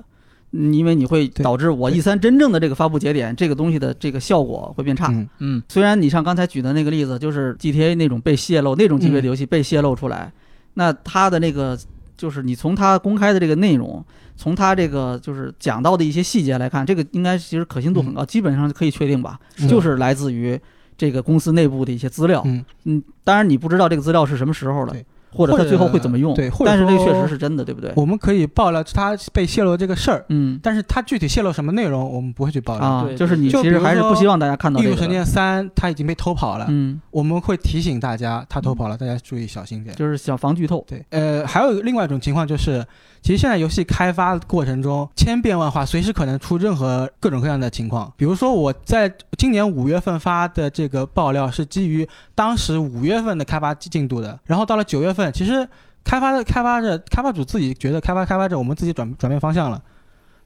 B: 嗯因为你会
M: 对
B: 导致我 E 三真正的这个发布节点，这个东西的这个效果会变差。
M: 嗯
K: 嗯，
B: 虽然你像刚才举的那个例子，就是 GTA 那种被泄露那种级别
M: 嗯
B: 的游戏被泄露出来，那它的那个就是你从它公开的这个内容，从它这个就是讲到的一些细节来看，这个应该其实可信度很高，基本上可以确定吧，
M: 嗯是
B: 就是来自于这个公司内部的一些资料。
M: 嗯
B: 当然你不知道这个资料是什么时候了
M: 对。
B: 或者
M: 或
B: 它
M: 者
B: 最后会怎么用？
M: 对或者
B: 但是这个
M: 说
B: 确实是真的，对不对？
M: 我们可以爆料他被泄露的这个事儿，
B: 嗯
M: 但是他具体泄露什么内容，我们不会去爆料。
B: 啊
K: 对，
B: 就是你
M: 就
B: 其
M: 比
B: 实
M: 如
B: 还是不
M: 说
B: 希望大家看到
M: 《
B: 这
M: 异
B: 个
M: 度神
B: 的。
M: 剑三》他已经被偷跑了，
B: 嗯，
M: 我们会提醒大家他偷跑了，大家注意小心点。
B: 就是想防剧透。
M: 对，呃，还有另外一种情况就是，其实现在游戏开发过程中千变万化，随时可能出任何各种各样的情况。比如说，我在今年五月份发的这个爆料是基于当时五月份的开发进度的，然后到了九月份，其实开发的开发者、开发主自己觉得开发开发者，我们自己转转变方向了。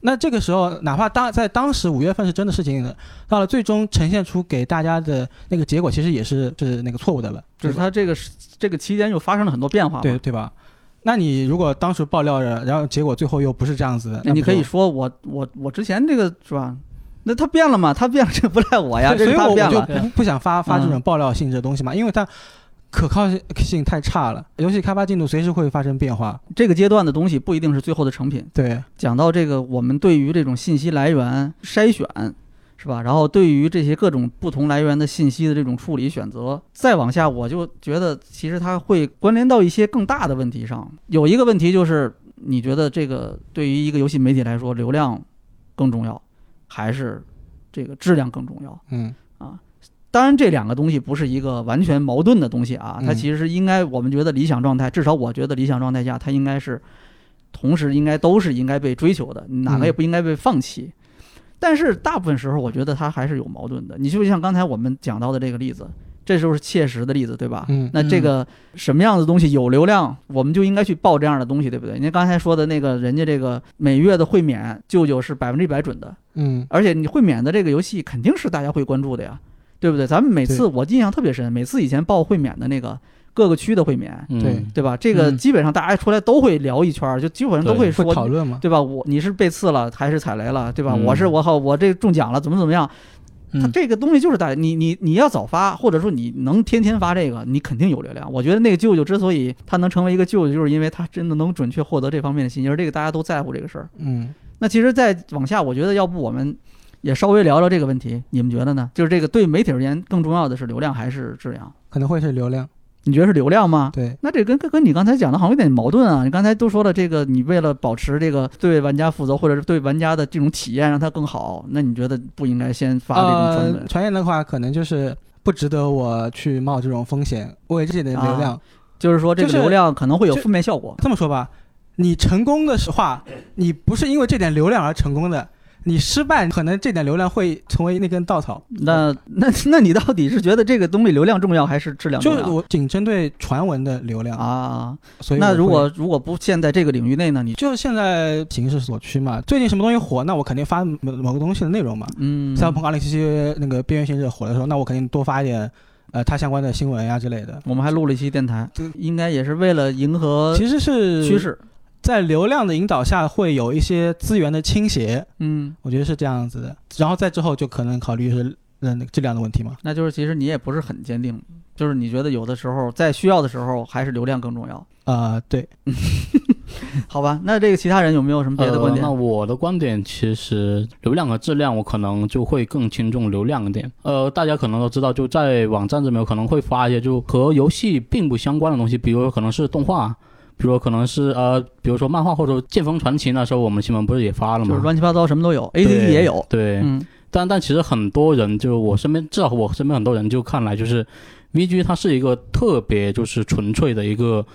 M: 那这个时候，哪怕当在当时五月份是真的事情的，到了最终呈现出给大家的那个结果，其实也是是那个错误的了，
B: 就是它这个是这个期间又发生了很多变化嘛。
M: 对对吧？那你如果当时爆料着，然后结果最后又不是这样子的，那
B: 你
M: 不
B: 可以
M: 就
B: 说我我我之前这个是吧？那他变了嘛？他变了，这不赖我呀，这是
M: 对，所以
B: 他
M: 我
B: 变
M: 我就
B: 了。
M: 不不想发发这
B: 嗯
M: 种爆料性质的东西嘛，因为它可靠性太差了，
B: 嗯
M: 游戏开发进度随时会发生变化。
B: 这个阶段的东西不一定是最后的成品。
M: 对，
B: 讲到这个，我们对于这种信息来源筛选，是吧？然后对于这些各种不同来源的信息的这种处理选择，再往下，我就觉得其实它会关联到一些更大的问题上。有一个问题就是，你觉得这个对于一个游戏媒体来说，流量更重要，还是这个质量更重要？
M: 嗯，
B: 啊当然，这两个东西不是一个完全矛盾的东西啊，
M: 嗯
B: 它其实是应该我们觉得理想状态，至少我觉得理想状态下，它应该是同时应该都是应该被追求的，哪
M: 嗯
B: 个也不应该被放弃。但是大部分时候，我觉得它还是有矛盾的。你就像刚才我们讲到的这个例子，这就是切实的例子，对吧？
M: 嗯
B: 那这个什么样的东西有流量，我们就应该去报这样的东西，对不对？人家刚才说的那个，人家这个每月的会免舅舅是百分之一百准的，
M: 嗯
B: 而且你会免的这个游戏肯定是大家会关注的呀。对不对？咱们每次
M: 对
B: 我印象特别深，每次以前报会免的那个各个区的会免，
F: 嗯
M: 对
B: 对吧？这个
M: 嗯
B: 基本上大家出来都会聊一圈儿，就基本上都
M: 会
B: 说
M: 讨论嘛？
B: 对吧？我你是被刺了还是踩雷了，对吧？
F: 嗯
B: 我是我好我这中奖了，怎么怎么样？它
F: 嗯
B: 这个东西就是大你你你要早发，或者说你能天天发这个，你肯定有流量。我觉得那个舅舅之所以他能成为一个舅舅，就是因为他真的能准确获得这方面的信息，而这个大家都在乎这个事儿。
M: 嗯，
B: 那其实再往下，我觉得要不我们也稍微聊聊这个问题，你们觉得呢？就是这个对媒体而言更重要的是流量还是质量？
M: 可能会是流量。
B: 你觉得是流量吗？
M: 对，
B: 那这跟跟跟你刚才讲的好像有点矛盾啊！你刚才都说了，这个你为了保持这个对玩家负责，或者是对玩家的这种体验让它更好，那你觉得不应该先发这种氛围？
M: 呃，传言的话，可能就是不值得我去冒这种风险，为自己的流量。
B: 啊就是说这个
M: 就是
B: 流量可能会有
M: 就
B: 负面效果。
M: 这么说吧，你成功的话，你不是因为这点流量而成功的，你失败可能这点流量会成为那根稻草。
B: 那那那你到底是觉得这个东西流量重要还是质量
M: 就
B: 重
M: 是
B: 要？
M: 我仅针对传闻的流量，
B: 啊，
M: 所以我
B: 那
M: 会
B: 如果如果不限在这个领域内呢？你
M: 就是现在形势所趋嘛，最近什么东西火，那我肯定发某某个东西的内容嘛。
B: 嗯，
M: 像《朋克二零七七》那个边缘行者火的时候，那我肯定多发一点，呃，它相关的新闻呀之类的。
B: 我们还录了一期电台，应该也是为了迎合
M: 其实是
B: 趋势。
M: 在流量的引导下，会有一些资源的倾斜，
B: 嗯，
M: 我觉得是这样子的。然后再之后就可能考虑是嗯那个质量的问题嘛。
B: 那就是其实你也不是很坚定，就是你觉得有的时候在需要的时候还是流量更重要。
M: 啊、对，
B: 好吧，那这个其他人有没有什么别的观点？
L: 呃。那我的观点其实流量和质量，我可能就会更倾重流量一点。呃，大家可能都知道，就在网站这边可能会发一些就和游戏并不相关的东西，比如可能是动画。比如可能是呃，比如说漫画或者《剑锋传奇》那时候我们新闻不是也发了吗？
B: 就是乱七八糟什么都有
L: 对
B: ，A T T 也有。
L: 对，
B: 嗯
L: 但但其实很多人就我身边，至少我身边很多人就看来就是 VG 它是一个特别就是纯粹的一个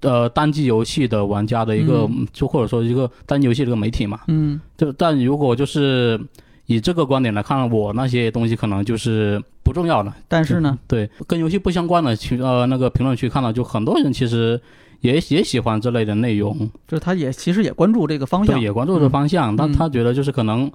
L: 呃单机游戏的玩家的一个、
B: 嗯
L: 就或者说一个单机游戏的一个媒体嘛。
B: 嗯
L: 就但如果就是以这个观点来看，我那些东西可能就是不重要了。嗯
B: 但是呢，
L: 对，跟游戏不相关的去呃那个评论区看到，就很多人其实也也喜欢这类的内容。
B: 就是他也其实也关注这个方向
L: 对，。也关注这方向，但
B: 嗯
L: 他觉得就是可能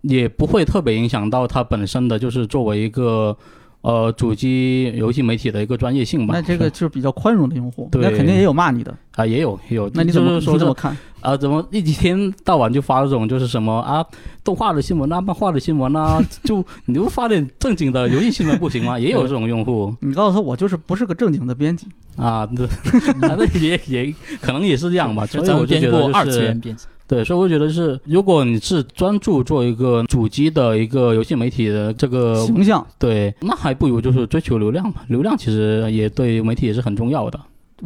L: 也不会特别影响到他本身的，就是作为一个呃主机游戏媒体的一个专业性吧。
B: 那这个
L: 是
B: 就是比较宽容的用户，
L: 对
B: 那肯定也有骂你的。
L: 啊也有也有，
B: 那你
L: 就
B: 怎么
L: 是说
B: 你怎么
L: 是
B: 看？
L: 啊怎么一天到晚就发这种就是什么啊动画的新闻啊漫画的新闻啊，就你就发点正经的游戏新闻不行吗？也有这种用户
B: 你告诉他我就是不是个正经的编辑，
L: 啊，对， 反正也也可能也是这样吧。所以
K: 咱
L: 我
K: 们
L: 就
K: 编
L: 觉得
K: 过
L: 就是
K: 二次元编辑，
L: 对，所以我觉得是，如果你是专注做一个主机的一个游戏媒体的这个，
B: 形象。
L: 对，那还不如就是追求流量吧。流量其实也对媒体也是很重要的。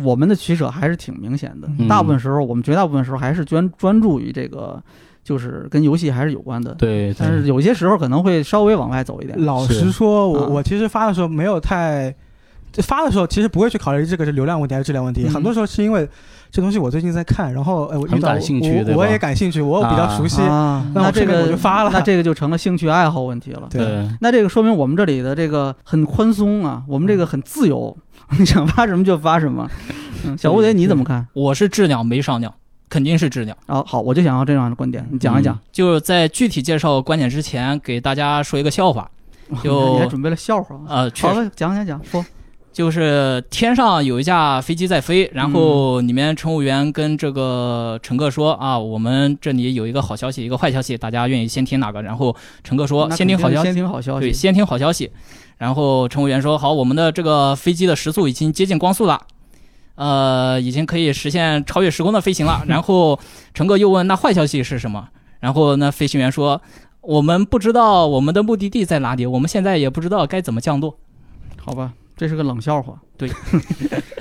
B: 我们的取舍还是挺明显的，
L: 嗯
B: 大部分时候我们绝大部分时候还是专专注于这个，就是跟游戏还是有关的。
L: 对，
B: 但是有些时候可能会稍微往外走一点。
M: 老
L: 是
M: 实说，我、
B: 啊
M: 我其实发的时候没有太，这发的时候其实不会去考虑这个是流量问题还是质量问题，
B: 嗯
M: 很多时候是因为这东西我最近在看，然后哎我
L: 很
M: 遇到
L: 感兴趣对吧
M: 我我也感兴趣，我比较熟悉，
B: 啊，
M: 那我
B: 这
M: 顺便我
B: 个
M: 就发了
B: 那这个就成了兴趣爱好问题了。
M: 对，
B: 那这个说明我们这里的这个很宽松啊，我们这个很自由， 你想发什么就发什么。嗯，小蝴蝶你怎么看？
K: 我是质量没上量，肯定是质量。
B: 啊，好，我就想要这样的观点，你讲一讲。
K: 就是在具体介绍观点之前，给大家说一个笑话，嗯就
B: 哦你还准备了笑话啊？
K: 呃，确
B: 好
K: 实
B: 了，讲讲讲，说
K: 就是天上有一架飞机在飞，然后
B: 嗯
K: 里面乘务员跟这个乘客说啊，我们这里有一个好消息，一个坏消息，大家愿意先听哪个？然后乘客说
B: 那
K: 先听好
B: 肯定是
K: 消
B: 先，
K: 息
B: 听好消
K: 对，
B: 息。
K: 先听好消息。然后乘务员说：“好，我们的这个飞机的时速已经接近光速了，呃，已经可以实现超越时空的飞行了。”然后乘客又问：“那坏消息是什么？”然后那飞行员说：“我们不知道我们的目的地在哪里，我们现在也不知道该怎么降落。
B: 好吧，这是个冷笑话。
K: 对，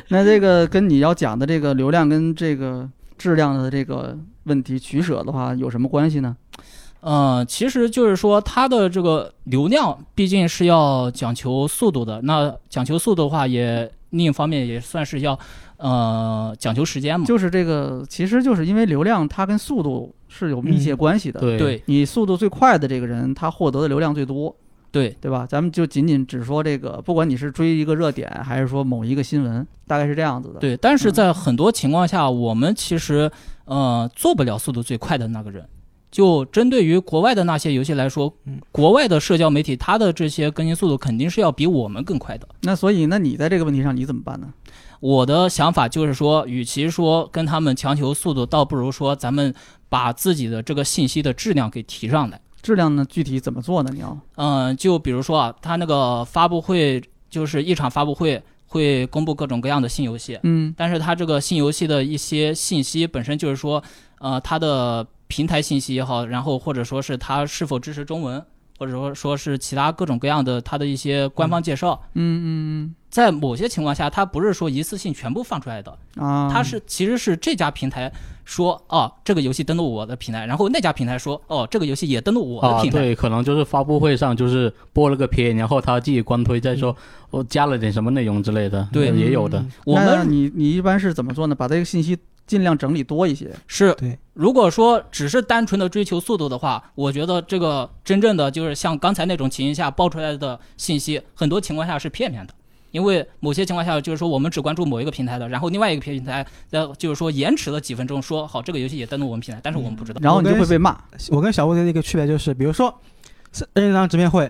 B: 那这个跟你要讲的这个流量跟这个质量的这个问题取舍的话，有什么关系呢？”
K: 嗯，其实就是说，它的这个流量毕竟是要讲求速度的。那讲求速度的话也，另一方面也算是要，呃，讲求时间嘛。
B: 就是这个，其实就是因为流量它跟速度是有密切关系的。
L: 对
K: 对
B: 你速度最快的这个人，他获得的流量最多，
K: 对，
B: 对吧？咱们就仅仅只说这个，不管你是追一个热点，还是说某一个新闻，大概是这样子的。，
K: 对，但
B: 嗯
K: 是在很多情况下，我们其实呃做不了速度最快的那个人，就针对于国外的那些游戏来说，
B: 嗯
K: 国外的社交媒体它的这些更新速度肯定是要比我们更快的。
B: 那所以，那你在这个问题上你怎么办呢？
K: 我的想法就是说，与其说跟他们强求速度，倒不如说咱们把自己的这个信息的质量给提上来。
B: 质量呢，具体怎么做呢？你要
K: 嗯，就比如说啊，他那个发布会就是一场发布会会公布各种各样的新游戏，
B: 嗯
K: 但是它这个新游戏的一些信息本身就是说，呃，它的平台信息也好，然后或者说是它是否支持中文，或者说说是其他各种各样的它的一些官方介绍，
B: 嗯
K: 在某些情况下，它不是说一次性全部放出来的，
B: 嗯啊，
K: 它是其实是这家平台说哦这个游戏登录我的平台，然后那家平台说哦这个游戏也登录我的
L: 啊，
K: 平台，
L: 对，可能就是发布会上就是播了个片，然后他自己官推再说，我、加了点什么内容之类的，
K: 嗯对
L: 也有的。
K: 我
B: 嗯那
K: 们
B: 你你一般是怎么做呢？把这个信息尽量整理多一些。
K: 是
M: 对，
K: 如果说只是单纯的追求速度的话，我觉得这个真正的就是像刚才那种情形下爆出来的信息，很多情况下是片面的。因为某些情况下，就是说我们只关注某一个平台的，然后另外一个平台，呃，就是说延迟了几分钟说，好这个游戏也登录我们平台，但是我们不知道。
B: 然后你就会被骂。
M: 我跟小吴的一个区别就是，比如说是任天堂直面会，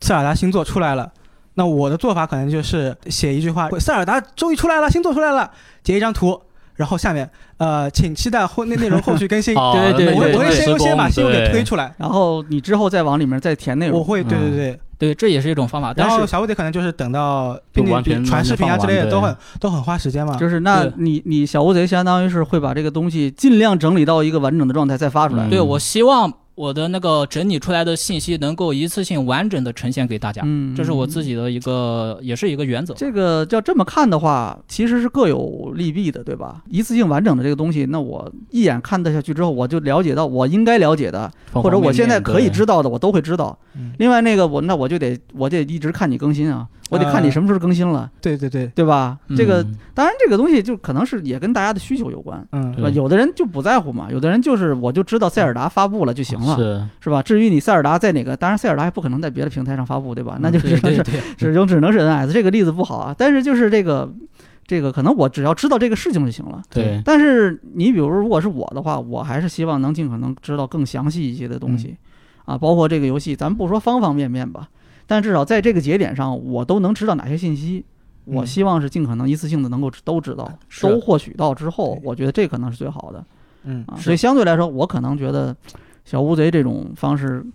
M: 塞尔达新作出来了，那我的做法可能就是写一句话：塞尔达终于出来了，新作出来了，截一张图。然后下面，呃，请期待后内内容后续更 新。
L: 哦对对
M: 我会
L: 对
M: 我会
L: 对
M: 先
L: 时
M: 优先把
L: 光
M: 新闻给
L: 对
M: 推出来，
K: 嗯
B: 然后你之后再往里面再填内容。
M: 我会，对对对。
K: 对，这也是一种方法。
M: 然
K: 但
M: 后
K: 是
M: 小吴得可能就是等到
L: 就
M: 并且
L: 完全
M: 传视频啊之类的
L: 放完
M: 都很都很花时间嘛。
B: 就是那
K: 对
B: 你你小乌贼相当于是会把这个东西尽量整理到一个完整的状态再发出来。
K: 对我希望我的那个整理出来的信息能够一次性完整的呈现给大家，
B: 嗯，
K: 这是我自己的一个，也是一个原则。
B: 这个呃要这么看的话，其实是各有利弊的，对吧？一次性完整的这个东西，那我一眼看得下去之后，我就了解到我应该了解的，
L: 方
B: 或者
L: 方面
B: 我现在
L: 面
B: 可以
L: 对
B: 知道的，我都会知道。
M: 嗯
B: 另外那个我那我就得我得一直看你更新啊，我得看你
M: 呃
B: 什么时候更新了，
M: 对对对，
B: 对吧？这个
L: 嗯
B: 当然这个东西就可能是也跟大家的需求有关。
M: 嗯
B: 是吧？有的人就不在乎嘛，有的人就是我就知道塞尔达发布了就行了，
L: 是
B: 是吧？至于你塞尔达在哪个，当然塞尔达还不可能在别的平台上发布，对吧？那就只
K: 对
B: 能
K: 对
B: 是
K: 对，
B: 只用只能是 NS 这个例子不好啊。但是就是这个这个，可能我只要知道这个事情就行了。
L: 对，
B: 但是你比如如果是我的话，我还是希望能尽可能知道更详细一些的东西，啊，包括这个游戏，咱不说方方面面吧，但至少在这个节点上，我都能知道哪些信息。我
M: 嗯
B: 希望是尽可能一次性的能够都知道，
K: 是
B: 都获取到之后
M: 对，
B: 我觉得这可能是最好的
M: 嗯
B: 啊。所以相对来说，我可能觉得小乌贼这种方式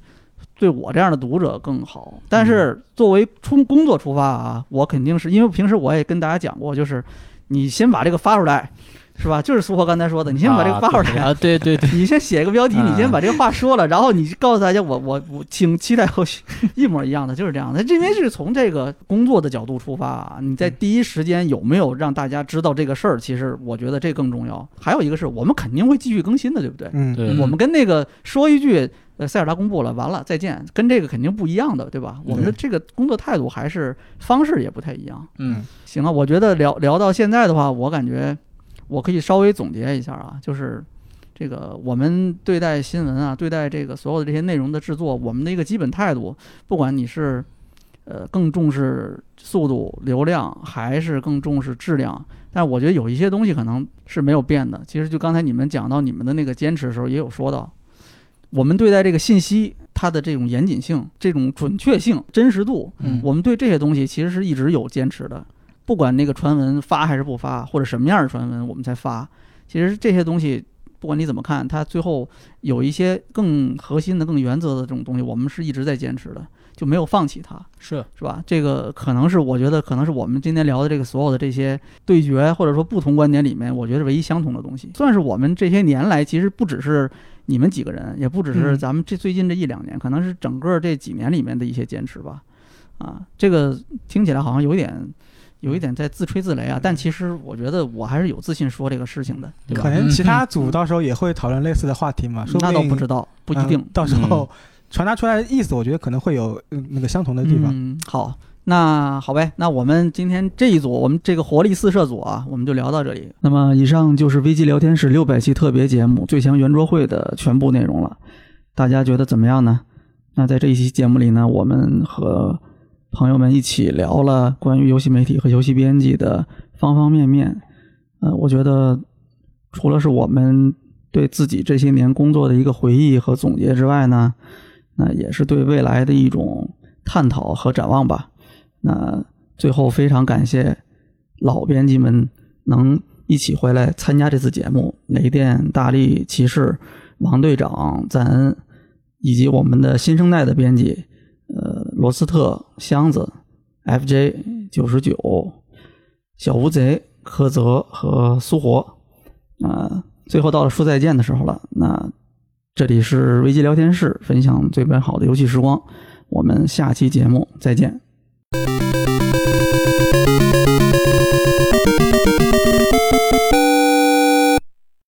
B: 对我这样的读者更好。
L: 嗯
B: 但是作为出工作出发啊，我肯定是因为平时我也跟大家讲过，就是你先把这个发出来，是吧？就是苏霍刚才说的，你先把这个
L: 啊
B: 发出
L: 对
B: 来，
K: 啊，对对对，
B: 你先写个标题，你先
L: 啊
B: 把这个话说了，然后你告诉大家我，我我请期待后续一模一样的，就是这样的。这因为是从这个工作的角度出发啊，你
K: 嗯
B: 在第一时间有没有让大家知道这个事儿，其实我觉得这更重要。还有一个是我们肯定会继续更新的，对不对？
M: 嗯
L: 对
B: 我们跟那个说一句，呃，塞尔达公布了，完了再见，跟这个肯定不一样的，对吧？我们的这个工作态度还是方式也不太一样。
K: 嗯，
B: 行啊，我觉得聊聊到现在的话，我感觉我可以稍微总结一下啊，就是这个我们对待新闻啊，对待这个所有的这些内容的制作，我们的一个基本态度，不管你是呃更重视速度、流量，还是更重视质量，但我觉得有一些东西可能是没有变的。其实就刚才你们讲到你们的那个坚持的时候，也有说到，我们对待这个信息它的这种严谨性、这种准确性、真实度，
K: 嗯
B: 我们对这些东西其实是一直有坚持的。不管那个传闻发还是不发，或者什么样的传闻我们才发，其实这些东西不管你怎么看，它最后有一些更核心的、更原则的这种东西，我们是一直在坚持的，就没有放弃它。
K: 是
B: 是吧？这个可能是我觉得，可能是我们今天聊的这个所有的这些对决，或者说不同观点里面，我觉得唯一相同的东西，算是我们这些年来，其实不只是你们几个人，也不只是
M: 嗯
B: 咱们这最近这一两年，可能是整个这几年里面的一些坚持吧。啊，这个听起来好像有点，有一点在自吹自擂啊，但其实我觉得我还是有自信说这个事情的，对吧嗯
M: 可？能其他组到时候也会讨论类似的话题嘛，说
B: 那倒
M: 定
B: 不知道，不一定。
M: 嗯到时候传达出来的意思，我觉得可能会有嗯那个相同的地方。
B: 嗯，好，那好呗，那我们今天这一组，我们这个活力四射组啊，我们就聊到这里。那么以上就是危机聊天室六百期特别节目《最强圆桌会》的全部内容了，大家觉得怎么样呢？那在这一期节目里呢，我们和朋友们一起聊了关于游戏媒体和游戏编辑的方方面面。呃，我觉得除了是我们对自己这些年工作的一个回忆和总结之外呢，那也是对未来的一种探讨和展望吧。那最后非常感谢老编辑们能一起回来参加这次节目，雷电、大力、骑士、王队长、赞恩，以及我们的新生代的编辑，呃，罗斯特、箱子、FJ 九十九、小乌贼、柯泽和苏活。啊、最后到了说再见的时候了。那这里是危机聊天室，分享最美好的游戏时光。我们下期节目再见。